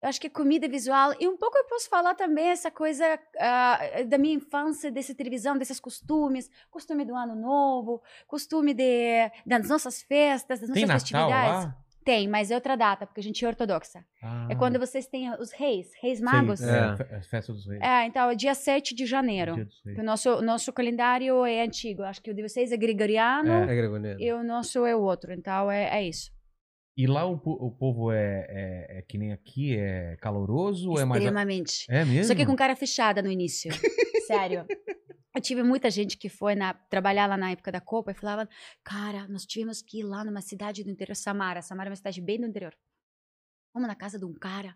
Speaker 3: eu acho que é comida visual e um pouco eu posso falar também essa coisa ah, da minha infância, dessa televisão, desses costumes, costume do ano novo, costume de, das nossas festas, das
Speaker 1: Tem
Speaker 3: nossas
Speaker 1: Natal
Speaker 3: festividades.
Speaker 1: lá?
Speaker 3: Tem, mas é outra data porque a gente é ortodoxa.
Speaker 1: Ah,
Speaker 3: É quando vocês têm os reis, reis
Speaker 1: sei,
Speaker 3: magos.
Speaker 1: É,
Speaker 4: É.
Speaker 1: fe- é festa dos reis.
Speaker 3: É, então é dia 7 de janeiro.
Speaker 1: Dia dos reis.
Speaker 3: O nosso nosso calendário é antigo. Acho que o de vocês é gregoriano.
Speaker 1: É.
Speaker 4: É gregoriano.
Speaker 3: E o nosso é o outro, então é, é isso.
Speaker 1: E lá o, po- o povo é, é, é que nem aqui, é caloroso? ou É mais.
Speaker 3: Extremamente.
Speaker 1: É mesmo?
Speaker 3: Só que com cara fechada no início. Sério. Eu tive muita gente que foi na, trabalhar lá na época da Copa e falava: Cara, nós tivemos que ir lá numa cidade do interior, Samara. Samara é uma cidade bem do interior. Vamos na casa de um cara.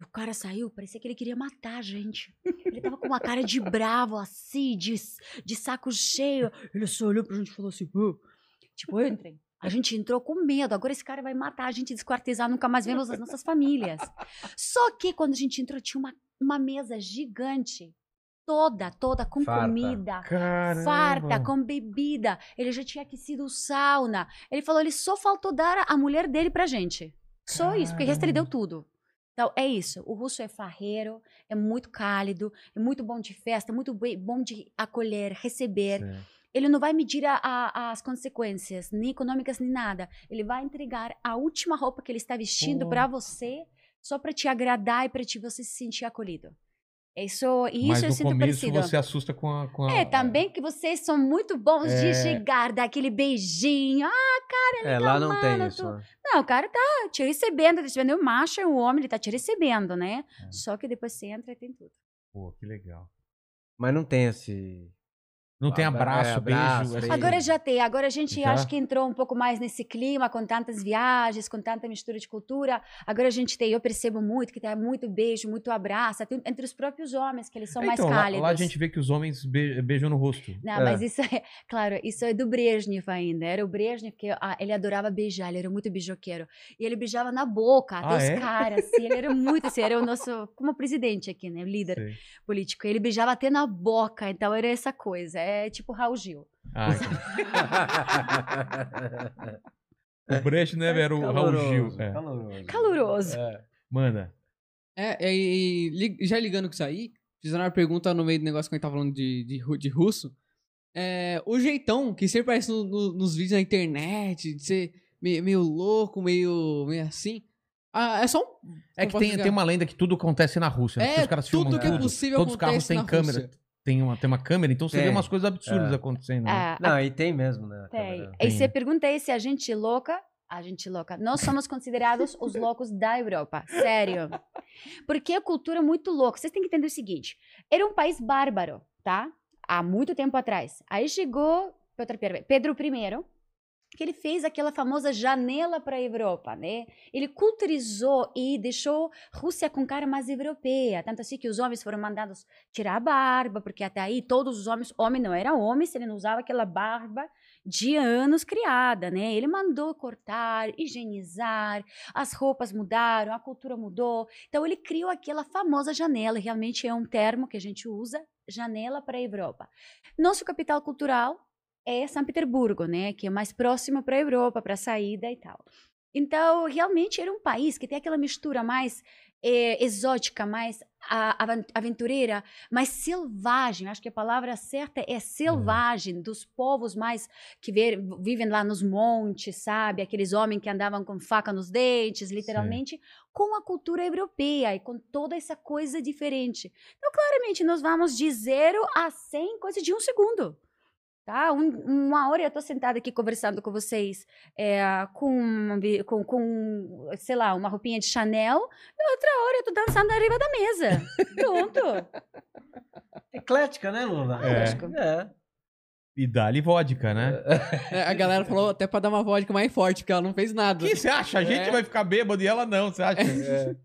Speaker 3: O cara saiu, parecia que ele queria matar a gente. Ele tava com uma cara de bravo, assim, de, de saco cheio. Ele só olhou pra gente e falou assim: "Ah." Tipo, entrem. A gente entrou com medo, agora esse cara vai matar a gente, desquartizar, nunca mais vemos as nossas famílias. Só que quando a gente entrou, tinha uma, uma mesa gigante, toda, toda, com
Speaker 4: Farta.
Speaker 3: comida,
Speaker 1: Caramba.
Speaker 3: farta, com bebida. Ele já tinha aquecido o sauna. Ele falou, ele só faltou dar a mulher dele pra gente. Só isso, porque o resto ele deu tudo. Então, é isso. O russo é farreiro, é muito cálido, é muito bom de festa, é muito bem- bom de acolher, receber.
Speaker 1: Sim.
Speaker 3: Ele não vai medir a- a- as consequências, nem econômicas, nem nada. Ele vai entregar a última roupa que ele está vestindo
Speaker 1: Pô.
Speaker 3: pra você, só pra te agradar e pra te, você se sentir acolhido. É Isso, e
Speaker 1: Mas
Speaker 3: isso eu
Speaker 1: no
Speaker 3: sinto
Speaker 1: começo
Speaker 3: parecido.
Speaker 1: você assusta com a. com a-
Speaker 3: É, também que vocês são muito bons
Speaker 1: É.
Speaker 3: de chegar, dar aquele beijinho. Ah,
Speaker 4: É, lá não tem
Speaker 3: mano,
Speaker 4: isso.
Speaker 3: tu-
Speaker 4: né?
Speaker 3: não, o cara tá te recebendo, tá te recebendo. O macho é o homem, ele tá te recebendo, né?
Speaker 1: É.
Speaker 3: Só que depois você entra e tem tudo.
Speaker 1: Pô, que legal.
Speaker 4: Mas não tem esse...
Speaker 1: Não tem
Speaker 4: Abra-
Speaker 1: abraço,
Speaker 4: é,
Speaker 1: beijo.
Speaker 4: abraço,
Speaker 1: essas
Speaker 4: beijo.
Speaker 1: coisas.
Speaker 3: Agora já tem, agora a gente
Speaker 1: Já?
Speaker 3: acho que entrou um pouco mais nesse clima, com tantas viagens, com tanta mistura de cultura. Agora a gente tem, eu percebo muito que tem muito beijo, muito abraço, até entre os próprios homens, que eles são
Speaker 1: É,
Speaker 3: mais
Speaker 1: então, lá,
Speaker 3: cálidos.
Speaker 1: lá a gente vê que os homens be- beijam no rosto.
Speaker 3: Não,
Speaker 4: É.
Speaker 3: mas isso é, claro, isso é do Brezhnev ainda. Era o Brezhnev que ah, ele adorava beijar, ele era muito beijoqueiro. E ele beijava na boca, até
Speaker 1: Ah,
Speaker 3: os
Speaker 1: é?
Speaker 3: caras, assim, ele era muito assim, era o nosso, como presidente aqui, né, o líder
Speaker 1: Sei.
Speaker 3: político. Ele beijava até na boca, então era essa coisa, é tipo Raul Gil.
Speaker 1: Ah, então. então. o Brezhnev era o Raul Gil. É.
Speaker 4: Caloroso.
Speaker 3: Caloroso.
Speaker 4: É.
Speaker 1: Manda.
Speaker 2: É, é, e li- já ligando com isso aí, fizeram uma pergunta no meio do negócio que a gente tava falando de, de, ru- de russo. É, o jeitão, que sempre aparece no- no- nos vídeos na internet, de ser meio, meio louco, meio, meio assim. Ah, é só um.
Speaker 1: É que
Speaker 2: Como posso
Speaker 1: tem,
Speaker 2: explicar?
Speaker 1: tem uma lenda que tudo acontece na Rússia. né? Porque
Speaker 2: É,
Speaker 1: os caras filmam
Speaker 2: tudo que é
Speaker 1: tudo.
Speaker 2: possível
Speaker 1: Todos os carros
Speaker 2: acontece
Speaker 1: têm
Speaker 2: na
Speaker 1: câmera.
Speaker 2: Rússia.
Speaker 1: Tem uma, tem uma câmera, então você vê
Speaker 4: Tem.
Speaker 1: umas coisas absurdas
Speaker 4: É.
Speaker 1: acontecendo. né?
Speaker 3: Ah,
Speaker 4: Não, e tem mesmo, né? a
Speaker 3: Tem.
Speaker 4: câmera.
Speaker 3: E
Speaker 1: Sim.
Speaker 3: você pergunta aí se a gente é louca. A gente é louca. Nós somos considerados os loucos da Europa. Sério. Porque a cultura é muito louca. Vocês têm que entender o seguinte: era um país bárbaro, tá? Há muito tempo atrás. Aí chegou Pedro I, Pedro I, que ele fez aquela famosa janela para a Europa, né? Ele culturizou e deixou Rússia com cara mais europeia. Tanto assim que os homens foram mandados tirar a barba, porque até aí todos os homens, homem não era homem, se ele não usava aquela barba de anos criada, né? Ele mandou cortar, higienizar, as roupas mudaram, a cultura mudou. Então ele criou aquela famosa janela, realmente é um termo que a gente usa, janela para a Europa. Nosso capital cultural é São Petersburgo, né? Que é mais próximo para a Europa, para a saída e tal. Então, realmente era um país que tem aquela mistura mais eh, exótica, mais ah, avan- aventureira, mais selvagem. Acho que a palavra certa é selvagem, dos povos mais que ver- vivem lá nos montes, sabe? Aqueles homens que andavam com faca nos dentes, literalmente, com a cultura europeia e com toda essa coisa diferente. Então, claramente, nós vamos de zero a 100 em coisa de um segundo. Tá? Um- uma hora eu estou sentada aqui conversando com vocês é, com, uma vi- com, com, sei lá, uma roupinha de Chanel, e outra hora eu tô dançando arriba da mesa. Pronto.
Speaker 4: Eclética, né, Lula?
Speaker 1: É.
Speaker 4: É.
Speaker 1: E dá-lhe vodka, né?
Speaker 2: É, a galera falou até pra dar uma vodka mais forte, porque ela não fez
Speaker 1: O
Speaker 2: nada.
Speaker 1: que você acha? A gente
Speaker 2: É.
Speaker 1: vai ficar bêbado e ela não, você acha?
Speaker 4: É.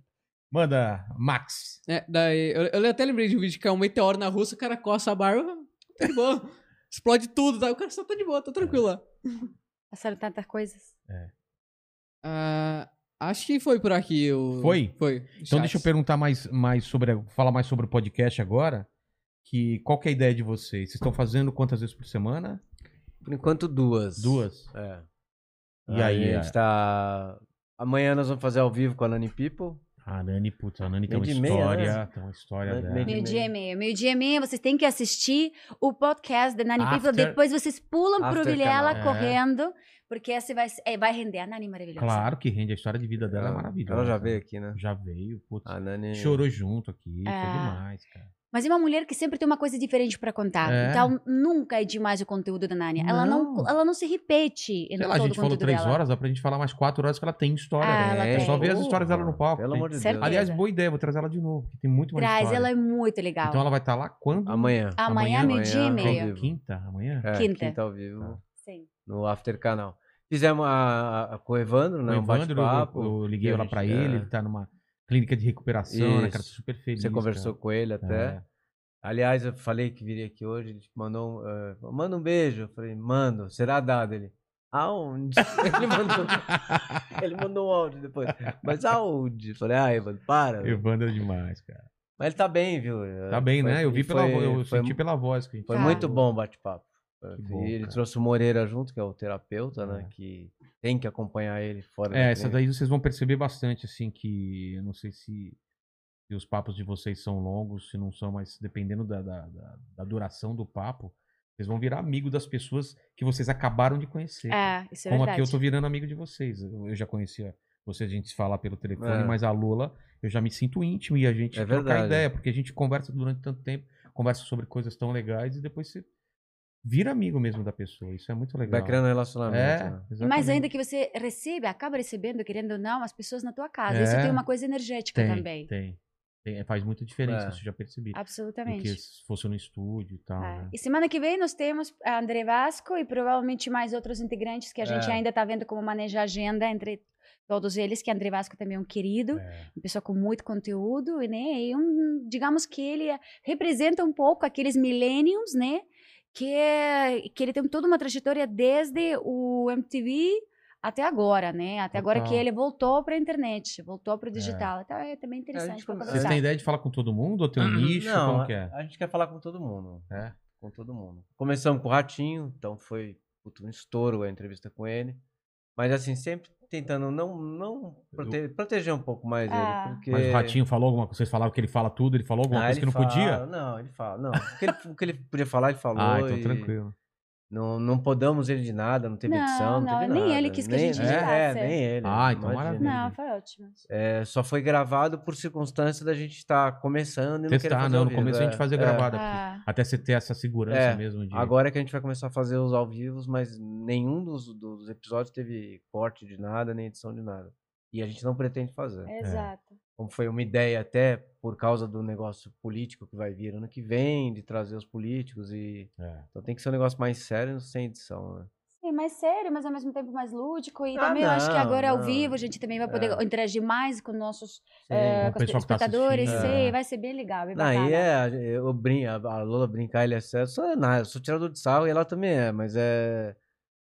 Speaker 1: Manda, Max.
Speaker 2: É, daí, eu, eu até lembrei de um vídeo que é um meteoro na Rússia, o cara coça a barba, tá de boa. Explode tudo, tá? O cara só tá de boa, tá tranquilo lá.
Speaker 3: Passaram tantas coisas.
Speaker 2: Ah, acho que foi por aqui o.
Speaker 1: Foi?
Speaker 2: Foi.
Speaker 1: Então deixa eu perguntar mais, mais sobre, falar mais sobre o podcast agora. Que, qual que é a ideia de vocês? Vocês estão fazendo quantas vezes por semana?
Speaker 4: Por enquanto, duas.
Speaker 1: Duas.
Speaker 4: É.
Speaker 1: E aí,
Speaker 4: a gente tá. Amanhã nós vamos fazer ao vivo com a Nani People.
Speaker 1: A Nani, putz, a Nani tem uma
Speaker 4: Meio de meia,
Speaker 1: história,
Speaker 4: né?
Speaker 1: tem uma história
Speaker 4: Me-
Speaker 1: dela.
Speaker 4: meio de
Speaker 3: Meio dia e meia. Meio dia e meia, vocês têm que assistir o podcast da Nani People.
Speaker 1: After-
Speaker 3: Depois vocês pulam pro
Speaker 4: After
Speaker 3: Vilela
Speaker 1: canal. É.
Speaker 3: correndo, porque essa vai, ser- é, vai render. A Nani maravilhosa.
Speaker 1: Claro que rende, a história de vida dela é
Speaker 4: Ela-
Speaker 1: maravilhosa.
Speaker 4: Ela já veio aqui, né? é.
Speaker 1: Já veio, putz.
Speaker 4: A Nani.
Speaker 1: Chorou junto aqui, foi
Speaker 3: É.
Speaker 1: demais, cara.
Speaker 3: Mas é uma mulher que sempre tem uma coisa diferente pra contar.
Speaker 1: É.
Speaker 3: Então, nunca é demais o conteúdo da Nani. Ela não,
Speaker 1: Não.
Speaker 3: ela não se repete em
Speaker 1: Sei
Speaker 3: todo
Speaker 1: lá, a
Speaker 3: o
Speaker 1: gente
Speaker 3: conteúdo
Speaker 1: falou três
Speaker 3: dela.
Speaker 1: horas, dá pra gente falar mais quatro horas que ela tem história.
Speaker 3: Ah,
Speaker 1: né?
Speaker 3: ela
Speaker 1: É
Speaker 3: tem.
Speaker 1: só ver as histórias dela no palco.
Speaker 4: Uh, Pelo
Speaker 1: tem-
Speaker 4: amor de Deus.
Speaker 3: Certeza.
Speaker 1: Aliás, boa ideia, vou trazer ela de novo, porque tem muito mais
Speaker 3: Traz,
Speaker 1: história.
Speaker 3: ela é muito legal.
Speaker 1: Então ela vai estar lá quando?
Speaker 4: Amanhã.
Speaker 3: Amanhã,
Speaker 1: amanhã,
Speaker 3: meio-dia e
Speaker 4: amanhã,
Speaker 3: meia.
Speaker 4: ao vivo.
Speaker 1: Quinta, amanhã?
Speaker 4: É,
Speaker 3: Ah, Quinta.
Speaker 4: ao vivo.
Speaker 3: Sim.
Speaker 4: No After Canal. Fizemos a, a- com o Evandro, né?
Speaker 1: O
Speaker 4: um
Speaker 1: Evandro, eu,
Speaker 4: bate-papo.
Speaker 1: eu liguei
Speaker 4: que a
Speaker 1: lá
Speaker 4: gente-
Speaker 1: pra
Speaker 4: é.
Speaker 1: ele, ele tá numa clínica de recuperação, né, cara? Tô
Speaker 4: Isso.
Speaker 1: super feliz.
Speaker 4: Você conversou
Speaker 1: cara.
Speaker 4: com ele até.
Speaker 1: É.
Speaker 4: Aliás, eu falei que viria aqui hoje, ele mandou um, eh, manda um beijo. Eu falei, mando, será dado ele. Aonde? ele, mandou, ele mandou um áudio depois. Mas aonde? Eu falei, ah, Evandro, para.
Speaker 1: Evandro é demais, cara.
Speaker 4: Mas ele tá bem, viu? Eh,
Speaker 1: Tá bem,
Speaker 4: foi-
Speaker 1: né? Eu vi
Speaker 4: e
Speaker 1: pela
Speaker 4: foi-
Speaker 1: voz, eu
Speaker 4: foi-
Speaker 1: senti pela voz que a gente
Speaker 4: Foi
Speaker 3: Tá.
Speaker 4: muito bom o bate-papo.
Speaker 1: Que
Speaker 4: E
Speaker 1: bom,
Speaker 4: ele
Speaker 1: cara.
Speaker 4: trouxe o Moreira junto, que é o terapeuta, né?
Speaker 1: É.
Speaker 4: Que tem que acompanhar ele fora
Speaker 1: É,
Speaker 4: da
Speaker 1: essa
Speaker 4: clínica.
Speaker 1: daí vocês vão perceber bastante, assim, que eu não sei se, se os papos de vocês são longos, se não são, mas dependendo da, da, da- da duração do papo, vocês vão virar amigo das pessoas que vocês acabaram de conhecer. cara.
Speaker 3: É, isso é
Speaker 1: Como
Speaker 3: verdade.
Speaker 1: aqui eu tô virando amigo de vocês. Eu, eu já conhecia vocês, a gente se fala pelo telefone,
Speaker 4: É.
Speaker 1: mas a Lula, eu já me sinto íntimo e a gente
Speaker 4: É
Speaker 1: trocar
Speaker 4: verdade.
Speaker 1: ideia, porque a gente conversa durante tanto tempo, conversa sobre coisas tão legais e depois você vira amigo mesmo da pessoa. Isso é muito legal.
Speaker 4: Vai criando relacionamento.
Speaker 1: é,
Speaker 4: né?
Speaker 3: Mas
Speaker 1: exatamente.
Speaker 3: ainda que você recebe, acaba recebendo, querendo ou não, as pessoas na tua casa. Isso
Speaker 1: É.
Speaker 3: tem uma coisa energética
Speaker 1: tem,
Speaker 3: também.
Speaker 1: Tem. Tem- faz muita diferença,
Speaker 4: É.
Speaker 1: isso eu já percebi. Do
Speaker 3: Absolutamente.
Speaker 1: que se fosse no estúdio e tal.
Speaker 3: É.
Speaker 1: né?
Speaker 3: E semana que vem nós temos a André Vasco e provavelmente mais outros integrantes que a gente
Speaker 4: É.
Speaker 3: ainda está vendo como manejar a agenda entre todos eles, que André Vasco também é um querido,
Speaker 1: É.
Speaker 3: uma pessoa com muito conteúdo, e, né? E um, digamos que ele é- representa um pouco aqueles millennials, né? Que, é- que ele tem toda uma trajetória desde o MTV até agora, né? Até agora que
Speaker 1: Total.
Speaker 3: ele voltou para a internet, voltou para o digital. Então é também interessante pra
Speaker 4: come-
Speaker 1: Vocês
Speaker 3: conversar.
Speaker 1: têm ideia de falar com todo mundo ou tem um nicho?
Speaker 4: Hum, Não,
Speaker 1: Como
Speaker 4: a,
Speaker 1: que é?
Speaker 4: a gente quer falar com todo mundo.
Speaker 1: É?
Speaker 4: Com todo mundo. Começamos com o Ratinho, então foi puta, um estouro a entrevista com ele. Mas assim, sempre tentando não, não prote- proteger um pouco mais
Speaker 3: Ah.
Speaker 4: ele. Porque...
Speaker 1: É. Mas o Ratinho falou alguma coisa? Vocês falaram que ele fala tudo, ele falou alguma
Speaker 4: Ah,
Speaker 1: coisa
Speaker 4: ele
Speaker 1: que não
Speaker 4: fala-
Speaker 1: podia?
Speaker 4: Não, ele fala. Não, o que ele, o que ele podia falar, ele falou.
Speaker 1: Ah, então
Speaker 4: e
Speaker 1: tranquilo.
Speaker 4: Não, não podamos ele de nada, não teve
Speaker 3: Não,
Speaker 4: edição, não,
Speaker 3: não,
Speaker 4: teve
Speaker 3: nem
Speaker 4: nada.
Speaker 3: ele quis que a gente
Speaker 4: é, é,
Speaker 3: editasse.
Speaker 4: nem ele.
Speaker 1: Ah, então
Speaker 4: imagina.
Speaker 1: maravilha.
Speaker 3: Não, foi ótimo.
Speaker 4: É, só foi gravado por circunstância da gente estar começando e não querer
Speaker 1: Testar,
Speaker 4: fazer
Speaker 1: não.
Speaker 4: ao
Speaker 1: No
Speaker 4: vivo,
Speaker 1: começo a gente
Speaker 4: é.
Speaker 1: fazia
Speaker 4: É.
Speaker 1: gravada aqui.
Speaker 3: Ah,
Speaker 1: Até você ter essa segurança
Speaker 4: É,
Speaker 1: mesmo de.
Speaker 4: Agora que a gente vai começar a fazer os ao vivos, mas nenhum dos, dos episódios teve corte de nada, nem edição de nada. E a gente não pretende
Speaker 3: É.
Speaker 4: fazer.
Speaker 1: É.
Speaker 3: exato.
Speaker 4: Como foi uma ideia até por causa do negócio político que vai vir ano que vem, de trazer os políticos e...
Speaker 1: É.
Speaker 4: Então tem que ser um negócio mais sério sem edição, né?
Speaker 3: Sim, mais sério, mas ao mesmo tempo mais lúdico. E
Speaker 4: Ah,
Speaker 3: também eu acho que
Speaker 4: não,
Speaker 3: agora ao
Speaker 4: não.
Speaker 3: vivo a gente também vai poder
Speaker 4: É.
Speaker 3: interagir mais com nossos
Speaker 1: Com
Speaker 3: eh,
Speaker 1: o
Speaker 3: com os
Speaker 1: pessoal que tá
Speaker 3: espectadores.
Speaker 1: assistindo.
Speaker 3: Sim,
Speaker 4: É.
Speaker 3: vai ser bem legal. Bem
Speaker 4: Aí
Speaker 3: bacana.
Speaker 4: é, eu brin a, a Lola brincar, ele é sério. Só é nada, eu sou tirador de sarro e ela também é, mas é.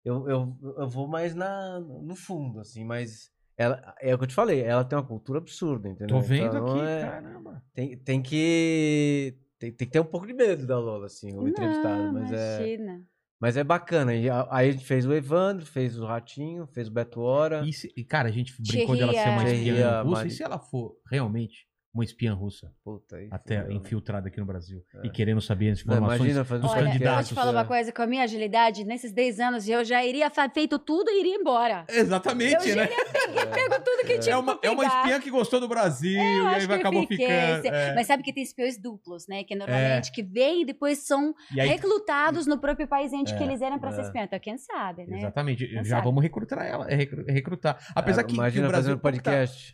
Speaker 4: Eu, eu, eu vou mais na, no fundo, assim, mas. Ela, é o que eu te falei, ela tem uma cultura absurda, entendeu?
Speaker 1: Tô vendo
Speaker 4: Então,
Speaker 1: aqui,
Speaker 4: é-
Speaker 1: caramba.
Speaker 4: Tem, tem que. Tem, tem que ter um pouco de medo da Lola, assim,
Speaker 1: um
Speaker 4: o entrevistado,
Speaker 3: Não,
Speaker 4: mas é.
Speaker 3: imagina.
Speaker 4: Mas é bacana. E a- aí a gente fez o Evandro, fez o Ratinho, fez o Beto Hora.
Speaker 1: E se- e, cara, a gente brincou dela ser uma
Speaker 3: Cherria.
Speaker 1: espiã
Speaker 4: Cherria,
Speaker 1: russa. E
Speaker 4: Mari-
Speaker 1: se ela for realmente uma espiã russa?
Speaker 4: Puta, aí
Speaker 1: Até
Speaker 4: fudeu, né?
Speaker 1: infiltrada aqui no Brasil
Speaker 4: É.
Speaker 1: e querendo saber as
Speaker 4: Não,
Speaker 1: informações.
Speaker 4: Imagina fazer
Speaker 1: dos
Speaker 4: um
Speaker 3: Olha, eu vou
Speaker 1: candidatos,
Speaker 3: te falar uma
Speaker 4: é.
Speaker 3: coisa, com a minha agilidade, nesses 10 anos, eu já iria fa- feito tudo e iria embora. Eu
Speaker 1: Exatamente,
Speaker 3: já
Speaker 1: né?
Speaker 3: iria pegar, pego tudo que tinha
Speaker 1: É uma,
Speaker 3: pra
Speaker 1: é uma
Speaker 3: pegar. É,
Speaker 1: espiã que gostou do Brasil
Speaker 3: Eu
Speaker 1: e
Speaker 3: acho
Speaker 1: aí
Speaker 3: que eu
Speaker 1: acabou
Speaker 3: fiquei,
Speaker 1: ficando.
Speaker 3: sim.
Speaker 1: é.
Speaker 3: Mas sabe que tem espiões duplos, né? Que normalmente que vêm e depois são
Speaker 1: E aí,
Speaker 3: reclutados no próprio país onde que
Speaker 1: É,
Speaker 3: eles eram para ser
Speaker 4: é.
Speaker 3: espião. Então, quem sabe, né?
Speaker 1: exatamente,
Speaker 3: Quem
Speaker 1: já
Speaker 3: sabe?
Speaker 1: vamos recrutar ela, é recru- recrutar. Apesar
Speaker 4: Ah,
Speaker 1: que, que
Speaker 4: Imagina
Speaker 1: o Brasil
Speaker 4: fazendo podcast.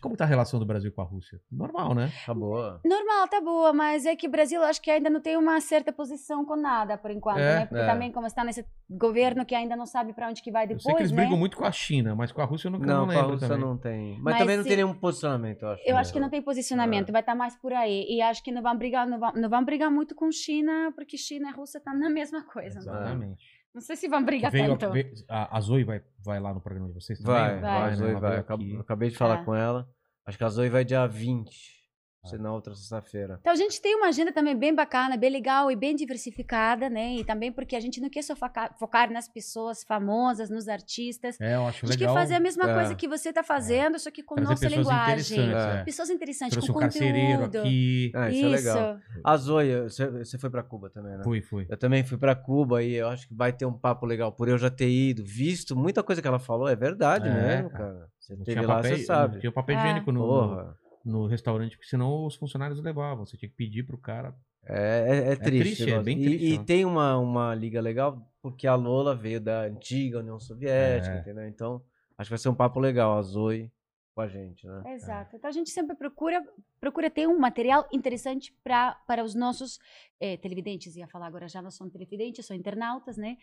Speaker 1: Como tá, como tá a relação do Brasil com a Rússia? Normal, né?
Speaker 4: Acabou.
Speaker 3: Normal, tá boa, mas é que o Brasil acho que ainda não tem uma certa posição com nada por enquanto,
Speaker 1: É,
Speaker 3: né? Porque
Speaker 4: é.
Speaker 3: também como está nesse governo que ainda não sabe pra onde que vai
Speaker 1: eu sei que
Speaker 3: depois,
Speaker 1: eles
Speaker 3: né?
Speaker 1: brigam muito com a China, mas com a Rússia eu nunca não
Speaker 4: Não, com a
Speaker 1: lembro
Speaker 4: Rússia
Speaker 1: também.
Speaker 4: não tem. Mas,
Speaker 3: Mas
Speaker 4: também não
Speaker 3: se-
Speaker 4: tem nenhum posicionamento, eu acho.
Speaker 3: Eu
Speaker 4: né?
Speaker 3: acho que não tem posicionamento,
Speaker 4: É.
Speaker 3: vai estar mais por aí. E acho que não vão brigar, não vão, não vão brigar muito com China, porque China e Rússia tá na mesma coisa. né?
Speaker 1: Exatamente.
Speaker 3: Não sei se vão brigar
Speaker 1: Veio a,
Speaker 3: tanto.
Speaker 1: veio- a, a Zoe vai, vai lá no programa de vocês também?
Speaker 4: Vai,
Speaker 1: né?
Speaker 3: Vai,
Speaker 4: vai,
Speaker 1: né?
Speaker 4: Zoe
Speaker 1: Ela
Speaker 4: vai.
Speaker 1: veio
Speaker 4: Acab-
Speaker 1: aqui.
Speaker 4: Acabei de falar
Speaker 3: Tá.
Speaker 4: com ela. Acho que a Zoe vai dia 20.
Speaker 1: Tá.
Speaker 4: Se não, outra sexta-feira.
Speaker 3: Então a gente tem uma agenda também bem bacana, bem legal e bem diversificada, né? E também porque a gente não quer só focar, focar nas pessoas famosas, nos artistas.
Speaker 1: É, eu acho
Speaker 3: A gente
Speaker 1: legal.
Speaker 3: quer fazer a mesma
Speaker 4: É.
Speaker 3: coisa que você está fazendo, só que com
Speaker 1: trazer
Speaker 3: nossa
Speaker 1: pessoas
Speaker 3: linguagem.
Speaker 1: interessantes,
Speaker 4: É.
Speaker 1: é.
Speaker 3: Pessoas interessantes,
Speaker 1: Trouxe
Speaker 3: com
Speaker 1: um carcereiro
Speaker 3: conteúdo.
Speaker 1: aqui.
Speaker 4: Ah, isso, é legal. A Zoe, você, você foi pra Cuba também, né?
Speaker 1: Foi, foi.
Speaker 4: Eu também fui pra Cuba e eu acho que vai ter um papo legal por eu já ter ido, visto muita coisa que ela falou, é verdade
Speaker 1: É,
Speaker 4: mesmo,
Speaker 1: cara.
Speaker 4: cara. Você teve lá, você sabe.
Speaker 1: não tinha papel
Speaker 3: É.
Speaker 1: higiênico no,
Speaker 4: Porra.
Speaker 1: no restaurante, porque senão os funcionários levavam. Você tinha que pedir pro cara.
Speaker 4: É, é- é triste.
Speaker 1: triste, é
Speaker 4: negócio.
Speaker 1: bem
Speaker 4: e,
Speaker 1: triste,
Speaker 4: e
Speaker 1: né?
Speaker 4: tem uma, uma liga legal, porque a Lola veio da antiga União Soviética,
Speaker 1: É.
Speaker 4: entendeu? Então, acho que vai ser um papo legal, a Zoe com a gente,
Speaker 1: É.
Speaker 4: né?
Speaker 3: Exato. Então a gente sempre procura, procura ter um material interessante pra, para os nossos eh, televidentes, ia falar agora já não são televidentes, são internautas, né?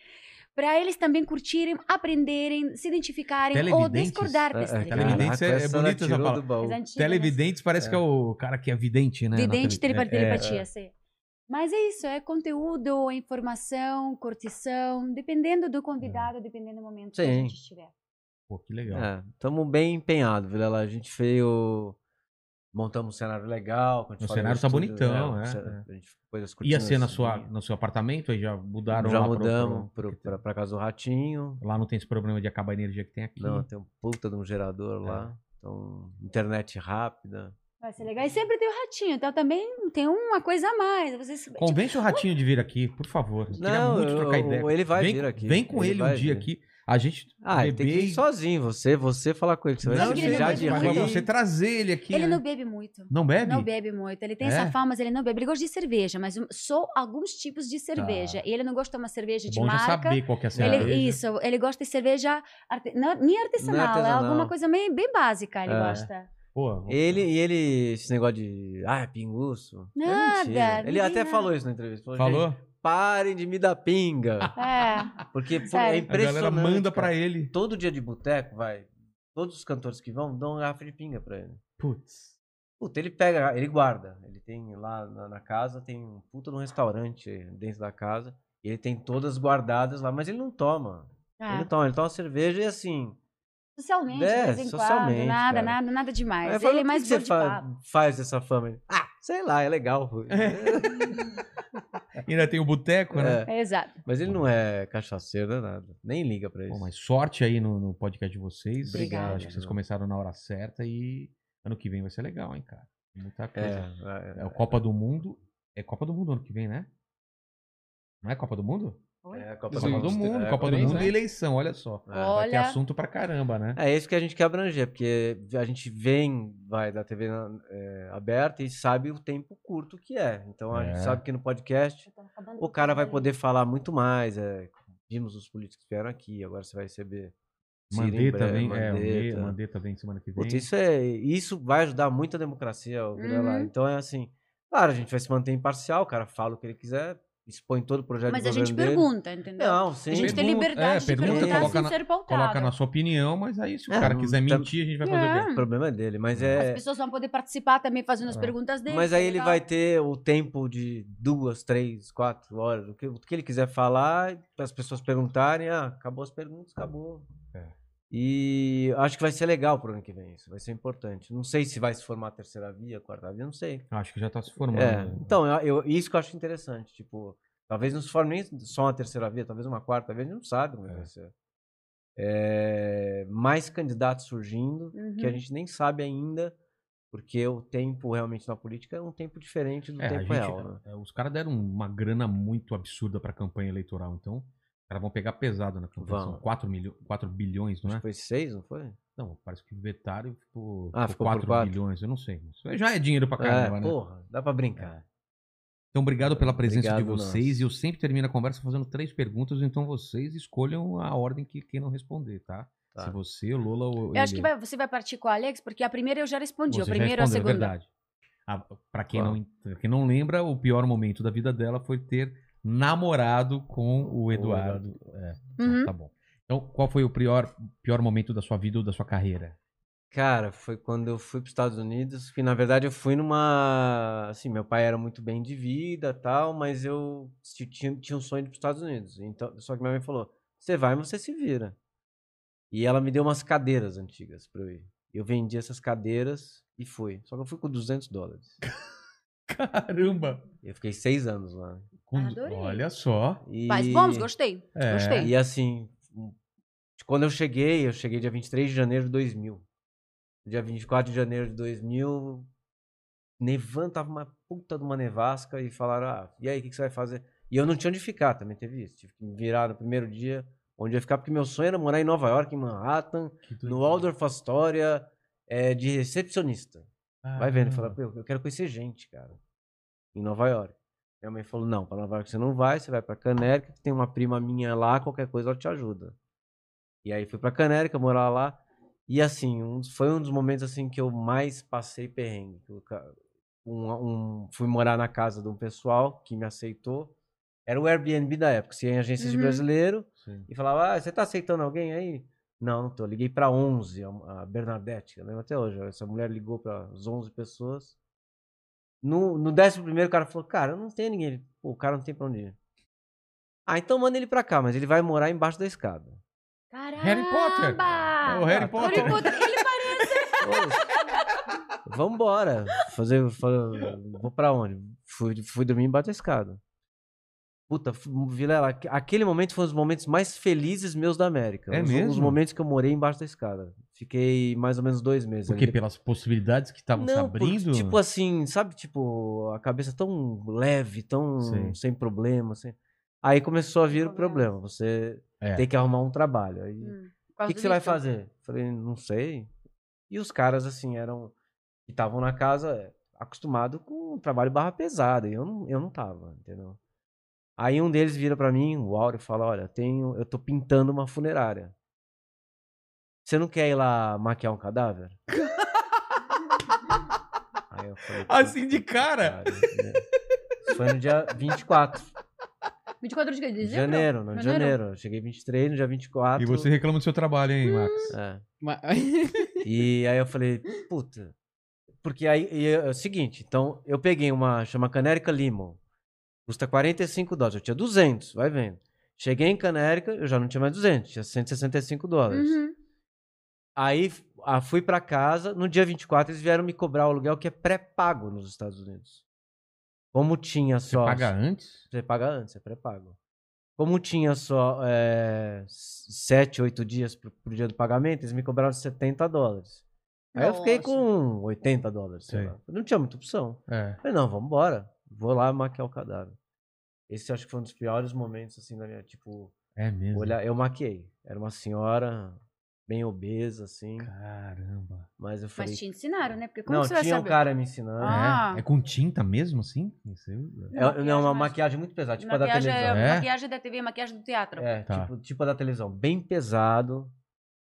Speaker 3: Para eles também curtirem, aprenderem, se identificarem ou
Speaker 1: Televidentes?
Speaker 3: discordar
Speaker 4: É, é,
Speaker 3: desse
Speaker 1: televidente
Speaker 3: televidente.
Speaker 4: caraca,
Speaker 1: é- é
Speaker 4: essa ela
Speaker 1: bonita essa
Speaker 4: tirou
Speaker 1: palavra.
Speaker 4: do baú.
Speaker 3: né? Mas antigo, né?
Speaker 1: Televidentes parece que é o cara que é vidente, né? na
Speaker 3: Vidente,
Speaker 1: tele-
Speaker 3: telepatia,
Speaker 1: é, é.
Speaker 3: telepatia, sim. Mas é isso, é conteúdo, informação, curtição, dependendo
Speaker 1: Uhum.
Speaker 3: do convidado, dependendo do momento que a
Speaker 4: Sim.
Speaker 3: gente estiver.
Speaker 1: Pô, que legal.
Speaker 4: É, Estamos bem empenhados, Vilela. A gente veio. Montamos um cenário legal. como eu te
Speaker 1: O
Speaker 4: falei,
Speaker 1: cenário tá
Speaker 4: estúdio,
Speaker 1: bonitão,
Speaker 4: né?
Speaker 1: é,
Speaker 4: A gente coisas
Speaker 1: Ia ser na
Speaker 4: cortinas
Speaker 1: sua,
Speaker 4: assim.
Speaker 1: no seu apartamento, aí já mudaram
Speaker 4: Já
Speaker 1: lá pro-
Speaker 4: mudamos
Speaker 1: pro-
Speaker 4: pro- pra, pra casa do Ratinho.
Speaker 1: Lá não tem esse problema de acabar a energia que tem aqui.
Speaker 4: Não, tem um puta de um gerador
Speaker 1: Uhum. É.
Speaker 4: lá. Então, internet rápida.
Speaker 3: Vai ser legal. E sempre tem o ratinho, então também tem uma coisa a mais. Vocês, tipo,
Speaker 1: Convence o Ratinho de vir aqui, por favor. Eu queria
Speaker 4: Tipo, Não,
Speaker 1: muito
Speaker 4: eu-
Speaker 1: trocar ideia.
Speaker 4: eu- ele vai
Speaker 1: vem,
Speaker 4: vir aqui.
Speaker 1: Vem com
Speaker 4: Ele
Speaker 1: ele, um
Speaker 4: vai
Speaker 1: dia
Speaker 4: vir.
Speaker 1: aqui. A gente
Speaker 4: Ah, ele tem que
Speaker 1: beber
Speaker 4: ir
Speaker 1: e-
Speaker 4: sozinho, você, você falar com ele. Você
Speaker 3: Não, tá-
Speaker 4: vai
Speaker 3: que
Speaker 4: se
Speaker 3: ele
Speaker 4: mijar
Speaker 3: vai
Speaker 4: de
Speaker 3: vir
Speaker 1: mas
Speaker 3: aqui.
Speaker 4: rir.
Speaker 1: pra você trazer ele aqui.
Speaker 3: ele
Speaker 1: né?
Speaker 3: não bebe muito.
Speaker 1: Não bebe?
Speaker 3: Não bebe muito. Ele tem
Speaker 1: É?
Speaker 3: essa fama, mas ele não bebe. Ele gosta de cerveja, mas um- só alguns tipos de cerveja. E ele não gosta de uma cerveja
Speaker 1: Ah. É
Speaker 3: de
Speaker 1: bom já
Speaker 3: marca.
Speaker 1: saber qual que é a
Speaker 3: Ele-
Speaker 1: cerveja.
Speaker 3: isso, ele gosta de cerveja arte- não- nem artesanal,
Speaker 4: Não é
Speaker 3: é
Speaker 4: artesanal.
Speaker 3: alguma coisa meio, bem básica ele
Speaker 4: É.
Speaker 3: gosta.
Speaker 1: Pô,
Speaker 4: Ele e ele, esse negócio de. Ah, pinguço. É
Speaker 3: Nada,
Speaker 4: mentira.
Speaker 3: não
Speaker 4: Ele
Speaker 3: tem
Speaker 4: até
Speaker 3: nada.
Speaker 4: falou isso na entrevista. Falou,
Speaker 1: falou?
Speaker 4: "Gente, Parem de me dar pinga.
Speaker 3: É.
Speaker 4: Porque pô, é
Speaker 3: Sério.
Speaker 1: A
Speaker 4: impressionante.
Speaker 1: galera manda
Speaker 4: cara.
Speaker 1: pra ele.
Speaker 4: Todo dia de boteco, vai. Todos os cantores que vão dão uma garrafa de pinga pra ele.
Speaker 1: Putz.
Speaker 4: Puta, ele pega, ele guarda. Ele tem lá na, na casa, tem um puta num restaurante dentro da casa. E ele tem todas guardadas lá, mas ele não toma. Ele não
Speaker 3: é.
Speaker 4: toma, ele toma cerveja e assim.
Speaker 3: Socialmente, de
Speaker 4: É,
Speaker 3: vez em
Speaker 4: socialmente,
Speaker 3: quando. Nada,
Speaker 4: cara.
Speaker 3: nada, nada demais.
Speaker 4: Aí eu
Speaker 3: Ele
Speaker 4: falo,
Speaker 3: é
Speaker 4: "Por
Speaker 3: mais
Speaker 4: que você
Speaker 3: gordo de
Speaker 4: fa-
Speaker 3: papo.
Speaker 4: faz essa fama? Ele, Ah, sei lá, é legal.
Speaker 1: E Ainda tem o boteco, né?
Speaker 4: É,
Speaker 3: É, exato.
Speaker 4: Mas ele não é cachaceiro, não é nada. Nem liga pra
Speaker 1: Bom,
Speaker 4: isso.
Speaker 1: mas sorte aí no, no podcast de vocês.
Speaker 3: Obrigada.
Speaker 1: Acho que vocês começaram na hora certa e ano que vem vai ser legal, hein, cara? Muita
Speaker 4: É,
Speaker 1: coisa. É,
Speaker 4: é,
Speaker 1: o Copa do Mundo. É Copa do Mundo ano que vem, né? Não é Copa do Mundo?
Speaker 3: Oi?
Speaker 4: é a
Speaker 1: Copa
Speaker 4: Copa
Speaker 2: Sim.
Speaker 1: do Mundo,
Speaker 4: é,
Speaker 1: Copa do
Speaker 2: três,
Speaker 1: Mundo
Speaker 2: né?
Speaker 1: e eleição, olha só.
Speaker 4: é.
Speaker 1: Vai ter
Speaker 3: Olha.
Speaker 1: assunto pra caramba, né?
Speaker 4: É isso que a gente quer abranger, porque a gente vem, vai, da TV na- é, aberta e sabe o tempo curto que é. Então a
Speaker 1: É.
Speaker 4: gente sabe que no podcast
Speaker 3: Eu tava acabando
Speaker 4: o
Speaker 3: com
Speaker 4: cara vai
Speaker 3: tudo.
Speaker 4: poder falar muito mais. é, vimos os políticos que vieram aqui, agora você vai receber. Ciro em
Speaker 1: Mandetta
Speaker 4: breve,
Speaker 1: vem, é, o
Speaker 4: Mandetta.
Speaker 1: Me- Mandetta vem semana que vem.
Speaker 4: Puta, isso, é, isso vai ajudar muito a democracia, o Vilela.
Speaker 3: Uhum.
Speaker 4: Então é assim, claro, a gente vai se manter imparcial, o cara fala o que ele quiser, expõe todo o projeto
Speaker 3: Mas
Speaker 4: de
Speaker 3: a gente
Speaker 4: governo dele.
Speaker 3: pergunta, entendeu?
Speaker 4: Não, sim.
Speaker 3: a gente tá tem
Speaker 1: Pergunta, é,
Speaker 3: liberdade de
Speaker 1: pergunta,
Speaker 3: perguntar
Speaker 4: coloca
Speaker 3: sem
Speaker 1: na-
Speaker 3: ser pautado.
Speaker 1: Coloca na sua opinião, mas aí se o
Speaker 4: É,
Speaker 1: cara
Speaker 4: não
Speaker 1: quiser
Speaker 4: tá-
Speaker 1: mentir, a gente vai fazer o quê?
Speaker 4: O problema é dele, mas
Speaker 3: As
Speaker 4: é.
Speaker 3: pessoas vão poder participar também fazendo as
Speaker 1: É.
Speaker 3: perguntas dele.
Speaker 4: Mas
Speaker 3: que é
Speaker 4: aí ele
Speaker 3: legal.
Speaker 4: vai ter o tempo de duas, três, quatro horas, o que, o que ele quiser falar, para as pessoas perguntarem, ah, acabou as perguntas, acabou.
Speaker 1: É.
Speaker 4: E acho que vai ser legal pro ano que vem, isso vai ser importante. Não sei se vai se formar a terceira via, a quarta via, não sei.
Speaker 1: Acho que já tá se formando.
Speaker 4: É,
Speaker 1: né?
Speaker 4: então, eu, eu- isso que eu acho interessante. Tipo, talvez não se forme nem só uma terceira via, talvez uma quarta via, a gente não sabe como
Speaker 1: É.
Speaker 4: vai ser. É, mais candidatos surgindo, que a
Speaker 3: Uhum.
Speaker 4: gente nem sabe ainda, porque o tempo realmente na política é um tempo diferente do
Speaker 1: É, a
Speaker 4: tempo
Speaker 1: gente-
Speaker 4: real. Né?
Speaker 1: é, os caras deram uma grana muito absurda pra campanha eleitoral, então os caras vão pegar pesado na campanha.
Speaker 4: Vão.
Speaker 1: São 4, milho... 4 bilhões, não
Speaker 4: Acho
Speaker 1: é?
Speaker 4: que foi seis, não foi?
Speaker 1: Não, parece que vetaram ficou, ficou
Speaker 4: Ah, ficou por
Speaker 1: 4
Speaker 4: quatro.
Speaker 1: bilhões, eu não sei. Isso já é dinheiro pra
Speaker 4: é,
Speaker 1: caramba, né?
Speaker 4: porra, dá pra brincar.
Speaker 1: Então, obrigado pela presença de
Speaker 4: Obrigado,
Speaker 1: vocês.
Speaker 4: nós.
Speaker 1: Eu sempre termino a conversa fazendo três perguntas, então vocês escolham a ordem que quem não responder, tá?
Speaker 4: Tá.
Speaker 1: Se você, o Lola ou
Speaker 3: Eu acho que
Speaker 1: ele.
Speaker 3: vai- um você vai partir com o Alex, porque a primeira eu já respondi.
Speaker 1: Você
Speaker 3: a
Speaker 1: já
Speaker 3: primeira ou a
Speaker 1: respondeu, é
Speaker 3: segunda.
Speaker 1: Verdade. A, pra quem
Speaker 4: Qual?
Speaker 1: não, pra quem não lembra, o pior momento da vida dela foi ter namorado com o Eduardo. É,
Speaker 3: Uhum.
Speaker 1: tá bom. Então, qual foi o pior, pior momento da sua vida ou da sua carreira?
Speaker 4: Cara, foi quando eu fui para os Estados Unidos, que na verdade eu fui numa. Assim, meu pai era muito bem de vida tal, mas eu ti- tinha, tinha um sonho de ir para os Estados Unidos. Então, só que minha mãe falou: você vai, mas você se vira. E ela me deu umas cadeiras antigas para eu ir. Eu vendi essas cadeiras e fui. Só que eu fui com 200 dólares.
Speaker 1: Caramba!
Speaker 4: Eu fiquei seis anos lá.
Speaker 3: Adorei.
Speaker 1: Olha só.
Speaker 4: E...
Speaker 3: Mas vamos, gostei.
Speaker 1: É.
Speaker 3: Gostei.
Speaker 4: E assim, quando eu cheguei, eu cheguei dia 23 de janeiro de 2000. Dia 24 de janeiro de 2000, nevando, tava uma puta de uma nevasca e falaram: ah, e aí, o que, que você vai fazer? E eu não tinha onde ficar, também teve isso. Tive que me virar no primeiro dia onde eu ia ficar, porque meu sonho era morar em Nova York, em Manhattan, no Waldorf Astoria, é, de recepcionista. Vai vendo, fala,
Speaker 1: Ah,
Speaker 4: pô, eu quero conhecer gente, cara. Em Nova York. Minha mãe falou, não, pra Nova York você não vai, você vai pra Canérica, que tem uma prima minha lá, qualquer coisa ela te ajuda. E aí fui pra Canérica, morar lá. E assim, um dos- foi um dos momentos assim que eu mais passei perrengue. que o ca- Um, um- fui morar na casa de um pessoal que me aceitou. Era o Airbnb da época, se em agência de
Speaker 3: Uhum.
Speaker 4: brasileiro.
Speaker 1: Sim.
Speaker 4: E falava, ah, você tá aceitando alguém aí? Não, não tô. Liguei pra 11, a a Bernadette, eu lembro até hoje. Essa mulher ligou para as 11 pessoas. No, no 11 primeiro, o cara falou, cara, eu não tenho ninguém. Ele, Pô, o cara não tem pra onde ir. Ah, então manda ele pra cá, mas ele vai morar embaixo da escada.
Speaker 3: Caramba!
Speaker 1: Harry Potter. É o Harry
Speaker 4: Ah, tá
Speaker 1: Potter.
Speaker 3: Harry Potter. Ele
Speaker 4: Pô, Vambora. Fazer, fa- vou pra onde? Fui, fui dormir embaixo da escada. Puta, fu- Vilela, aque- aquele momento foi um dos momentos mais felizes meus da América.
Speaker 1: É
Speaker 4: os, Os
Speaker 1: mesmo?
Speaker 4: momentos que eu morei embaixo da escada. Fiquei mais ou menos dois meses.
Speaker 1: Porque
Speaker 4: ali.
Speaker 1: pelas possibilidades que estavam se
Speaker 4: Não, porque,
Speaker 1: abrindo.
Speaker 4: tipo assim, sabe, tipo, a cabeça tão leve, tão
Speaker 1: Sim.
Speaker 4: sem problema, assim. Aí começou a
Speaker 3: Sem
Speaker 4: vir o
Speaker 3: problemas.
Speaker 4: problema, você
Speaker 1: É.
Speaker 4: tem que arrumar um trabalho. Aí, o
Speaker 3: Por causa
Speaker 4: que, que
Speaker 3: do
Speaker 4: você vai
Speaker 3: Lipton.
Speaker 4: fazer? Falei, não sei. E os caras, assim, eram, que estavam na casa, é, acostumado com o trabalho barra pesada, e eu não, eu não tava, entendeu? Aí um deles vira pra mim, o Áureo, e fala, olha, tenho, eu tô pintando uma funerária. Você não quer ir lá maquiar um cadáver? Aí eu falei,
Speaker 1: Assim
Speaker 4: puta
Speaker 1: de cara?
Speaker 4: que pariu, né? Isso Foi no dia 24
Speaker 3: 24 de que? De
Speaker 4: de janeiro, não, de janeiro. Eu cheguei 23, no dia 24.
Speaker 1: E você reclama do seu trabalho, hein, Max?
Speaker 4: É.
Speaker 2: Mas-
Speaker 4: E aí eu falei, puta. Porque aí e é o seguinte, então eu peguei uma, chama Canérica Limon. Custa 45 dólares. Eu tinha 200, vai vendo. Cheguei em Canérica, eu já não tinha mais 200, tinha 165 dólares.
Speaker 3: Uhum.
Speaker 4: Aí f- ah, fui pra casa, no dia 24 eles vieram me cobrar o aluguel que é pré-pago nos Estados Unidos. Como tinha
Speaker 1: Você
Speaker 4: só.
Speaker 1: paga antes?
Speaker 4: Você paga antes, é pré-pago. Como tinha só é, s- sete, oito dias pro, pro dia do pagamento, eles me cobraram 70 dólares. Aí eu fiquei
Speaker 3: Nossa.
Speaker 4: com um, 80 dólares, sei
Speaker 1: Sei.
Speaker 4: lá. Eu não tinha muita opção.
Speaker 1: É.
Speaker 4: Falei, não, vambora. Vou lá maquiar o cadáver. Esse acho que foi um dos piores momentos, assim, da minha, tipo,
Speaker 1: É mesmo.
Speaker 4: olhar. Eu maquiei. Era uma senhora bem obesa, assim,
Speaker 1: Caramba.
Speaker 4: mas eu falei...
Speaker 3: Mas te ensinaram, né? Porque como
Speaker 4: não,
Speaker 3: que você vai
Speaker 4: tinha um
Speaker 3: saber?
Speaker 4: cara me ensinando.
Speaker 3: Ah.
Speaker 1: É. é com tinta mesmo, assim? Você-
Speaker 4: É, não, é uma
Speaker 3: Maquiagem,
Speaker 4: maquiagem muito pesada, tipo a da
Speaker 3: maquiagem,
Speaker 4: televisão.
Speaker 1: televisão. É?
Speaker 3: maquiagem da TV, maquiagem do teatro.
Speaker 4: É,
Speaker 1: Tá.
Speaker 4: tipo, tipo a da televisão, bem pesado.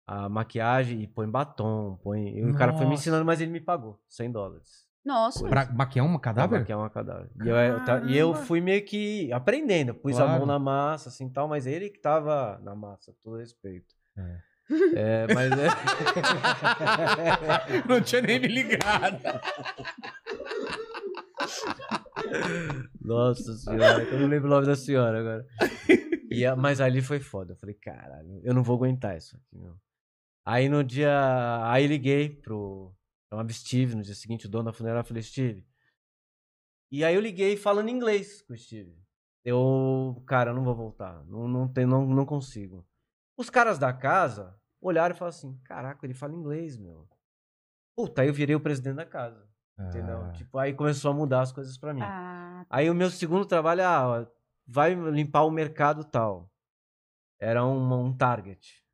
Speaker 4: A maquiagem e põe batom, põe. E o cara foi me
Speaker 1: Nossa.
Speaker 4: ensinando, mas ele me pagou 100 dólares.
Speaker 3: Nossa.
Speaker 1: Pra maquiar um
Speaker 4: é. Pra
Speaker 1: cadáver?
Speaker 4: maquiar é uma cadáver. E eu, eu ta- e eu
Speaker 3: Caramba.
Speaker 4: fui meio que aprendendo. eu Pus a
Speaker 1: Claro.
Speaker 4: mão na massa, assim tal, mas ele que tava na massa, com todo respeito.
Speaker 1: É.
Speaker 4: É, mas é.
Speaker 1: Não tinha nem me ligado.
Speaker 4: Nossa senhora, que eu não lembro o nome da senhora agora. E a- mas ali foi foda. Eu falei, caralho, eu não vou aguentar isso aqui, meu. Aí no dia. Aí liguei pro. Eu chamava Steve no dia seguinte, o dono da funerária, eu falei, Steve. E aí eu liguei falando inglês com o Steve. Eu, cara, eu não vou voltar. Não, não, tem, não, não consigo. Os caras da casa olharam e falaram assim: caraca, ele fala inglês, meu. Puta, aí eu virei o presidente da casa. Entendeu?
Speaker 1: Ah,
Speaker 4: Tipo, aí começou a mudar as coisas pra mim.
Speaker 3: Ah,
Speaker 4: Aí o meu segundo trabalho, ah, ó, vai limpar o mercado tal. Era um, um target.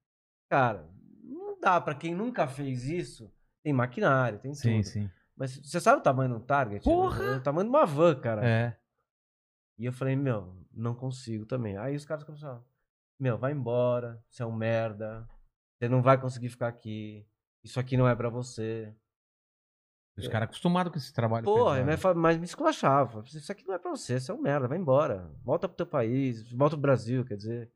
Speaker 4: Cara, não dá pra quem nunca fez isso. Tem maquinário, tem
Speaker 1: Sim,
Speaker 4: tudo.
Speaker 1: sim.
Speaker 4: Mas você sabe o tamanho do target?
Speaker 1: Porra!
Speaker 4: É O tamanho de uma van, cara.
Speaker 1: É.
Speaker 4: E eu falei, meu, não consigo também. Aí os caras começaram, meu, vai embora, você é um merda, você não vai conseguir ficar aqui, isso aqui não é pra você.
Speaker 1: Os caras acostumados com esse trabalho.
Speaker 4: Porra,
Speaker 1: pesado.
Speaker 4: é, mas, fa- mas me esculachava. Falava, Isso aqui não é pra você, isso é um merda, vai embora. Volta pro teu país, volta pro Brasil, quer dizer. Eu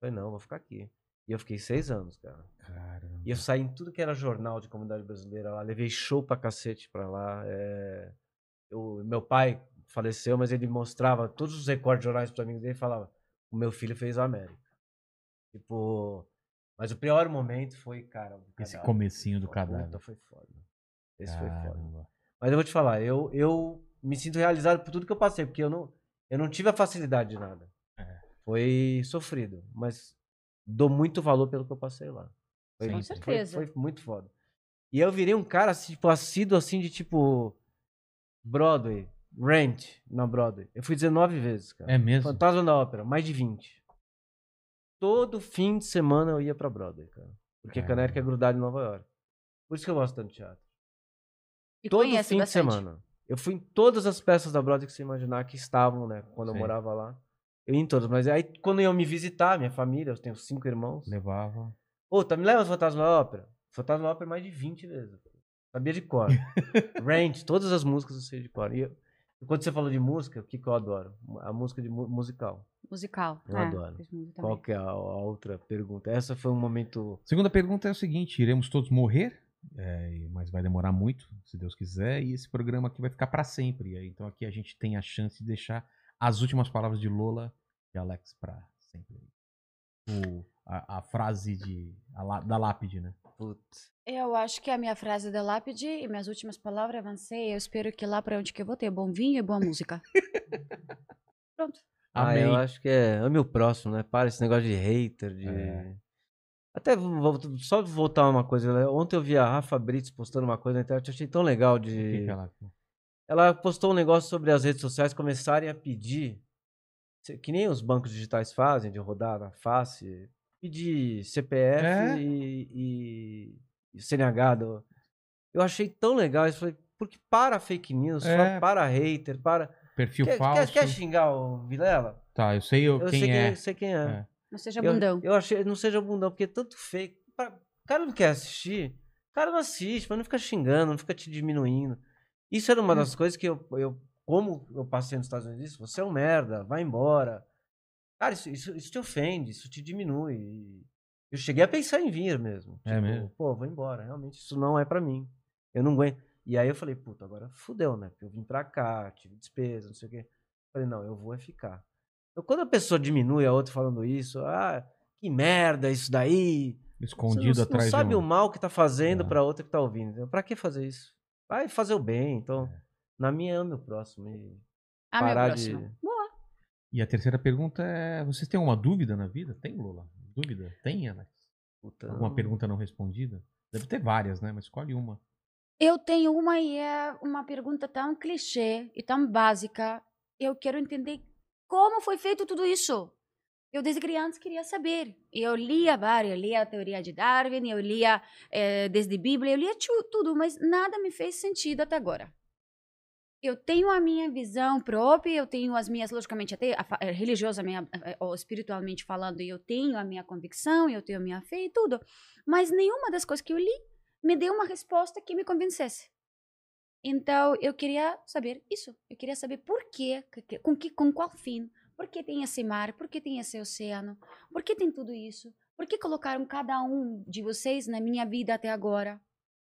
Speaker 4: falei, não, vou ficar aqui. E eu fiquei seis anos, cara.
Speaker 1: Caramba.
Speaker 4: E eu saí em tudo que era jornal de comunidade brasileira lá, levei show pra cacete pra lá. é. Eu- meu pai faleceu, mas ele mostrava todos os recordes de jornais pros amigos dele e falava: o meu filho fez a América. Tipo. Mas o pior momento foi, cara. o
Speaker 1: Esse
Speaker 4: cadáver.
Speaker 1: comecinho do
Speaker 4: Puta,
Speaker 1: cadáver.
Speaker 4: foi foda. Esse foi foda.
Speaker 1: Caramba.
Speaker 4: Mas eu vou te falar, eu, eu me sinto realizado por tudo que eu passei, porque eu não, eu não tive a facilidade de nada.
Speaker 1: É.
Speaker 4: Foi sofrido, mas dou muito valor pelo que eu passei lá. Foi,
Speaker 1: Sim. Com
Speaker 4: foi-
Speaker 3: certeza.
Speaker 4: Foi, muito foda. E eu virei um cara assim, tipo, assíduo assim de tipo Broadway, Rent na Broadway. Eu fui 19 vezes, cara.
Speaker 1: É mesmo?
Speaker 4: Fantasma da Ópera, mais de 20. Todo fim de semana eu ia pra Broadway, cara. Porque a
Speaker 1: Caramba.
Speaker 4: Canérica é grudada em Nova York. Por isso que eu gosto tanto de teatro
Speaker 3: e
Speaker 4: todo
Speaker 3: conhece
Speaker 4: fim
Speaker 3: bastante.
Speaker 4: de semana. Eu fui em todas as peças da Broadway que você imaginar que estavam, né? Quando eu
Speaker 1: Sim.
Speaker 4: morava lá. Eu ia em todas, mas aí quando iam me visitar, minha família, eu tenho cinco irmãos. Ô,
Speaker 1: Levava.
Speaker 4: tá, me leva no Fantasma da Ópera? Fantasma da Ópera é mais de 20 vezes. Sabia de cor. Ranch, todas as músicas eu sei de cor. E eu- quando você falou de música, o que, que eu adoro? A música de mu- musical.
Speaker 3: Musical.
Speaker 4: Eu
Speaker 3: é,
Speaker 4: adoro.
Speaker 3: fiz muito também.
Speaker 4: Qual que é a, a outra pergunta? Essa foi um momento.
Speaker 1: Segunda pergunta é o seguinte: iremos todos morrer, é, e- mas vai demorar muito, se Deus quiser, e esse programa aqui vai ficar para sempre. E aí, Então aqui a gente tem a chance de deixar as últimas palavras de Lola e Alex para sempre. O- a, a frase de, a lá- da lápide, né?
Speaker 4: Putz.
Speaker 3: Eu acho que é a minha frase da lápide e minhas últimas palavras vão ser eu espero que lá pra onde que eu vou ter bom vinho e boa música.
Speaker 4: Ah,
Speaker 1: Amém.
Speaker 4: eu acho que é ame o próximo, né? Para esse negócio de hater, de.
Speaker 1: É.
Speaker 4: Até vou- vou- só voltar uma coisa. né? Ontem eu vi a Rafa Brits postando uma coisa na internet, eu achei tão legal de.
Speaker 1: O que que ela-
Speaker 4: Ela postou um negócio sobre as redes sociais começarem a pedir, se- que nem os bancos digitais fazem, de rodar na face, pedir CPF
Speaker 1: É?
Speaker 4: e, e- e CNH. do- Eu achei tão legal isso. Falei, porque para fake news,
Speaker 1: É.
Speaker 4: para hater, para.
Speaker 1: Perfil
Speaker 4: Quer, quer,
Speaker 1: falso.
Speaker 4: quer xingar o Vilela?
Speaker 1: Tá, eu sei eu-
Speaker 4: Eu
Speaker 1: quem
Speaker 4: sei,
Speaker 1: é.
Speaker 4: Quem, sei quem é.
Speaker 1: É.
Speaker 3: Não seja
Speaker 4: Eu-
Speaker 3: bundão.
Speaker 4: Eu, achei, não seja bundão, porque é tanto fake. pra- O cara não quer assistir, o cara não assiste, mas não fica xingando, não fica te diminuindo. Isso
Speaker 1: Hum.
Speaker 4: era uma das coisas que eu, eu. Como eu passei nos Estados Unidos, isso, você é um merda, vai embora. Cara, isso, isso, isso te ofende, isso te diminui. E Eu cheguei a pensar em vir mesmo. tipo,
Speaker 1: É mesmo?
Speaker 4: Pô, vou embora, realmente isso não é pra mim. Eu não aguento. E aí eu falei, puta, agora fudeu, né? Porque eu vim pra cá, tive despesa, não sei o quê. Falei, não, eu vou é ficar. Então, quando a pessoa diminui a outra falando isso, ah, que merda isso daí.
Speaker 1: Escondido
Speaker 4: você não,
Speaker 1: atrás
Speaker 4: não sabe
Speaker 1: de um
Speaker 4: o mal que tá fazendo
Speaker 1: É.
Speaker 4: pra outra que tá ouvindo. Então, Pra que fazer isso? Vai fazer o bem, então.
Speaker 1: É.
Speaker 4: Na minha ame o próximo. E
Speaker 3: Ah, meu
Speaker 4: parar
Speaker 3: próximo.
Speaker 4: de.
Speaker 3: Boa.
Speaker 1: E a terceira pergunta é: vocês têm alguma dúvida na vida? Tem, Lula? Dúvida? Tem, Alex?
Speaker 4: Puta,
Speaker 1: Alguma
Speaker 4: não-
Speaker 1: pergunta não respondida? Deve ter várias, né? Mas escolhe uma.
Speaker 3: Eu tenho uma e é uma pergunta tão clichê e tão básica. Eu quero entender como foi feito tudo isso. Eu desde criança queria saber. Eu lia várias, eu lia a teoria de Darwin, eu lia eh, desde Bíblia, eu lia tu- tudo, mas nada me fez sentido até agora. Eu tenho a minha visão própria, eu tenho as minhas, logicamente, até a fa- eh, religiosa minha, eh, ou espiritualmente falando, eu tenho a minha convicção, eu tenho a minha fé e tudo, mas nenhuma das coisas que eu li me deu uma resposta que me convencesse. Então, eu queria saber isso. Eu queria saber por quê, que- que- com, que, com qual fim, por que tem esse mar, por que tem esse oceano, por que tem tudo isso, por que colocaram cada um de vocês na minha vida até agora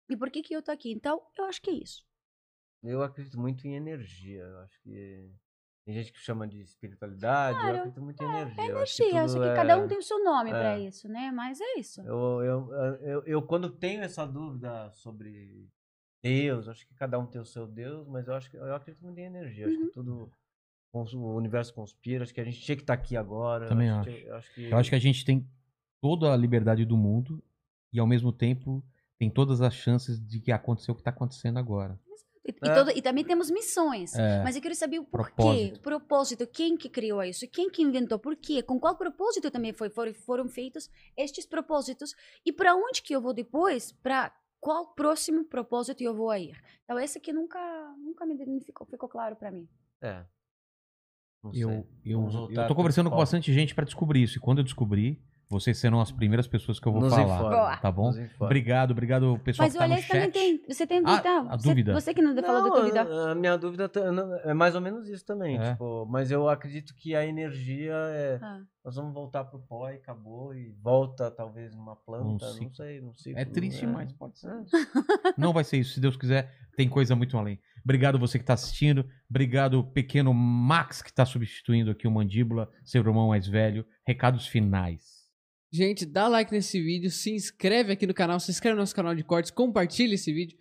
Speaker 3: e por que, que eu tô aqui. Então, eu acho que é isso.
Speaker 4: Eu acredito muito em energia. Eu acho que. Tem gente que chama de espiritualidade.
Speaker 3: Claro,
Speaker 4: eu acredito muito em energia. eu acho
Speaker 3: Achei, eu
Speaker 4: tudo
Speaker 3: sei que
Speaker 4: é-
Speaker 3: cada um tem o seu nome
Speaker 4: é.
Speaker 3: para isso, né? Mas é isso.
Speaker 4: Eu, eu, eu, eu, quando tenho essa dúvida sobre Deus, acho que cada um tem o seu Deus, mas eu acho que eu acredito muito em energia.
Speaker 3: Uhum.
Speaker 4: Acho que tudo. cons- O universo conspira, acho que a gente tinha que estar aqui agora.
Speaker 1: Também
Speaker 4: Que, eu acho que,
Speaker 1: Eu acho que a gente tem toda a liberdade do mundo e, ao mesmo tempo, tem todas as chances de que acontecer o que está acontecendo agora.
Speaker 3: E, e
Speaker 4: É.
Speaker 3: todo- e também temos missões.
Speaker 1: É.
Speaker 3: Mas eu quero saber o porquê,
Speaker 1: Propósito.
Speaker 3: o propósito, quem que criou isso, quem que inventou, por quê, com qual propósito também foi, foram, foram feitos estes propósitos e para onde que eu vou depois, para qual próximo propósito eu vou ir. Então, esse aqui nunca, nunca me me ficou, ficou claro para mim.
Speaker 4: É. Não sei.
Speaker 1: Eu, eu,
Speaker 4: Vamos voltar
Speaker 1: eu tô
Speaker 4: pro
Speaker 1: conversando com
Speaker 4: foco.
Speaker 1: bastante gente para descobrir isso. E quando eu descobrir, vocês serão as primeiras pessoas que eu vou
Speaker 4: Nos
Speaker 1: falar.
Speaker 4: informe,
Speaker 3: Boa.
Speaker 1: Tá bom?
Speaker 4: nos informe.
Speaker 1: Obrigado, obrigado, pessoal
Speaker 3: Mas
Speaker 1: que
Speaker 3: o
Speaker 1: tá no
Speaker 3: Alex também
Speaker 1: chat.
Speaker 3: tem, você tem
Speaker 1: Ah,
Speaker 3: dúvida?
Speaker 1: a
Speaker 3: Você-
Speaker 1: dúvida.
Speaker 3: Você, que não falou da tua vida.
Speaker 4: a- a minha dúvida tá- não, é mais ou menos isso também,
Speaker 1: É.
Speaker 4: tipo, mas eu acredito que a energia é,
Speaker 3: Ah.
Speaker 4: nós vamos voltar pro pó e acabou e volta talvez numa planta, não
Speaker 1: ciclo.
Speaker 4: sei, não sei.
Speaker 1: É triste, mas
Speaker 4: mais
Speaker 1: pode ser.
Speaker 4: É.
Speaker 1: Não vai ser isso, se Deus quiser, tem coisa muito além. Obrigado você que está assistindo, obrigado pequeno Max que está substituindo aqui o Mandíbula, seu irmão mais velho. Recados finais.
Speaker 2: Gente, dá like nesse vídeo, se inscreve aqui no canal, se inscreve no nosso canal de cortes, compartilha esse vídeo.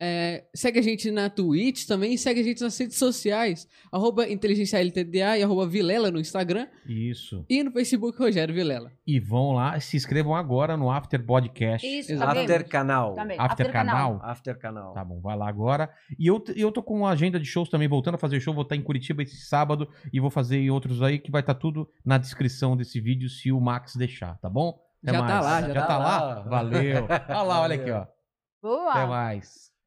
Speaker 2: É, segue a gente na Twitch também, e segue a gente nas redes sociais, arroba inteligência LTDA e arroba Vilela no Instagram
Speaker 1: Isso.
Speaker 2: e no Facebook Rogério Vilela.
Speaker 1: E vão lá, se inscrevam agora no After Podcast.
Speaker 3: Isso, tá
Speaker 2: Exato.
Speaker 3: também.
Speaker 4: After canal.
Speaker 3: Também.
Speaker 1: é, After, canal.
Speaker 4: After canal.
Speaker 1: Tá bom, vai lá agora. E eu, t- eu tô com a agenda de shows também, voltando a fazer show. Vou estar em Curitiba esse sábado e vou fazer em outros aí, que vai estar tudo na descrição desse vídeo, se o Max deixar, tá bom?
Speaker 2: Já tá lá, já
Speaker 1: já tá
Speaker 4: tá
Speaker 1: lá.
Speaker 4: lá.
Speaker 1: Valeu. Olha lá, olha aqui, ó.
Speaker 3: Boa.
Speaker 1: Até mais.